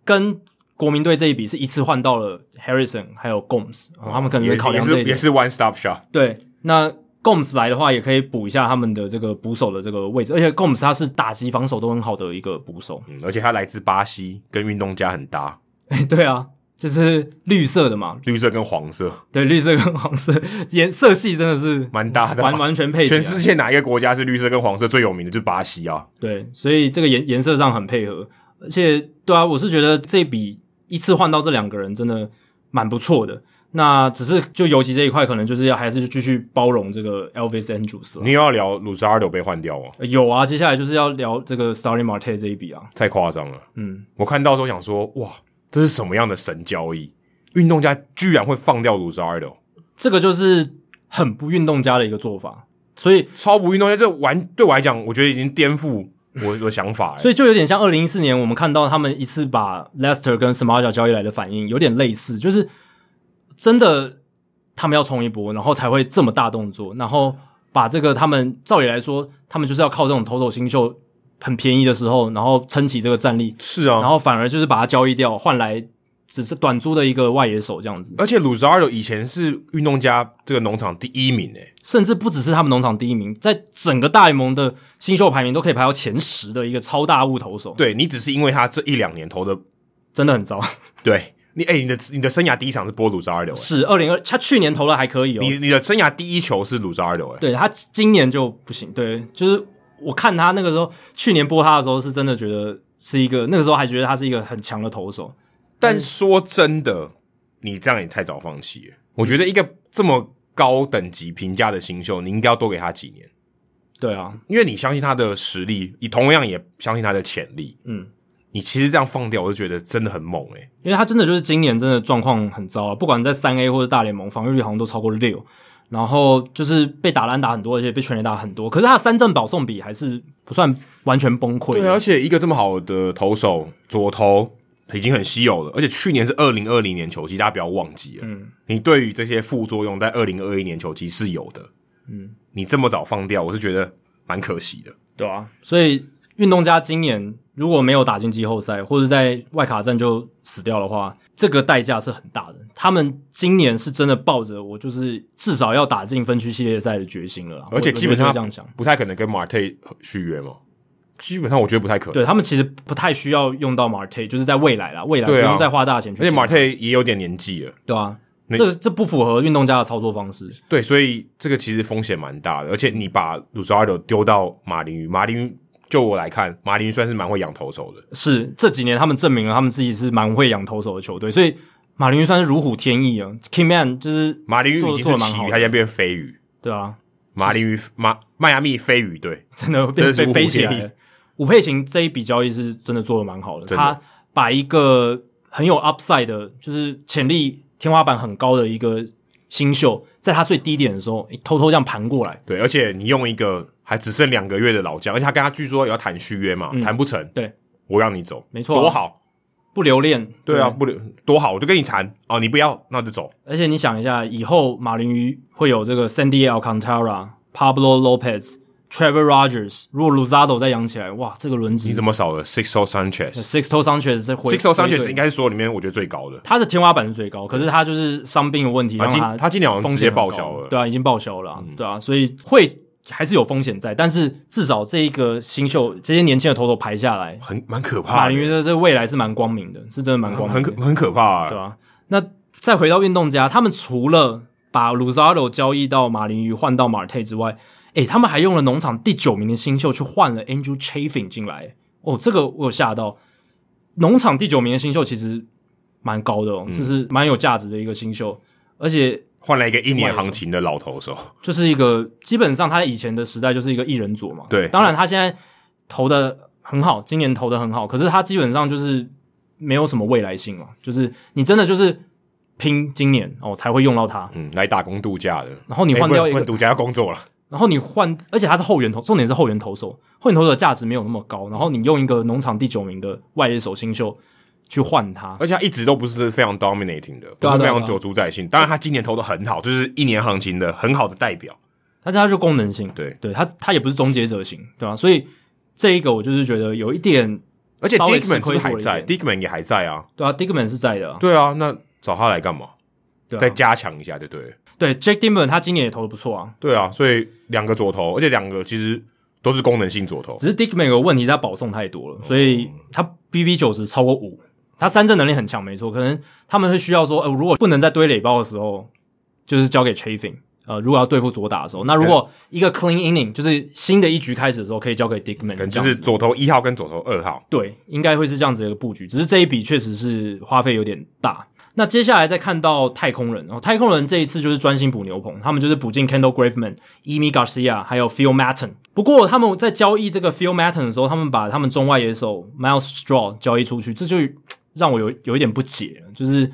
[SPEAKER 1] 跟国民队这一比是一次换到了 Harrison 还有 Gomes，、哦、他们可能
[SPEAKER 2] 也
[SPEAKER 1] 考
[SPEAKER 2] 也
[SPEAKER 1] 量这
[SPEAKER 2] 是
[SPEAKER 1] 一
[SPEAKER 2] 也
[SPEAKER 1] 点。
[SPEAKER 2] 是 One Stop Shop，
[SPEAKER 1] 对，那 Gomes 来的话，也可以补一下他们的这个捕手的这个位置，而且 Gomes 他是打击防守都很好的一个捕手。
[SPEAKER 2] 嗯，而且他来自巴西，跟运动家很搭，
[SPEAKER 1] 对啊，就是绿色的嘛，
[SPEAKER 2] 绿色跟黄色
[SPEAKER 1] 对，绿色跟黄色颜色系真的是
[SPEAKER 2] 蛮搭的啊、
[SPEAKER 1] 完完全配起来
[SPEAKER 2] 全世界哪一个国家是绿色跟黄色最有名的？就是巴西啊！
[SPEAKER 1] 对，所以这个颜颜色上很配合，而且对啊，我是觉得这笔一次换到这两个人真的蛮不错的。那只是就尤其这一块，可能就是要还是继续包容这个 Elvis Andrews 了
[SPEAKER 2] 你。又要聊 Luzardo 被换掉吗？哦
[SPEAKER 1] 呃有啊，接下来就是要聊这个 Starry Marte 这一笔啊，
[SPEAKER 2] 太夸张了！
[SPEAKER 1] 嗯，
[SPEAKER 2] 我看到的时候想说，哇，这是什么样的神交易？运动家居然会放掉 Luzardo，
[SPEAKER 1] 这个就是很不运动家的一个做法，所以
[SPEAKER 2] 超不运动家，这完对我来讲，我觉得已经颠覆我 的想法了。
[SPEAKER 1] 所
[SPEAKER 2] 以
[SPEAKER 1] 以就有点像二零一四年我们看到他们一次把 Lester 跟 Smarja 交易来的反应，有点类似，就是真的他们要冲一波，然后才会这么大动作，然后把这个他们照理来说，他们就是要靠这种头手新秀很便宜的时候，然后撑起这个战力，
[SPEAKER 2] 是啊，
[SPEAKER 1] 然后反而就是把它交易掉，换来只是短租的一个外野手这样子，
[SPEAKER 2] 而且 Luzardo 以前是运动家这个农场第一名欸诶、
[SPEAKER 1] 甚至不只是他们农场第一名，在整个大联盟的新秀排名都可以排到前十的一个超大物投手，
[SPEAKER 2] 对你只是因为他这一两年投的，
[SPEAKER 1] 真的很糟。
[SPEAKER 2] 对你诶、你的你的生涯第一场是波 Luzardo，、欸、
[SPEAKER 1] 是二零二，他去年投的还可以哦，
[SPEAKER 2] 你你的生涯第一球是 Luzardo 诶、
[SPEAKER 1] 对他今年就不行，对，就是我看他那个时候，去年播他的时候是真的觉得是一个，那个时候还觉得他是一个很强的投手，
[SPEAKER 2] 但说真的，你这样也太早放弃了。我觉得一个这么高等级评价的新秀，你应该要多给他几年，
[SPEAKER 1] 对啊，
[SPEAKER 2] 因为你相信他的实力，你同样也相信他的潜力。
[SPEAKER 1] 嗯，
[SPEAKER 2] 你其实这样放掉，我就觉得真的很猛欸诶、
[SPEAKER 1] 因为他真的就是今年真的状况很糟啊，不管在三 A 或者大联盟，防御率好像都超过六，然后就是被打烂打很多，而且被全垒打很多，可是他的三振保送比还是不算完全崩溃，
[SPEAKER 2] 对啊，而且一个这么好的投手，左投已经很稀有了，而且去年是二零二零年球季，大家不要忘记了。
[SPEAKER 1] 嗯
[SPEAKER 2] 你对于这些副作用，在二零二一年球季是有的。
[SPEAKER 1] 嗯，
[SPEAKER 2] 你这么早放掉，我是觉得蛮可惜的。
[SPEAKER 1] 对啊，所以运动家今年如果没有打进季后赛，或者在外卡战就死掉的话，这个代价是很大的。他们今年是真的抱着我就是至少要打进分区系列赛的决心了啦，
[SPEAKER 2] 而且
[SPEAKER 1] 我
[SPEAKER 2] 基本上
[SPEAKER 1] 我觉得就是
[SPEAKER 2] 他
[SPEAKER 1] 这样讲。
[SPEAKER 2] 不太可能跟马特续约嘛。基本上我觉得不太可能。
[SPEAKER 1] 对他们其实不太需要用到 Marte，就是在未来啦，未来不
[SPEAKER 2] 对啊
[SPEAKER 1] 用再花大钱去
[SPEAKER 2] 而且
[SPEAKER 1] 签。
[SPEAKER 2] 马特也有点年纪了，
[SPEAKER 1] 对啊，
[SPEAKER 2] 那
[SPEAKER 1] 这这不符合运动家的操作方式。
[SPEAKER 2] 对，所以这个其实风险蛮大的。而且你把 l u z a r d o 丢到马林鱼，马林鱼就我来看，马林鱼算是蛮会养投手的。
[SPEAKER 1] 是这几年他们证明了他们自己是蛮会养投手的球队，所以马林鱼算是如虎添翼啊。Kingman 就是
[SPEAKER 2] 马林鱼
[SPEAKER 1] 做
[SPEAKER 2] 已
[SPEAKER 1] 得
[SPEAKER 2] 经
[SPEAKER 1] 做
[SPEAKER 2] 是
[SPEAKER 1] 得蛮
[SPEAKER 2] 旗
[SPEAKER 1] 好
[SPEAKER 2] 鱼，
[SPEAKER 1] 的
[SPEAKER 2] 它现在变飞鱼。
[SPEAKER 1] 对啊，
[SPEAKER 2] 马林鱼马迈阿密飞鱼队，
[SPEAKER 1] 真的变
[SPEAKER 2] 真
[SPEAKER 1] 飞
[SPEAKER 2] 的是无
[SPEAKER 1] 飞
[SPEAKER 2] 无
[SPEAKER 1] 起来
[SPEAKER 2] 天意
[SPEAKER 1] 了。武佩琴这一笔交易是真的做的蛮好的，
[SPEAKER 2] 真的
[SPEAKER 1] 他把一个很有 upside 的，就是潜力天花板很高的一个新秀，在他最低点的时候，诶偷偷这样盘过来，
[SPEAKER 2] 对，而且你用一个还只剩两个月的老将，而且他跟他据说也要谈续约嘛，谈、不成，
[SPEAKER 1] 嗯对，
[SPEAKER 2] 我让你走，
[SPEAKER 1] 没错啊
[SPEAKER 2] 多好，
[SPEAKER 1] 不留恋。
[SPEAKER 2] 对啊，，不留多好，我就跟你谈哦，你不要，那我就走，
[SPEAKER 1] 而且你想一下，以后马林鱼会有这个 Sandy Alcantara、Pablo Lopez、Trevor Rogers，如果 Luzado 再养起来，哇，这个轮
[SPEAKER 2] 你
[SPEAKER 1] 值
[SPEAKER 2] 怎么少了 Sixto Sanchez？Sixto
[SPEAKER 1] Sixto Sanchez 是回
[SPEAKER 2] Sanchez
[SPEAKER 1] 回
[SPEAKER 2] 应
[SPEAKER 1] 队
[SPEAKER 2] 该是所有里面我觉得最高的，
[SPEAKER 1] 他的天花板是最高，可是他就是伤病的问题，
[SPEAKER 2] 啊
[SPEAKER 1] 让
[SPEAKER 2] 今
[SPEAKER 1] 他
[SPEAKER 2] 他今年好像
[SPEAKER 1] 风
[SPEAKER 2] 直
[SPEAKER 1] 险
[SPEAKER 2] 接
[SPEAKER 1] 很高
[SPEAKER 2] 报销了嗯
[SPEAKER 1] 对啊，已经报销了啊、对啊，所以会还是有风险在，但是至少这一个新秀，这些年轻的头头排下来，
[SPEAKER 2] 很蛮可怕
[SPEAKER 1] 马
[SPEAKER 2] 的，
[SPEAKER 1] 林鱼的这未来是蛮光明的，是真的蛮光明
[SPEAKER 2] 很
[SPEAKER 1] 的
[SPEAKER 2] 可，很可怕、啊，
[SPEAKER 1] 对啊。那再回到运动家，他们除了把 Luzaro 交易到马林鱼换到马尔泰之外，诶、他们还用了农场第九名的新秀去换了 Andrew Chafin 进来。哦，这个我有吓到。农场第九名的新秀其实蛮高的
[SPEAKER 2] 嗯
[SPEAKER 1] 哦，就是蛮有价值的一个新秀，而且
[SPEAKER 2] 换来一个一年行情的老投手，
[SPEAKER 1] 就是一个基本上他以前的时代就是一个一人左嘛。
[SPEAKER 2] 对
[SPEAKER 1] 当然他现在投的很好，今年投的很好，可是他基本上就是没有什么未来性嘛，就是你真的就是拼今年哦才会用到他，
[SPEAKER 2] 嗯，来打工度假的。
[SPEAKER 1] 然后你
[SPEAKER 2] 哎
[SPEAKER 1] 换
[SPEAKER 2] 不
[SPEAKER 1] 掉
[SPEAKER 2] 能
[SPEAKER 1] 一
[SPEAKER 2] 不
[SPEAKER 1] 个，
[SPEAKER 2] 能度假要工作了，
[SPEAKER 1] 然后你换，而且他是后援投，重点是后援投手，后援投手的价值没有那么高，然后你用一个农场第九名的外野手新秀去换他，
[SPEAKER 2] 而且他一直都不是非常 dominating 的，不
[SPEAKER 1] 对啊
[SPEAKER 2] 是非
[SPEAKER 1] 对啊
[SPEAKER 2] 常有主宰性。当然，他今年投的很好，就是一年行情的很好的代表。
[SPEAKER 1] 但是他就功能性，
[SPEAKER 2] 对
[SPEAKER 1] 对他他也不是终结者型，对吧、所以这一个我就是觉得有一点，
[SPEAKER 2] 而且
[SPEAKER 1] 稍微吃
[SPEAKER 2] Dickman 是不
[SPEAKER 1] 亏
[SPEAKER 2] 是
[SPEAKER 1] 过
[SPEAKER 2] 还
[SPEAKER 1] 了一
[SPEAKER 2] 在
[SPEAKER 1] 点
[SPEAKER 2] ？Dickman 也还在啊。
[SPEAKER 1] 对啊，Digman 是在的、啊，
[SPEAKER 2] 对啊，那找他来干嘛？
[SPEAKER 1] 对啊
[SPEAKER 2] 再加强一下，对不对了？
[SPEAKER 1] 对 Jake Dimon 他今年也投的不错啊，
[SPEAKER 2] 对啊，所以两个左投，而且两个其实都是功能性左投。
[SPEAKER 1] 只是 Dickman 有个问题，他保送太多了，所
[SPEAKER 2] 哦
[SPEAKER 1] 以他 BB 九十超过五，他三振能力很强，没错。可能他们会需要说，呃，如果不能在堆垒包的时候，就是交给 Chafing。呃，如果要对付左打的时候，那如果一个 clean inning 就是新的一局开始的时候，可以交给 Dickman，
[SPEAKER 2] 可能
[SPEAKER 1] 这
[SPEAKER 2] 就
[SPEAKER 1] 样
[SPEAKER 2] 是
[SPEAKER 1] 子
[SPEAKER 2] 左投一号跟左投二号，
[SPEAKER 1] 对，应该会是这样子的一个布局。只是这一笔确实是花费有点大。那接下来再看到太空人，哦，太空人这一次就是专心补牛棚，他们就是补进 Kendall Graveman、Emi Garcia 还有 Phil Maton。不过他们在交易这个 Phil Maton 的时候，他们把他们中外野手 Miles Straw 交易出去，这就让我有有一点不解了，就是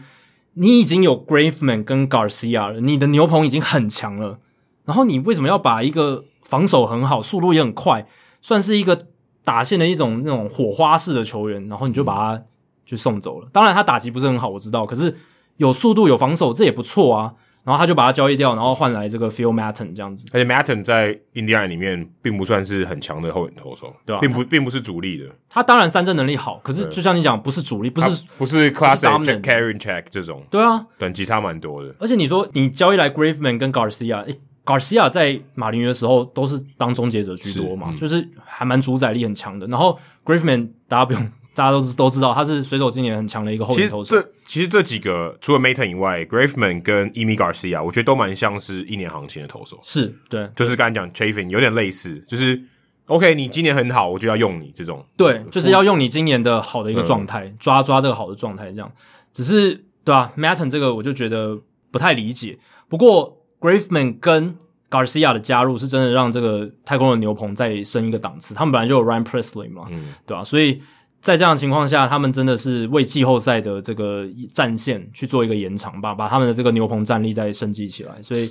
[SPEAKER 1] 你已经有 Graveman 跟 Garcia 了，你的牛棚已经很强了，然后你为什么要把一个防守很好、速度也很快，算是一个打线的一种那种火花式的球员，然后你就把
[SPEAKER 2] 嗯
[SPEAKER 1] 他就送走了？当然他打击不是很好，我知道，可是有速度有防守，这也不错啊。然后他就把他交易掉，然后换来这个 Phil Maton 这样子。
[SPEAKER 2] 而且 Matten 在印第安里面并不算是很强的后援投手，
[SPEAKER 1] 对啊
[SPEAKER 2] 并不并不是主力的，
[SPEAKER 1] 他当然三振能力好，可是就像你讲，不是主力，不
[SPEAKER 2] 他
[SPEAKER 1] 是
[SPEAKER 2] 不是 Class A
[SPEAKER 1] dominant
[SPEAKER 2] Carry Check 这种，
[SPEAKER 1] 对啊。
[SPEAKER 2] 等级差蛮多的。
[SPEAKER 1] 而且你说你交易来 Graveman 跟 Garcia，诶 Garcia 在马林鱼的时候都是当终结者居多
[SPEAKER 2] 嗯
[SPEAKER 1] 嘛，就是还蛮主宰力很强的。然后 Graveman 大家不用，大家都知都知道他是水手今年很强的一个后
[SPEAKER 2] 其
[SPEAKER 1] 援
[SPEAKER 2] 实
[SPEAKER 1] 投手。
[SPEAKER 2] 这其实这几个除了 Maton 以外，Graveman 跟 Emi Garcia，我觉得都蛮像是一年行情的投手，
[SPEAKER 1] 是对
[SPEAKER 2] 就是刚才讲 Chafin 有点类似，就是 OK，你今年很好，我就要用你这种。
[SPEAKER 1] 对，就是要用你今年的好的一个状态，
[SPEAKER 2] 嗯
[SPEAKER 1] 抓抓这个好的状态，这样。只是对啊 m a t t o n 这个我就觉得不太理解。不过 Graveman 跟 Garcia 的加入是真的让这个太空人牛棚再升一个档次。他们本来就有 Ryan Presley 嘛，
[SPEAKER 2] 嗯
[SPEAKER 1] 对啊，所以在这样的情况下，他们真的是为季后赛的这个战线去做一个延长吧，把他们的这个牛棚战力再升级起来，所以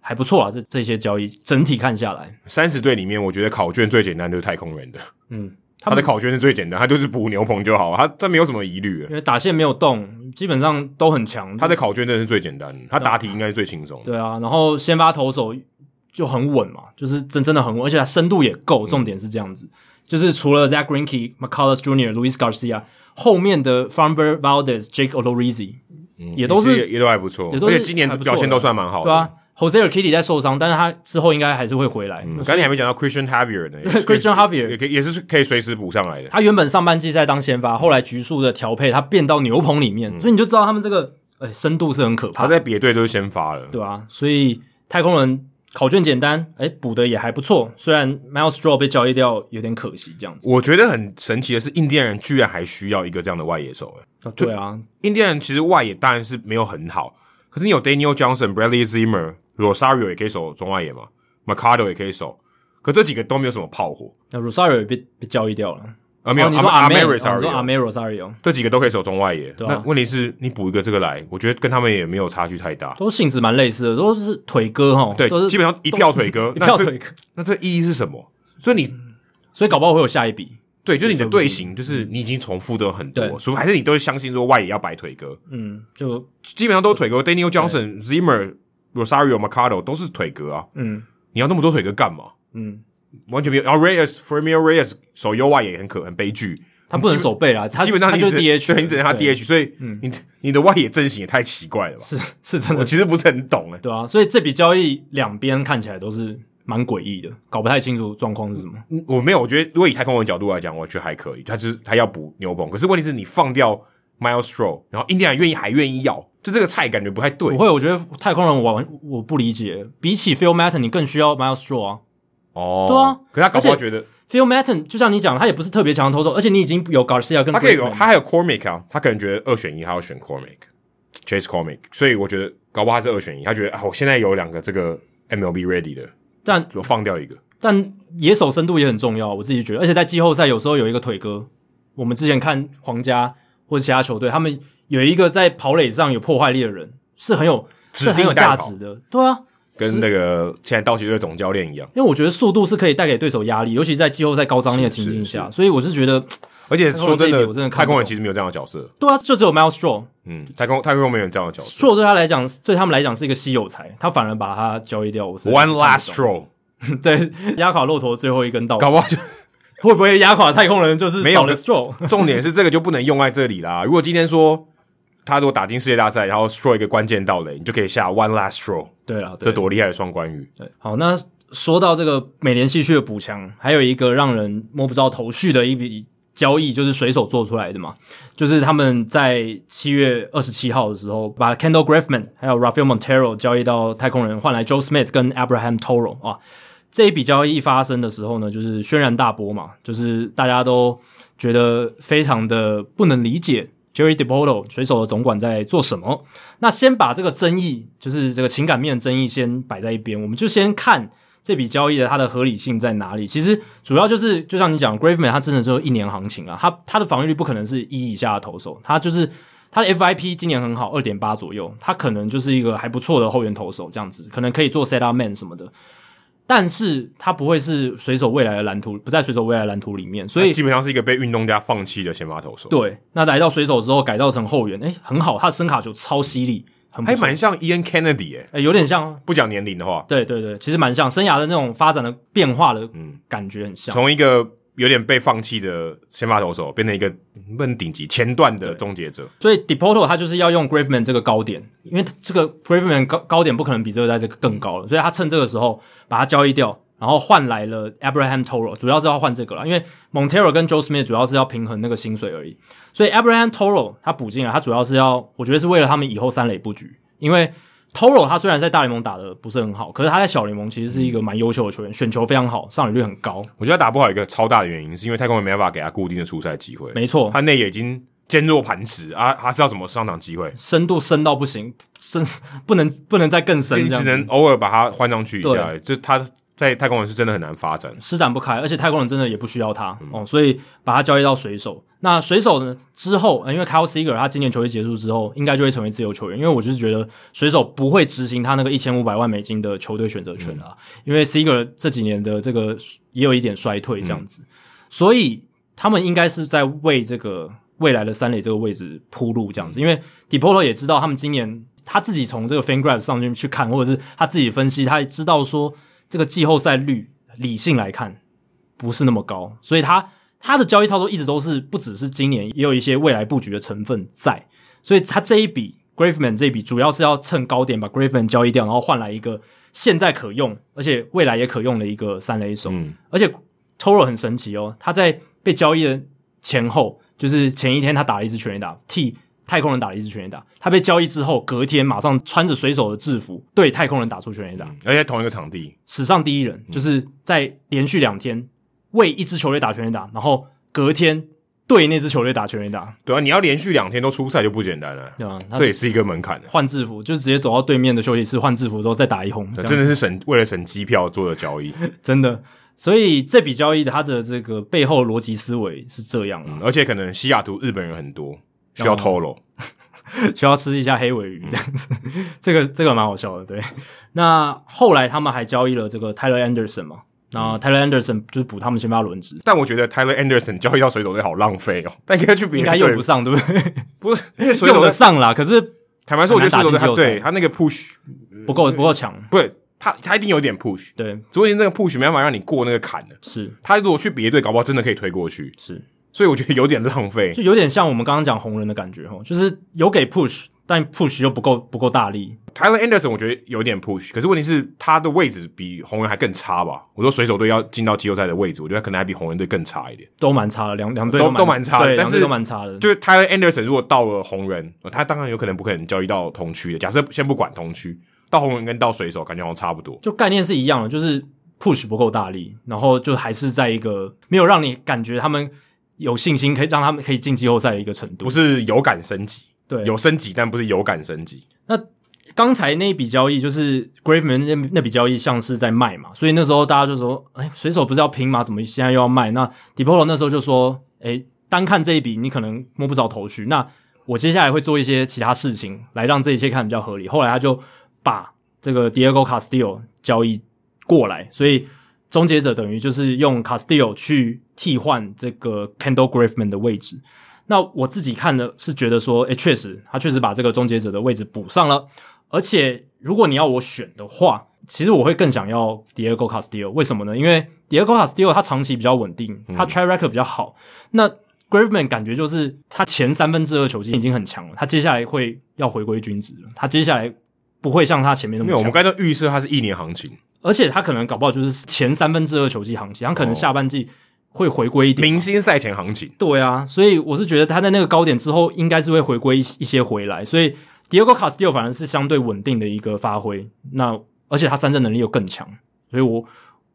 [SPEAKER 1] 还不错啊。这这些交易整体看下来，
[SPEAKER 2] 三十队里面，我觉得考卷最简单就是太空人的，
[SPEAKER 1] 嗯，他
[SPEAKER 2] 他
[SPEAKER 1] 们
[SPEAKER 2] 的考卷是最简单，他就是补牛棚就好，他他没有什么疑虑
[SPEAKER 1] 因。为打线没有动，基本上都很强。
[SPEAKER 2] 他的考卷真的是最简单，他答题应该是最轻松的。
[SPEAKER 1] 对啊，然后先发投手就很稳嘛，就是真真的很稳，而且他深度也
[SPEAKER 2] 嗯
[SPEAKER 1] 够。重点是这样子，就是除了 Zach Greinke、McCullers Jr.、Luis Garcia，后面的 Farmer Valdez、Jake Odorizzi、也都
[SPEAKER 2] 嗯也
[SPEAKER 1] 是
[SPEAKER 2] 也都还不错，
[SPEAKER 1] 也
[SPEAKER 2] 而
[SPEAKER 1] 都是
[SPEAKER 2] 且今年
[SPEAKER 1] 还不错
[SPEAKER 2] 表现都算蛮好的。
[SPEAKER 1] 对啊。Jose Kitty 在受伤，但是他之后应该还是会回来。
[SPEAKER 2] 嗯，刚才你还没讲到 Christian Javier 呢
[SPEAKER 1] Christian Javier
[SPEAKER 2] 也可以也是可以随时补上来的。
[SPEAKER 1] 他原本上半季在当先发，后来局数的调配，他变到牛棚里面，
[SPEAKER 2] 嗯
[SPEAKER 1] 所以你就知道他们这个哎、深度是很可怕
[SPEAKER 2] 他
[SPEAKER 1] 的。
[SPEAKER 2] 在别队都是先发了，
[SPEAKER 1] 对啊，所以太空人考卷简单，哎，补的也还不错。虽然 Miles Straw 被交易掉有点可惜，这样子。
[SPEAKER 2] 我觉得很神奇的是，印第安人居然还需要一个这样的外野手。哎，
[SPEAKER 1] 啊对啊，
[SPEAKER 2] 印第安人其实外野当然是没有很好，可是你有 Daniel Johnson、Bradley Zimmer、Rosario 也可以守中外野嘛，Mercado 也可以守，可这几个都没有什么炮火。
[SPEAKER 1] 那 Rosario 也被被交易掉了，
[SPEAKER 2] 啊，没有
[SPEAKER 1] 哦你说
[SPEAKER 2] 阿阿梅瑞
[SPEAKER 1] Amaro
[SPEAKER 2] 萨
[SPEAKER 1] 哦
[SPEAKER 2] 尔
[SPEAKER 1] 你说 Amaro Rosario
[SPEAKER 2] 这几个都可以守中外野。
[SPEAKER 1] 对啊
[SPEAKER 2] 那问题是你补一个这个来，我觉得跟他们也没有差距太大。
[SPEAKER 1] 都性质蛮类似的，都是腿哥哈，
[SPEAKER 2] 对
[SPEAKER 1] 都，是
[SPEAKER 2] 基本上一票腿 哥，
[SPEAKER 1] 一
[SPEAKER 2] 那
[SPEAKER 1] 票
[SPEAKER 2] 这
[SPEAKER 1] 腿哥，
[SPEAKER 2] 那这意义是什么？所以你
[SPEAKER 1] 所以搞不好会有下一笔。
[SPEAKER 2] 对，就是你的队形，就是你已经重复的很多，
[SPEAKER 1] 嗯对
[SPEAKER 2] 除非还是你都是相信说外野要摆腿哥，
[SPEAKER 1] 嗯，就
[SPEAKER 2] 基本上都是腿哥。Daniel Johnson、Zimmer、Rosario、Mercado 都是腿哥啊，
[SPEAKER 1] 嗯
[SPEAKER 2] 你要那么多腿哥干嘛？
[SPEAKER 1] 嗯，
[SPEAKER 2] 完全没有。然后 Reyes、f e r m i o Reyes 守右外野也很可很悲剧，
[SPEAKER 1] 他不能守备啦，他
[SPEAKER 2] 基本上
[SPEAKER 1] 他
[SPEAKER 2] 你
[SPEAKER 1] 就
[SPEAKER 2] 只
[SPEAKER 1] 是 DH，
[SPEAKER 2] 对，你只能他
[SPEAKER 1] 对嗯
[SPEAKER 2] DH，所以你你的外野阵型也太奇怪了吧？
[SPEAKER 1] 是是真
[SPEAKER 2] 我
[SPEAKER 1] 的，
[SPEAKER 2] 其实不是很懂哎。
[SPEAKER 1] 对啊，所以这笔交易两边看起来都是蛮诡异的，搞不太清楚状况是什么。
[SPEAKER 2] 嗯我没有，我觉得如果以太空人角度来讲，我觉得还可以。他就是他要补牛棚，可是问题是你放掉 Miles Straw，然后印第安人愿意还愿意要，就这个菜感觉不太对
[SPEAKER 1] 不会，我觉得太空人我完我不理解，比起 Phil Maton，你更需要 Miles Straw 啊。
[SPEAKER 2] 哦。
[SPEAKER 1] 对啊
[SPEAKER 2] 可是他搞不好
[SPEAKER 1] 而且
[SPEAKER 2] 觉得
[SPEAKER 1] Phil Maton 就像你讲，他也不是特别强的投手，而且你已经有 Garcia 跟
[SPEAKER 2] 他可以有，
[SPEAKER 1] Blakeman
[SPEAKER 2] 他还有 Cormick 啊，他可能觉得二选一，他要选 Cormick，Chase Cormick，所以我觉得搞不好他是二选一，他觉得啊，我现在有两个这个 MLB ready 的，
[SPEAKER 1] 但
[SPEAKER 2] 我放掉一个。
[SPEAKER 1] 但野手深度也很重要，我自己觉得，而且在季后赛有时候有一个腿哥，我们之前看皇家或者其他球队，他们有一个在跑垒上有破坏力的人，是很有
[SPEAKER 2] 指
[SPEAKER 1] 是很有
[SPEAKER 2] 定代
[SPEAKER 1] 价
[SPEAKER 2] 跑
[SPEAKER 1] 值的，对啊。
[SPEAKER 2] 跟那个现在道奇队总教练一样，
[SPEAKER 1] 因为我觉得速度是可以带给对手压力，尤其在季后赛高张力的情境下，所以我是觉得，
[SPEAKER 2] 而且
[SPEAKER 1] 空人
[SPEAKER 2] 说真
[SPEAKER 1] 这一
[SPEAKER 2] 的
[SPEAKER 1] 点，我真的看不
[SPEAKER 2] 太空人
[SPEAKER 1] 懂
[SPEAKER 2] 其实没有这样的角色，
[SPEAKER 1] 对啊，就只有 Miles Straw，
[SPEAKER 2] 嗯，太空太空人没有这样的角色。
[SPEAKER 1] Straw 对他来讲，对他们来讲是一个稀有才，他反而把他交易掉。我是
[SPEAKER 2] One last straw，
[SPEAKER 1] 对压垮骆驼最后一根稻草，
[SPEAKER 2] 搞不好就
[SPEAKER 1] 会不会压垮太空人就是
[SPEAKER 2] 没有
[SPEAKER 1] 少了
[SPEAKER 2] 可
[SPEAKER 1] Straw？
[SPEAKER 2] 重点是这个就不能用在这里啦。如果今天说他如果打进世界大赛，然后 straw 一个关键到垒，你就可以下 one last straw，
[SPEAKER 1] 对了，
[SPEAKER 2] 这
[SPEAKER 1] 对
[SPEAKER 2] 多厉害的双关语！
[SPEAKER 1] 对，好，那说到这个美联西区的补强，还有一个让人摸不着头绪的一笔交易，就是水手做出来的嘛，就是他们在七月二十七号的时候，把 Kendall Graveman 还有 Rafael Montero 交易到太空人，换来 Joe Smith 跟 Abraham Toro 啊。这一笔交易一发生的时候呢，就是轩然大波嘛，就是大家都觉得非常的不能理解 Jerry Depoto 水手的总管在做什么。那先把这个争议，就是这个情感面的争议先摆在一边，我们就先看这笔交易的它的合理性在哪里。其实主要就是，就像你讲，Graveman 他真的只有一年行情啊，他他的防御率不可能是一以下的投手，他就是他的 FIP 今年很好，二点八左右，他可能就是一个还不错的后援投手这样子，可能可以做 set up man 什么的。但是他不会是水手未来的蓝图，不在水手未来的蓝图里面，所以
[SPEAKER 2] 基本上是一个被运动家放弃的先发投手，
[SPEAKER 1] 对，那来到水手之后改造成后援，诶，很好，他的声卡球超犀利，很不
[SPEAKER 2] 还
[SPEAKER 1] 错，
[SPEAKER 2] 蛮像 Ian Kennedy 哎、
[SPEAKER 1] 诶有点像，
[SPEAKER 2] 不讲年龄的话，
[SPEAKER 1] 对对对，其实蛮像生涯的那种发展的变化的
[SPEAKER 2] 嗯
[SPEAKER 1] 感觉很像，
[SPEAKER 2] 从一个有点被放弃的先发投手，变成一个不能顶级前段的终结者。
[SPEAKER 1] 所以 Depoto 他就是要用 Graveman 这个高点，因为这个 Graveman 高高点不可能比这个在这个更高了，所以他趁这个时候把它交易掉，然后换来了 Abraham Toro，主要是要换这个了，因为 Montero 跟 Joe Smith 主要是要平衡那个薪水而已，所以 Abraham Toro 他补进来，他主要是要，我觉得是为了他们以后三垒布局，因为 Toro 他虽然在大联盟打的不是很好，可是他在小联盟其实是一个蛮优秀的球员，选球非常好，上垒率很高，
[SPEAKER 2] 我觉得他打不好一个超大的原因，是因为太空人没办法给他固定的出赛机会，
[SPEAKER 1] 没错，
[SPEAKER 2] 他内野已经坚若磐石啊，他是要怎么上场机会？
[SPEAKER 1] 深度深到不行，深不能不能再更深
[SPEAKER 2] 你
[SPEAKER 1] 这
[SPEAKER 2] 只
[SPEAKER 1] 样
[SPEAKER 2] 能
[SPEAKER 1] 子，
[SPEAKER 2] 偶尔把它换上去一
[SPEAKER 1] 对
[SPEAKER 2] 下，就他在太空人是真的很难发展。
[SPEAKER 1] 施展不开，而且太空人真的也不需要他、哦，所以把他交易到水手。那水手呢之后，呃因为 Kyle Seager 他今年球季结束之后，应该就会成为自由球员，因为我就是觉得水手不会执行他那个一千五百万美金的球队选择权啊，因为 Seager 这几年的这个也有一点衰退这样子，所以他们应该是在为这个未来的三垒这个位置铺路这样子，因为 Depolo 也知道他们今年他自己从这个 FanGraph 上面去看，或者是他自己分析，他也知道说这个季后赛率理性来看不是那么高，所以他他的交易操作一直都是不只是今年，也有一些未来布局的成分在，所以他这一笔 Graveman 这一笔主要是要趁高点把 Graveman 交易掉，然后换来一个现在可用而且未来也可用的一个三垒手，
[SPEAKER 2] 嗯，
[SPEAKER 1] 而且 Toro 很神奇哦，他在被交易的前后，就是前一天他打了一支全垒打，替太空人打了一支全垒打。他被交易之后，隔天马上穿着水手的制服对太空人打出全垒打，
[SPEAKER 2] 而且同一个场地，
[SPEAKER 1] 史上第一人，就是在连续两天为一支球队打全垒打，然后隔天对那支球队打全垒打，
[SPEAKER 2] 对啊，你要连续两天都出赛就不简单了，
[SPEAKER 1] 对吧？嗯他
[SPEAKER 2] 这也是一个门槛的。
[SPEAKER 1] 换制服，就直接走到对面的休息室换制服之后再打一轰，这
[SPEAKER 2] 对
[SPEAKER 1] 样
[SPEAKER 2] 真的是省为了省机票做的交易，
[SPEAKER 1] 真的。所以这笔交易它的这个背后逻辑思维是这样
[SPEAKER 2] 嗯
[SPEAKER 1] 嘛，
[SPEAKER 2] 而且可能西雅图日本人很多，需要透露。
[SPEAKER 1] 需要吃一下黑尾
[SPEAKER 2] 嗯
[SPEAKER 1] 鱼这样子， 这个这个蛮好笑的。对， 那后来他们还交易了这个 Tyler Anderson 嘛，
[SPEAKER 2] 嗯
[SPEAKER 1] 那 Tyler Anderson 就是补他们先发轮值，
[SPEAKER 2] 但我觉得 Tyler Anderson 交易到水手队好浪费哦， 但应该去别
[SPEAKER 1] 应
[SPEAKER 2] 人
[SPEAKER 1] 该用
[SPEAKER 2] 队
[SPEAKER 1] 不，上，对不对？
[SPEAKER 2] 不是因为水手
[SPEAKER 1] 用
[SPEAKER 2] 队
[SPEAKER 1] 得。上啦，可是
[SPEAKER 2] 坦白说，我觉得水手队
[SPEAKER 1] 很难打进
[SPEAKER 2] 他
[SPEAKER 1] 季后赛
[SPEAKER 2] 对他那个 push
[SPEAKER 1] 不够
[SPEAKER 2] 嗯
[SPEAKER 1] 不够强。
[SPEAKER 2] 不对，他他一定有点 push，
[SPEAKER 1] 对，
[SPEAKER 2] 只不过那个 push 没办法让你过那个坎的。
[SPEAKER 1] 是
[SPEAKER 2] 他如果去别队，搞不好真的可以推过去，
[SPEAKER 1] 是，
[SPEAKER 2] 所以我觉得有点浪费。
[SPEAKER 1] 就有点像我们刚刚讲红人的感觉哈，就是有给 push，但 push 又不够不够大力。
[SPEAKER 2] Tyler Anderson 我觉得有点 push，可是问题是他的位置比红人还更差吧？我说水手队要进到季后赛的位置，我觉得可能还比红人队更差一点。
[SPEAKER 1] 都蛮差的，两两队
[SPEAKER 2] 都
[SPEAKER 1] 蛮
[SPEAKER 2] 都蛮差的
[SPEAKER 1] 对，两
[SPEAKER 2] 但是
[SPEAKER 1] 队都蛮差的。
[SPEAKER 2] 就是 Tyler Anderson 如果到了红人，呃他当然有可能不可能交易到同区的。假设先不管同区，到红人跟到水手感觉好像差不多。
[SPEAKER 1] 就概念是一样的，就是 push 不够大力，然后就还是在一个没有让你感觉他们有信心，可以让他们可以进季后赛的一个程度
[SPEAKER 2] 不。是有感升级，
[SPEAKER 1] 对，
[SPEAKER 2] 有升级，但不是有感升级。
[SPEAKER 1] 那刚才那一笔交易就是 Graveman 那那笔交易像是在卖嘛，所以那时候大家就说，哎，水手不是要拼吗？怎么现在又要卖？那 Depolo 那时候就说，哎，单看这一笔你可能摸不着头绪，那我接下来会做一些其他事情来让这一切看比较合理。后来他就把这个 Diego Castillo 交易过来，所以终结者等于就是用 Castillo 去替换这个 Kendall Graveman 的位置。那我自己看的是觉得说，诶、确实，他确实把这个终结者的位置补上了。而且，如果你要我选的话，其实我会更想要 Diego Castillo。为什么呢？因为 Diego Castillo 他长期比较稳定，
[SPEAKER 2] 嗯
[SPEAKER 1] 他 try record 比较好。那 Graveman 感觉就是他前三分之二球技已经很强了，他接下来会要回归均值了。他接下来不会像他前面那
[SPEAKER 2] 因
[SPEAKER 1] 么
[SPEAKER 2] 为我
[SPEAKER 1] 强
[SPEAKER 2] 们。刚才都预设它是一年行情，
[SPEAKER 1] 而且他可能搞不好就是前三分之二球季行情，他
[SPEAKER 2] 哦
[SPEAKER 1] 可能下半季会回归一点。
[SPEAKER 2] 明星赛前行情。
[SPEAKER 1] 对啊，所以我是觉得他在那个高点之后，应该是会回归一一些回来。所以 Diego Castillo 反而是相对稳定的一个发挥，那而且他三振能力又更强，所以我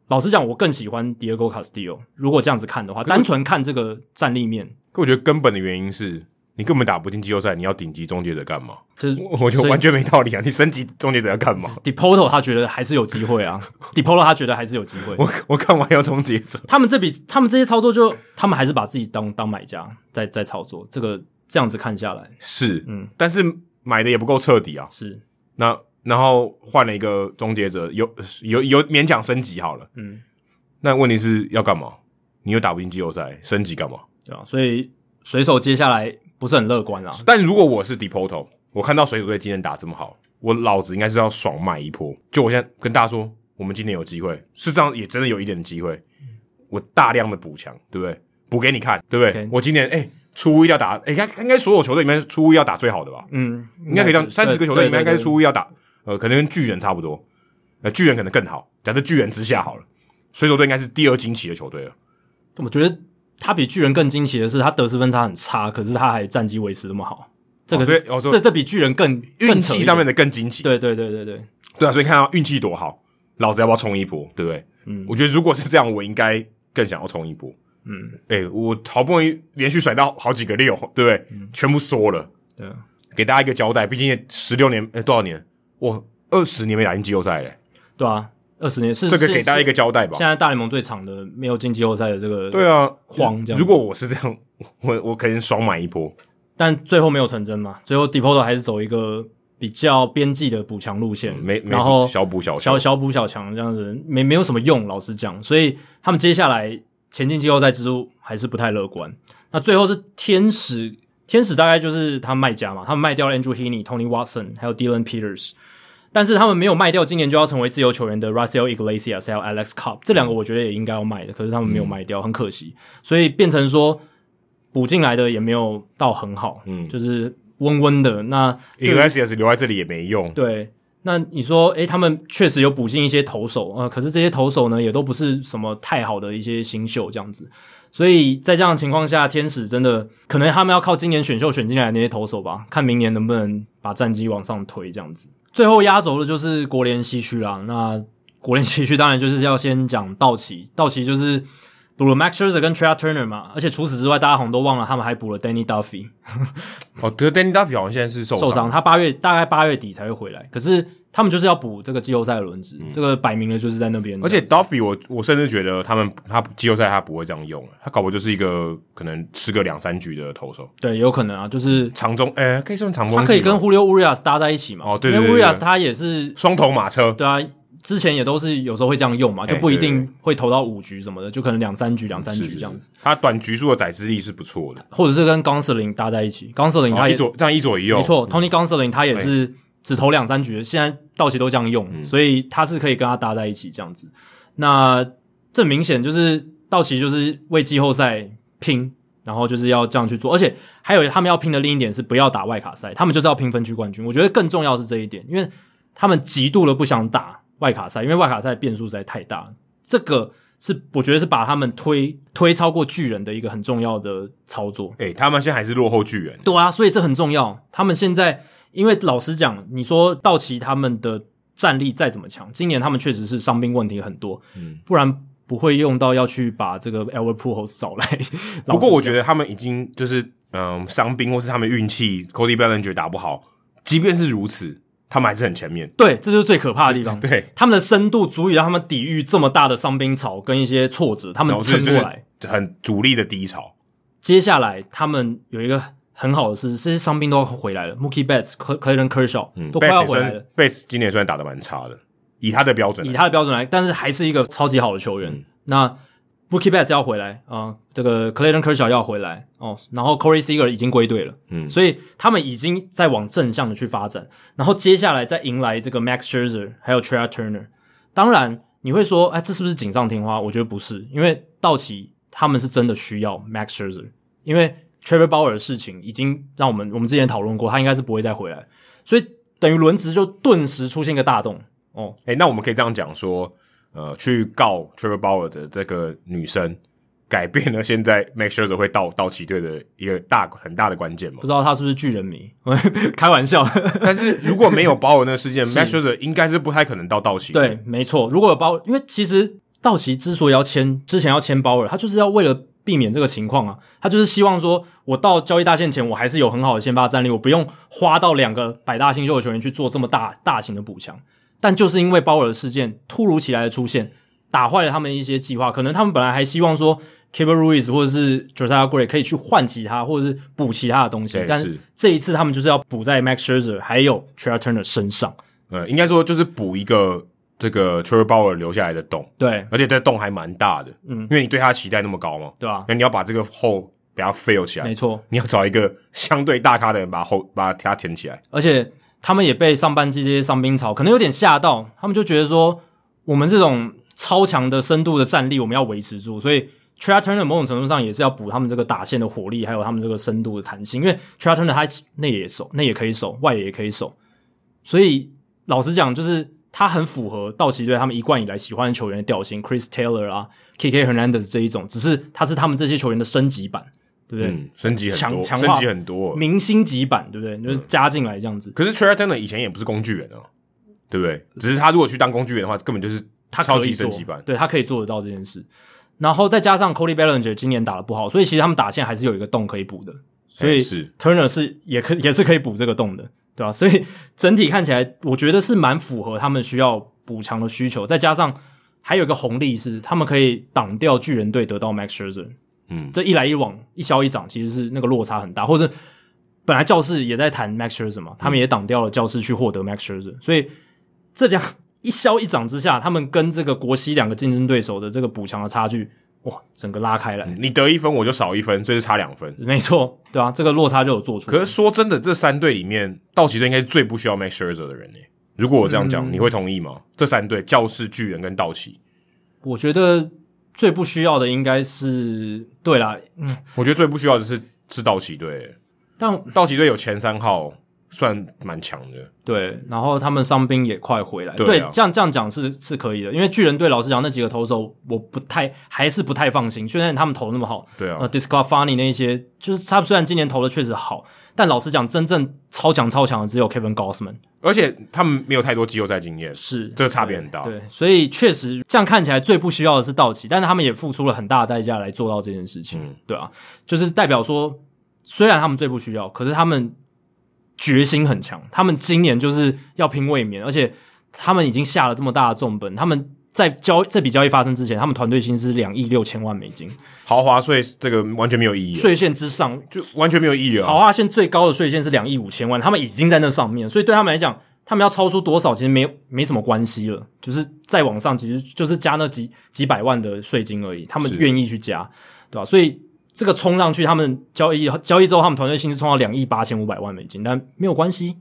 [SPEAKER 1] 老实讲，我更喜欢 Diego Castillo。如果这样子看的话，单纯看这个战力面，
[SPEAKER 2] 可我觉得根本的原因是你根本打不进季后赛，你要顶级终结者干嘛？
[SPEAKER 1] 就是
[SPEAKER 2] 我我觉得完全没道理啊！你升级终结者要干嘛？
[SPEAKER 1] Depoto 他觉得还是有机会 啊，Depoto 他觉得还是有机会。
[SPEAKER 2] 我我干嘛要终结者？
[SPEAKER 1] 他们这笔，他们这些操作就，他们还是把自己当当买家在在操作。这个这样子看下来，
[SPEAKER 2] 是，
[SPEAKER 1] 嗯
[SPEAKER 2] 但是买的也不够彻底啊。
[SPEAKER 1] 是
[SPEAKER 2] 那然后换了一个终结者，有有有勉强升级好了。
[SPEAKER 1] 嗯，
[SPEAKER 2] 那问题是要干嘛？你又打不进季后赛，升级干嘛？
[SPEAKER 1] 对吧、所以水手接下来不是很乐观啊啦。
[SPEAKER 2] 但如果我是 Depoto，我看到水手队今天打这么好，我老子应该是要爽买一波。就我现在跟大家说，我们今年有机会，是这样，也真的有一点机会。我大量的补强，对不对？补给你看，对不对
[SPEAKER 1] OK
[SPEAKER 2] 我今年哎、初一要打，哎、应该应该所有球队里面初一要打最好的吧？
[SPEAKER 1] 嗯，
[SPEAKER 2] 应该可以这样，三十个球队里面应该是
[SPEAKER 1] 输。
[SPEAKER 2] 初一要打，呃，可能跟巨人差不多，呃，巨人可能更好，假设巨人之下好了，水手队应该是第二惊奇的球队了。
[SPEAKER 1] 对我觉得他比巨人更惊奇的是，他得失分差很差，可是他还战绩维持这么好。这个
[SPEAKER 2] 哦所以
[SPEAKER 1] 是、
[SPEAKER 2] 哦所以
[SPEAKER 1] 这这比巨人更
[SPEAKER 2] 运气上面
[SPEAKER 1] 的。
[SPEAKER 2] 的更惊奇，
[SPEAKER 1] 对对对对对，
[SPEAKER 2] 对啊，所以看到运气多好，老子要不要冲一波，对不对？
[SPEAKER 1] 嗯
[SPEAKER 2] 我觉得如果是这样，我应该更想要冲一波。
[SPEAKER 1] 嗯，
[SPEAKER 2] 哎、我好不容易连续甩到好几个六，对不对？
[SPEAKER 1] 嗯
[SPEAKER 2] 全部缩了，
[SPEAKER 1] 对啊。
[SPEAKER 2] 给大家一个交代。毕竟十六年，哎、多少年？我二十年没打进季后赛嘞，
[SPEAKER 1] 对啊，二十年是
[SPEAKER 2] 这个给大家一个
[SPEAKER 1] 是
[SPEAKER 2] 交代吧
[SPEAKER 1] 现。在大联盟最长的没有进季后赛的这个
[SPEAKER 2] 对啊，
[SPEAKER 1] 慌这样
[SPEAKER 2] 如果我是这样，我我可能爽买一波。
[SPEAKER 1] 但最后没有成真嘛，最后 Depot 还是走一个比较边际的补强路线，
[SPEAKER 2] 嗯没
[SPEAKER 1] 嗯
[SPEAKER 2] 没
[SPEAKER 1] 然
[SPEAKER 2] 什
[SPEAKER 1] 后
[SPEAKER 2] 么小补小
[SPEAKER 1] 小
[SPEAKER 2] 修，
[SPEAKER 1] 小补小强这样子，没没有什么用，老实讲，所以他们接下来前进季后赛之路还是不太乐观。那最后是天使，天使大概就是他们卖家嘛，他们卖掉了 Andrew Heaney、Tony Watson 还有 Dylan Peters，但是他们没有卖掉今年就要成为自由球员的 Russell Iglesias 还有 Alex Cobb 这两个，我觉得也应该要卖的，可是他们没有卖掉，很可惜，所以变成说补进来的也没有到很好，嗯，就是温温的那对于
[SPEAKER 2] Iglesias 留在这里也没用。
[SPEAKER 1] 对，那你说，诶，他们确实有补进一些投手，呃，可是这些投手呢，也都不是什么太好的一些新秀这样子，所以在这样的情况下，天使真的可能他们要靠今年选秀选进来的那些投手吧，看明年能不能把战绩往上推这样子。最后压轴的就是国联西区啦，那国联西区当然就是要先讲道奇，道奇就是。补了 Max Scherzer 跟 Trey Turner 嘛，而且除此之外，大家好像都忘了他们还补了 Danny Duffy，
[SPEAKER 2] 哦，可是 Danny Duffy 好像现在是受
[SPEAKER 1] 受伤，他八月大概八月底才会回来。可是他们就是要补这个季后赛的轮值，这个摆明了就是在那边。
[SPEAKER 2] 嗯而且 Duffy，我我甚至觉得他们他季后赛他不会这样用，他搞不好就是一个可能吃个两三局的投手，
[SPEAKER 1] 对，有可能啊，就是
[SPEAKER 2] 长中，诶、可以算长中计吗，
[SPEAKER 1] 他可以跟 Julio Urias 搭在一起嘛。
[SPEAKER 2] 哦对对
[SPEAKER 1] 因
[SPEAKER 2] 对
[SPEAKER 1] 为
[SPEAKER 2] 对
[SPEAKER 1] Urias 他也是
[SPEAKER 2] 双头马车，
[SPEAKER 1] 对啊，之前也都是有时候会这样用嘛，就不一
[SPEAKER 2] 哎对对
[SPEAKER 1] 定会投到五局什么的，就可能两三局、两三
[SPEAKER 2] 是
[SPEAKER 1] 局这样子，，
[SPEAKER 2] 是是他短局数的载资力是不错的，
[SPEAKER 1] 或者是跟 g o n s l i n 搭在一起 g o n s l i n
[SPEAKER 2] 然后
[SPEAKER 1] 他
[SPEAKER 2] 一
[SPEAKER 1] 也
[SPEAKER 2] 左这样一左一右，
[SPEAKER 1] 没错，Tony Gonsolin 他也是只投两三局，现在道奇都这样用，所以他是可以跟他搭在一起这样子。那这明显就是道奇就是为季后赛拼，然后就是要这样去做，而且还有他们要拼的另一点是不要打外卡赛，他们就是要拼分区冠军。我觉得更重要是这一点，因为他们极度的不想打外卡赛，因为外卡赛变数实在太大了，这个。是，我觉得是把他们推推超过巨人的一个很重要的操作。
[SPEAKER 2] 诶、他们现在还是落后巨人，
[SPEAKER 1] 对啊，所以这很重要。他们现在，因为老实讲，你说道奇他们的战力再怎么强，今年他们确实是伤病问题很多，嗯，不然不会用到要去把这个 Albert Pujols 找来。
[SPEAKER 2] 不过我觉
[SPEAKER 1] 得，
[SPEAKER 2] 得他们已经就是嗯伤兵或是他们运气，Cody Bellinger 打不好，即便是如此，他们还是很前面。
[SPEAKER 1] 对，这就是最可怕的地方。
[SPEAKER 2] 对，
[SPEAKER 1] 他们的深度足以让他们抵御这么大的伤兵潮跟一些挫折，他
[SPEAKER 2] 然
[SPEAKER 1] 们
[SPEAKER 2] 后这
[SPEAKER 1] 撑
[SPEAKER 2] 就
[SPEAKER 1] 过来。
[SPEAKER 2] 是很主力的低潮，
[SPEAKER 1] 接下来他们有一个很好的事，这些伤兵都要回来了，Mookie Betts、Clayton Kershaw、
[SPEAKER 2] 嗯
[SPEAKER 1] 都快要
[SPEAKER 2] ，Bass 也
[SPEAKER 1] 回来了
[SPEAKER 2] 算。Bass 今年也算打的蛮差的，以他的标准来嗯
[SPEAKER 1] 以他的标准来，但是还是一个超级好的球员。那 Bookie Betts 要回来啊、这个 Clayton Kershaw 要回来哦，然后 Corey Seager 已经归队了，嗯，所以他们已经在往正向的去发展。然后接下来再迎来这个 Max Scherzer 还有 Trey Turner。当然你会说，哎，这是不是锦上添花？我觉得不是，因为道奇他们是真的需要 Max Scherzer，因为 Trevor Bauer 的事情已经让我们我们之前讨论过，他应该是不会再回来，所以等于轮值就顿时出现一个大洞哦。
[SPEAKER 2] 哎、那我们可以这样讲说，呃，去告 Trevor Bauer 的这个女生，改变了现在 Max Scherzer 会到到奇队的一个大很大的关键嘛
[SPEAKER 1] 不。知道他是不是巨人迷， 开玩笑。
[SPEAKER 2] 但是如果没有 Bauer 那个事件，Max Scherzer 应该是不太可能到道奇。
[SPEAKER 1] 对，，没错。如果有包，因为其实道奇之所以要签，之前要签包尔，他就是要为了避免这个情况啊，他就是希望说，我到交易大限前，我还是有很好的先发战力，我不用花到两个百大新秀的球员去做这么大大型的补强。但就是因为包尔的事件突如其来的出现，打坏了他们一些计划。可能他们本来还希望说 k i b e r Ruiz 或者是 Josiah Gray 可以去换其他，或者是补其他的东西
[SPEAKER 2] 对，
[SPEAKER 1] 但是
[SPEAKER 2] 是
[SPEAKER 1] 这一次他们就是要补在 Max Scherzer 还有 t r e y Turner 身上。
[SPEAKER 2] 呃，应该说就是补一个这个 Trevor Bauer 留下来的洞，
[SPEAKER 1] 对，
[SPEAKER 2] 而且这洞还蛮大的，嗯，因为你对他期待那么高嘛，
[SPEAKER 1] 对吧、
[SPEAKER 2] 那你要把这个后给他 fill 起
[SPEAKER 1] 没
[SPEAKER 2] 来，
[SPEAKER 1] 错，
[SPEAKER 2] 你要找一个相对大咖的人把后把它填起来。
[SPEAKER 1] 而且他们也被上半季这些伤兵潮可能有点吓到，他们就觉得说我们这种超强的深度的战力我们要维持住，所以 t r a Turner 某种程度上也是要补他们这个打线的火力，还有他们这个深度的弹性，因为 t r a Turner 他内野手，内也可以守，外野也可以守，所以老实讲，就是他很符合道奇队他们一贯以来喜欢的球员的调性，Chris Taylor 啊，KK Hernandez 这一种，只是他是他们这些球员的升级版，对不对？
[SPEAKER 2] 嗯，升级很
[SPEAKER 1] 强
[SPEAKER 2] 多，
[SPEAKER 1] 强化
[SPEAKER 2] 升级很多。
[SPEAKER 1] 明星级版，对不对？就是加进来这样子。
[SPEAKER 2] 可是 t r e y Turner 以前也不是工具人啊，对不对？只是他如果去当工具人的话，根本就是
[SPEAKER 1] 他
[SPEAKER 2] 超
[SPEAKER 1] 可以
[SPEAKER 2] 级
[SPEAKER 1] 做
[SPEAKER 2] 升级版。
[SPEAKER 1] 对他可以做得到这件事。然后再加上 Cody Bellinger 今年打的不好，所以其实他们打线还是有一个洞可以补的，所以
[SPEAKER 2] 哎是
[SPEAKER 1] Turner 是也可也是可以补这个洞的，对吧、所以整体看起来，我觉得是蛮符合他们需要补强的需求。再加上还有一个红利是，他们可以挡掉巨人队得到 Max Scherzer，
[SPEAKER 2] 嗯
[SPEAKER 1] 这一来一往，一消一长，其实是那个落差很大，或者本来教室也在谈 Max Scherzer 嘛，
[SPEAKER 2] 嗯
[SPEAKER 1] 他们也挡掉了教室去获得 Max Scherzer，所以这样 一消一长之下，他们跟这个国西两个竞争对手的这个补强的差距，哇，整个拉开来，
[SPEAKER 2] 你得一分我就少一分，所以是差两分。
[SPEAKER 1] 没错，对啊，这个落差就有做出来。
[SPEAKER 2] 可是说真的，这三队里面，道奇队应该是最不需要 Max Scherzer 的人诶、如果我这样
[SPEAKER 1] 嗯
[SPEAKER 2] 讲，你会同意吗？这三队，教士、巨人跟道奇，
[SPEAKER 1] 我觉得最不需要的应该是对啦，嗯，
[SPEAKER 2] 我觉得最不需要的是是道奇队、欸。
[SPEAKER 1] 但
[SPEAKER 2] 道奇队有前三号，算蛮强的。
[SPEAKER 1] 对，然后他们伤兵也快回来，
[SPEAKER 2] 对啊
[SPEAKER 1] 这样这样讲是是可以的，因为巨人队老实讲那几个投手我不太还是不太放心，虽然他们投那么好，
[SPEAKER 2] 对啊
[SPEAKER 1] 呃 d i s c o Funny 那一些，就是他们虽然今年投的确实好，但老实讲真正超强超强的只有 Kevin Gossman，
[SPEAKER 2] 而且他们没有太多季后赛经验，
[SPEAKER 1] 是
[SPEAKER 2] 这个差别很大。
[SPEAKER 1] 对，所以确实这样看起来最不需要的是道奇，但是他们也付出了很大的代价来做到这件事情，
[SPEAKER 2] 嗯
[SPEAKER 1] 对啊，就是代表说，虽然他们最不需要，可是他们决心很强，他们今年就是要拼卫冕，而且他们已经下了这么大的重本，他们在交这笔交易发生之前，他们团队薪资两亿六千万美金，
[SPEAKER 2] 豪华税这个完全没有意义了，
[SPEAKER 1] 税线之上，
[SPEAKER 2] 就完全没有意义啊了。
[SPEAKER 1] 豪华啊线最高的税线是两亿五千万，他们已经在那上面，所以对他们来讲，他们要超出多少其实没没什么关系了，就是再往上，其实就是加那几几百万的税金而已，他们
[SPEAKER 2] 是
[SPEAKER 1] 愿意去加，对吧、所以这个冲上去，他们交易交易之后，他们团队薪资冲到两亿八千五百万美金，但没有关系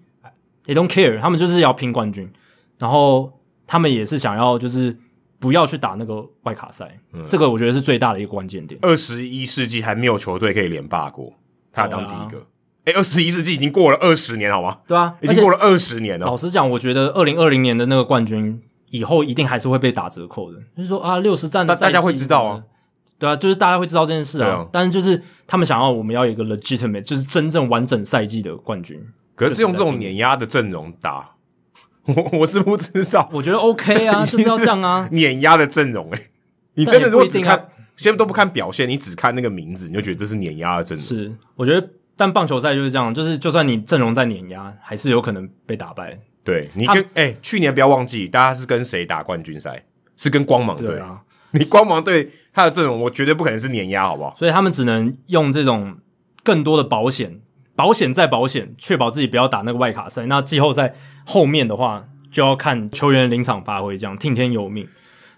[SPEAKER 1] ，they don't care，他们就是要拼冠军，然后他们也是想要就是不要去打那个外卡赛，
[SPEAKER 2] 嗯
[SPEAKER 1] 这个我觉得是最大的一个关键点。
[SPEAKER 2] 二十一世纪还没有球队可以连霸过，他要当第一个。哎、二十一世纪已经过了二十年，好吗？
[SPEAKER 1] 对啊，
[SPEAKER 2] 已
[SPEAKER 1] 哦而
[SPEAKER 2] 经
[SPEAKER 1] 且
[SPEAKER 2] 过了二十年了
[SPEAKER 1] 老。实讲，我觉得二零二零年的那个冠军以后一定还是会被打折扣的。就是说啊，六十战的
[SPEAKER 2] 大大
[SPEAKER 1] 赛
[SPEAKER 2] 家
[SPEAKER 1] 季
[SPEAKER 2] 会知道啊
[SPEAKER 1] 什么的，对啊，就是大家会知道这件事啊。
[SPEAKER 2] 对啊
[SPEAKER 1] 但是就是他们想要我们要有一个 legitimate，就是真正完整赛季的冠军，
[SPEAKER 2] 可是用这种碾压的阵容打， 我我是不知道
[SPEAKER 1] 我觉得 OK 啊，就是要这样啊。
[SPEAKER 2] 碾压的阵容、哎，你
[SPEAKER 1] 但
[SPEAKER 2] 真
[SPEAKER 1] 也
[SPEAKER 2] 的如果
[SPEAKER 1] 不
[SPEAKER 2] 只
[SPEAKER 1] 一定啊
[SPEAKER 2] 看，先都不看表现，你只看那个名字，你就觉得这是碾压的阵容。
[SPEAKER 1] 是，我觉得。但棒球赛就是这样，就是就算你阵容再碾压，还是有可能被打败。
[SPEAKER 2] 对你
[SPEAKER 1] 他
[SPEAKER 2] 跟哎、去年不要忘记，大家是跟谁打冠军赛？是跟光芒队。
[SPEAKER 1] 对啊，
[SPEAKER 2] 你光芒队他的阵容，我绝对不可能是碾压，好不好？
[SPEAKER 1] 所以他们只能用这种更多的保险，保险再保险，确保自己不要打那个外卡赛。那季后赛后面的话，就要看球员临场发挥，这样听天由命。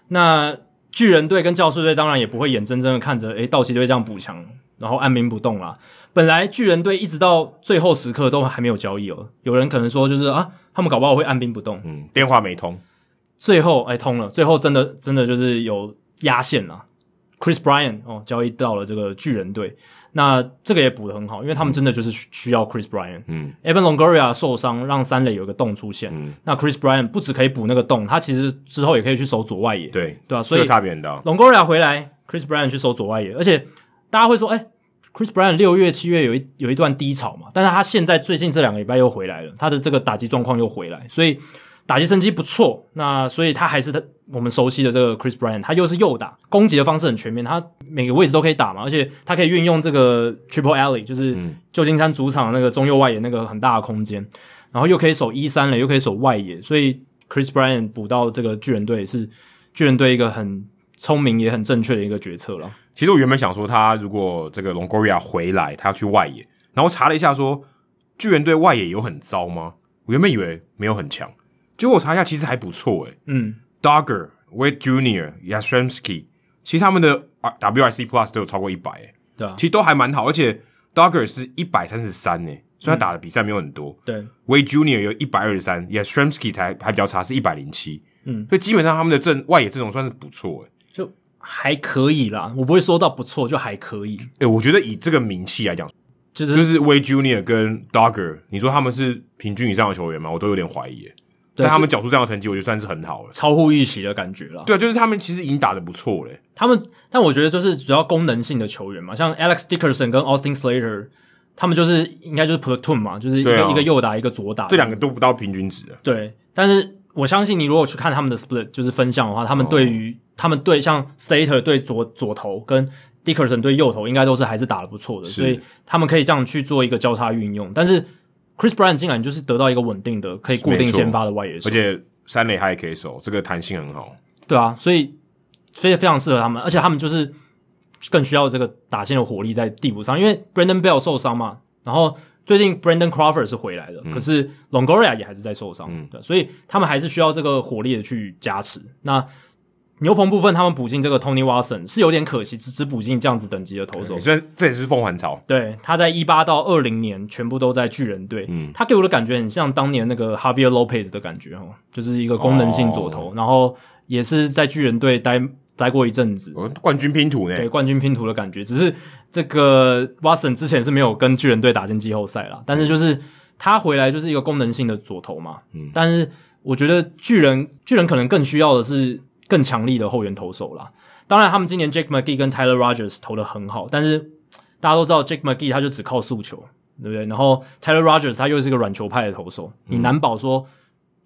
[SPEAKER 1] 那巨人队跟教士队当然也不会眼睁睁的看着，诶、道奇队这样补强，然后按兵不动啦。本来巨人队一直到最后时刻都还没有交易哦，有人可能说就是啊，他们搞不好会按兵不动，
[SPEAKER 2] 嗯，电话没通，
[SPEAKER 1] 最后哎通了，最后真的真的就是有压线了。Chris Bryan 哦，交易到了这个巨人队，那这个也补得很好，因为他们真的就是需需要 Chris Bryan。
[SPEAKER 2] 嗯
[SPEAKER 1] Evan Longoria 受伤，让三垒有一个洞出现。
[SPEAKER 2] 嗯
[SPEAKER 1] 那 Chris Bryan 不只可以补那个洞，他其实之后也可以去守左外野，
[SPEAKER 2] 对，
[SPEAKER 1] 对啊，所
[SPEAKER 2] 这
[SPEAKER 1] 以
[SPEAKER 2] 个差别很大。
[SPEAKER 1] Longoria 回来，Chris Bryan 去守左外野，而且大家会说，哎、c h r i s Bryan 六月、七月有一有一段低潮嘛，但是他现在最近这两个礼拜又回来了，他的这个打击状况又回来，所以打击成绩不错。那所以他还是他我们熟悉的这个 Chris Bryan，他又是右打，攻击的方式很全面，他每个位置都可以打嘛，而且他可以运用这个 Triple Alley，就是旧金山主场那个中右外野那个很大的空间，然后又可以守一三垒，又可以守外野，所以 Chris Bryan 补到这个巨人队是巨人队一个很聪明也很正确的一个决策了。
[SPEAKER 2] 其实我原本想说，他如果这个 Longoria 回来，他要去外野，然后查了一下说，巨人队外野有很糟吗？我原本以为没有很强，结果我查一下，其实还不错诶、
[SPEAKER 1] 嗯，
[SPEAKER 2] Dogger、Wade Junior、Yastrzemski，其实他们的啊 R- WIC Plus 都有超过一百、欸，
[SPEAKER 1] 对啊
[SPEAKER 2] 其，实都还蛮好，而且 Dogger 是一百三十三呢，虽然打的比赛没有很多、
[SPEAKER 1] 对，
[SPEAKER 2] w a d e Junior 有一百二十三，Yastrzemski 才还比较差，是一百零七，
[SPEAKER 1] 嗯，
[SPEAKER 2] 所以基本上他们的阵外野阵容算是不错、欸，
[SPEAKER 1] 就还可以啦，我不会说到不错，就还可以，
[SPEAKER 2] 诶、我觉得以这个名气来讲。
[SPEAKER 1] 就是、
[SPEAKER 2] 就是 Way Junior 跟 Dogger，你说他们是平均以上的球员吗？我都有点怀疑耶。
[SPEAKER 1] 对
[SPEAKER 2] 但他们缴出这样的成绩，我觉得算是很好了。
[SPEAKER 1] 超乎预期的感觉啦。
[SPEAKER 2] 对啊，就是他们其实已经打的不错嘞。
[SPEAKER 1] 他们，但我觉得就是主要功能性的球员嘛，像 Alex Dickerson 跟 Austin Slater，他们就是应该就是 platoon 嘛，就是一
[SPEAKER 2] 对
[SPEAKER 1] 个、
[SPEAKER 2] 啊
[SPEAKER 1] 一个右打一个左打，
[SPEAKER 2] 这两个都不到平均值了。
[SPEAKER 1] 对，但是我相信你如果去看他们的 split 就是分项的话，
[SPEAKER 2] 哦
[SPEAKER 1] 他们对于、他们对像 Stater 对左左投跟 Dickerson 对右投，应该都是还是打得不错的，所以他们可以这样去做一个交叉运用。但是 Chris Brown 进来，你就是得到一个稳定的可以固定
[SPEAKER 2] 没错
[SPEAKER 1] 先发的外野手，
[SPEAKER 2] 而且三垒他也可以守，这个弹性很好。
[SPEAKER 1] 对啊，所以非非常适合他们，而且他们就是更需要这个打线的火力在替补上，因为 Brandon Bell 受伤嘛，然后最近 Brandon Crawford 是回来的，可是 Longoria 也还是在受伤，对，啊所以他们还是需要这个火力的去加持。那牛棚部分，他们补进这个 Tony Watson 是有点可惜，只只补进这样子等级的投手
[SPEAKER 2] 对，虽然这也是凤凰巢，
[SPEAKER 1] 对，他在一八到二零年全部都在巨人队，他给我的感觉很像当年那个 Javier Lopez 的感觉哦，就是一个功能性左投，然后也是在巨人队待待过一阵子，
[SPEAKER 2] 哦冠军拼图呢。
[SPEAKER 1] 对冠军拼图的感觉。只是这个 Watson 之前是没有跟巨人队打进季后赛啦，但是就是他回来就是一个功能性的左投嘛，嗯，但是我觉得巨人巨人可能更需要的是更强力的后援投手啦。当然，他们今年 Jake McGee 跟 Tyler Rogers 投的很好，但是大家都知道 Jake McGee 他就只靠速球，对不对？然后 Tyler Rogers 他又是一个软球派的投手，
[SPEAKER 2] 嗯
[SPEAKER 1] 你难保说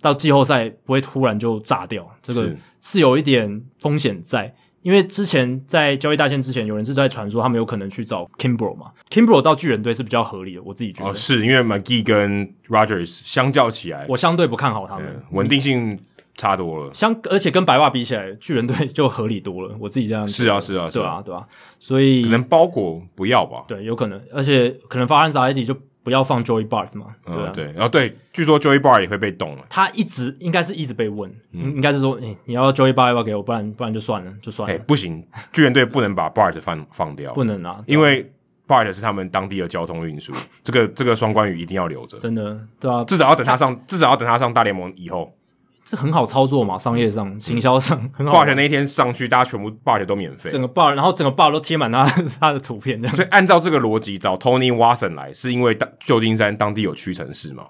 [SPEAKER 1] 到季后赛不会突然就炸掉，这个
[SPEAKER 2] 是
[SPEAKER 1] 是有一点风险在。因为之前在交易大限之前，有人是在传说他们有可能去找 Kimbro 嘛，Kimbro 到巨人队是比较合理的，我自己觉得。
[SPEAKER 2] 哦，是因为 McGee 跟 Rogers 相较起来，
[SPEAKER 1] 我嗯相对不看好他们，
[SPEAKER 2] 嗯稳定性差多了。
[SPEAKER 1] 相而且跟白袜比起来，巨人队就合理多了，我自己这样
[SPEAKER 2] 是啊，是啊，是
[SPEAKER 1] 对啊，，对啊，所以
[SPEAKER 2] 可能包裹不要吧。
[SPEAKER 1] 对有可能，而且可能发案 ID 就不要放 Joy Bart 嘛，对啊，
[SPEAKER 2] 嗯，对，然后对，据说 Joey Bar 也会被动了。
[SPEAKER 1] 他一直应该是一直被问，应该是说，哎、你要 Joy Bart 要不要给我，不然不然就算了，就算了，
[SPEAKER 2] 哎，不行，巨人队不能把 Bart 放放掉，
[SPEAKER 1] 不能啊，
[SPEAKER 2] 因为 Bart 是他们当地的交通运输，这个这个双关语一定要留着，
[SPEAKER 1] 真的对啊，
[SPEAKER 2] 至少要等他上，至少要等他上大联盟以后
[SPEAKER 1] 这很好操作嘛，商业上、行销上、很好
[SPEAKER 2] ，Bart，那一天上去，大家全部 Bart 都免费
[SPEAKER 1] 整。个 bar，然后整个 bar 都贴满他 他的图片这样。
[SPEAKER 2] 所以按照这个逻辑，找 Tony Watson 来，是因为当旧金山当地有屈臣 氏嘛？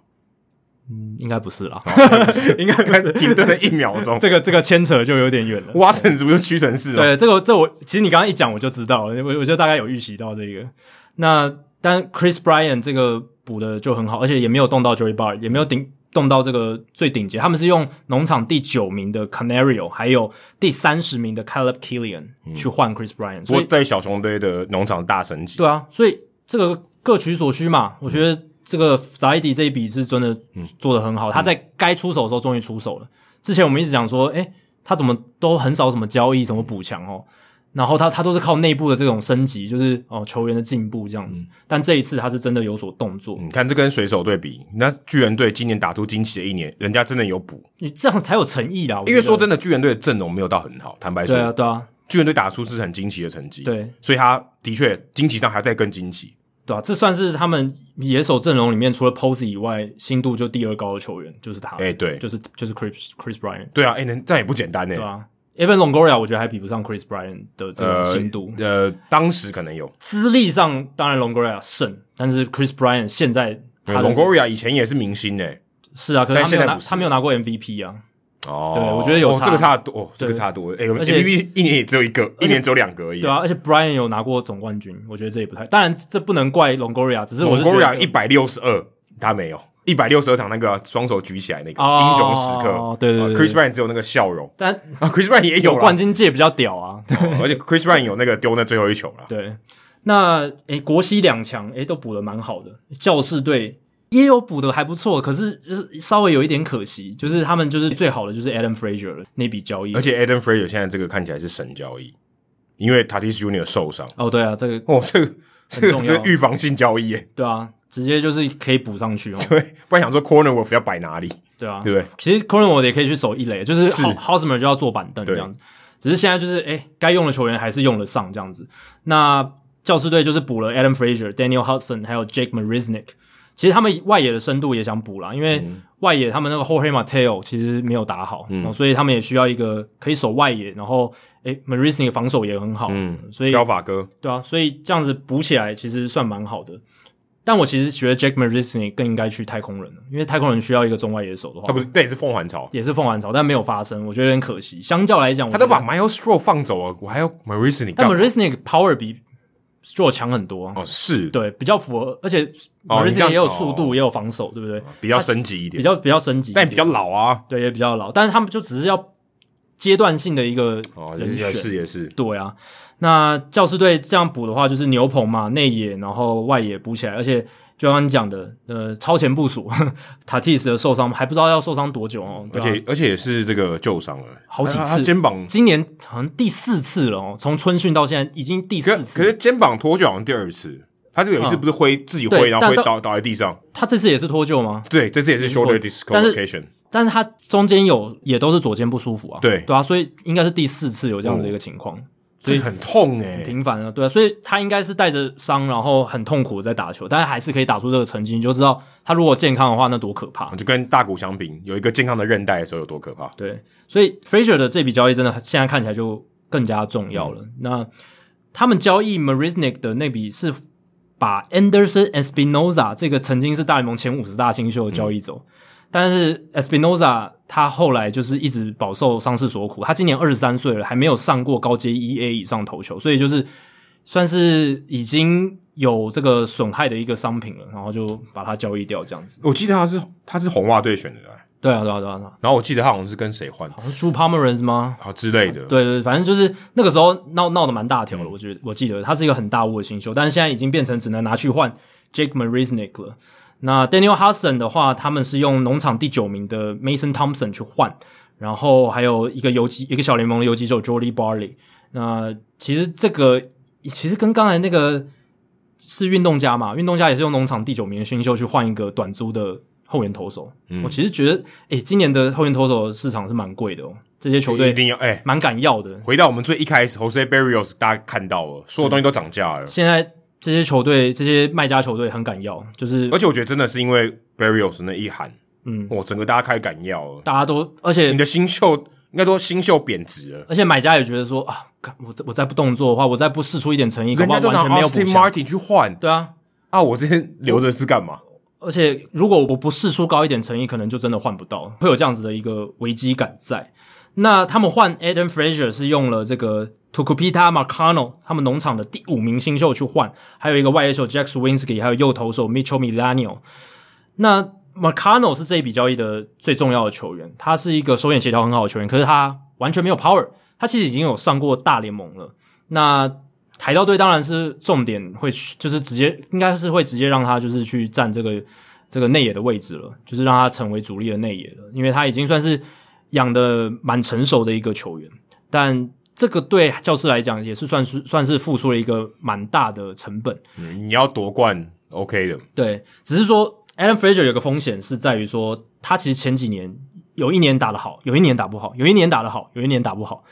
[SPEAKER 1] 应该不是啦， 应该不
[SPEAKER 2] 看停
[SPEAKER 1] 是。
[SPEAKER 2] 顿了一秒钟
[SPEAKER 1] 这个这个牵扯就有点远了。
[SPEAKER 2] ，Watson 是不是屈臣氏嘛？
[SPEAKER 1] 对，啊这个这我其实你刚刚一讲我就知道了，我我就大概有预习到这个。那但 Chris Bryan 这个补的就很好，而且也没有动到 Joey Bar，也没有顶动到这个最顶级，他们是用农场第九名的 Canario，还有第三十名的 Caleb Killian 去换 Chris Bryan，
[SPEAKER 2] 嗯不
[SPEAKER 1] 所
[SPEAKER 2] 过
[SPEAKER 1] 以
[SPEAKER 2] 对小熊队的农场大升级，
[SPEAKER 1] 对啊，所以这个各取所需嘛。我觉得这个扎伊迪这一笔是真的
[SPEAKER 2] 嗯
[SPEAKER 1] 做得很好，他在该出手的时候终于出手了。之前我们一直讲说，诶、他怎么都很少什么交易，怎么补强哦。然后他他都是靠内部的这种升级，就是哦球员的进步这样
[SPEAKER 2] 嗯
[SPEAKER 1] 子。但这一次他是真的有所动作，
[SPEAKER 2] 你嗯看这跟水手队比，那巨人队今年打出惊奇的一年，人家真的有补。
[SPEAKER 1] 你这样才有诚意啦。我觉得
[SPEAKER 2] 因为说真的，巨人队的阵容没有到很好，坦白说，
[SPEAKER 1] 对啊对啊
[SPEAKER 2] 巨人队打出是很惊奇的成绩，
[SPEAKER 1] 对，
[SPEAKER 2] 所以他的确惊奇上还在更惊奇。
[SPEAKER 1] 对啊，这算是他们野手阵容里面除了 Posey 以外，新度就第二高的球员就是他，
[SPEAKER 2] 哎、对，
[SPEAKER 1] 啊就是就是 Chris Chris Bryant。
[SPEAKER 2] 对啊，哎、能这样也不简单呢、
[SPEAKER 1] 对啊，Evan Longoria 我觉得还比不上 Chris Bryant 的这个
[SPEAKER 2] 呃
[SPEAKER 1] 新度，
[SPEAKER 2] 呃，当时可能有，
[SPEAKER 1] 资历上当然 Longoria 胜，但是 Chris Bryant 现在他的
[SPEAKER 2] Longoria 以前也是明星呢、
[SPEAKER 1] 是啊，可是他
[SPEAKER 2] 但
[SPEAKER 1] 没有
[SPEAKER 2] 现在
[SPEAKER 1] 拿
[SPEAKER 2] 不是
[SPEAKER 1] 他没有拿过 MVP 啊，
[SPEAKER 2] 哦，
[SPEAKER 1] 对我觉得有
[SPEAKER 2] 哦
[SPEAKER 1] 差
[SPEAKER 2] 这个差得多，哦，这个差多了。哎、我们
[SPEAKER 1] 而且
[SPEAKER 2] MVP 一年也只有一个，一年只有两个而已。
[SPEAKER 1] 对啊，而且 Bryant 有拿过总冠军，我觉得这也不太，当然这不能怪 Longoria，只是我是觉得
[SPEAKER 2] Longoria 一百六十二，他没有一百六十二场那个双手举起来那个、
[SPEAKER 1] 哦
[SPEAKER 2] 英雄时刻，
[SPEAKER 1] 对对对
[SPEAKER 2] 啊
[SPEAKER 1] 对
[SPEAKER 2] ，Chris Bryant 只有那个笑容
[SPEAKER 1] 但
[SPEAKER 2] 啊，Chris Bryant 也
[SPEAKER 1] 有
[SPEAKER 2] 有啦
[SPEAKER 1] 冠军界比较屌啊，
[SPEAKER 2] 哦而且 Chris Bryant 有那个丢那最后一球了。
[SPEAKER 1] 对， 那诶，国西两强诶都补的蛮好的，教士队也有补的还不错，可是就是稍微有一点可惜，就是他们就是最好的就是 Adam Fraser 了那笔交易，
[SPEAKER 2] 而且 Adam Fraser 现在这个看起来是神交易，因为 Tatis Junior 受伤，
[SPEAKER 1] 哦对啊，这个
[SPEAKER 2] 哦，这个
[SPEAKER 1] 很
[SPEAKER 2] 这个
[SPEAKER 1] 重要
[SPEAKER 2] 这个预防性交易耶，
[SPEAKER 1] 对啊，直接就是可以补上去 哦，
[SPEAKER 2] 对，不然想说 Cornerworth 要摆哪里，
[SPEAKER 1] 对啊，
[SPEAKER 2] 对不对？
[SPEAKER 1] 其实 c o r n w o d 也可以去守一垒，就是
[SPEAKER 2] 是
[SPEAKER 1] h o s m e r 就要坐板凳这样子。只是现在就是，哎、该用的球员还是用得上这样子。那教师队就是补了 Adam Fraser、Daniel Hudson 还有 Jake Marisnik。其实他们外野的深度也想补啦，因为
[SPEAKER 2] 嗯
[SPEAKER 1] 外野他们那个 Jorge Mateo 其实没有打好，哦所以他们也需要一个可以守外野，然后哎、Marisnik 防守也很好，
[SPEAKER 2] 嗯
[SPEAKER 1] 所以
[SPEAKER 2] 高法哥
[SPEAKER 1] 对啊，所以这样子补起来其实算蛮好的。但我其实觉得 Jack Marisnik 更应该去太空人了，因为太空人需要一个中外野手的话，
[SPEAKER 2] 他啊不是那也是凤凰巢，
[SPEAKER 1] 也是凤凰巢，但没有发生，我觉得有点可惜。相较来讲，
[SPEAKER 2] 他都
[SPEAKER 1] 我觉得
[SPEAKER 2] 把 Miles Straw 放走了，我还要 Marisnik
[SPEAKER 1] 但
[SPEAKER 2] 干嘛？
[SPEAKER 1] Marisnik power 比 Straw 强很多啊、
[SPEAKER 2] 哦，是
[SPEAKER 1] 对，比较符合，而且
[SPEAKER 2] 哦你这
[SPEAKER 1] Marisnik
[SPEAKER 2] 样
[SPEAKER 1] 也有速
[SPEAKER 2] 哦
[SPEAKER 1] 度，也有防守，对不对？
[SPEAKER 2] 比较升级一
[SPEAKER 1] 比
[SPEAKER 2] 点，
[SPEAKER 1] 较比较升级一点，
[SPEAKER 2] 但比较老啊，
[SPEAKER 1] 对，也比较老，但是他们就只是要阶段性的一个
[SPEAKER 2] 哦，也
[SPEAKER 1] 人选，
[SPEAKER 2] 是也是，
[SPEAKER 1] 对啊，那教师队这样补的话，就是牛棚嘛，内野然后外野补起来，而且就像你讲的，呃，超前部署 ，Tatis 的受伤还不知道要受伤多久哦，
[SPEAKER 2] 而
[SPEAKER 1] 对啊
[SPEAKER 2] 且而且也是这个旧伤了，
[SPEAKER 1] 好几
[SPEAKER 2] 他他
[SPEAKER 1] 次
[SPEAKER 2] 肩膀，
[SPEAKER 1] 今年好像第四次了哦，从春训到现在已经第
[SPEAKER 2] 可
[SPEAKER 1] 四次
[SPEAKER 2] 可是肩膀脱臼好像第二次，他就有一次
[SPEAKER 1] 嗯
[SPEAKER 2] 不是挥自己
[SPEAKER 1] 对
[SPEAKER 2] 挥，然后
[SPEAKER 1] 但
[SPEAKER 2] 挥
[SPEAKER 1] 到
[SPEAKER 2] 倒倒在地上，
[SPEAKER 1] 他这次也是脱臼吗？
[SPEAKER 2] 对，这次也是 shoulder
[SPEAKER 1] 但是
[SPEAKER 2] dislocation。
[SPEAKER 1] 但是他中间有也都是左肩不舒服啊，
[SPEAKER 2] 对嗯
[SPEAKER 1] 对啊，所以应该是第四次有这样子一个情况，
[SPEAKER 2] 这很痛哎、
[SPEAKER 1] 频繁了，对啊，所以他应该是带着伤，然后很痛苦地在打球，但是还是可以打出这个成绩，你就知道他如果健康的话，那多可怕。
[SPEAKER 2] 就跟大谷相比，有一个健康的韧带的时候有多可怕？
[SPEAKER 1] 对，所以 Fraser 的这笔交易真的现在看起来就更加重要了。那他们交易 Marisnik 的那笔是把 Anderson Espinosa 这个曾经是大联盟前五十大新秀交易走，但是 Espinosa 他后来就是一直饱受伤势所苦，他今年二十三岁了，还没有上过高阶 E A 以上投球，所以就是算是已经有这个损害的一个商品了，然后就把它交易掉这样子。
[SPEAKER 2] 我记得他是他是红袜队选的、欸，
[SPEAKER 1] 对啊，对啊，对啊，对啊
[SPEAKER 2] 然后我记得他好像是跟谁换，
[SPEAKER 1] 好像是 Drew Pomeranz 吗？
[SPEAKER 2] 好之类的。
[SPEAKER 1] 对对，反正就是那个时候闹闹得蛮大
[SPEAKER 2] 嗯
[SPEAKER 1] 条的，我觉得我记得他是一个很大物的新秀，但是现在已经变成只能拿去换 Jake m a r i s n i k 了。那 Daniel Hudson 的话，他们是用农场第九名的 Mason Thompson 去换，然后还有一个游击一个小联盟的游击手 Jordy Barley。那其实这个其实跟刚才那个是运动家嘛，运动家也是用农场第九名的新秀去换一个短租的后援投手。
[SPEAKER 2] 嗯
[SPEAKER 1] 我其实觉得，诶、今年的后援投手市场是蛮贵的哦，这些球
[SPEAKER 2] 一
[SPEAKER 1] 队
[SPEAKER 2] 定要哎、
[SPEAKER 1] 蛮敢要的。
[SPEAKER 2] 回到我们最一开始，Jose Barrios 大家看到了，所有东西都涨价了，
[SPEAKER 1] 现在这些球队，这些卖家球队很敢要，就是
[SPEAKER 2] 而且我觉得真的是因为 Barrios 那一喊，
[SPEAKER 1] 嗯，
[SPEAKER 2] 我整个大家开始敢要了，
[SPEAKER 1] 大家都，而
[SPEAKER 2] 你
[SPEAKER 1] 且
[SPEAKER 2] 的新秀应该说新秀贬值了，
[SPEAKER 1] 而且买家也觉得说啊，干我再我再不动作的话，我再不试出一点诚意，
[SPEAKER 2] 人
[SPEAKER 1] 恐
[SPEAKER 2] 家
[SPEAKER 1] 怕
[SPEAKER 2] 都
[SPEAKER 1] 完
[SPEAKER 2] 拿
[SPEAKER 1] 全没有补
[SPEAKER 2] Austin
[SPEAKER 1] 强。
[SPEAKER 2] Martin 去换
[SPEAKER 1] 对啊，
[SPEAKER 2] 啊，我这些留着是干嘛？
[SPEAKER 1] 而且如果我不试出高一点诚意，可能就真的换不到，会有这样子的一个危机感在。那他们换 Adam Fraser 是用了这个 Tukupita Marcano，他们农场的第五名新秀去换，还有一个外野手 Jack Swinsky，还有右投手 Mitchell Milano。那 Marcano 是这一笔交易的最重要的球员，他是一个手眼协调很好的球员，可是他完全没有 power，他其实已经有上过大联盟了。那海盗队当然是重点会去，就是直接应该是会直接让他就是去占这个这个内野的位置了，就是让他成为主力的内野了，因为他已经算是养的蛮成熟的一个球员，但。这个对教师来讲也是算是算是付出了一个蛮大的成本，
[SPEAKER 2] 嗯你要夺冠 OK 的，
[SPEAKER 1] 对，只是说 Alan Fraser 有个风险是在于说，他其实前几年有一年打得好，有一年打不好，有一年打得好，有一年打不好。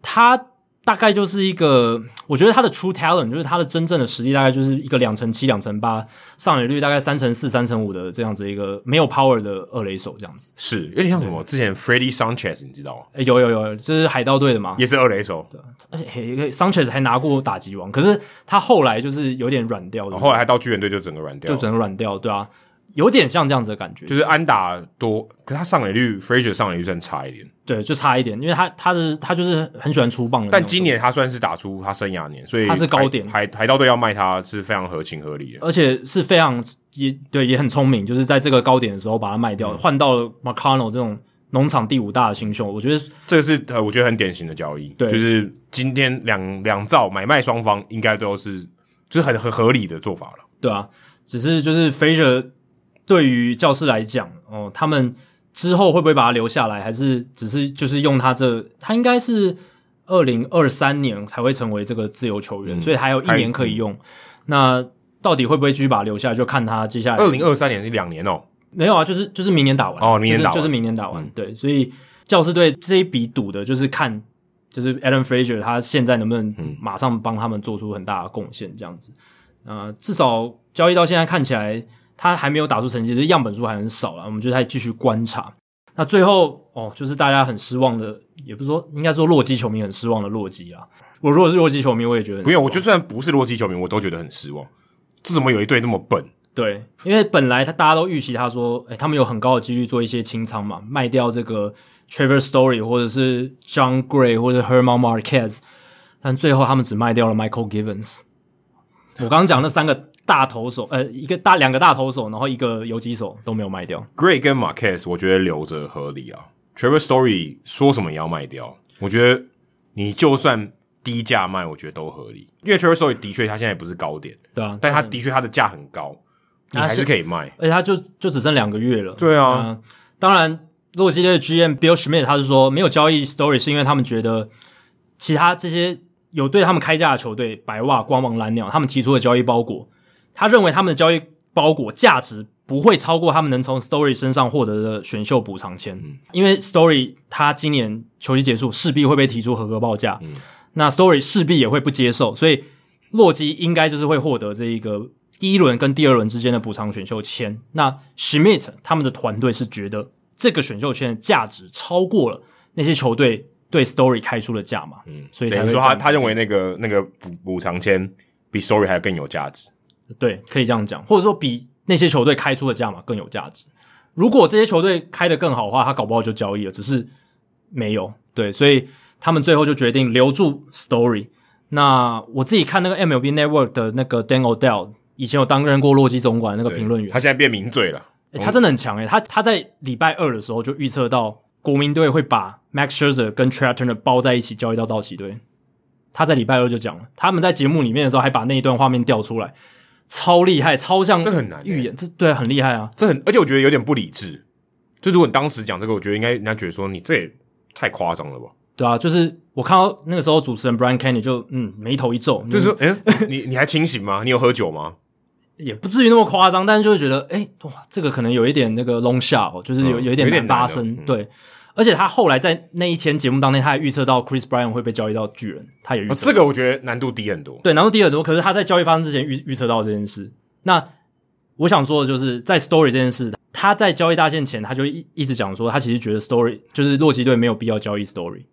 [SPEAKER 1] 他大概就是一个，我觉得他的 true talent 就是他的真正的实力，大概就是一个两成七、两成八，上垒率大概三成四、三成五的这样子一个没有 power 的二垒手这样子。
[SPEAKER 2] 是有点像什么之前 Freddie Sanchez 你知道吗？
[SPEAKER 1] 诶有有有，这是海盗队的嘛？
[SPEAKER 2] 也是二垒手，
[SPEAKER 1] 而且一个 Sanchez 还拿过打击王，可是他后来就是有点软掉，对不对
[SPEAKER 2] 后来还到巨人队就整个软掉
[SPEAKER 1] 就
[SPEAKER 2] 了，
[SPEAKER 1] 整个软掉，对啊，有点像这样子的感觉，
[SPEAKER 2] 就是安打多，可他上垒率 Fraser 上垒率真的差一点，
[SPEAKER 1] 对，就差一点，因为他他的他就是很喜欢出棒的那种
[SPEAKER 2] 但今，年他算是打出他生涯年，所以
[SPEAKER 1] 他是高点呃
[SPEAKER 2] 海海海盗队要卖他是非常合情合理的。
[SPEAKER 1] 而且是非常也对也很聪明，就是在这个高点的时候把它卖
[SPEAKER 2] 嗯
[SPEAKER 1] 掉，换到了 Marcano 这种农场第五大的新秀，我觉得
[SPEAKER 2] 这个是呃，我觉得很典型的交易，
[SPEAKER 1] 对
[SPEAKER 2] 就是今天两两造买卖双方应该都是就是很很合理的做法了。
[SPEAKER 1] 对啊，只是就是 Fraser 对于教室来讲，哦、他们之后会不会把他留下来，还是只是就是用他这，他应该是二零二三年才会成为这个自由球员，所以还有一
[SPEAKER 2] 嗯还
[SPEAKER 1] 年可以用。那到底会不会继续把他留下来，就看他接下来
[SPEAKER 2] 二零二三年是两年哦，
[SPEAKER 1] 没有啊，就是就是明年打完
[SPEAKER 2] 哦明年打完
[SPEAKER 1] 就是，就是明年打完。对，所以教师队这一笔赌的就是看，就是 Alan Fraser 他现在能不
[SPEAKER 2] 嗯
[SPEAKER 1] 能马上帮他们做出很大的贡献，这样子。呃，至少交易到现在看起来，他还没有打出成绩，就是样本数还很少了，我们就再继续观察。那最后哦，就是大家很失望的，也不是说应该说洛基球迷很失望的洛基啊。我如果是洛基球迷，我也觉得很
[SPEAKER 2] 不用，
[SPEAKER 1] 失望
[SPEAKER 2] 我就算不是洛基球迷，我都觉得很失望。这怎么有一队那么笨？
[SPEAKER 1] 对，因为本来他大家都预期他说，诶、他们有很高的几率做一些清仓嘛，卖掉这个 Trevor Story 或者是 John Gray 或者 Herman Marquez，但最后他们只卖掉了 Michael Givens。我刚刚讲那三个大投手，呃，一个大两个大投手，然后一个游击手都没有卖掉。
[SPEAKER 2] Gray 跟 Marquez 我觉得留着合理啊。Trevor Story 说什么也要卖掉，我觉得你就算低价卖，我觉得都合理。因为 Trevor Story 的确他现在也不是高点，
[SPEAKER 1] 对啊，
[SPEAKER 2] 但他的确他的价很高，你
[SPEAKER 1] 他
[SPEAKER 2] 还
[SPEAKER 1] 嗯啊
[SPEAKER 2] 是
[SPEAKER 1] 是
[SPEAKER 2] 可以卖。
[SPEAKER 1] 而且他就就只剩两个月了。
[SPEAKER 2] 对啊
[SPEAKER 1] 嗯当然，洛基队的 GM Bill Schmidt 他是说没有交易 Story 是因为他们觉得其他这些有对他们开价的球队，白袜、光芒、蓝鸟，他们提出的交易包裹，他认为他们的交易包裹价值不会超过他们能从 Story 身上获得的选秀补偿签，
[SPEAKER 2] 嗯
[SPEAKER 1] 因为 Story 他今年球季结束势必会被提出合格报价，
[SPEAKER 2] 嗯
[SPEAKER 1] 那 Story 势必也会不接受，所以洛基应该就是会获得这一个第一轮跟第二轮之间的补偿选秀签。那 Schmidt 他们的团队是觉得这个选秀签的价值超过了那些球队对 Story 开出的价嘛，嗯，所以才
[SPEAKER 2] 等于
[SPEAKER 1] 会
[SPEAKER 2] 说
[SPEAKER 1] 这
[SPEAKER 2] 他
[SPEAKER 1] 样
[SPEAKER 2] 他认为那个那个补补偿签比 Story 还要更有价值。
[SPEAKER 1] 对，可以这样讲，或者说比那些球队开出的价码更有价值。如果这些球队开的更好的话，他搞不好就交易了，只是没有对，所以他们最后就决定留住 Story。那我自己看那个 MLB Network 的那个 Dan O'Dell，以前有担任过洛基总管的那个评论员，
[SPEAKER 2] 他现在变名嘴了，
[SPEAKER 1] 欸他真的很强诶、他他在礼拜二的时候就预测到国民队会把 Max Scherzer 跟 t r a t u r n e r 包在一起交易到道奇队。他在礼拜二就讲了，他们在节目里面的时候还把那一段画面调出来，超厉害，超像
[SPEAKER 2] 这很难欸
[SPEAKER 1] 预言，这对很厉害啊。
[SPEAKER 2] 这很，而且我觉得有点不理智。就如果你当时讲这个，我觉得应该人家觉得说你这也太夸张了吧？
[SPEAKER 1] 对啊，就是我看到那个时候主持人 Brian Kenny 就嗯眉头一皱，
[SPEAKER 2] 就是
[SPEAKER 1] 嗯
[SPEAKER 2] 说，哎、你你还清醒吗？你有喝酒吗？
[SPEAKER 1] 也不至于那么夸张，但是就会觉得哎、哇，这个可能有一点那个 long shot，、哦、就是有、
[SPEAKER 2] 嗯
[SPEAKER 1] 有一点
[SPEAKER 2] 有点
[SPEAKER 1] 难
[SPEAKER 2] 难
[SPEAKER 1] 发
[SPEAKER 2] 的
[SPEAKER 1] 生。
[SPEAKER 2] 嗯
[SPEAKER 1] 对，而且他后来在那一天节目当天，他还预测到 Chris Bryan 会被交易到巨人，他也预测、
[SPEAKER 2] 哦这个我觉得难度低很多。
[SPEAKER 1] 对难度低很多。可是他在交易发生之前预预测到这件事。那我想说的就是，在 Story 这件事，他在交易大限前，他就一一直讲说，他其实觉得 Story 就是洛奇队没有必要交易 Story，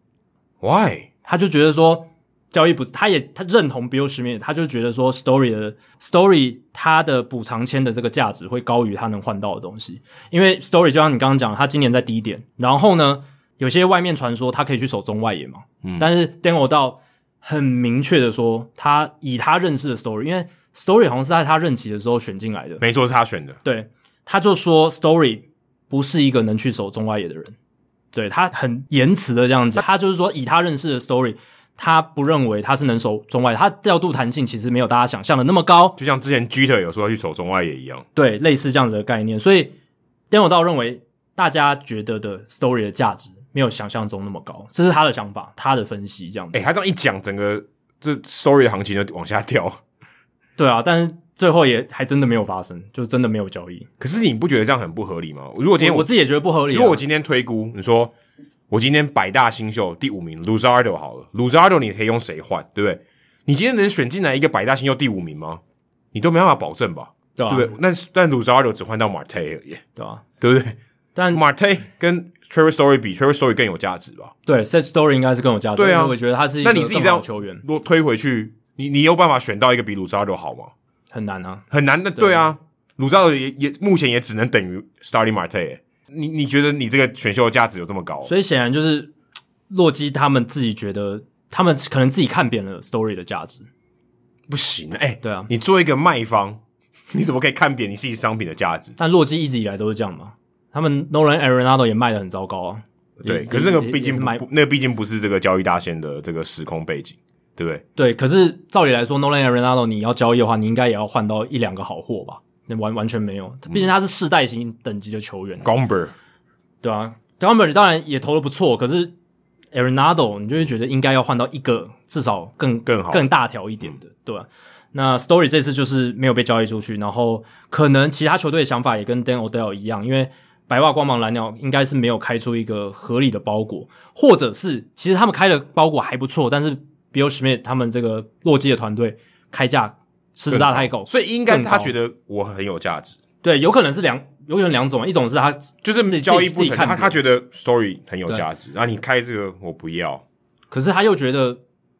[SPEAKER 2] Why？
[SPEAKER 1] 他就觉得说交易不，他也他认同 Bill Schmidt，他就觉得说 Story 的 Story 他的补偿签的这个价值会高于他能换到的东西，因为 Story 就像你刚刚讲，他今年在低点，然后呢，有些外面传说他可以去守中外野嘛，嗯，但是 d a n o 到很明确的说，他以他认识的 Story，因为 Story 好像是在他任期的时候选进来的，
[SPEAKER 2] 没错，是他选的。
[SPEAKER 1] 对，他就说 Story 不是一个能去守中外野的人，对他很言辞的这样讲，他就是说以他认识的 Story，他不认为他是能守中外野，他调度弹性其实没有大家想象的那么高，
[SPEAKER 2] 就像之前 Jeter 有说要去守中外野一样，
[SPEAKER 1] 对，类似这样子的概念，所以 Daniel 道认为大家觉得的 Story 的价值没有想象中那么高，这是他的想法，他的分析这样子，
[SPEAKER 2] 哎、他这样一讲，整个这 story 的行情就往下掉。
[SPEAKER 1] 对啊，但是最后也还真的没有发生，就真的没有交易，
[SPEAKER 2] 可是你不觉得这样很不合理吗？如果今天
[SPEAKER 1] 我
[SPEAKER 2] 我
[SPEAKER 1] 我自己也觉得不合理、啊，
[SPEAKER 2] 如果我今天推估，你说我今天百大新秀第五名 Luzardo 好了，Luzardo 你可以用谁换，对不对？你今天能选进来一个百大新秀第五名吗？你都没办法保证吧，
[SPEAKER 1] 对吧、啊
[SPEAKER 2] 对不对？那但 Luzardo 只换到 Marte 而已，
[SPEAKER 1] 对吧、啊
[SPEAKER 2] 对不对
[SPEAKER 1] 但
[SPEAKER 2] ？Marte 跟 Trevor Story 比，Trevor Story 更有价值吧？
[SPEAKER 1] 对，set story 应该是更有价值。
[SPEAKER 2] 对啊
[SPEAKER 1] 因为我觉得他是一
[SPEAKER 2] 那
[SPEAKER 1] 个
[SPEAKER 2] 你自己
[SPEAKER 1] 更
[SPEAKER 2] 这
[SPEAKER 1] 好
[SPEAKER 2] 样
[SPEAKER 1] 的球员，
[SPEAKER 2] 如果推回去，你你有办法选到一个比 Luzardo 好吗？
[SPEAKER 1] 很难啊。
[SPEAKER 2] 很难的，
[SPEAKER 1] 对
[SPEAKER 2] 对啊。Luzardo 也也目前也只能等于 Starting Marte。你你觉得你这个选秀的价值有这么高？
[SPEAKER 1] 所以显然就是洛基他们自己觉得，他们可能自己看扁了 story 的价值。
[SPEAKER 2] 不行，哎、
[SPEAKER 1] 对啊，
[SPEAKER 2] 你做一个卖方， 你怎么可以看扁你自己商品的价值？
[SPEAKER 1] 但洛基一直以来都是这样嘛。他们 Nolan Arenado 也卖的很糟糕啊。
[SPEAKER 2] 对，
[SPEAKER 1] 也
[SPEAKER 2] 可是那个
[SPEAKER 1] 也
[SPEAKER 2] 毕
[SPEAKER 1] 也
[SPEAKER 2] 竟
[SPEAKER 1] 是卖
[SPEAKER 2] 不，那个毕竟不是这个交易大仙的这个时空背景，对不对？
[SPEAKER 1] 对，可是照理来说，Nolan Arenado 你要交易的话，你应该也要换到一两个好货吧？那完完全没有，毕竟他是世代型等级的球员啊，
[SPEAKER 2] Gomber
[SPEAKER 1] 对啊 d u m b e r 当然也投的不错，可是 Arenado 你就会觉得应该要换到一个至少更
[SPEAKER 2] 更好嗯
[SPEAKER 1] 更大条一点的，对啊。那 Story 这次就是没有被交易出去，然后可能其他球队的想法也跟 Dan Odell 一样，因为白袜光芒蓝鸟应该是没有开出一个合理的包裹，或者是其实他们开的包裹还不错，但是 Bill Schmidt 他们这个洛基的团队开价狮子大太高，
[SPEAKER 2] 所以应该是他
[SPEAKER 1] 更高
[SPEAKER 2] 觉得我很有价值，
[SPEAKER 1] 对，有可能是两有可能两种，一种是他
[SPEAKER 2] 就是
[SPEAKER 1] 己
[SPEAKER 2] 交易不
[SPEAKER 1] 自己
[SPEAKER 2] 成，
[SPEAKER 1] 看
[SPEAKER 2] 他
[SPEAKER 1] 扁
[SPEAKER 2] 他觉得 Story 很有价值，然啊后你开这个我不要，
[SPEAKER 1] 可是他又觉得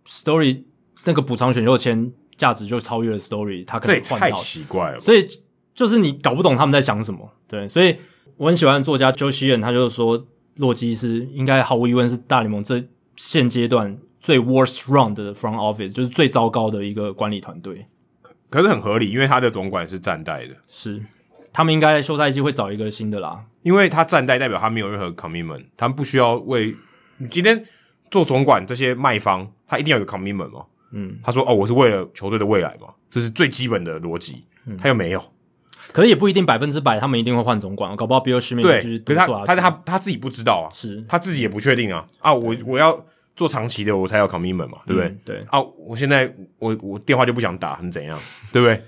[SPEAKER 1] Story 那个补偿选秀签价值就超越了 Story，他可
[SPEAKER 2] 这也
[SPEAKER 1] 能换
[SPEAKER 2] 太
[SPEAKER 1] 到，
[SPEAKER 2] 奇怪了吧。
[SPEAKER 1] 所以就是你搞不懂他们在想什么。对，所以我很喜欢作家 Joe Sheehan，他就说洛基是应该毫无疑问是大联盟这现阶段最 worst run 的 front office，就是最糟糕的一个管理团队。
[SPEAKER 2] 可是很合理，因为他的总管是站代的，
[SPEAKER 1] 是，他们应该休赛季会找一个新的啦。
[SPEAKER 2] 因为他站代代表他没有任何 commitment，他们不需要为你今天做总管这些卖方，他一定要有 commitment 吗？
[SPEAKER 1] 嗯，
[SPEAKER 2] 他说：“哦，我是为了球队的未来嘛，这是最基本的逻辑。
[SPEAKER 1] 嗯
[SPEAKER 2] 他又没有，
[SPEAKER 1] 可是也不一定百分之百，他们一定会换总管，搞不好 Bill Schmidt
[SPEAKER 2] 对
[SPEAKER 1] 继续，
[SPEAKER 2] 可
[SPEAKER 1] 做
[SPEAKER 2] 是他
[SPEAKER 1] 下去
[SPEAKER 2] 他他他自己不知道啊，
[SPEAKER 1] 啊是
[SPEAKER 2] 他自己也不确定啊啊，我我要做长期的，我才有 commitment 嘛，对不对？
[SPEAKER 1] 嗯对。
[SPEAKER 2] 啊，我现在我我电话就不想打，很怎样，对不对？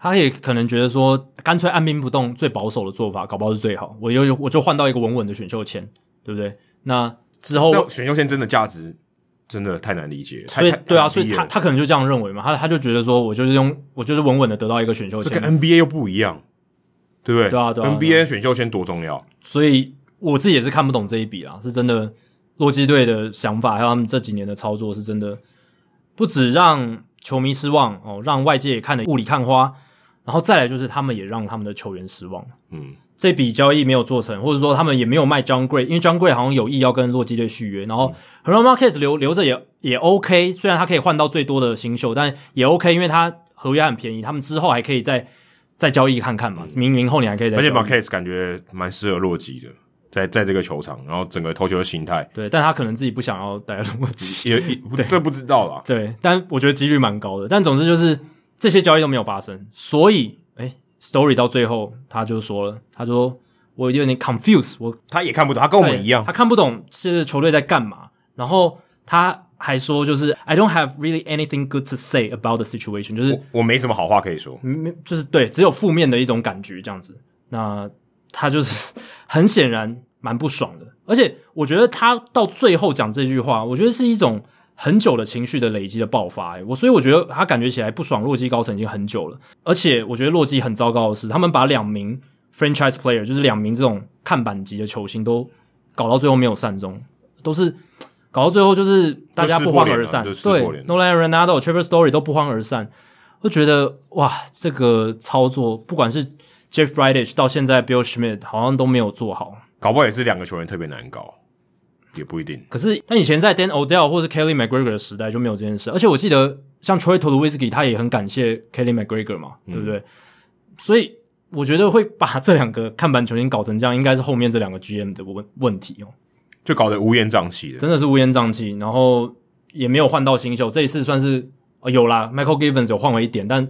[SPEAKER 1] 他也可能觉得说，干脆按兵不动，最保守的做法，搞不好是最好。我又我就换到一个稳稳的选秀签，对不对？那之后，
[SPEAKER 2] 那选秀线真的价值真的太难理解，太
[SPEAKER 1] 所以
[SPEAKER 2] 太
[SPEAKER 1] 对啊，
[SPEAKER 2] 太
[SPEAKER 1] 所以
[SPEAKER 2] 低
[SPEAKER 1] 他
[SPEAKER 2] 了
[SPEAKER 1] 他可能就这样认为嘛，他他就觉得说我就是用我就是稳稳的得到一个选秀
[SPEAKER 2] 这跟
[SPEAKER 1] 签，
[SPEAKER 2] NBA 又不一样，对不对？
[SPEAKER 1] 对啊对啊
[SPEAKER 2] NBA 选秀线多重要，
[SPEAKER 1] 所以我自己也是看不懂这一笔啦，是真的。洛基队的想法还有他们这几年的操作，是真的不止让球迷失望哦，让外界也看得雾里看花，然后再来就是他们也让他们的球员失望。
[SPEAKER 2] 嗯，
[SPEAKER 1] 这笔交易没有做成，或者说他们也没有卖 John Gray，因为 John Gray 好像有意要跟洛基队续约，然后
[SPEAKER 2] 嗯
[SPEAKER 1] h e r o n Marquez 留留着也也 OK，虽然他可以换到最多的新秀，但也 OK，因为他合约很便宜，他们之后还可以再再交易看看嘛，明明后年还可以再
[SPEAKER 2] 嗯而
[SPEAKER 1] 交易。
[SPEAKER 2] 且 m a r q u e 感觉蛮适合洛基的，在在这个球场，然后整个投球的形态
[SPEAKER 1] 对，但他可能自己不想要待在洛基。
[SPEAKER 2] 也也不这不知道啦。
[SPEAKER 1] 对，但我觉得几率蛮高的。但总之就是这些交易都没有发生，所以哎，Story 到最后他就说了，他说我有点 confused，我
[SPEAKER 2] 他也看不懂，他跟我们一样
[SPEAKER 1] 他，看不懂是球队在干嘛。然后他还说，就是 I don't have really anything good to say about the situation，就是
[SPEAKER 2] 我我没什么好话可以说。
[SPEAKER 1] 没就是对，只有负面的一种感觉这样子。那他就是很显然蛮不爽的，而且我觉得他到最后讲这句话，我觉得是一种很久的情绪的累积的爆发、欸。我所以我觉得他感觉起来不爽洛基高层已经很久了，而且我觉得洛基很糟糕的是，他们把两名 franchise player，就是两名这种看板级的球星都搞到最后没有善终，都是。搞到最后就是大家
[SPEAKER 2] 就撕
[SPEAKER 1] 不
[SPEAKER 2] 破
[SPEAKER 1] 欢
[SPEAKER 2] 脸
[SPEAKER 1] 而
[SPEAKER 2] 了
[SPEAKER 1] 散，
[SPEAKER 2] 就撕
[SPEAKER 1] 对
[SPEAKER 2] 破脸了
[SPEAKER 1] ，Nolan Renado、Trevor Story 都不欢而散，我觉得哇，这个操作不管是 Jeff Bridich 到现在 Bill Schmidt 好像都没有做好。
[SPEAKER 2] 搞不好也是两个球员特别难搞，也不一定。
[SPEAKER 1] 可是，但以前在 Dan Odell 或是 Kelly McGregor 的时代就没有这件事，而且我记得像 Troy t u l o w i z k i 他也很感谢 Kelly McGregor 嘛，对不对？所以我觉得会把这两个看板球星搞成这样，应该是后面这两个 GM 的问问题哦，
[SPEAKER 2] 就搞得乌烟瘴气的。
[SPEAKER 1] 真的是乌烟瘴气，然后也没有换到新秀，这一次算是、哦、有啦，Michael Givens 有换回一点，但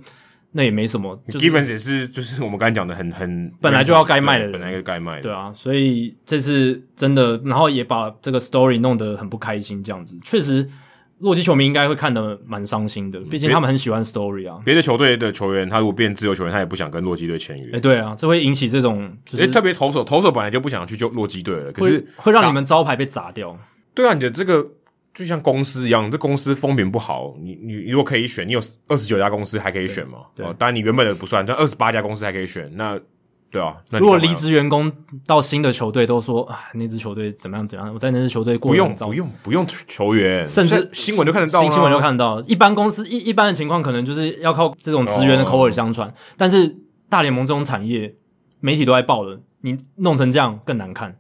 [SPEAKER 1] 那也没什么，就是
[SPEAKER 2] Givens 也是，就是我们刚才讲的很很
[SPEAKER 1] 本来就要该卖的
[SPEAKER 2] 对
[SPEAKER 1] 人
[SPEAKER 2] 本来就该卖的。
[SPEAKER 1] 对啊，所以这次真的，然后也把这个 story 弄得很不开心，这样子，确实，洛基球迷应该会看得蛮伤心
[SPEAKER 2] 嗯
[SPEAKER 1] 的，毕竟他们很喜欢 story 啊。
[SPEAKER 2] 别的球队的球员，他如果变自由球员，他也不想跟洛基队签约。
[SPEAKER 1] 哎、对啊，这会引起这种就
[SPEAKER 2] 因为
[SPEAKER 1] 是
[SPEAKER 2] 特别投手，投手本来就不想去就洛基队了，可
[SPEAKER 1] 会
[SPEAKER 2] 是
[SPEAKER 1] 会让
[SPEAKER 2] 打
[SPEAKER 1] 你们招牌被砸掉。
[SPEAKER 2] 对啊，你的这个就像公司一样，这公司风评不好，你你你如果可以选，你有二十九家公司还可以选嘛？
[SPEAKER 1] 对
[SPEAKER 2] 哦当然你原本的不算，但二十八家公司还可以选，那对啊，那你
[SPEAKER 1] 如果
[SPEAKER 2] 干嘛
[SPEAKER 1] 离职员工到新的球队都说啊，那支球队怎么样怎么样，我在那支球队过
[SPEAKER 2] 不
[SPEAKER 1] 得
[SPEAKER 2] 用
[SPEAKER 1] 很糟
[SPEAKER 2] 不用不用球员，
[SPEAKER 1] 甚至
[SPEAKER 2] 现在新闻就看得到啊啦，
[SPEAKER 1] 新新闻就看得到。一般公司一一般的情况，可能就是要靠这种职员的口耳相传，但是大联盟这种产业，媒体都在报了，你弄成这样更难看。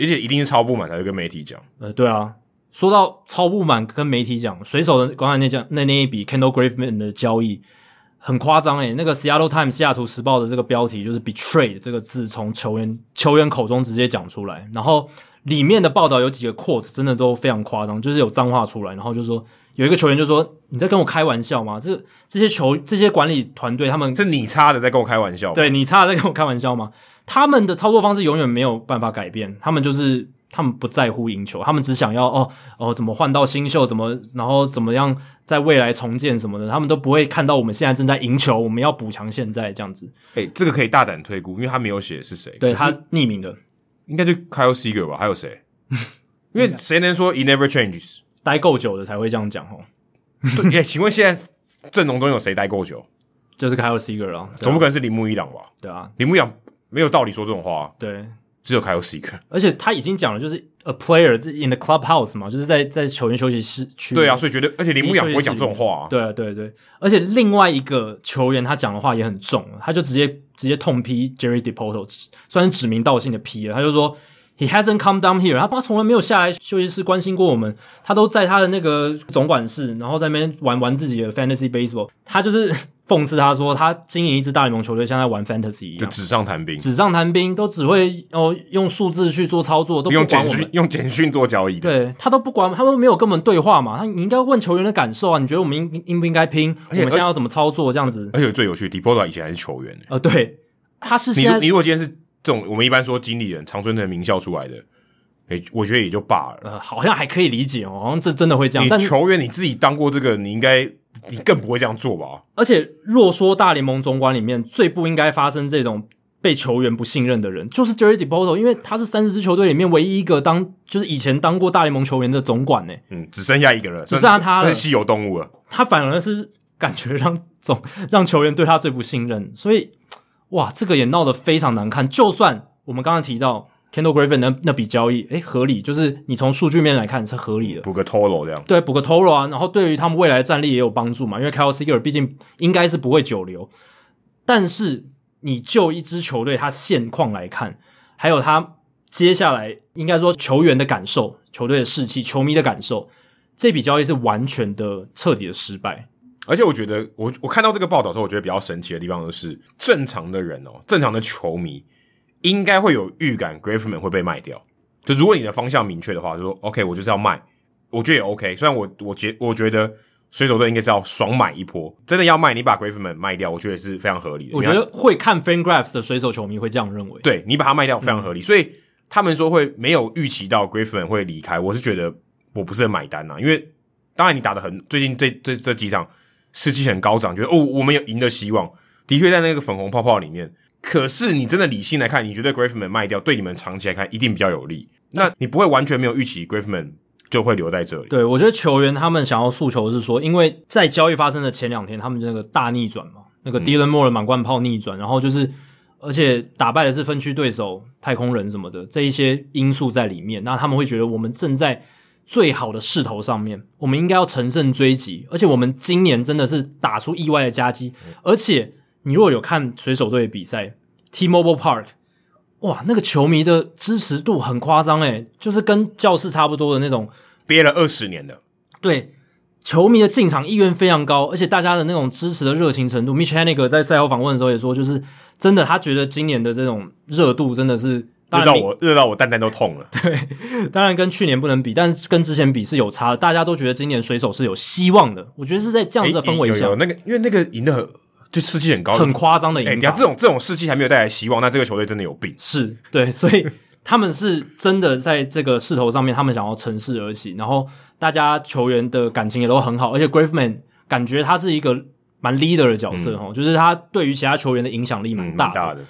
[SPEAKER 2] 而且一定是超不满才会跟媒体讲。
[SPEAKER 1] 呃，对啊，说到超不满跟媒体讲，水手的刚才那讲那那一笔 Kendall Graveman 的交易很夸张欸诶，那个 Seattle Times 西雅图时报的这个标题就是 “betray” 这个字从球员球员口中直接讲出来，然后里面的报道有几个 quote 真的都非常夸张，就是有脏话出来，然后就说有一个球员就说：“你在跟我开玩笑吗？”这这些球这些管理团队他们
[SPEAKER 2] 是你差的在跟我开玩笑，，
[SPEAKER 1] 对你差点在跟我开玩笑吗？ 他们的操作方式永远没有办法改变，他们就是他们不在乎赢球，他们只想要哦哦怎么换到新秀，怎么然后怎么样在未来重建什么的，他们都不会看到我们现在正在赢球，我们要补强现在这样子。
[SPEAKER 2] 哎、这个可以大胆推估，因为他没有写是谁，
[SPEAKER 1] 对他匿名的
[SPEAKER 2] 应该就 Kyle Seager 吧，还有谁？因 为谁能说 he never changes？
[SPEAKER 1] 待够久的才会这样讲哦，
[SPEAKER 2] 对，哎，请问现在阵容中有谁待够久？
[SPEAKER 1] 就是 Kyle Seager 啊， 对啊
[SPEAKER 2] 总不可能是铃木一朗吧？
[SPEAKER 1] 对啊，
[SPEAKER 2] 铃木一朗没有道理说这种话啊、
[SPEAKER 1] 对，
[SPEAKER 2] 只有 Kyle Seager。
[SPEAKER 1] 而且他已经讲了，就是 a player in the clubhouse 嘛，就是在在球员休息室区
[SPEAKER 2] 对啊，所以觉得，而且铃木一朗
[SPEAKER 1] 的确
[SPEAKER 2] 不会讲
[SPEAKER 1] 是
[SPEAKER 2] 这种话、啊。
[SPEAKER 1] 对啊对对，而且另外一个球员他讲的话也很重，啊他就直接直接痛批 Jerry Depoto，算是指名道姓的批了。他就说 He hasn't come down here，他他从来没有下来休息室关心过我们，他都在他的那个总管室，然后在那边玩玩自己的 fantasy baseball。他就是 讽刺他说，他经营一支大联盟球队像在玩 fantasy 一
[SPEAKER 2] 就
[SPEAKER 1] 样，
[SPEAKER 2] 纸上谈兵，
[SPEAKER 1] 纸上谈兵，都只会哦用数字去做操作，都不
[SPEAKER 2] 用
[SPEAKER 1] 管
[SPEAKER 2] 简
[SPEAKER 1] 我们
[SPEAKER 2] 讯。用简讯做交易的。
[SPEAKER 1] 对他都不管，他们没有跟我们对话嘛？他你应该问球员的感受啊，你觉得我们应应不应该拼？我
[SPEAKER 2] 且
[SPEAKER 1] 们现在要怎么操作？这样子，
[SPEAKER 2] 而且最有趣 d e p o t a 以前还是球员呢、
[SPEAKER 1] 呃，对，他是啊
[SPEAKER 2] 你如
[SPEAKER 1] 现在
[SPEAKER 2] 你如果今天是这种我们一般说经理人，长春藤名校出来的，诶、我觉得也就罢了。
[SPEAKER 1] 呃，好像还可以理解哦，好像这真的会这样，
[SPEAKER 2] 你
[SPEAKER 1] 但是
[SPEAKER 2] 球员你自己当过这个，你应该你更不会这样做吧？
[SPEAKER 1] 而且若说大联盟总管里面最不应该发生这种被球员不信任的人，就是 Jerry Depoto，因为他是三十支球队里面唯一一个当就是以前当过大联盟球员的总管呢，
[SPEAKER 2] 嗯，只剩下一个人，只
[SPEAKER 1] 剩下他了
[SPEAKER 2] 稀有动物了。
[SPEAKER 1] 他反而是感觉让总 让球员对他最不信任，所以哇，这个也闹得非常难看。就算我们刚刚提到 Kendall Griffin 那那笔交易，诶，合理，就是你从数据面来看是合理的，
[SPEAKER 2] 补个 Toro 这样，
[SPEAKER 1] 对，补个 Toro 啊，然后对于他们未来的战力也有帮助嘛，因为 Kyle Seager 毕竟应该是不会久留，但是你就一支球队他现况来看，还有他接下来应该说球员的感受、球队的士气、球迷的感受，这笔交易是完全的彻底的失败。
[SPEAKER 2] 而且我觉得，我我看到这个报道之后，我觉得比较神奇的地方就是，正常的人哦，正常的球迷应该会有预感 Graveman 会被卖掉。就如果你的方向明确的话，就说 OK，我就是要卖，我觉得也 OK。虽然我我觉我觉得水手队应该是要爽买一波，真的要卖，你把 Graveman 卖掉，我觉得也是非常合理的。
[SPEAKER 1] 我觉得会看 FanGraphs 的水手球迷会这样认为。
[SPEAKER 2] 对你把它卖掉非常合
[SPEAKER 1] 嗯
[SPEAKER 2] 理，所以他们说会没有预期到 Griffin 会离开，我是觉得我不是很买单啊呐、因为当然你打的很，最近这这这几场士气很高涨，觉得哦我们有赢的希望，的确在那个粉红泡泡里面。可是你真的理性来看，你觉得 Griffin 卖掉对你们长期来看一定比较有利，那你不会完全没有预期 Griffin 就会留在这里。
[SPEAKER 1] 对，我觉得球员他们想要诉求是说，因为在交易发生的前两天，他们那个大逆转嘛，那个 Dylan Moore 的满贯炮逆转，然后就是而且打败的是分区对手太空人什么的这一些因素在里面，那他们会觉得我们正在最好的势头上面，我们应该要乘胜追击，而且我们今年真的是打出意外的夹击，而且你如果有看水手队的比赛，T-Mobile Park。哇，那个球迷的支持度很夸张诶，就是跟教室差不多的那种
[SPEAKER 2] 憋了二十年的，
[SPEAKER 1] 对球迷的进场意愿非常高，而且大家的那种支持的热情程度，Mitch Haniger 在赛后访问的时候也说，就是真的，他觉得今年的这种热度真的是，当
[SPEAKER 2] 热
[SPEAKER 1] 然
[SPEAKER 2] 到我热到我蛋蛋都痛了。
[SPEAKER 1] 当然跟去年不能比，但是跟之前比是有差的，大家都觉得今年水手是有希望的，我觉得是在这样子的氛围
[SPEAKER 2] 有
[SPEAKER 1] 下
[SPEAKER 2] 有，那个，因为那个赢的很就士气很高，
[SPEAKER 1] 很夸张的
[SPEAKER 2] 哎、
[SPEAKER 1] 赢
[SPEAKER 2] 你
[SPEAKER 1] 法，
[SPEAKER 2] 看这种这种士气还没有带来希望，那这个球队真的有病。
[SPEAKER 1] 是对，所 以他们是真的在这个势头上面，他们想要乘势而起，然后大家球员的感情也都很好，而且 Graveman 感觉他是一个蛮 leader 的角色哦，就是他对于其他球员的影响力蛮嗯大
[SPEAKER 2] 嗯蛮
[SPEAKER 1] 的，
[SPEAKER 2] 大的，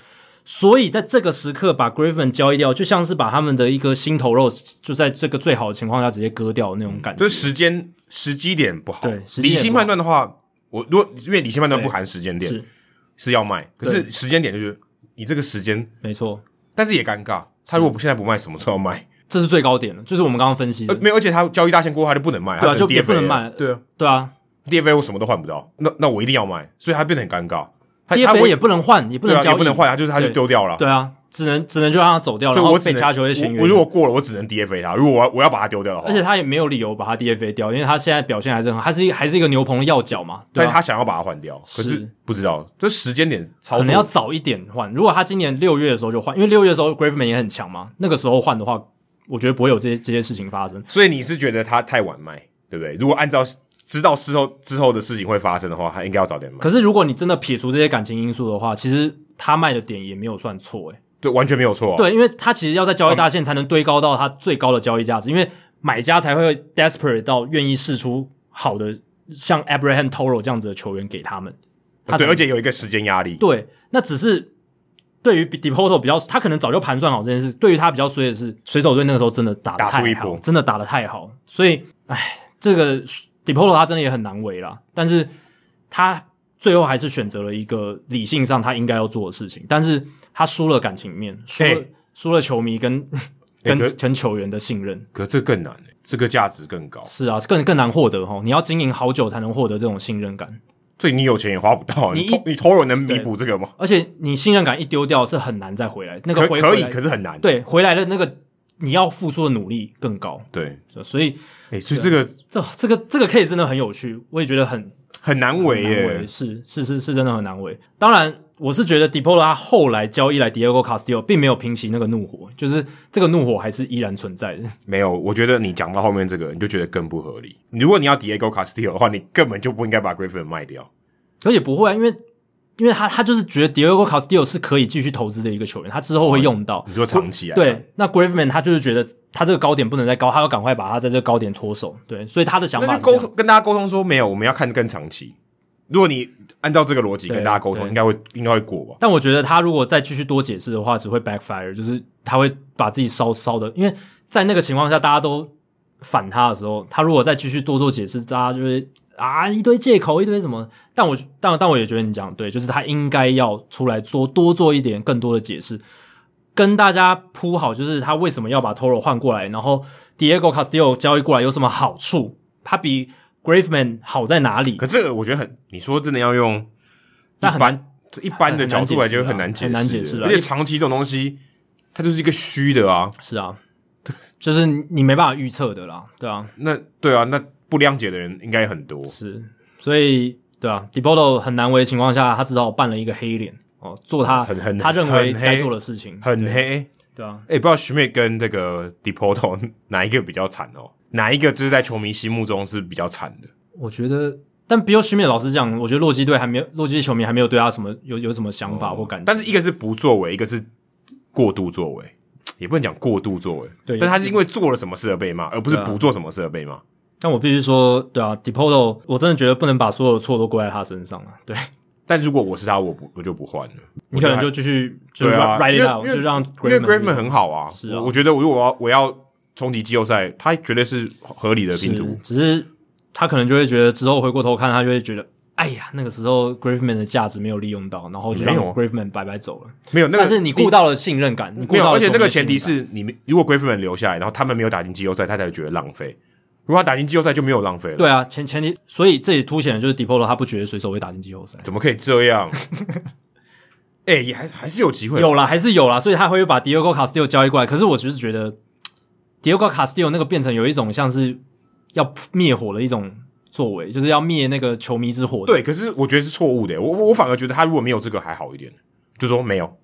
[SPEAKER 1] 所以在这个时刻把 Graveman 交易掉，就像是把他们的一个心头肉，就在这个最好的情况下直接割掉那种感觉，
[SPEAKER 2] 就是时间时机点不好。
[SPEAKER 1] 对时机点
[SPEAKER 2] 理性判断的话，我如果因为理性判断不含时间点
[SPEAKER 1] 是
[SPEAKER 2] 是要卖，可
[SPEAKER 1] 对
[SPEAKER 2] 是时间点就是你这个时间，
[SPEAKER 1] 没错，
[SPEAKER 2] 但是也尴尬。他如果不现在不卖，什么时候要卖？
[SPEAKER 1] 这是最高点了，就是我们刚刚分析
[SPEAKER 2] 呃，
[SPEAKER 1] 的，
[SPEAKER 2] 没有，而且他交易大限过后他就不能卖，
[SPEAKER 1] 对啊
[SPEAKER 2] 他只
[SPEAKER 1] 就也不能
[SPEAKER 2] DFA 了
[SPEAKER 1] 卖
[SPEAKER 2] 对啊
[SPEAKER 1] 对啊
[SPEAKER 2] ，DFA 我什么都换不到，那那我一定要卖，所以他变得很尴尬。他他
[SPEAKER 1] ，DFA
[SPEAKER 2] 唯
[SPEAKER 1] 也不能换，也不
[SPEAKER 2] 对
[SPEAKER 1] 能
[SPEAKER 2] 啊，
[SPEAKER 1] 交易，
[SPEAKER 2] 也不能换，他就是他就
[SPEAKER 1] 对
[SPEAKER 2] 丢掉了。
[SPEAKER 1] 对啊，只能只能就让他走掉，
[SPEAKER 2] 所
[SPEAKER 1] 然
[SPEAKER 2] 以
[SPEAKER 1] 后
[SPEAKER 2] 我只
[SPEAKER 1] 被其
[SPEAKER 2] 能
[SPEAKER 1] 他球队签
[SPEAKER 2] 我
[SPEAKER 1] 约。
[SPEAKER 2] 我如果过了，我只能 DFA 他。如果我要我要把他丢掉的话，
[SPEAKER 1] 而且他也没有理由把他 DFA 掉，因为他现在表现还是很好，他是一还是一个牛棚的要角嘛，对
[SPEAKER 2] 但
[SPEAKER 1] 吧、
[SPEAKER 2] 是他想要把它换掉，可是
[SPEAKER 1] 是
[SPEAKER 2] 不知道这时间点操
[SPEAKER 1] 可
[SPEAKER 2] 作
[SPEAKER 1] 能要早一点换。如果他今年六月的时候就换，因为六月的时候 Graveman 也很强嘛，那个时候换的话，我觉得不会有这些这些事情发生。
[SPEAKER 2] 所以你是觉得他太晚卖，对不对？如果按照知道事后之后的事情会发生的话，他应该要早点卖，
[SPEAKER 1] 可是如果你真的撇除这些感情因素的话，其实他卖的点也没有算错诶、欸
[SPEAKER 2] 对，完全没有错、啊。，
[SPEAKER 1] 对，因为他其实要在交易大线才能堆高到他最高的交易价值，因为买家才会 desperate 到愿意试出好的像 Abraham Toro 这样子的球员给他们。他
[SPEAKER 2] 对，
[SPEAKER 1] 才
[SPEAKER 2] 而且有一个时间压力，
[SPEAKER 1] 对，那只是对于 Depoto 比较，他可能早就盘算好这件事。对于他比较衰的是，水手队那个时候真的打得
[SPEAKER 2] 打出
[SPEAKER 1] 太
[SPEAKER 2] 一
[SPEAKER 1] 好
[SPEAKER 2] 波，
[SPEAKER 1] 真的打得太好，所以唉，这个 Depoto 他真的也很难为啦。但是他最后还是选择了一个理性上他应该要做的事情，但是他输了感情面，输了、
[SPEAKER 2] 哎
[SPEAKER 1] 输了球迷跟。
[SPEAKER 2] 哎
[SPEAKER 1] 跟
[SPEAKER 2] 可
[SPEAKER 1] 跟球员的信任
[SPEAKER 2] 可这更难、欸这个价值更高，
[SPEAKER 1] 是啊，更更难获得哈。你要经营好久才能获得这种信任感，
[SPEAKER 2] 所以你有钱也花不到啊，
[SPEAKER 1] 你
[SPEAKER 2] 你
[SPEAKER 1] 一
[SPEAKER 2] 投你投入能弥补这个吗？
[SPEAKER 1] 而且你信任感一丢掉是很难再回来。那个
[SPEAKER 2] 可
[SPEAKER 1] 回
[SPEAKER 2] 可
[SPEAKER 1] 回
[SPEAKER 2] 以，
[SPEAKER 1] 来
[SPEAKER 2] 可是很难。
[SPEAKER 1] 对，回来的那个你要付出的努力更高，
[SPEAKER 2] 对，
[SPEAKER 1] 所以
[SPEAKER 2] 哎、所
[SPEAKER 1] 啊
[SPEAKER 2] 以这个
[SPEAKER 1] 这这个这个 case 真的很有趣，我也觉得很
[SPEAKER 2] 很难为
[SPEAKER 1] 难
[SPEAKER 2] 耶、
[SPEAKER 1] 为，是是是是真的很难为。当然，我是觉得 Depolo 他后来交易来 Diego Castillo 并没有平息那个怒火，就是这个怒火还是依然存在的。
[SPEAKER 2] 没有，我觉得你讲到后面这个，你就觉得更不合理。如果你要 Diego Castillo 的话，你根本就不应该把 Griffin 卖掉。
[SPEAKER 1] 可也不会啊，因为因为他他就是觉得 Diego Castillo 是可以继续投资的一个球员，他之后会用到。
[SPEAKER 2] 你说长期来啊看
[SPEAKER 1] 对，那 Graveman 他就是觉得他这个高点不能再高，他要赶快把他在这个高点脱手。对，所以他的想法
[SPEAKER 2] 那
[SPEAKER 1] 是这
[SPEAKER 2] 就沟
[SPEAKER 1] 样
[SPEAKER 2] 通跟大家沟通说没有，我们要看更长期。如果你按照这个逻辑
[SPEAKER 1] 对
[SPEAKER 2] 跟大家沟通，
[SPEAKER 1] 对
[SPEAKER 2] 应该会应该会过吧？
[SPEAKER 1] 但我觉得他如果再继续多解释的话，只会 backfire，就是他会把自己烧烧的，因为在那个情况下大家都反他的时候，他如果再继续多做解释，大家就会啊一堆借口，一堆什么。但我但但我也觉得你讲得对，就是他应该要出来做多做一点更多的解释，跟大家铺好，就是他为什么要把 Toro 换过来，然后 Diego Castillo 交易过来有什么好处，他比 Graveman 好在哪里
[SPEAKER 2] 可？这个我觉得很，你说真的要用
[SPEAKER 1] 但很
[SPEAKER 2] 一般
[SPEAKER 1] 难
[SPEAKER 2] 一般的角度来，就
[SPEAKER 1] 很
[SPEAKER 2] 很
[SPEAKER 1] 难
[SPEAKER 2] 难
[SPEAKER 1] 解释啊很
[SPEAKER 2] 解释，
[SPEAKER 1] 难解释啊
[SPEAKER 2] 而且长期这种东西，它就是一个虚的啊。
[SPEAKER 1] 是啊，就是你没办法预测的啦，对啊。
[SPEAKER 2] 那对啊，那不谅解的人应该很多。
[SPEAKER 1] 是，所以对啊 d e p o t o 很难为的情况下，他至少扮了一个黑脸哦，做他
[SPEAKER 2] 很很
[SPEAKER 1] 他认为
[SPEAKER 2] 很黑
[SPEAKER 1] 该做的事情，
[SPEAKER 2] 很黑。
[SPEAKER 1] 对啊，
[SPEAKER 2] 哎、不知道徐妹跟那个 Depoto 哪一个比较惨哦？哪一个就是在球迷心目中是比较惨的？
[SPEAKER 1] 我觉得。但比如徐美老师讲，我觉得洛基队还没有，洛基球迷还没有对他什么有有什么想法或感觉。
[SPEAKER 2] 哦但是一个是不作为，一个是过度作为，也不能讲过度作为。
[SPEAKER 1] 对
[SPEAKER 2] 但他是因为做了什么事而被骂，而不是
[SPEAKER 1] 对啊
[SPEAKER 2] 不做什么事而被骂。
[SPEAKER 1] 但我必须说，对啊 d e p o t o 我真的觉得不能把所有的错都归在他身上啊。对
[SPEAKER 2] 但如果我是他，我不我就不换了。
[SPEAKER 1] 你可能就继续就
[SPEAKER 2] 对啊
[SPEAKER 1] write
[SPEAKER 2] 因
[SPEAKER 1] it
[SPEAKER 2] 为
[SPEAKER 1] out，
[SPEAKER 2] 因为
[SPEAKER 1] 就让
[SPEAKER 2] 因为
[SPEAKER 1] Graveman
[SPEAKER 2] Graveman 很好啊，
[SPEAKER 1] 是啊
[SPEAKER 2] 我我觉得我如果我要我要冲击季后赛，他绝对是合理的拼
[SPEAKER 1] 是
[SPEAKER 2] 图。
[SPEAKER 1] 只是他可能就会觉得之后回过头看，他就会觉得，哎呀，那个时候 Graveman 的价值没有利用到，然后就让
[SPEAKER 2] 没有啊
[SPEAKER 1] Graveman 白白走了。
[SPEAKER 2] 没有那个，
[SPEAKER 1] 但是你顾到了信任感，你顾
[SPEAKER 2] 没有，
[SPEAKER 1] 到了
[SPEAKER 2] 而且那
[SPEAKER 1] 球迷
[SPEAKER 2] 个
[SPEAKER 1] 的
[SPEAKER 2] 前提
[SPEAKER 1] 信任
[SPEAKER 2] 是你们如果 Graveman 留下来，然后他们没有打进季后赛，他才会觉得浪费。如果他打进季后赛就没有浪费
[SPEAKER 1] 感，
[SPEAKER 2] 了。
[SPEAKER 1] 对啊，前前提，所以这也凸显了就是 d e p o l o 他不觉得水手会打进季后赛。
[SPEAKER 2] 怎么可以这 样？哎、也还还是有机会。啊
[SPEAKER 1] 有啦，还是有啦，所以他会把 Diego Castillo 交易过来。可是我只是觉得 Diego Castillo 那个变成有一种像是要灭火的一种作为，就是要灭那个球迷之火的。
[SPEAKER 2] 对，可是我觉得是错误的。我我我反而觉得他如果没有这个还好一点，就说没有，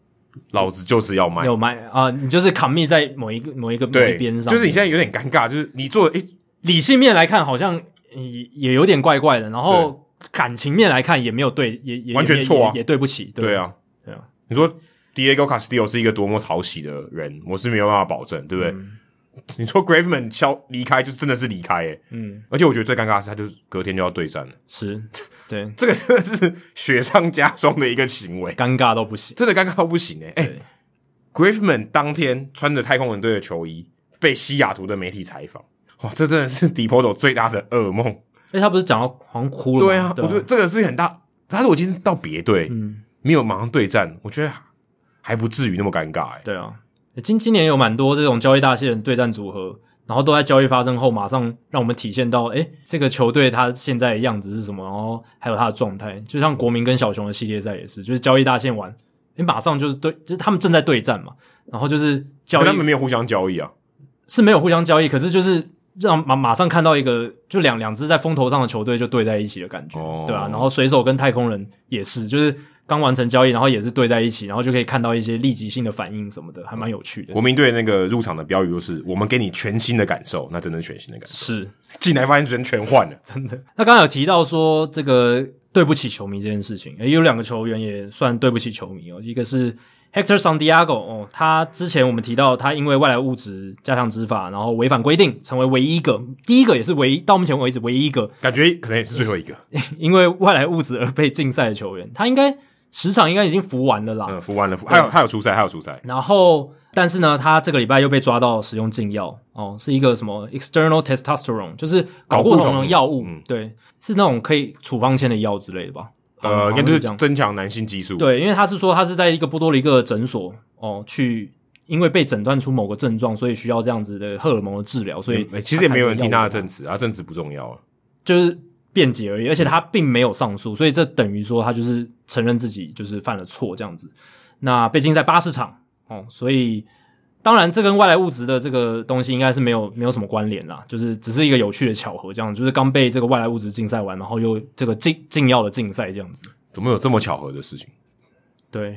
[SPEAKER 2] 老子就是要卖
[SPEAKER 1] 没。有卖啊、你就是 commit 在某一个某一个某一
[SPEAKER 2] 对，
[SPEAKER 1] 边上，
[SPEAKER 2] 就是你现在有点尴尬，就是你做的哎、
[SPEAKER 1] 理性面来看好像也也有点怪怪的，然后感情面来看也没有对，也也
[SPEAKER 2] 完全错啊
[SPEAKER 1] 也也也对不起，对
[SPEAKER 2] 对，啊，
[SPEAKER 1] 对啊，
[SPEAKER 2] 你说 Diego Castillo 是一个多么讨喜的人，我是没有办法保证，对不对？
[SPEAKER 1] 嗯
[SPEAKER 2] 你说 Graveman 消离开就真的是离开、欸，
[SPEAKER 1] 嗯，
[SPEAKER 2] 而且我觉得最尴尬的是他就是隔天就要对战了，
[SPEAKER 1] 是，对，
[SPEAKER 2] 这个真的是雪上加霜的一个行为，
[SPEAKER 1] 尴尬到不行，
[SPEAKER 2] 真的尴尬到不行哎、欸！哎、
[SPEAKER 1] 对
[SPEAKER 2] g r a v e m a n 当天穿着太空人队的球衣被西雅图的媒体采访，哇，这真的是 d e p o t o 最大的噩梦。
[SPEAKER 1] 哎，他不是讲到好像哭了吗，
[SPEAKER 2] 对啊，
[SPEAKER 1] 对
[SPEAKER 2] 我觉得这个是很大。他如果今天到别队、
[SPEAKER 1] 嗯，
[SPEAKER 2] 没有马上对战，我觉得还不至于那么尴尬哎、
[SPEAKER 1] 对啊，今今年有蛮多这种交易大线对战组合。然后都在交易发生后，马上让我们体现到，哎，这个球队它现在的样子是什么，然后还有它的状态。就像国民跟小熊的系列赛也是，就是交易大线完，你马上就是对，就是他们正在对战嘛，然后就是交
[SPEAKER 2] 可
[SPEAKER 1] 易
[SPEAKER 2] 他们没有互相交易啊。
[SPEAKER 1] 是没有互相交易，可是就是让马马上看到一个就两两支在风头上的球队就对在一起的感觉，
[SPEAKER 2] 哦
[SPEAKER 1] 对啊，然后水手跟太空人也是，就是刚完成交易，然后也是对在一起，然后就可以看到一些立即性的反应什么的，还蛮有趣的。
[SPEAKER 2] 国民队那个入场的标语就是“我们给你全新的感受”，那真的是全新的感受。
[SPEAKER 1] 是
[SPEAKER 2] 进来发现人全换 了，
[SPEAKER 1] 真的。那刚才有提到说这个对不起球迷这件事情，也有两个球员也算对不起球迷哦，一个是 Hector Santiago 哦，他之前我们提到他因为外来物质加强执法，然后违反规定，成为唯一一个，第一个也是唯一到目前为止唯一一个
[SPEAKER 2] 感觉可能也是最后一个。
[SPEAKER 1] 因为外来物质而被禁赛的球员，他应该十场应该已经服完了啦。
[SPEAKER 2] 嗯，服完了，服还有还有出赛，还有出赛。
[SPEAKER 1] 然后，但是呢，他这个礼拜又被抓到使用禁药哦，是一个什么 external testosterone，就是睾固酮的药物，
[SPEAKER 2] 睾固酮嗯
[SPEAKER 1] 对，是那种可以处方签的药之类的吧？
[SPEAKER 2] 呃，应该
[SPEAKER 1] 应该
[SPEAKER 2] 就是
[SPEAKER 1] 这样。
[SPEAKER 2] 增强男性激素。，
[SPEAKER 1] 对，因为他是说他是在一个波多黎各的诊所哦，去因为被诊断出某个症状，所以需要这样子的荷尔蒙的治疗，所以、
[SPEAKER 2] 欸其实也没有人听他的
[SPEAKER 1] 证。
[SPEAKER 2] 证词，他证词不重要啊。
[SPEAKER 1] 就是辩解而已，而且他并没有上诉，所以这等于说他就是承认自己就是犯了错这样子。那被禁赛八十场哦，所以当然这跟外来物质的这个东西应该是没有没有什么关联啦，就是只是一个有趣的巧合，这样就是刚被这个外来物质禁赛完，然后又这个禁禁药的禁赛这样子，
[SPEAKER 2] 怎么有这么巧合的事情？
[SPEAKER 1] 对，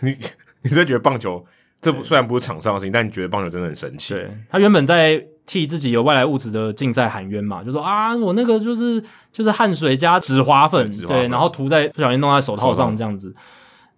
[SPEAKER 2] 你你真的觉得棒球这不虽然不是场上的事情，但你觉得棒球真的很神奇？
[SPEAKER 1] 对他原本在替自己有外来物质的竞赛喊冤嘛，就说啊，我那个就是就是汗水加纸花粉，
[SPEAKER 2] 纸花粉
[SPEAKER 1] 对，然后涂在不小心弄在手套上这样子。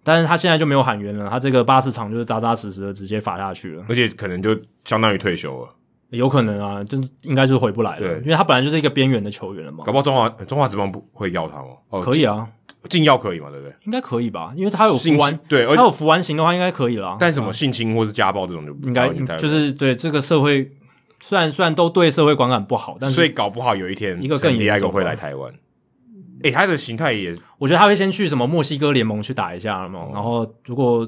[SPEAKER 1] 但是他现在就没有喊冤了，他这个八十场就是扎扎实实的直接罚下去了，
[SPEAKER 2] 而且可能就相当于退休了，
[SPEAKER 1] 有可能啊，就应该是回不来了，
[SPEAKER 2] 对
[SPEAKER 1] 因为他本来就是一个边缘的球员了嘛
[SPEAKER 2] 搞，不好中华中华职棒不会要他吗？哦，
[SPEAKER 1] 可以啊，
[SPEAKER 2] 禁禁药可以嘛？对不对？
[SPEAKER 1] 应该可以吧，因为他有服
[SPEAKER 2] 性侵
[SPEAKER 1] 完，
[SPEAKER 2] 对，而
[SPEAKER 1] 他有服完刑的话应该可以啦，
[SPEAKER 2] 但什么性侵或是家暴这种就不
[SPEAKER 1] 哦应该
[SPEAKER 2] 太会太
[SPEAKER 1] 就是对这个社会，虽然虽然都对社会观感不好，但是
[SPEAKER 2] 所以搞不好有一天
[SPEAKER 1] 一个更严重
[SPEAKER 2] 第二
[SPEAKER 1] 的
[SPEAKER 2] 个会来台湾。诶、他的形态也
[SPEAKER 1] 我觉得他会先去什么墨西哥联盟去打一下
[SPEAKER 2] 哦
[SPEAKER 1] 嘛，然后如果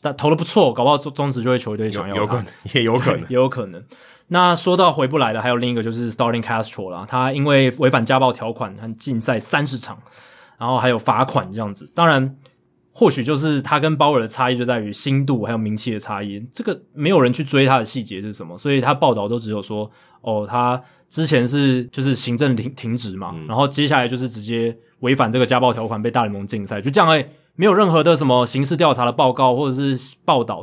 [SPEAKER 1] 他投的不错，搞不好中中职就会球队想
[SPEAKER 2] 有
[SPEAKER 1] 要
[SPEAKER 2] 有可
[SPEAKER 1] 他
[SPEAKER 2] 能， 也有可能。
[SPEAKER 1] 也有可能。那说到回不来的，还有另一个就是 Starling Castro 啦，他因为违反家暴条款和禁赛三十场，然后还有罚款这样子。当然，或许就是他跟鲍尔的差异就在于心度还有名气的差异，这个没有人去追他的细节是什么，所以他报道都只有说哦，他之前是就是行政停停职嘛，
[SPEAKER 2] 嗯
[SPEAKER 1] 然后接下来就是直接违反这个家暴条款被大联盟禁赛，就这样哎，没有任何的什么刑事调查的报告或者是报道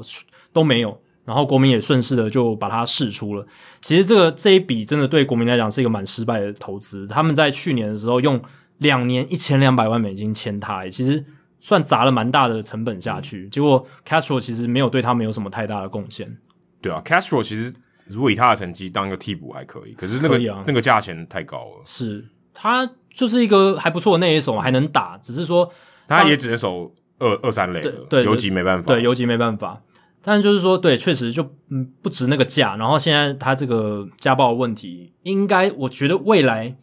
[SPEAKER 1] 都没有。然后国民也顺势的就把它释出了。其实这个这一笔真的对国民来讲是一个蛮失败的投资。他们在去年的时候用两年一千两百万美金签他、欸，其实算砸了蛮大的成本下去。结果 Castro 其实没有对他们有什么太大的贡献。
[SPEAKER 2] 对啊，Castro 其实如果以他的成绩当一个替补还可以，可是那个
[SPEAKER 1] 可以啊
[SPEAKER 2] 那个价钱太高了，
[SPEAKER 1] 是他就是一个还不错的内野手嘛，还能打，只是说
[SPEAKER 2] 他也只能守二二三垒了，
[SPEAKER 1] 对对
[SPEAKER 2] 游击没办法，
[SPEAKER 1] 对，尤其没办法。但就是说，对，确实就嗯不值那个价。然后现在他这个家暴问题，应该我觉得未来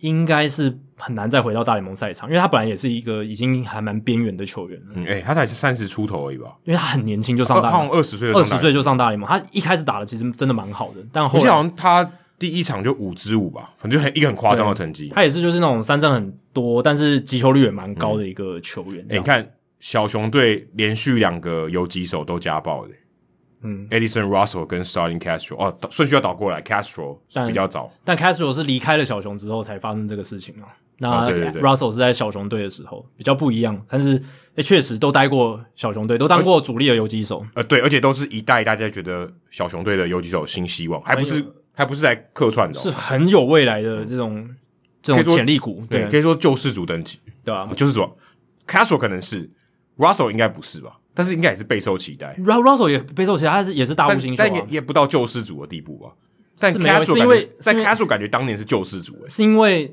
[SPEAKER 1] 应该是很难再回到大联盟赛场，因为他本来也是一个已经还蛮边缘的球员了，
[SPEAKER 2] 嗯，哎、他才三十出头而已吧，
[SPEAKER 1] 因为他很年轻就
[SPEAKER 2] 他
[SPEAKER 1] 上大
[SPEAKER 2] 好像
[SPEAKER 1] 联盟，
[SPEAKER 2] 二十岁，
[SPEAKER 1] 二十岁，就上大联盟。他一开始打的其实真的蛮好的，但
[SPEAKER 2] 我
[SPEAKER 1] 后
[SPEAKER 2] 记得好
[SPEAKER 1] 来
[SPEAKER 2] 像他第一场就五支五吧，反正就很一个很夸张的成绩。
[SPEAKER 1] 他也是就是那种三振很多，但是击球率也蛮高的一个球员。
[SPEAKER 2] 哎、
[SPEAKER 1] 这
[SPEAKER 2] 你
[SPEAKER 1] 样
[SPEAKER 2] 看小熊队连续两个游击手都家暴的、
[SPEAKER 1] 嗯，
[SPEAKER 2] Edison Russell 跟 Starling Castro，哦，倒顺序要倒过来，Castro
[SPEAKER 1] 但
[SPEAKER 2] 比较早，
[SPEAKER 1] 但 Castro 是离开了小熊之后才发生这个事情嘛。那
[SPEAKER 2] 啊对对对
[SPEAKER 1] Russell 是在小熊队的时候比较不一样，但是诶确实都待过小熊队，都当过主力的游击手。
[SPEAKER 2] 呃，对，而且都是一代大家觉得小熊队的游击手新希望，还不
[SPEAKER 1] 哎
[SPEAKER 2] 是还不是来客串的哦、
[SPEAKER 1] 是很有未来的这种、这
[SPEAKER 2] 可以
[SPEAKER 1] 种
[SPEAKER 2] 说
[SPEAKER 1] 潜力股，对
[SPEAKER 2] 对，可以说救世主等级，
[SPEAKER 1] 对吧、
[SPEAKER 2] 救世主啊 Castro 可能是，Russell 应该不是吧，但是应该也是备受期待，
[SPEAKER 1] 然后 Russell 也备受其他，他是也是大物
[SPEAKER 2] 但
[SPEAKER 1] 新秀、啊
[SPEAKER 2] 但也也不到救世主的地步吧。但
[SPEAKER 1] 是没有
[SPEAKER 2] Castro
[SPEAKER 1] 是因
[SPEAKER 2] 感
[SPEAKER 1] 为
[SPEAKER 2] 觉，但
[SPEAKER 1] 是因为嗯
[SPEAKER 2] Castro 感觉当年是救世主哎、
[SPEAKER 1] 是因为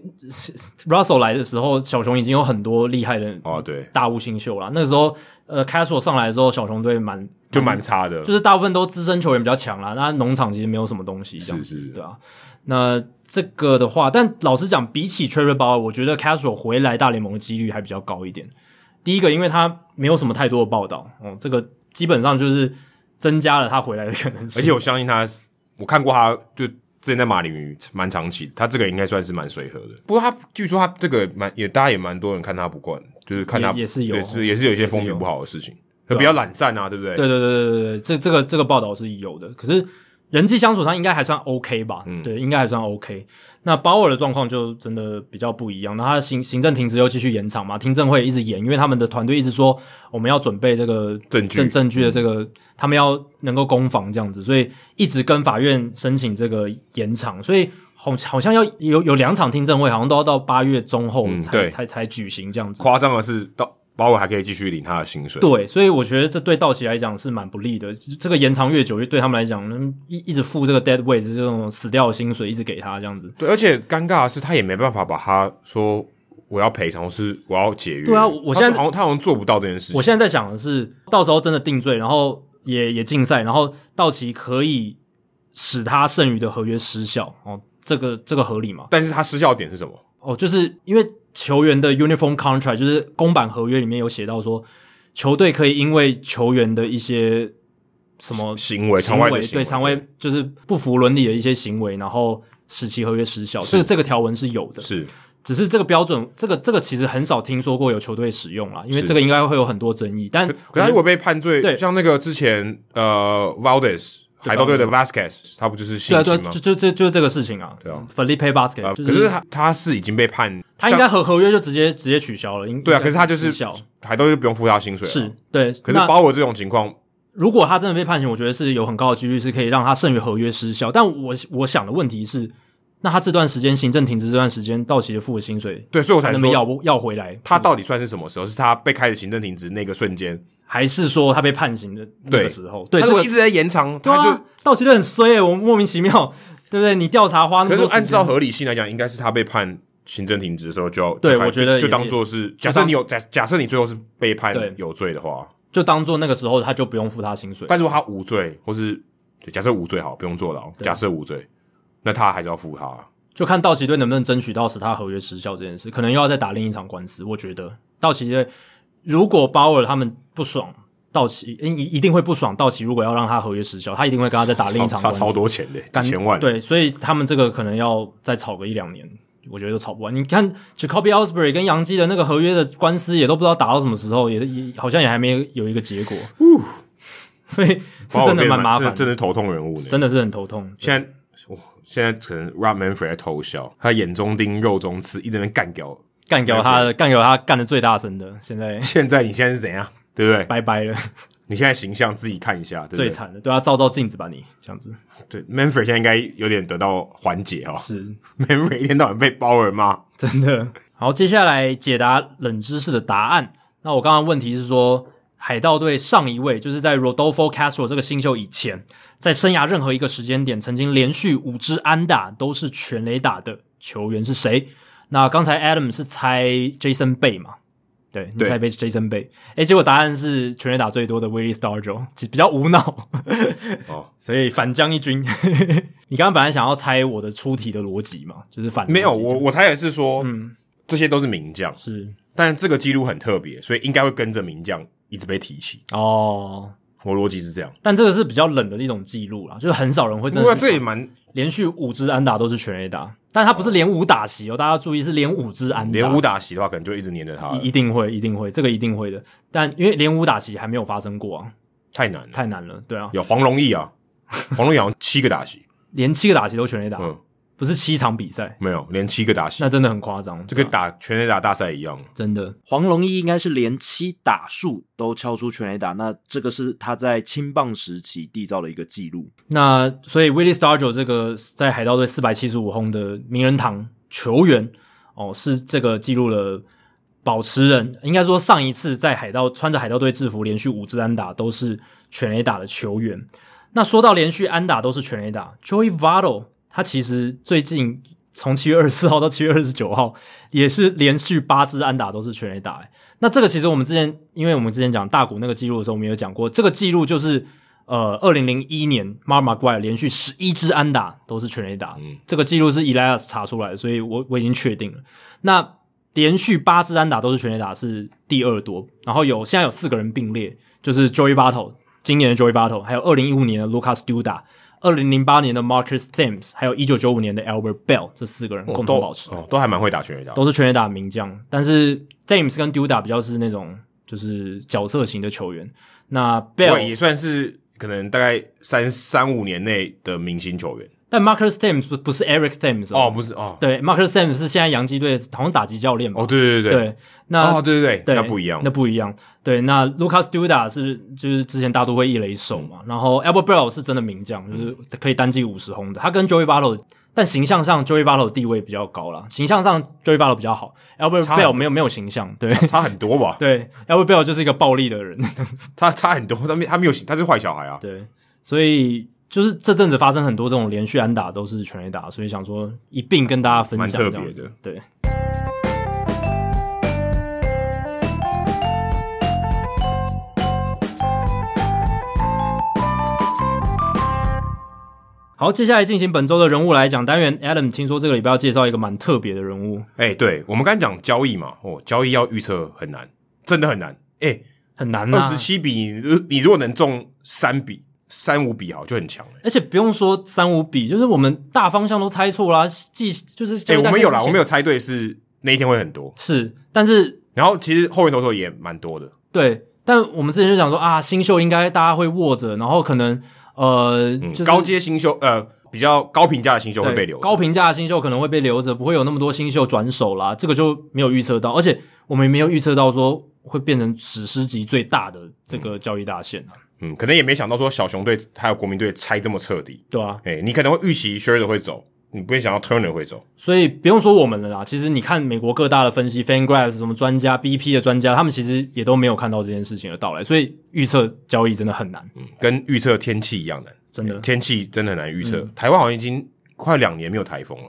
[SPEAKER 1] Russell 来的时候，小熊已经有很多厉害的
[SPEAKER 2] 哦对，
[SPEAKER 1] 大物新秀了。那个时候，呃，Castro 上来的时候，小熊队蛮
[SPEAKER 2] 就蛮差的，
[SPEAKER 1] 嗯就是大部分都资深球员比较强啦，那农场其实没有什么东西，这样
[SPEAKER 2] 是是
[SPEAKER 1] 对啊。那这个的话，但老实讲，比起 Trevor Bauer，我觉得 Castro 回来大联盟的几率还比较高一点。第一个，因为他没有什么太多的报道，哦，这个基本上就是增加了他回来的可能性。
[SPEAKER 2] 而且我相信他，我看过他，就之前在马林鱼蛮长期的，他这个应该算是蛮随和的。不过他据说他这个蛮也大家也蛮多人看他不惯，就是看他
[SPEAKER 1] 也也是有
[SPEAKER 2] 也是也是有一些风评不好的事情，就比较懒散啊，对不对？
[SPEAKER 1] 对对对对对对，这这个这个报道是有的，可是人际相处上应该还算 OK 吧？
[SPEAKER 2] 嗯
[SPEAKER 1] 对，应该还算 OK。那鲍尔的状况就真的比较不一样，那他的行行政停职又继续延长嘛，听证会一直延，因为他们的团队一直说我们要准备这个
[SPEAKER 2] 证据嗯
[SPEAKER 1] 证证据的这个，他们要能够攻防这样子，所以一直跟法院申请这个延长，所以。好，好像要有有两场听证会，好像都要到八月中后
[SPEAKER 2] 嗯
[SPEAKER 1] 才、
[SPEAKER 2] 对
[SPEAKER 1] 才才举行这样子。
[SPEAKER 2] 夸张的是，到鲍尔还可以继续领他的薪水。
[SPEAKER 1] 对，所以我觉得这对道奇来讲是蛮不利的。这个延长越久，越对他们来讲，嗯一一直付这个 dead weight 这种死掉的薪水，一直给他这样子。
[SPEAKER 2] 对，而且尴尬的是，他也没办法把他说我要赔偿，或是我要解约。
[SPEAKER 1] 对啊我
[SPEAKER 2] 他
[SPEAKER 1] 现在
[SPEAKER 2] 好像他好像做不到这件事情。
[SPEAKER 1] 我现在在想的是，到时候真的定罪，然后也也禁赛，然后道奇可以使他剩余的合约失效哦，这个这个合理吗？
[SPEAKER 2] 但是他失效点是什么？
[SPEAKER 1] 哦，就是因为球员的 uniform contract 就是公版合约里面有写到说，球队可以因为球员的一些什么
[SPEAKER 2] 行为，
[SPEAKER 1] 行
[SPEAKER 2] 场外的行
[SPEAKER 1] 对常规就是不符伦理的一些行为，然后使其合约失效。这个这个条文是有的，
[SPEAKER 2] 是
[SPEAKER 1] 只是这个标准，这个这个其实很少听说过有球队使用啦，因为
[SPEAKER 2] 是
[SPEAKER 1] 这个应该会有很多争议。但
[SPEAKER 2] 可是他如果被判罪，
[SPEAKER 1] 对
[SPEAKER 2] 像那个之前呃 Valdez 海盗队的 Vasquez，他不就是
[SPEAKER 1] 对啊
[SPEAKER 2] 性
[SPEAKER 1] 对啊
[SPEAKER 2] 侵吗
[SPEAKER 1] 就？就就就是这个事情啊，
[SPEAKER 2] 对啊
[SPEAKER 1] ，Felipe Vasquez，、
[SPEAKER 2] 啊，
[SPEAKER 1] 就
[SPEAKER 2] 可是他他是已经被判，
[SPEAKER 1] 他应该合合约就直接直接取消了，应
[SPEAKER 2] 对啊，
[SPEAKER 1] 应该
[SPEAKER 2] 可是他就
[SPEAKER 1] 失
[SPEAKER 2] 是
[SPEAKER 1] 效
[SPEAKER 2] 海盗队就不用付他薪水，
[SPEAKER 1] 是。对，
[SPEAKER 2] 可是
[SPEAKER 1] 那
[SPEAKER 2] 包我这种情况，
[SPEAKER 1] 如果他真的被判刑，我觉得是有很高的几率是可以让他剩余合约失效。但我我想的问题是，那他这段时间行政停职这段时间，到期的付的薪水，
[SPEAKER 2] 对，所以我
[SPEAKER 1] 他
[SPEAKER 2] 才
[SPEAKER 1] 能不能要
[SPEAKER 2] 说
[SPEAKER 1] 不要回来？
[SPEAKER 2] 他到底算是什么时候？是他被开始行政停职那个瞬间，
[SPEAKER 1] 还是说他被判刑的那个
[SPEAKER 2] 对
[SPEAKER 1] 时候？对，
[SPEAKER 2] 他
[SPEAKER 1] 这
[SPEAKER 2] 就
[SPEAKER 1] 个
[SPEAKER 2] 一直在延长，
[SPEAKER 1] 对
[SPEAKER 2] 他
[SPEAKER 1] 啊
[SPEAKER 2] 就。，
[SPEAKER 1] 道奇队很衰、欸，我莫名其妙， 对不对？你调查花那
[SPEAKER 2] 可
[SPEAKER 1] 么
[SPEAKER 2] 是
[SPEAKER 1] 多时间，
[SPEAKER 2] 按照合理性来讲，应该是他被判行政停职的时候就要，
[SPEAKER 1] 对
[SPEAKER 2] 就开始
[SPEAKER 1] 我觉得也
[SPEAKER 2] 就当做是假设你有假假设你最后是被判
[SPEAKER 1] 对
[SPEAKER 2] 有罪的话，
[SPEAKER 1] 就当做那个时候他就不用付他薪水。
[SPEAKER 2] 但如果他无罪，或是对假设无罪好，不用坐牢，假设无罪，那他还是要付他。
[SPEAKER 1] 就看道奇队能不能争取到使他合约失效这件事，可能又要再打另一场官司。我觉得道奇队如果鲍尔他们不爽，道奇一一定会不爽。道奇如果要让他合约失效，他一定会跟他再打另一场
[SPEAKER 2] 差
[SPEAKER 1] 官司，
[SPEAKER 2] 差超多钱的，
[SPEAKER 1] 干
[SPEAKER 2] 几千万。，
[SPEAKER 1] 对，所以他们这个可能要再吵个一两年，我觉得都吵不完。你看 Jacoby Osbury 跟杨基的那个合约的官司，也都不知道打到什么时候，也也好像也还没有一个结果。 所以是真的蛮麻烦的，
[SPEAKER 2] 真的是头痛人物呢。
[SPEAKER 1] 真的是很头痛。
[SPEAKER 2] 现在哇，现在可能 Rob Manfred 在偷笑，他眼中钉肉中刺，一直在那边干掉。
[SPEAKER 1] 干掉他的，干掉他干的最大声的，现在
[SPEAKER 2] 现在你现在是怎样，对不对？
[SPEAKER 1] 拜拜了，
[SPEAKER 2] 你现在形象自己看一下，对不
[SPEAKER 1] 最
[SPEAKER 2] 对？
[SPEAKER 1] 惨的，对他啊照照镜子吧你，这样子
[SPEAKER 2] 对 Manfred 现在应该有点得到缓解哦。
[SPEAKER 1] 是
[SPEAKER 2] Manfred 一天到晚被包尔骂，
[SPEAKER 1] 真的。好，接下来解答冷知识的答案。那我刚刚问题是说，海盗队上一位就是在 Rodolfo Castro 这个新秀以前，在生涯任何一个时间点，曾经连续五支安打都是全垒打的球员是谁？那刚才 Adam 是猜 Jason Bay 嘛？对，你
[SPEAKER 2] 对
[SPEAKER 1] 猜 Jason Bay，哎、诶结果答案是全垒打最多的 Willie Stargell，其比较无脑
[SPEAKER 2] 哦，
[SPEAKER 1] 所以反将一军。 你刚刚本来想要猜我的出题的逻辑嘛，就是反
[SPEAKER 2] 没有
[SPEAKER 1] 逻辑
[SPEAKER 2] 我我猜也是说，嗯，这些都是名将，
[SPEAKER 1] 是
[SPEAKER 2] 但这个记录很特别，所以应该会跟着名将一直被提起。
[SPEAKER 1] 哦，
[SPEAKER 2] 我逻辑是这样，
[SPEAKER 1] 但这个是比较冷的一种记录啦，就是很少人会真
[SPEAKER 2] 不
[SPEAKER 1] 的
[SPEAKER 2] 过
[SPEAKER 1] 去
[SPEAKER 2] 这也蛮
[SPEAKER 1] 连续五支安打都是全垒打，但他不是连五打席哦，大家注意是连五支安打，
[SPEAKER 2] 连五打席的话，可能就一直黏着他了
[SPEAKER 1] 一一定会一定会这个一定会的，但因为连五打席还没有发生过啊，
[SPEAKER 2] 太难了。
[SPEAKER 1] 太难了，对啊，
[SPEAKER 2] 有黄龙毅啊，黄龙毅好像七个打席，
[SPEAKER 1] 连七个打席都全垒打，
[SPEAKER 2] 嗯，
[SPEAKER 1] 不是七场比赛，
[SPEAKER 2] 没有连七个打席
[SPEAKER 1] 那，真的很夸张，
[SPEAKER 2] 就跟
[SPEAKER 1] 对啊
[SPEAKER 2] 打全垒打大赛一样。
[SPEAKER 1] 真的
[SPEAKER 3] 黄龙一应该是连七打数都敲出全垒打，那这个是他在青棒时期缔造的一个记录。
[SPEAKER 1] 那所以 Willie Stargell 这个在海盗队四百七十五轰的名人堂球员哦，是这个记录了保持人，应该说上一次在海盗穿着海盗队制服连续五支安打都是全垒打的球员。那说到连续安打都是全垒打，Joey Votto 他其实最近从七月二十四号到七月二十九号也是连续八支安打都是全垒打、欸那这个其实我们之前，因为我们之前讲大谷那个记录的时候，我们有讲过，这个记录就是呃，二零零一年 m a r m a g u i r 连续十一支安打都是全垒打，
[SPEAKER 2] 嗯
[SPEAKER 1] 这个记录是 Elias 查出来的，所以我我已经确定了。那连续八支安打都是全垒打是第二多，然后有现在有四个人并列，就是 Joey Votto 今年的 Joey Votto，还有二零一五年的 Lucas Duda。二零零八年的 Marcus Thames，还有一九九五年的 Albert Bell，这四个人
[SPEAKER 2] 哦
[SPEAKER 1] 共同
[SPEAKER 2] 都
[SPEAKER 1] 保持。
[SPEAKER 2] 哦，都还蛮会打全垒打，
[SPEAKER 1] 都是全垒打名将，但是 James 跟 Duda 比较是那种就是角色型的球员。那
[SPEAKER 2] 不过
[SPEAKER 1] Bell，
[SPEAKER 2] 也算是可能大概三三五年内的明星球员。
[SPEAKER 1] 但 Marcus Thames 不不是 Eric Thames
[SPEAKER 2] 哦，，不是哦，
[SPEAKER 1] 对，Marcus Thames 是现在洋基队好像打击教练吧？
[SPEAKER 2] 哦，对对对，
[SPEAKER 1] 对，那、
[SPEAKER 2] 哦，对对
[SPEAKER 1] 对，
[SPEAKER 2] 那不一样
[SPEAKER 1] 那。不一样。对，那 Lucas Duda 是就是之前大都会一垒手
[SPEAKER 2] 嗯
[SPEAKER 1] 嘛，然后 Albert Bell 是真的名将，就是可以单季五十轰的。他跟 Joey Votto，但形象上 Joey Votto 地位比较高啦，形象上 Joey Votto 比较好，Albert
[SPEAKER 2] 差很
[SPEAKER 1] Bell 没有没有形象，对。
[SPEAKER 2] 差很多吧？
[SPEAKER 1] 对，Albert Bell 就是一个暴力的人，
[SPEAKER 2] 他差很多，他没他没有，他是坏小孩啊。
[SPEAKER 1] 对，所以就是这阵子发生很多这种连续安打都是全垒打，所以想说一并跟大家分享，
[SPEAKER 2] 蛮特
[SPEAKER 1] 这样
[SPEAKER 2] 别
[SPEAKER 1] 子
[SPEAKER 2] 的
[SPEAKER 1] 对。好，接下来进行本周的人物来讲单元。Adam 听说这个礼拜要介绍一个蛮特别的人物，
[SPEAKER 2] 哎、对我们刚才讲交易嘛，哦，交易要预测很难，真的很难。哎、
[SPEAKER 1] 很难
[SPEAKER 2] 二
[SPEAKER 1] 啊
[SPEAKER 2] 十，七笔，你如你如果能中三笔、三五笔，好就很强了。
[SPEAKER 1] 而且不用说三五比，就是我们大方向都猜错啦，记就是
[SPEAKER 2] 哎、我们有啦，
[SPEAKER 1] 了，
[SPEAKER 2] 我们有猜对是那一天会很多，
[SPEAKER 1] 是，但是
[SPEAKER 2] 然后其实后援投手也蛮多的，
[SPEAKER 1] 对，但我们之前就讲说啊，新秀应该大家会握着，然后可能呃，
[SPEAKER 2] 嗯，
[SPEAKER 1] 就是
[SPEAKER 2] 高阶新秀呃比较高评价的新秀会
[SPEAKER 1] 对
[SPEAKER 2] 被留着，
[SPEAKER 1] 高评价的新秀可能会被留着，不会有那么多新秀转手啦，这个就没有预测到，而且我们也没有预测到说会变成史诗级最大的这个交易大线啊，
[SPEAKER 2] 嗯，可能也没想到说小熊队还有国民队拆这么彻底。
[SPEAKER 1] 对啊，
[SPEAKER 2] 哎、你可能会预期 s h e r d e r 会走，你不会想到 Turner 会走，
[SPEAKER 1] 所以不用说我们了啦，其实你看美国各大的分析，FanGraphs 什么专家、BP 的专家，他们其实也都没有看到这件事情的到来，所以预测交易真的很难，
[SPEAKER 2] 嗯，跟预测天气一样难。
[SPEAKER 1] 真的，
[SPEAKER 2] 天气真的很难预测。
[SPEAKER 1] 嗯
[SPEAKER 2] 台湾好像已经快两年没有台风了，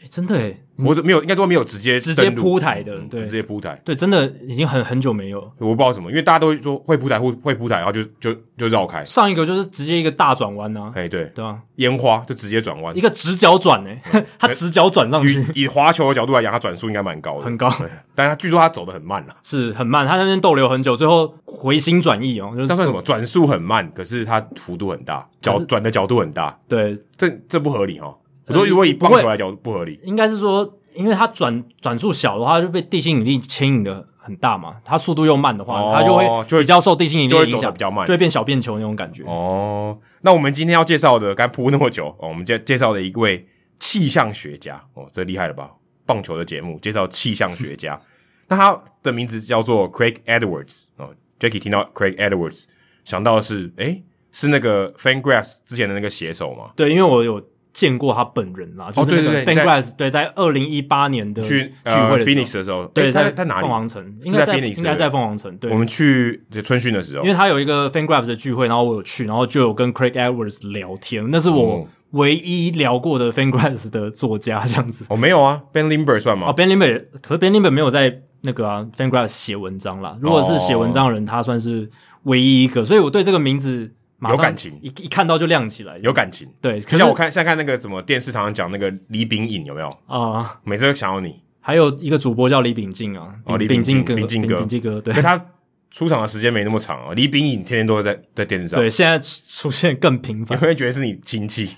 [SPEAKER 1] 诶真的诶，
[SPEAKER 2] 我都没有，应该都没有直接
[SPEAKER 1] 直接
[SPEAKER 2] 登陆
[SPEAKER 1] 铺台的
[SPEAKER 2] 嗯
[SPEAKER 1] 对
[SPEAKER 2] 直接铺台。
[SPEAKER 1] 对，真的已经很很久没有了。
[SPEAKER 2] 我不知道什么，因为大家都会说会铺台，会会铺台，然后就就就绕开。
[SPEAKER 1] 上一个就是直接一个大转弯啊呐，
[SPEAKER 2] 哎，对，
[SPEAKER 1] 对吧？
[SPEAKER 2] 烟花就直接转弯
[SPEAKER 1] 一。个直角转诶、 他直角转上去，
[SPEAKER 2] 以以滑球的角度来讲，它转速应该蛮高的，
[SPEAKER 1] 很高
[SPEAKER 2] 对。但他据说他走的很慢啦，
[SPEAKER 1] 是很慢，他那边逗留很久，最后回心转意哦，就是
[SPEAKER 2] 这样算什么？转速很慢，可是它幅度很大，角转的角度很大，
[SPEAKER 1] 对，
[SPEAKER 2] 这这不合理哈。我说如果以棒球来讲不合理，
[SPEAKER 1] 应该是说，因为他转转速小的话，就被地心引力牵引的很大嘛，他速度又慢的话，
[SPEAKER 2] 哦
[SPEAKER 1] 他就
[SPEAKER 2] 就
[SPEAKER 1] 会
[SPEAKER 2] 会
[SPEAKER 1] 比较受地心引力的
[SPEAKER 2] 就
[SPEAKER 1] 影
[SPEAKER 2] 会走
[SPEAKER 1] 响，
[SPEAKER 2] 得比较慢
[SPEAKER 1] 就会变小便球那种感觉。
[SPEAKER 2] 哦哦，那我们今天要介绍的，刚才铺那么久哦，我们介介绍的一位气象学家哦，这厉害了吧？棒球的节目介绍气象学家， 那他的名字叫做 Craig Edwards 哦。Jackie 听到 Craig Edwards 想到的是，诶，是那个 FanGraphs 之前的那个写手吗？
[SPEAKER 1] 对，因为我有见过他本人啦，就是那
[SPEAKER 2] 哦对
[SPEAKER 1] 个
[SPEAKER 2] 对对
[SPEAKER 1] Fangrass 对，在二零一八年的
[SPEAKER 2] 去
[SPEAKER 1] 嗯聚
[SPEAKER 2] 呃
[SPEAKER 1] 会的时候
[SPEAKER 2] Phoenix 的时候，
[SPEAKER 1] 对，
[SPEAKER 2] 诶在在哪里
[SPEAKER 1] 凤？凰城，应
[SPEAKER 2] 是在
[SPEAKER 1] 该在应该
[SPEAKER 2] Phoenix，对不对
[SPEAKER 1] 在凤凰城，对
[SPEAKER 2] 我，们去对春训的时候
[SPEAKER 1] 因，为他有一个 FanGraphs 的聚会，然后我有去，然后就有跟 Craig Edwards 聊天，那是
[SPEAKER 2] 哦
[SPEAKER 1] 我唯一聊过的 FanGraphs 的作家这样子。
[SPEAKER 2] 哦，没有啊，Ben Limber 算
[SPEAKER 1] 哦
[SPEAKER 2] 吗？
[SPEAKER 1] ，Ben Limber，可是 Ben Limber 没有在那个啊 FanGraphs 写文章啦。如果是写文章的人，他算是唯一一个，所以我对这个名字马上
[SPEAKER 2] 有感情
[SPEAKER 1] 一一看到就亮起来。
[SPEAKER 2] 有感情，
[SPEAKER 1] 对，可
[SPEAKER 2] 就是像我看，像看那个什么电视常常讲那个李炳颖有没有？
[SPEAKER 1] 啊、
[SPEAKER 2] 每次都想要你，
[SPEAKER 1] 还有一个主播叫李秉进啊，
[SPEAKER 2] 哦李
[SPEAKER 1] 秉
[SPEAKER 2] 秉进
[SPEAKER 1] 哥，
[SPEAKER 2] 秉
[SPEAKER 1] 秉
[SPEAKER 2] 进哥
[SPEAKER 1] 秉进哥，对
[SPEAKER 2] 因为他出场的时间没那么长哦。李炳颖天天都会在在电视上，
[SPEAKER 1] 对，现在出出现更频
[SPEAKER 2] 你
[SPEAKER 1] 繁，
[SPEAKER 2] 会觉得是你亲戚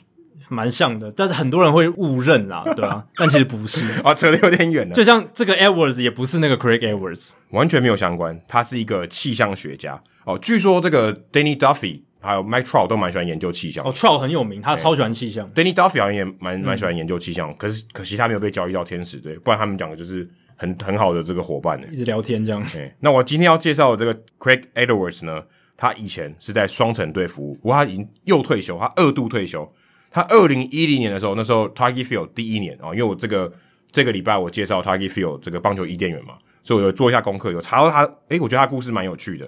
[SPEAKER 1] 蛮像的，但是很多人会误认啦，对啊，但其实不是。
[SPEAKER 2] 啊，扯得有点远了，
[SPEAKER 1] 就像这个 Edwards 也不是那个 Craig Edwards，
[SPEAKER 2] 完全没有相关。他是一个气象学家哦，据说这个 Danny Duffy 还有 Mike Trout 都蛮喜欢研究气象的
[SPEAKER 1] 哦。，Trout 嗯很有名，他超喜欢气象，
[SPEAKER 2] Danny Duffy 好像也蛮蛮喜欢研究气象，可是可惜他没有被交易到天使队，不然他们两个就是很很好的这个伙伴呢。欸
[SPEAKER 1] 一直聊天这样。
[SPEAKER 2] 对，那我今天要介绍的这个 Craig Edwards 呢，他以前是在双城队服务，不过他已经又退休，他二度退休。他二零一零年的时候，那时候 Target Field 第一年啊、哦，因为我这个这个礼拜我介绍 Target Field 这个棒球伊甸园嘛，所以我有做一下功课，有查到他，诶，我觉得他故事蛮有趣的。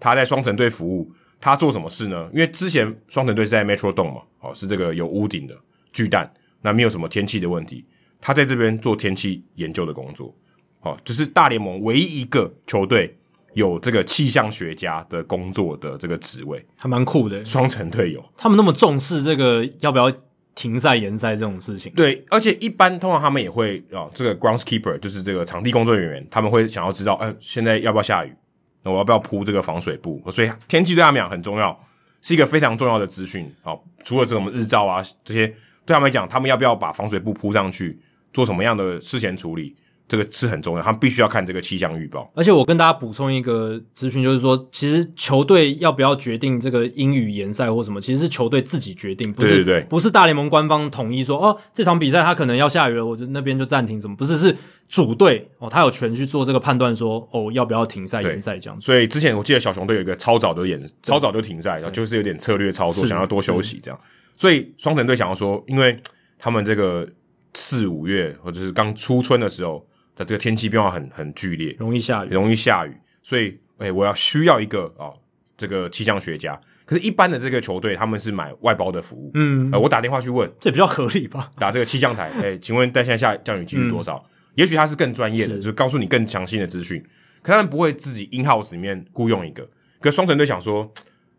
[SPEAKER 2] 他在双城队服务，他做什么事呢？因为之前双城队是在 Metro Dome 嘛，哦，是这个有屋顶的巨蛋，那没有什么天气的问题。他在这边做天气研究的工作，哦，就是大联盟唯一一个球队有这个气象学家的工作的这个职位，
[SPEAKER 1] 还蛮酷的。
[SPEAKER 2] 双城队有。
[SPEAKER 1] 他们那么重视这个要不要停赛、延赛这种事情，
[SPEAKER 2] 对，而且一般通常他们也会哦，这个 groundskeeper 就是这个场地工作人员，他们会想要知道，呃，现在要不要下雨？那我要不要铺这个防水布？所以天气对他们来讲很重要，是一个非常重要的资讯。哦，除了这种日照啊这些，对他们来讲，他们要不要把防水布铺上去，做什么样的事前处理，这个是很重要。他们必须要看这个气象预报。
[SPEAKER 1] 而且我跟大家补充一个资讯，就是说，其实球队要不要决定这个英语联赛或什么，其实是球队自己决定，不是
[SPEAKER 2] 对对对
[SPEAKER 1] 不是大联盟官方统一说哦，这场比赛他可能要下雨了，我就那边就暂停什么，不是是主队哦，他有权去做这个判断说哦要不要停赛、
[SPEAKER 2] 对
[SPEAKER 1] 延赛这样子。
[SPEAKER 2] 所以之前我记得小熊队有一个超早的演，超早就停赛，然后就是有点策略操作，
[SPEAKER 1] 是
[SPEAKER 2] 想要多休息这样。所以双城队想要说，因为他们这个四五月或者是刚初春的时候的这个天气变化很很剧烈，
[SPEAKER 1] 容易下雨，
[SPEAKER 2] 容易下雨，所以哎、我要需要一个哦，这个气象学家。可是，一般的这个球队他们是买外包的服务。
[SPEAKER 1] 嗯，
[SPEAKER 2] 呃，我打电话去问，
[SPEAKER 1] 这比较合理吧？
[SPEAKER 2] 打这个气象台，哎、请问但现在下降雨几率多少？也许他是更专业的，
[SPEAKER 1] 嗯是
[SPEAKER 2] 就是告诉你更详细的资讯。可他们不会自己 in house 里面雇佣一个。可双城队想说，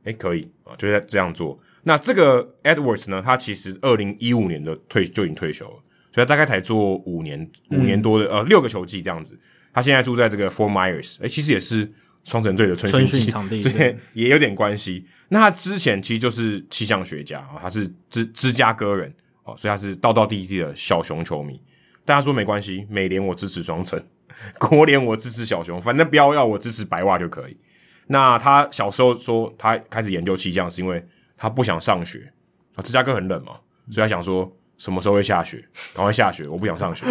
[SPEAKER 2] 哎、可以啊，就在这样做。那这个 Edwards 呢，他其实二零一五年的退就已经退休了，所以他大概才做五年五年
[SPEAKER 1] 嗯
[SPEAKER 2] 多的、呃六个球季这样子。他现在住在这个 Four Myers，哎、其实也是双城队的春
[SPEAKER 1] 春
[SPEAKER 2] 训
[SPEAKER 1] 训
[SPEAKER 2] 季
[SPEAKER 1] 场地
[SPEAKER 2] 所以
[SPEAKER 1] 对
[SPEAKER 2] 也有点关系。那他之前其实就是气象学家啊，他是芝芝加哥人哦，所以他是道道地地的小熊球迷。但他说没关系，美联我支持双城，国联我支持小熊，反正不要要我支持白袜就可以。那他小时候说他开始研究气象，是因为他不想上学啊，芝加哥很冷嘛，所以他想说什么时候会下雪，赶快下雪，我不想上学，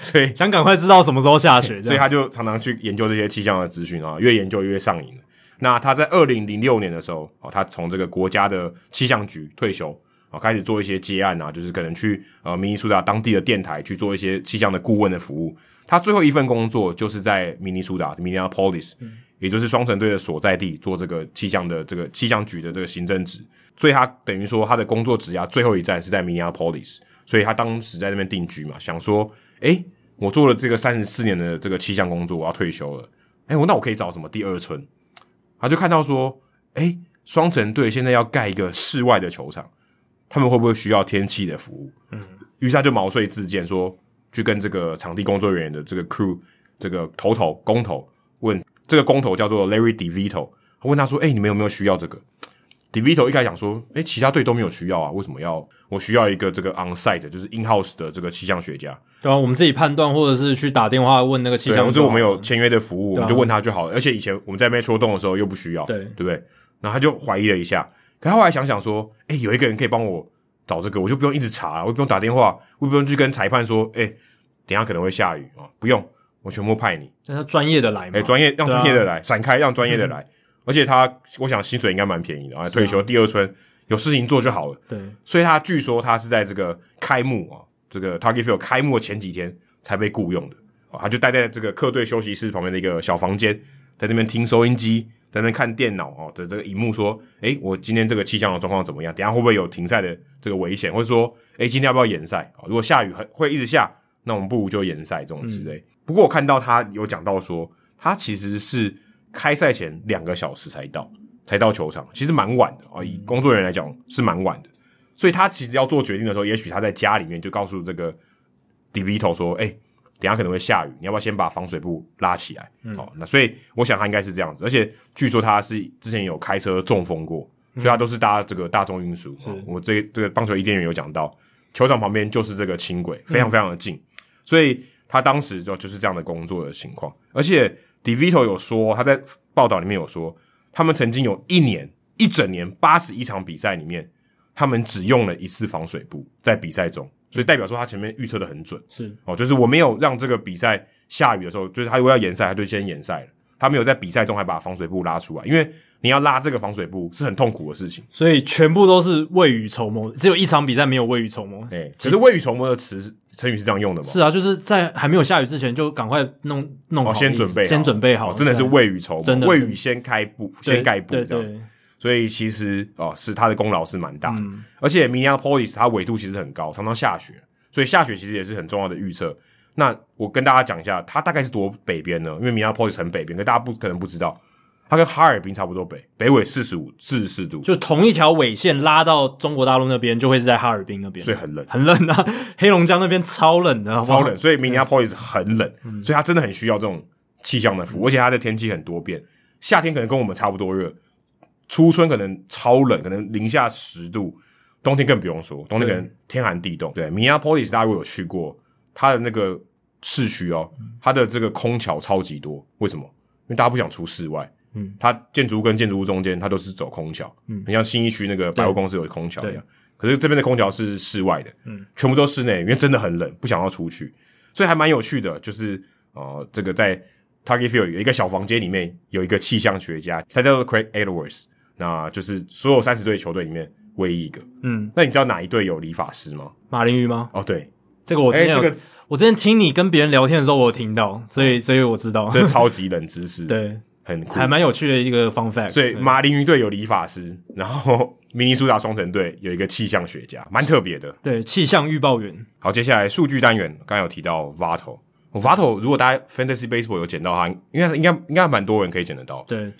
[SPEAKER 2] 所以
[SPEAKER 1] 想赶快知道什么时候下 雪，这
[SPEAKER 2] 所以
[SPEAKER 1] 样
[SPEAKER 2] 他就常常去研究这些气象的资讯啊，越研究越上瘾了。那他在二零零六年的时候，哦，他从这个国家的气象局退休，哦，开始做一些接案啊，就是可能去呃明尼苏达当地的电台去做一些气象的顾问的服务。他最后一份工作就是在明尼苏达 （Minneapolis），、也
[SPEAKER 1] 嗯
[SPEAKER 2] 就是双城队的所在地，做这个气象的这个气象局的这个行政职。所以他等于说他的工作职涯最后一站是在 Minneapolis，所以他当时在那边定居嘛，想说，诶，我做了这个三十四年的这个气象工作，我要退休了，诶，我那我可以找什么第二春？他就看到说，诶，双城队现在要盖一个室外的球场，他们会不会需要天气的服务？嗯，于是他就毛遂自荐说，去跟这个场地工作人员的这个 crew 这个头头工头问，这个工头叫做 Larry DeVito，他问他说，诶，你们有没有需要这个？DeVito 一开始想说，诶，其他队都没有需要啊，为什么要我需要一个这个 onsite 的就是 in house 的这个气象学家？
[SPEAKER 1] 对啊，我们自己判断或者是去打电话问那个气
[SPEAKER 2] 对，
[SPEAKER 1] 象，
[SPEAKER 2] 或者我们有签约的服务，我
[SPEAKER 1] 对啊
[SPEAKER 2] 们就问他就好了。而且以前我们在 Metro 动的时候又不需要，
[SPEAKER 1] 对
[SPEAKER 2] 哎对不对？然后他就怀疑了一下，可他后来想想说，诶，有一个人可以帮我找这个，我就不用一直查，我也不用打电话，我也不用去跟裁判说，哎、等一下可能会下雨啊、哦不用，我全部派你。
[SPEAKER 1] 但他专业的来嘛，
[SPEAKER 2] 哎、专业让
[SPEAKER 1] 对啊嗯
[SPEAKER 2] 专业的来，闪、开让专业的来，而且他我想薪水应该蛮便宜的啊，退休第二春有事情做就好了。
[SPEAKER 1] 对，
[SPEAKER 2] 所以他据说他是在这个开幕啊，这个 Target Field 开幕的前几天才被雇佣的啊，他就待在这个客队休息室旁边的一个小房间，在那边听收音机，在那边看电脑哦的这个荧幕，说，诶、我今天这个气象的状况怎么样？等一下会不会有停赛的这个危险？或者说，诶、今天要不要延赛？啊如果下雨很会一直下，那我们不如就延赛这种之类。不过我看到他有讲到说，他其实是开赛前两个小时才到，才到球场，其实蛮晚的啊、哦，以工作人员来讲是蛮晚的。所以他其实要做决定的时候，也许他在家里面就告诉这个 DeVito 说：“哎、等一下可能会下雨，你要不要先把防水布拉起来？”好、那所以我想他应该是这样子。而且据说他是之前有开车中风过，所以他都是搭这个大众运输。哦我这这个棒球伊甸园有讲到，球场旁边就是这个轻轨，非常非常的近，所以他当时就就是这样的工作的情况。而且 DeVito 有说，他在报道里面有说，他们曾经有一年一整年八十一场比赛里面。他们只用了一次防水布在比赛中，所以代表说他前面预测的很准
[SPEAKER 1] 是
[SPEAKER 2] 哦，就是我没有让这个比赛下雨的时候，就是他如果要延赛，他就先延赛了。他没有在比赛中还把防水布拉出来，因为你要拉这个防水布是很痛苦的事情。
[SPEAKER 1] 所以全部都是未雨绸缪，只有一场比赛没有未雨绸缪。
[SPEAKER 2] 哎、可是未雨绸缪的词成语是这样用的吗？
[SPEAKER 1] 是啊，就是在还没有下雨之前就赶快弄弄好
[SPEAKER 2] 哦，
[SPEAKER 1] 意思，
[SPEAKER 2] 先准备好，
[SPEAKER 1] 先准备好，
[SPEAKER 2] 哦真的是
[SPEAKER 1] 对
[SPEAKER 2] 未雨绸
[SPEAKER 1] 真
[SPEAKER 2] 缪，
[SPEAKER 1] 的
[SPEAKER 2] 未雨先开布，
[SPEAKER 1] 对
[SPEAKER 2] 先盖布
[SPEAKER 1] 对
[SPEAKER 2] 这样
[SPEAKER 1] 对
[SPEAKER 2] 子。所以其实哦，是他的功劳是蛮大的。
[SPEAKER 1] 嗯
[SPEAKER 2] 而且 Minneapolis 它纬度其实很高，常常下雪，所以下雪其实也是很重要的预测。那我跟大家讲一下，它大概是多北边呢？因为 Minneapolis 很北边，可大家不可能不知道，它跟哈尔滨差不多北，北纬四十五、四十四度，
[SPEAKER 1] 就同一条纬线拉到中国大陆那边，就会是在哈尔滨那边，
[SPEAKER 2] 所以很冷。
[SPEAKER 1] 很冷啊，黑龙江那边超冷的，好不好
[SPEAKER 2] 超冷，嗯所以 Minneapolis 很冷，所以它真的很需要这种气象的服务，而且它的天气很多变，夏天可能跟我们差不多热，初春可能超冷，可能零下十度，冬天更不用说，冬天可能天寒地冻。对，Minneapolis 大家如果有去过，它的那个市区哦，它的这个空桥超级多，为什么？因为大家不想出室外。
[SPEAKER 1] 嗯，
[SPEAKER 2] 它建筑物跟建筑物中间，它都是走空桥，
[SPEAKER 1] 嗯
[SPEAKER 2] 很像新一区那个百货公司有空桥一
[SPEAKER 1] 对
[SPEAKER 2] 样。可是这边的空调是室外的，嗯，全部都室内，因为真的很冷，不想要出去，所以还蛮有趣的。就是呃，这个在 Target Field 有一个小房间里面有一个气象学家，他叫做 Craig Edwards，那就是所有三十队球队里面唯一一个。
[SPEAKER 1] 嗯，
[SPEAKER 2] 那你知道哪一队有理发师吗？
[SPEAKER 1] 马林鱼吗？
[SPEAKER 2] 哦，对，
[SPEAKER 1] 这个我之
[SPEAKER 2] 哎、
[SPEAKER 1] 前有
[SPEAKER 2] 这个
[SPEAKER 1] 我之前听你跟别人聊天的时候，我有听到，所
[SPEAKER 2] 哦
[SPEAKER 1] 以所以我知道，
[SPEAKER 2] 这超级冷知识，，
[SPEAKER 1] 对，
[SPEAKER 2] 很酷，
[SPEAKER 1] 还蛮有趣的一个 fun fact。
[SPEAKER 2] 所以马林鱼队有理发师，然后明尼苏达双城队有一个气象学家，蛮特别的。
[SPEAKER 1] 对气象预报员，
[SPEAKER 2] 好，接下来数据单元，刚刚有提到 Vato。Vato 哦如果大家 Fantasy Baseball 有捡到他，应该应该应该蛮多人可以捡得到。
[SPEAKER 1] 对，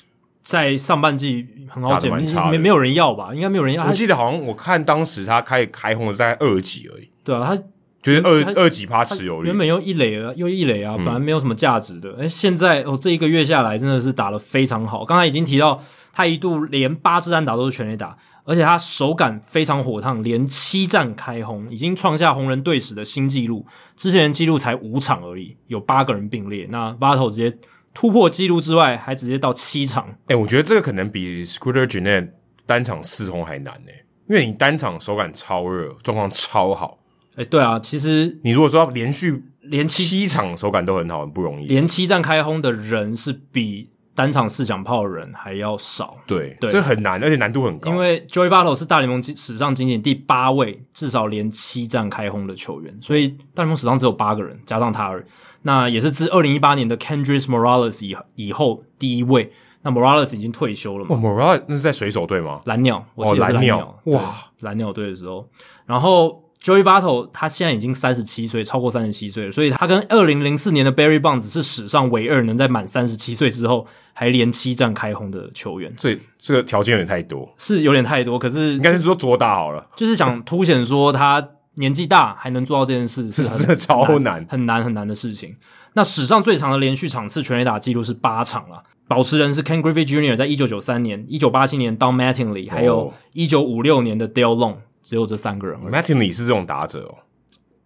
[SPEAKER 1] 在上半季很好
[SPEAKER 2] 打得
[SPEAKER 1] 捡
[SPEAKER 2] 蛮差，的
[SPEAKER 1] 没没有人要吧？应该没有人要。
[SPEAKER 2] 我记
[SPEAKER 1] 得
[SPEAKER 2] 得好像我看当时他开开红的大概二级而已，
[SPEAKER 1] 对啊，他
[SPEAKER 2] 就是
[SPEAKER 1] 他
[SPEAKER 2] 二二几趴持有率
[SPEAKER 1] 原。本又一垒啊，又一垒啊，本来没有什么价值的。哎、现在哦，这一个月下来真的是打得非常好。刚才已经提到，他一度连八支安打都是全垒打，而且他手感非常火烫，连七战开轰，已经创下红人队史的新纪录。之前的纪录才五场而已，有八个人并列。那 Vato 直接突破纪录之外，还直接到七场。
[SPEAKER 2] 哎、我觉得这个可能比 Scooter Jeanette 单场四红还难呢、因为你单场手感超热，状况超好。
[SPEAKER 1] 哎、对啊，其实
[SPEAKER 2] 你如果说要连续
[SPEAKER 1] 连七
[SPEAKER 2] 七场手感都很好，很不容易。
[SPEAKER 1] 连七战开轰的人是比单场四响炮的人还要少。
[SPEAKER 2] 对，
[SPEAKER 1] 对
[SPEAKER 2] 这很难，而且难度很高。
[SPEAKER 1] 因为 Joey Votto 是大联盟史上仅仅第八位至少连七战开轰的球员，所以大联盟史上只有八个人，加上他而已。那也是自二零一八年的 Kendrys Morales 以以后第一位。那 Morales 已经退休了
[SPEAKER 2] 哇
[SPEAKER 1] 嘛？
[SPEAKER 2] ，Morales 那是在水手队吗？
[SPEAKER 1] 蓝鸟，我记得
[SPEAKER 2] 哦
[SPEAKER 1] 是蓝
[SPEAKER 2] 蓝鸟
[SPEAKER 1] 对
[SPEAKER 2] 哇，
[SPEAKER 1] 蓝鸟队的时候，然后 Joey Votto 他现在已经三十七岁，超过三十七岁了，所以他跟二零零四年的 Barry Bonds 是史上唯二能在满三十七岁之后还连七战开轰的球员，
[SPEAKER 2] 这这个条件有点太多，
[SPEAKER 1] 是有点太多，可是
[SPEAKER 2] 应该是说左打好了，
[SPEAKER 1] 就是想凸显说他年纪大还能做到这件事， 是啊 很
[SPEAKER 2] 真的 超难。
[SPEAKER 1] 很难很难的事情。那史上最长的连续场次全垒打记录是八场啊，保持人是 Ken Griffey Jr. 在一九九三年、一九八七年 Don Mattingly，还有
[SPEAKER 2] 哦嗯
[SPEAKER 1] 一九五六年的 Dale Long，只有这三个人而已。
[SPEAKER 2] Mattingly 是这种打者哦，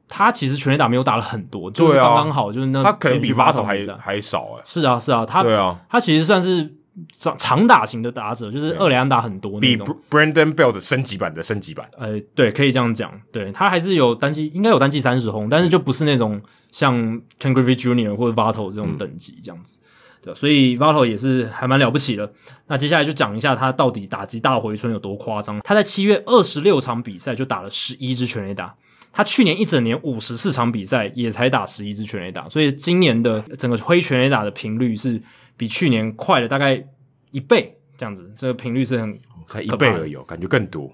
[SPEAKER 2] 他
[SPEAKER 1] 他其实全垒打没有打了很多，就是
[SPEAKER 2] 对啊
[SPEAKER 1] 刚刚好，就是那
[SPEAKER 2] 可能比
[SPEAKER 1] 八
[SPEAKER 2] 巴手还
[SPEAKER 1] 是啊
[SPEAKER 2] 还少哎。
[SPEAKER 1] 是啊是啊，他
[SPEAKER 2] 对啊，
[SPEAKER 1] 他其实算是长长打型的打者，就是二连打很多那
[SPEAKER 2] 啊比
[SPEAKER 1] 种。
[SPEAKER 2] Br- Brandon Bell 的升级版的升级版，
[SPEAKER 1] 呃，对，可以这样讲，对他还是有单季，应该有单季三十轰，但是就不是那种像 c a n g r i v y Junior 或者 Vato 这种等级这样子，对吧啊所以 Vato 也是还蛮了不起的。那接下来就讲一下他到底打击大回春有多夸张。他在七月二十六场比赛就打了十一支全垒打，他去年一整年五十四场比赛也才打十一支全垒打，所以今年的整个挥全垒打的频率是比去年快了大概一倍这样子，这个频率是很
[SPEAKER 2] 才一
[SPEAKER 1] 可怕
[SPEAKER 2] 倍而已哦，感觉更多。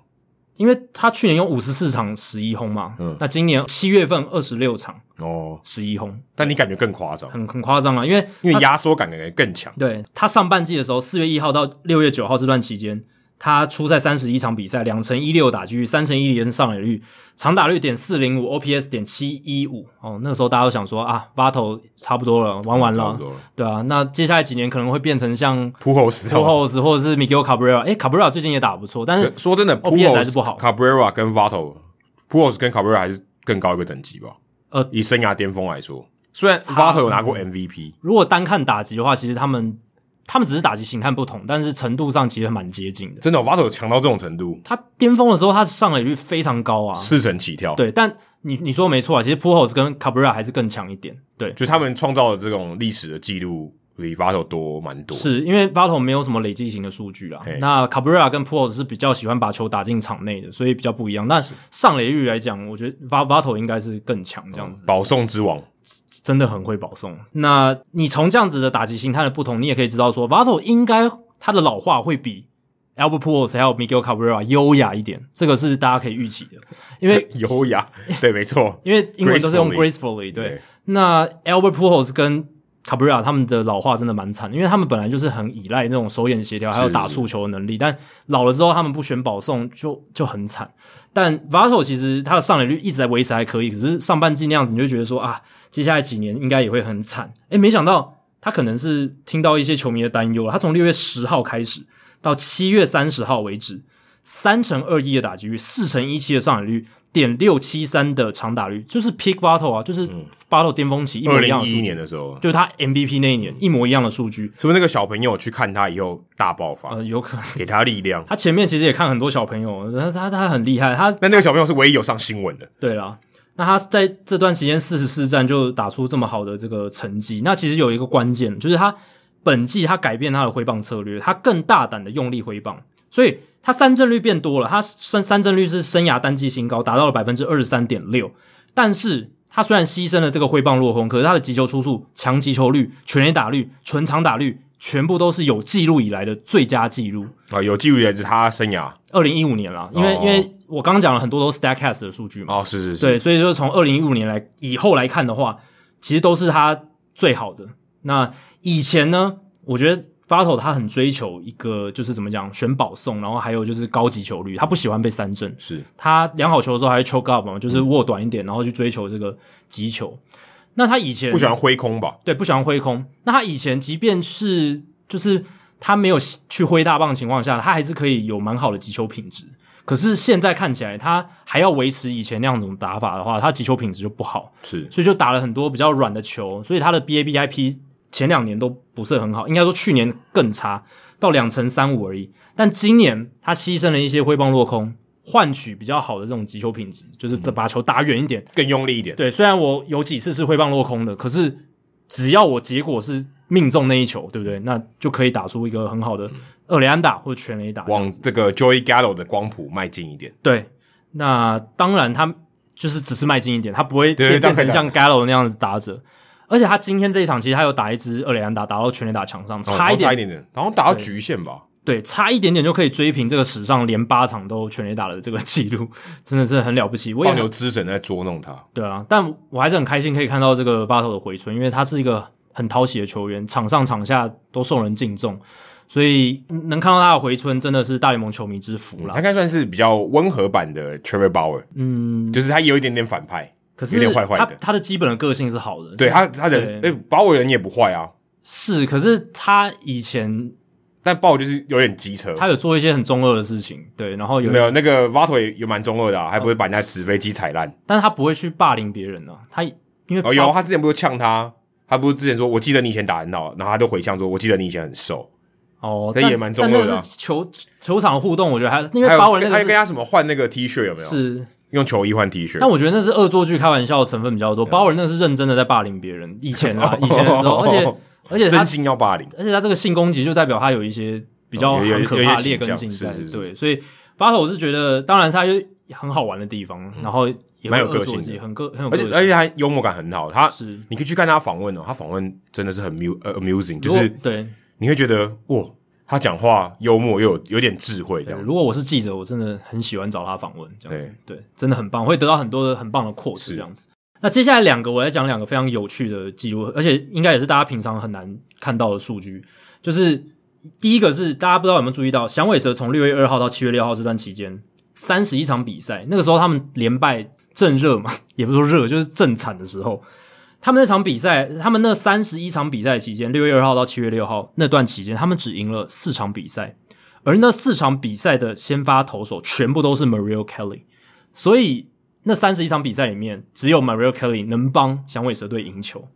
[SPEAKER 1] 因为他去年有五十四场十一轰嘛，
[SPEAKER 2] 嗯
[SPEAKER 1] 那今年七月份二十六场
[SPEAKER 2] 哦，
[SPEAKER 1] 十一轰，
[SPEAKER 2] 但你感觉更夸张，
[SPEAKER 1] 很很夸张啊！因为
[SPEAKER 2] 因为压缩感感觉更强。
[SPEAKER 1] 对他上半季的时候，四月一号到六月九号这段期间，他出赛三十一场比赛，两成一六打击率，三成一零上垒率，长打率点四零五，OPS 点七一五。哦，那个时候大家都想说啊，八头差不多了，玩完
[SPEAKER 2] 差
[SPEAKER 1] 了
[SPEAKER 2] 不，多了
[SPEAKER 1] 对嗯啊，那接下来几年可能会变成像
[SPEAKER 2] 扑后时
[SPEAKER 1] p u
[SPEAKER 2] 候
[SPEAKER 1] h，o s 或者是 Miguel Cabrera，诶 c a b r e r a 最近也打得不错，但是
[SPEAKER 2] 可说真的
[SPEAKER 1] OPS
[SPEAKER 2] ，Pujols
[SPEAKER 1] 还是不好
[SPEAKER 2] ，Cabrera 跟 Vato，Pujols 跟 Cabrera 还是更高一个等级吧。
[SPEAKER 1] 呃
[SPEAKER 2] 以生涯巅峰来说，虽然 Vato 有拿过 MVP，
[SPEAKER 1] 如果单看打击的话，其实他们他们只是打击形态不同，但是程度上其实蛮接近的。
[SPEAKER 2] 真的 Vato 强到这种程度，
[SPEAKER 1] 他巅峰的时候，他上垒率非常高啊，
[SPEAKER 2] 四成起跳。，
[SPEAKER 1] 对。但你你说没错啊，其实 p u h o s 跟 Cabrera 还是更强一点，对，
[SPEAKER 2] 就他们创造的这种历史的记录，比 Vato 多蛮多。
[SPEAKER 1] 是因为 v a t o 没有什么累积型的数据啦啊
[SPEAKER 2] 嘿。
[SPEAKER 1] 那 Cabrera 跟 p u h o s 是比较喜欢把球打进场内的，所以比较不一样。那上垒率来讲，我觉得 v a t o 应该是更强这样子。
[SPEAKER 2] 保送之王，
[SPEAKER 1] 真的很会保送。那你从这样子的打击形态的不同，你也可以知道说，Vato 应该他的老化会比 Albert Pujols 还有 Miguel Cabrera 优雅一点，这个是大家可以预期的，因为
[SPEAKER 2] 优 雅，对，没错，
[SPEAKER 1] 因为英文都是用
[SPEAKER 2] Gracefully
[SPEAKER 1] gracefully 对。
[SPEAKER 2] 对
[SPEAKER 1] 那 Albert Pujols 跟 Cabrera 他们的老化真的蛮惨的，因为他们本来就是很依赖那种手眼协调还有打速球的能力，但老了之后他们不选保送就就很惨。但 Vato 其实他的上垒率一直在维持还可以，可是上半季那样子你就觉得说啊，接下来几年应该也会很惨。诶，没想到他可能是听到一些球迷的担忧了，他从六月十号开始到七月三十号为止，三乘二一的打击率，四乘一七的上垒率，点六七三的长打率，就是 peak Vato 啊，就是 Vato 巅峰期一
[SPEAKER 2] 嗯二
[SPEAKER 1] 模一
[SPEAKER 2] 零
[SPEAKER 1] 样的
[SPEAKER 2] 一
[SPEAKER 1] 数
[SPEAKER 2] 一
[SPEAKER 1] 据
[SPEAKER 2] 年的时候，
[SPEAKER 1] 就是他 MVP 那一年一模一样的数据，
[SPEAKER 2] 是不是那个小朋友去看他以后大爆发
[SPEAKER 1] 呃，，有可能
[SPEAKER 2] 给他力量？
[SPEAKER 1] 他前面其实也看很多小朋友，他他他很厉害，他
[SPEAKER 2] 那那个小朋友是唯一有上新闻的，
[SPEAKER 1] 对啦，那他在这段时间四十四战就打出这么好的这个成绩，那其实有一个关键就是他本季他改变他的挥棒策略，他更大胆的用力挥棒，所以他三振率变多了，他三三振率是生涯单季新高，达到了百分之二十三点六，但是。他虽然牺牲了这个挥棒落空，可是他的击球出速、强击球率、全垒打率、纯长打率，全部都是有记录以来的最佳记录。
[SPEAKER 2] 啊，有记录也是他生涯
[SPEAKER 1] 二零一五年啦，因为、
[SPEAKER 2] 哦
[SPEAKER 1] 因为我刚刚讲了很多都是 Statcast 的数据嘛，
[SPEAKER 2] 哦，是是是，
[SPEAKER 1] 对，所以就是从二零一五年来以后来看的话，其实都是他最好的。那以前呢，我觉得 Battle 他很追求一个就是怎么讲选保送，然后还有就是高级球率，他不喜欢被三振，
[SPEAKER 2] 是
[SPEAKER 1] 他量好球的时候还会 choke up 嘛，就是握短一点，然后去追求这个击球。那他以前
[SPEAKER 2] 不喜欢挥空吧？
[SPEAKER 1] 对，不喜欢挥空。那他以前即便是就是他没有去挥大棒的情况下，他还是可以有蛮好的击球品质。可是现在看起来，他还要维持以前那样种打法的话，他击球品质就不好，
[SPEAKER 2] 是
[SPEAKER 1] 所以就打了很多比较软的球，所以他的 BABIP 前两年都不是很好，应该说去年更差，到两成三五而已。但今年他牺牲了一些挥棒落空，换取比较好的这种击球品质，就是把球打远一点，
[SPEAKER 2] 更用力一点，
[SPEAKER 1] 对，虽然我有几次是挥棒落空的，可是只要我结果是命中那一球，对不对？那就可以打出一个很好
[SPEAKER 2] 嗯
[SPEAKER 1] 的二垒安打或者全垒打。
[SPEAKER 2] 往这个 Joey Gallo 的光谱迈进一点。
[SPEAKER 1] 对，那当然他就是只是迈进一点，他不会
[SPEAKER 2] 对
[SPEAKER 1] 变
[SPEAKER 2] 当
[SPEAKER 1] 变
[SPEAKER 2] 然
[SPEAKER 1] 成像 Gallo 那样子打者。而且他今天这一场其实他有打一支二垒安打，打到全垒打墙上，
[SPEAKER 2] 哦
[SPEAKER 1] 差一点，
[SPEAKER 2] 差一点点，然后打到局限吧。
[SPEAKER 1] 对，差一点点就可以追平这个史上连八场都全垒打的这个记录， 真的是很了不起。我也
[SPEAKER 2] 棒
[SPEAKER 1] 很
[SPEAKER 2] 球之神在捉弄他，
[SPEAKER 1] 对啊，但我还是很开心可以看到这个巴头的回春，因为他是一个很讨喜的球员，场上场下都受人敬重，所以嗯能看到他的回春真的是大联盟球迷之福
[SPEAKER 2] 嗯他
[SPEAKER 1] 啦。
[SPEAKER 2] 应该算是比较温和版的 Trevor Bauer，嗯，就是他有一点点反派，
[SPEAKER 1] 可
[SPEAKER 2] 有
[SPEAKER 1] 是
[SPEAKER 2] 点坏坏
[SPEAKER 1] 他
[SPEAKER 2] 的
[SPEAKER 1] 他的基本的个性是好的，
[SPEAKER 2] 对他他人，
[SPEAKER 1] 对
[SPEAKER 2] 哎，鲍尔人也不坏啊，
[SPEAKER 1] 是，可是他以前
[SPEAKER 2] 但鲍尔就是有点机车，
[SPEAKER 1] 他有做一些很中二的事情，对，然后有，
[SPEAKER 2] 没有那个 Vato 也也蛮中二的啊，还不会把人家纸飞机踩烂。
[SPEAKER 1] 但是他不会去霸凌别人啊，他因为
[SPEAKER 2] 哦，有
[SPEAKER 1] 巴
[SPEAKER 2] 啊他之前不是呛他，他不是之前说我记得你以前打很好，然后他就回呛说我记得你以前很瘦，
[SPEAKER 1] 哦，
[SPEAKER 2] 他
[SPEAKER 1] 但
[SPEAKER 2] 也蛮中二的啊
[SPEAKER 1] 但那个是球球场互动，我觉得还因为
[SPEAKER 2] 还有
[SPEAKER 1] 八尾那
[SPEAKER 2] 还有跟
[SPEAKER 1] 个
[SPEAKER 2] 他什么换那个 T 恤有没有？
[SPEAKER 1] 是是，
[SPEAKER 2] 用球衣换 T 恤
[SPEAKER 1] 但。我觉得那是恶作剧开玩笑的成分比较多。
[SPEAKER 2] 啊
[SPEAKER 1] 八尾那个是认真的在霸凌别人，以前
[SPEAKER 2] 哦
[SPEAKER 1] 啊，以前的时 候，而且而且他
[SPEAKER 2] 真心要 霸凌，
[SPEAKER 1] 而且他这个性攻击就代表他有一些比较
[SPEAKER 2] 哦有有
[SPEAKER 1] 很可
[SPEAKER 2] 有一些
[SPEAKER 1] 怕的
[SPEAKER 2] 倾
[SPEAKER 1] 劣根
[SPEAKER 2] 向
[SPEAKER 1] 性
[SPEAKER 2] 是
[SPEAKER 1] 在，
[SPEAKER 2] 是是
[SPEAKER 1] 对，所以巴头我是觉得，当然他有很好玩的地方，然后也
[SPEAKER 2] 嗯蛮有
[SPEAKER 1] 会
[SPEAKER 2] 个
[SPEAKER 1] 恶作
[SPEAKER 2] 性
[SPEAKER 1] 剧
[SPEAKER 2] 的
[SPEAKER 1] 很个很有
[SPEAKER 2] 而
[SPEAKER 1] 个
[SPEAKER 2] 且
[SPEAKER 1] 性，
[SPEAKER 2] 而且他幽默感很好。他
[SPEAKER 1] 是
[SPEAKER 2] 你可以去看他访问哦，他访问真的是很 mu 呃 amusing，就
[SPEAKER 1] 如果
[SPEAKER 2] 是
[SPEAKER 1] 对
[SPEAKER 2] 你会觉得哇，他讲话幽默又有有点智慧这
[SPEAKER 1] 对，
[SPEAKER 2] 样。
[SPEAKER 1] 如果我是记者，我真的很喜欢找他访问，这样子，对，真的很棒，会得到很多的很棒的 quote
[SPEAKER 2] 是
[SPEAKER 1] 这样子。那接下来两个，我来讲两个非常有趣的记录，而且应该也是大家平常很难看到的数据。就是第一个是大家不知道有没有注意到，响尾蛇从六月二号到七月六号这段期间，三十一场比赛，那个时候他们连败正热嘛，也不是说热，就是正惨的时候。他们那场比赛，他们那三十一场比赛期间，六月二号到七月六号那段期间，他们只赢了四场比赛，而那四场比赛的先发投手全部都是 Mario Kelly，所以那三十一场比赛里面，只有 Mario Kelly 能帮响尾蛇队赢球。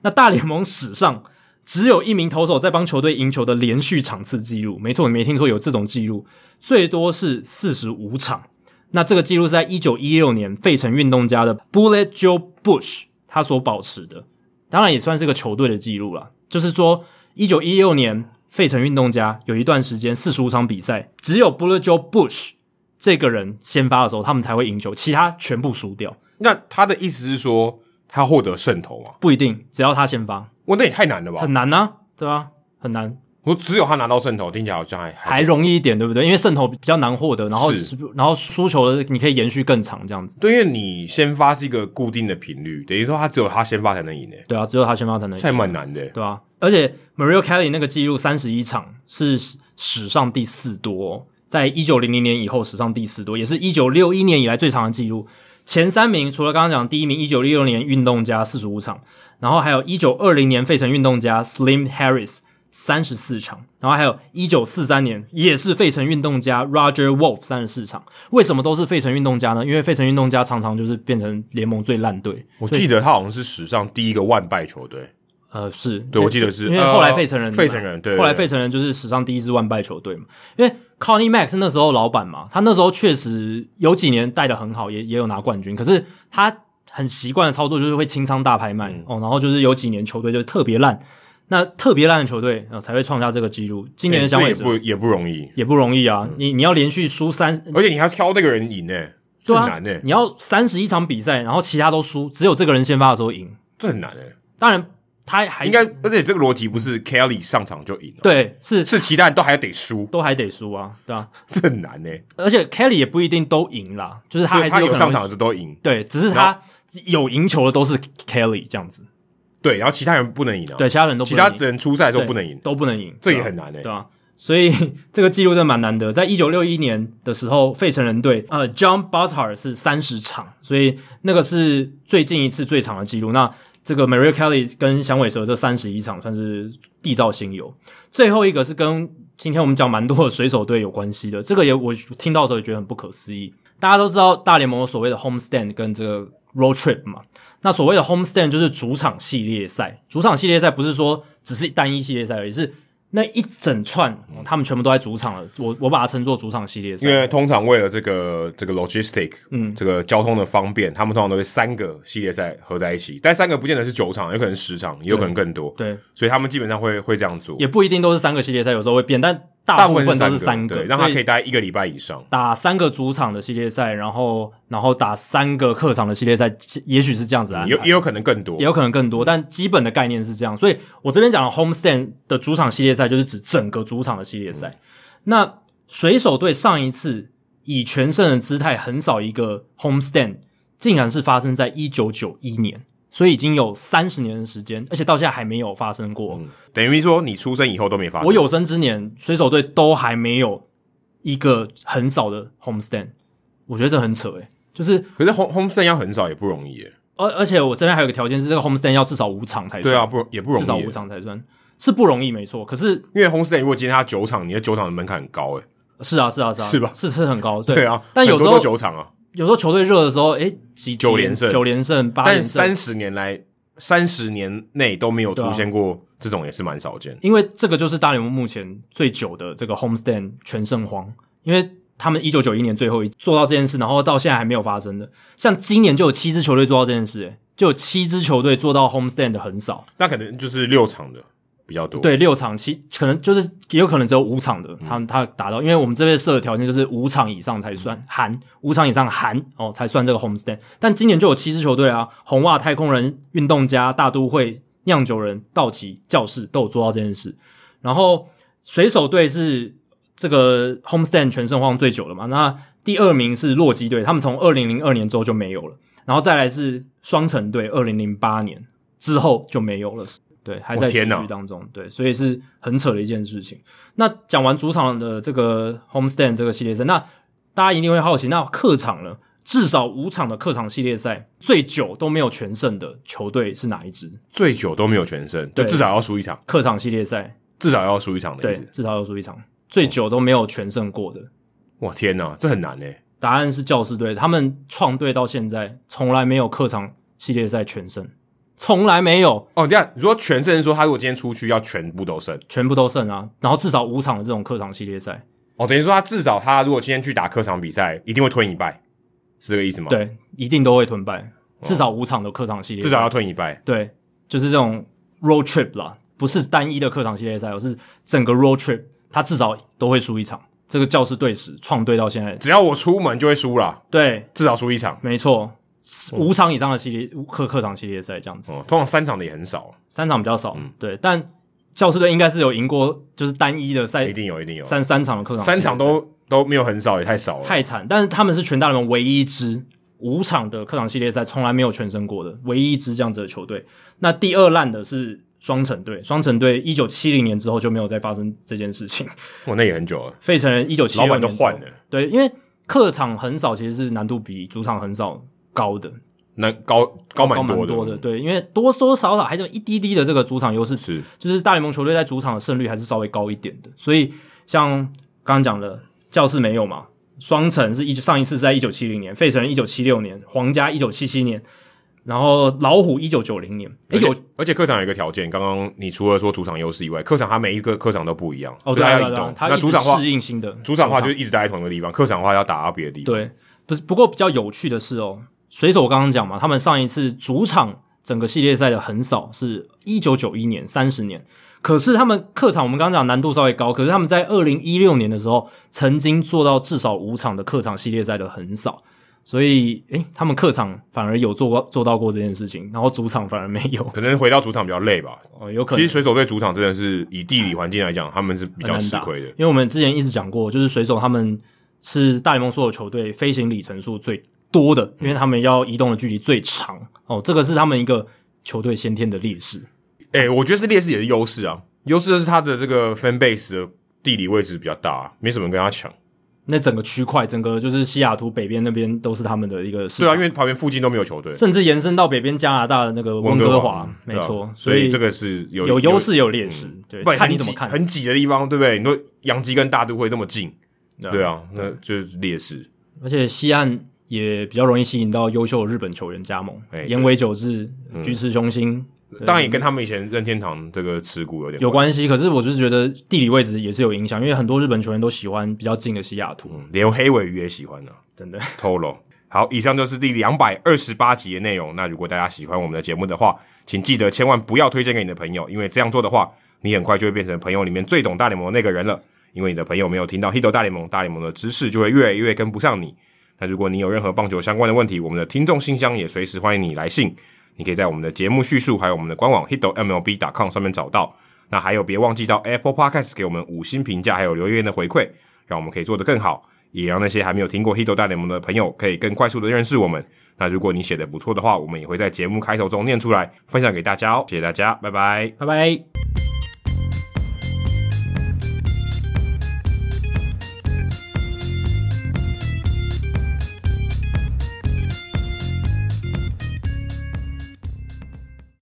[SPEAKER 1] 那大联盟史上只有一名投手在帮球队赢球的连续场次记录，没错，你没听错，有这种记录，最多是四十五场。那这个记录是在一九一六年费城运动家的 Bullet Joe Bush 他所保持的，当然也算是个球队的记录啦。就是说，一九一六年费城运动家有一段时间四十五场比赛，只有 Bullet Joe Bush 这个人先发的时候，他们才会赢球，其他全部输掉。
[SPEAKER 2] 那他的意思是说，他获得渗透嘛？
[SPEAKER 1] 不一定，只要他先发，
[SPEAKER 2] 哇，那也太难了吧
[SPEAKER 1] 很！难呐、啊对吧、很难，
[SPEAKER 2] 我说只有他拿到渗透，听起来好像还
[SPEAKER 1] 还容易一点，对不对？因为渗透比较难获得，然后
[SPEAKER 2] 是
[SPEAKER 1] 然后输球的你可以延续更长这样子。
[SPEAKER 2] 对，因为你先发是一个固定的频率，等于说他只有他先发才能赢诶，
[SPEAKER 1] 对啊，只有他先发才能赢
[SPEAKER 2] 这。还蛮难的欸。
[SPEAKER 1] 对啊，而且 Mario Kelly 那个记录三十一场是史上第四多、哦，在一九零零年以后史上第四多，也是一九六一年以来最长的记录。前三名除了刚刚讲的第一名一九六六年运动家四十五场，然后还有一九二零年费城运动家 Slim Harris 三十四场，然后还有一九四三年也是费城运动家 Roger Wolf 三十四场。为什么都是费城运动家呢？因为费城运动家常常就是变成联盟最烂队。
[SPEAKER 2] 我记得他好像是史上第一个万败球队，
[SPEAKER 1] 呃，是
[SPEAKER 2] 对我记得是
[SPEAKER 1] 因为
[SPEAKER 2] 呃
[SPEAKER 1] 后来费城人嘛，
[SPEAKER 2] 费城人对对
[SPEAKER 1] 后来费城人就是史上第一支万败球队嘛。因为 Connie Mack 是那时候老板嘛，他那时候确实有几年带的很好，也也有拿冠军。可是他很习惯的操作就是会清仓大拍卖、
[SPEAKER 2] 嗯
[SPEAKER 1] 哦，然后就是有几年球队就特别烂，那特别烂的球队、呃、才会创下这个记录。今年的
[SPEAKER 2] 欸
[SPEAKER 1] 响
[SPEAKER 2] 这也
[SPEAKER 1] 尾蛇
[SPEAKER 2] 不嗯也不容易，
[SPEAKER 1] 也不容易啊，你你要连续输三
[SPEAKER 2] 而且你还要挑那个人赢诶，这
[SPEAKER 1] 对
[SPEAKER 2] 很
[SPEAKER 1] 啊
[SPEAKER 2] 难欸诶，
[SPEAKER 1] 你要三十一场比赛，然后其他都输，只有这个人先发的时候赢。
[SPEAKER 2] 这很难诶。
[SPEAKER 1] 当然他还
[SPEAKER 2] 应该，而且这个逻辑不是 Kelly 上场就赢了，
[SPEAKER 1] 对是
[SPEAKER 2] 是其他人都还得输，
[SPEAKER 1] 都还得输啊，对啊。
[SPEAKER 2] 这很难诶。
[SPEAKER 1] 而且 Kelly 也不一定都赢啦，就是他
[SPEAKER 2] 因
[SPEAKER 1] 还
[SPEAKER 2] 为
[SPEAKER 1] 是
[SPEAKER 2] 他
[SPEAKER 1] 可
[SPEAKER 2] 有
[SPEAKER 1] 能
[SPEAKER 2] 上
[SPEAKER 1] 会
[SPEAKER 2] 场的都赢，
[SPEAKER 1] 对，只是
[SPEAKER 2] 然
[SPEAKER 1] 他有赢球的都是 Kelly 这样子，
[SPEAKER 2] 对，然后其他人不能赢啊，
[SPEAKER 1] 对，，其他人都不
[SPEAKER 2] 其他
[SPEAKER 1] 能赢，
[SPEAKER 2] 人出赛的时候
[SPEAKER 1] 对
[SPEAKER 2] 不能赢，
[SPEAKER 1] 都不能赢，
[SPEAKER 2] 这
[SPEAKER 1] 对
[SPEAKER 2] 也
[SPEAKER 1] 啊
[SPEAKER 2] 很难欸诶
[SPEAKER 1] 对。啊，所以 这个记录真的蛮难得。在一九六一年的时候，费城人队呃 John Butler 是三十场，所以那个是最近一次最长的记录。那这个 Mario Kelly 跟响尾蛇这三十一场算是缔造新游。最后一个是跟今天我们讲蛮多的水手队有关系的，这个也我听到的时候也觉得很不可思议。大家都知道大联盟有所谓的 homestand 跟这个 road trip 嘛，那所谓的 homestand 就是主场系列赛，主场系列赛不是说只是单一系列赛而已，是那一整串、哦他们全部都在主场了。我我把它称作主场系列
[SPEAKER 2] 嗯因
[SPEAKER 1] 赛，
[SPEAKER 2] 为通常为了这个这个 logistic，嗯，这个交通的方便，他们通常都会三个系列赛合在一起，但三个不见得是九场，有可能十场，也有可能更多，
[SPEAKER 1] 对，
[SPEAKER 2] 所以他们基本上会会这样做，
[SPEAKER 1] 也不一定都是三个系列赛，有时候会变，但
[SPEAKER 2] 大
[SPEAKER 1] 大部
[SPEAKER 2] 部分
[SPEAKER 1] 分都
[SPEAKER 2] 是
[SPEAKER 1] 三
[SPEAKER 2] 个，
[SPEAKER 1] 个，
[SPEAKER 2] 对，让他
[SPEAKER 1] 所以
[SPEAKER 2] 可以待一个礼拜以上。
[SPEAKER 1] 打三个主场的系列赛，然后然后打三个客场的系列赛，也许是这样子的安排
[SPEAKER 2] 有也有可能更多
[SPEAKER 1] 啊也，有可能更
[SPEAKER 2] 嗯
[SPEAKER 1] 多，但基本的概念是这样。所以我这边讲的 homestand 的主场系列赛，就是指整个主场的系列
[SPEAKER 2] 嗯
[SPEAKER 1] 赛。那水手队上一次以全胜的姿态横扫一个 homestand，竟然是发生在一九九一年，所以已经有三十年的时间，而且到现在还没有发生过。
[SPEAKER 2] 等于说你出生以后都没发生。
[SPEAKER 1] 我有生之年，水手队都还没有一个横扫的 homestand，我觉得这很扯诶、就是
[SPEAKER 2] 可是 home home stand 要很少也不容易耶，
[SPEAKER 1] 而而且我这边还有一个条件是，这个 homestand 要至少五场才算。
[SPEAKER 2] 对啊，不也不容
[SPEAKER 1] 至少五
[SPEAKER 2] 易耶，
[SPEAKER 1] 场才算是不容易，没错。可是
[SPEAKER 2] 因为 home stand 如果今天他九场，你的九场的门槛很高哎，
[SPEAKER 1] 是啊，是啊，是啊，
[SPEAKER 2] 是吧
[SPEAKER 1] 是是很高，对
[SPEAKER 2] 对啊，
[SPEAKER 1] 但有
[SPEAKER 2] 很
[SPEAKER 1] 时
[SPEAKER 2] 多
[SPEAKER 1] 候
[SPEAKER 2] 都九场啊，
[SPEAKER 1] 有时候球队热的时候，诶，几
[SPEAKER 2] 九
[SPEAKER 1] 几
[SPEAKER 2] 连胜
[SPEAKER 1] 九连胜、八
[SPEAKER 2] 但
[SPEAKER 1] 连胜
[SPEAKER 2] 三，十年来三十年内都没有
[SPEAKER 1] 啊
[SPEAKER 2] 出现过，这种也是蛮少见。
[SPEAKER 1] 因为这个就是大联盟目前最久的这个 homestand 全胜荒，因为他们一九九一年最后一做到这件事，然后到现在还没有发生的。像今年就有七支球队做到这件事、欸，就有七支球队做到 homestand 的很少。
[SPEAKER 2] 那可能就是六场的比较多。
[SPEAKER 1] 对，六场七可能就是也有可能只有五场的，他们他达到，因为我们这边设的条件就是五场以上才算含，五场以上含哦才算这个 homestand。但今年就有七支球队啊，红袜、太空人、运动家、大都会、酿酒人、道奇、教士都有做到这件事。然后水手队是这个 homestand 全胜荒最久了嘛，那第二名是洛基队，他们从二零零二年之后就没有了，然后再来是双城队，二零零八年之后就没有了。对，还在持
[SPEAKER 2] 天哪
[SPEAKER 1] 续当中，对，所以是很扯的一件事情。那讲完主场的这个 homestand 这个系列赛，那大家一定会好奇，那客场呢？至少五场的客场系列赛最久都没有全胜的球队是哪一支？
[SPEAKER 2] 最久都没有全胜，就
[SPEAKER 1] 对
[SPEAKER 2] 至少要输一场，
[SPEAKER 1] 客场系列赛
[SPEAKER 2] 至少要输一场的
[SPEAKER 1] 对
[SPEAKER 2] 意思，。
[SPEAKER 1] 至少要输一场，最久都没有全胜过的。
[SPEAKER 2] 哇，天哪，这很难欸诶、
[SPEAKER 1] 答案是教士队，他们创队到现在从来没有客场系列赛全胜，从来没有
[SPEAKER 2] 哦，你看，你说全胜，说他如果今天出去要全部都胜，
[SPEAKER 1] 全部都胜啊，然后至少五场的这种客场系列赛，
[SPEAKER 2] 哦，等于说他至少他如果今天去打客场比赛，一定会吞一败，是这个意思吗？，
[SPEAKER 1] 对，一定都会吞败，至少五场的客场系列赛，
[SPEAKER 2] 至少要吞一败。
[SPEAKER 1] 对，就是这种 road trip 啦，不是单一的客场系列赛，而是整个 road trip，他至少都会输一场。这个教师队史创队到现在，
[SPEAKER 2] 只要我出门就会输啦，
[SPEAKER 1] 对，
[SPEAKER 2] 至少输一场。
[SPEAKER 1] 没错，
[SPEAKER 2] 嗯
[SPEAKER 1] 五场以上的系列五客客场系列赛这样子，
[SPEAKER 2] 哦，通常三场的也很少，
[SPEAKER 1] 三场比较少，
[SPEAKER 2] 嗯
[SPEAKER 1] 对，但教师队应该是有赢过，就是单一的赛
[SPEAKER 2] 一定有，一定有，
[SPEAKER 1] 三三场的客场系列赛，
[SPEAKER 2] 三场都都没有很少，也太少了。
[SPEAKER 1] 哦太惨，但是他们是全大联盟唯一一支五场的客场系列赛从来没有全胜过的唯一一支这样子的球队。那第二烂的是双城队，双城队一九七零年之后就没有再发生这件事情。
[SPEAKER 2] 哇，那也很久了。
[SPEAKER 1] 费城人一九七
[SPEAKER 2] 老
[SPEAKER 1] 六
[SPEAKER 2] 板
[SPEAKER 1] 年
[SPEAKER 2] 都换
[SPEAKER 1] 之后
[SPEAKER 2] 了，
[SPEAKER 1] 对，因为客场很少，其实是难度比主场很少高的，
[SPEAKER 2] 那高高蛮
[SPEAKER 1] 哦高蛮
[SPEAKER 2] 多
[SPEAKER 1] 多的，对，因为多多少少还有一滴滴的这个主场优势，
[SPEAKER 2] 是
[SPEAKER 1] 就是大联盟球队在主场的胜率还是稍微高一点的。所以像刚刚讲的，教室没有嘛，双城是一上一次是在一九七零年，费城一九七六年，皇家一九七七年，然后老虎一九九零年，哎
[SPEAKER 2] 而且
[SPEAKER 1] 有
[SPEAKER 2] 而且客场有一个条件，刚刚你除了说主场优势以外，客场它每一个客场都不一样，
[SPEAKER 1] 哦
[SPEAKER 2] 所以
[SPEAKER 1] 对
[SPEAKER 2] 它
[SPEAKER 1] 啊
[SPEAKER 2] 要
[SPEAKER 1] 对
[SPEAKER 2] 移
[SPEAKER 1] 啊对啊
[SPEAKER 2] 动，。
[SPEAKER 1] 他
[SPEAKER 2] 那
[SPEAKER 1] 一
[SPEAKER 2] 主
[SPEAKER 1] 直
[SPEAKER 2] 场的话
[SPEAKER 1] 适，应新的
[SPEAKER 2] 主场的话
[SPEAKER 1] 球
[SPEAKER 2] 就一直待在同一个地方，客场的话要打到别的地方。
[SPEAKER 1] 对，不是不过比较有趣的是哦，水手我刚刚讲嘛，他们上一次主场整个系列赛的横扫是一九九一年，三十年。可是他们客场，我们刚刚讲难度稍微高，可是他们在二零一六年的时候，曾经做到至少五场的客场系列赛的横扫，所以诶，他们客场反而有做过做到过这件事情，然后主场反而没有，
[SPEAKER 2] 可能回到主场比较累吧。
[SPEAKER 1] 哦，有可
[SPEAKER 2] 其
[SPEAKER 1] 能
[SPEAKER 2] 实。水手队主场真的是以地理环境来讲，他们是比较吃亏的
[SPEAKER 1] 因。为我们之前一直讲过，就是水手他们是大联盟所有球队飞行里程数最多的，因为他们要移动的距离最长哦，这个是他们一个球队先天的劣势。
[SPEAKER 2] 哎、我觉得是劣势也是优势啊。优势就是他的这个 fan base 的地理位置比较大、没什么人跟他抢。
[SPEAKER 1] 那整个区块，整个就是西雅图北边那边都是他们的一个市
[SPEAKER 2] 对
[SPEAKER 1] 场，
[SPEAKER 2] 啊，因为旁边附近都没有球队，
[SPEAKER 1] 甚至延伸到北边加拿大的那个温
[SPEAKER 2] 哥
[SPEAKER 1] 华，
[SPEAKER 2] 对
[SPEAKER 1] 没
[SPEAKER 2] 啊
[SPEAKER 1] 错，
[SPEAKER 2] 所
[SPEAKER 1] 以
[SPEAKER 2] 这个是有嗯
[SPEAKER 1] 有优势，也有劣势，对，
[SPEAKER 2] 不然
[SPEAKER 1] 看
[SPEAKER 2] 很
[SPEAKER 1] 你怎么
[SPEAKER 2] 挤
[SPEAKER 1] 看，
[SPEAKER 2] 很挤的地方，对不对？你说杨基跟大都会那么近，
[SPEAKER 1] 对啊
[SPEAKER 2] 对啊，那就是劣势。
[SPEAKER 1] 而且西岸也比较容易吸引到优秀的日本球员加盟
[SPEAKER 2] 哎，嗯
[SPEAKER 1] 岩尾久志、菊池雄心。
[SPEAKER 2] 当然也跟他们以前任天堂这个持股有点
[SPEAKER 1] 有关系，可是我就是觉得地理位置也是有影响，因为很多日本球员都喜欢比较近的西雅图，
[SPEAKER 2] 嗯连黑尾鱼也喜欢呢、
[SPEAKER 1] 真的。
[SPEAKER 2] 透露。好，以上就是第两百二十八集的内容。那如果大家喜欢我们的节目的话，请记得千万不要推荐给你的朋友，因为这样做的话，你很快就会变成朋友里面最懂大联盟的那个人了。因为你的朋友没有听到《h i t 大联盟》，大联盟的知识就会越来越跟不上你。那如果你有任何棒球相关的问题，我们的听众信箱也随时欢迎你来信。你可以在我们的节目叙述，还有我们的官网 hitomlb.com 上面找到。那还有，别忘记到 Apple Podcast 给我们五星评价，还有留言的回馈，让我们可以做得更好，也让那些还没有听过 Hito 大联盟的朋友可以更快速的认识我们。那如果你写的不错的话，我们也会在节目开头中念出来，分享给大家哦。谢谢大家，拜拜。
[SPEAKER 1] 拜拜。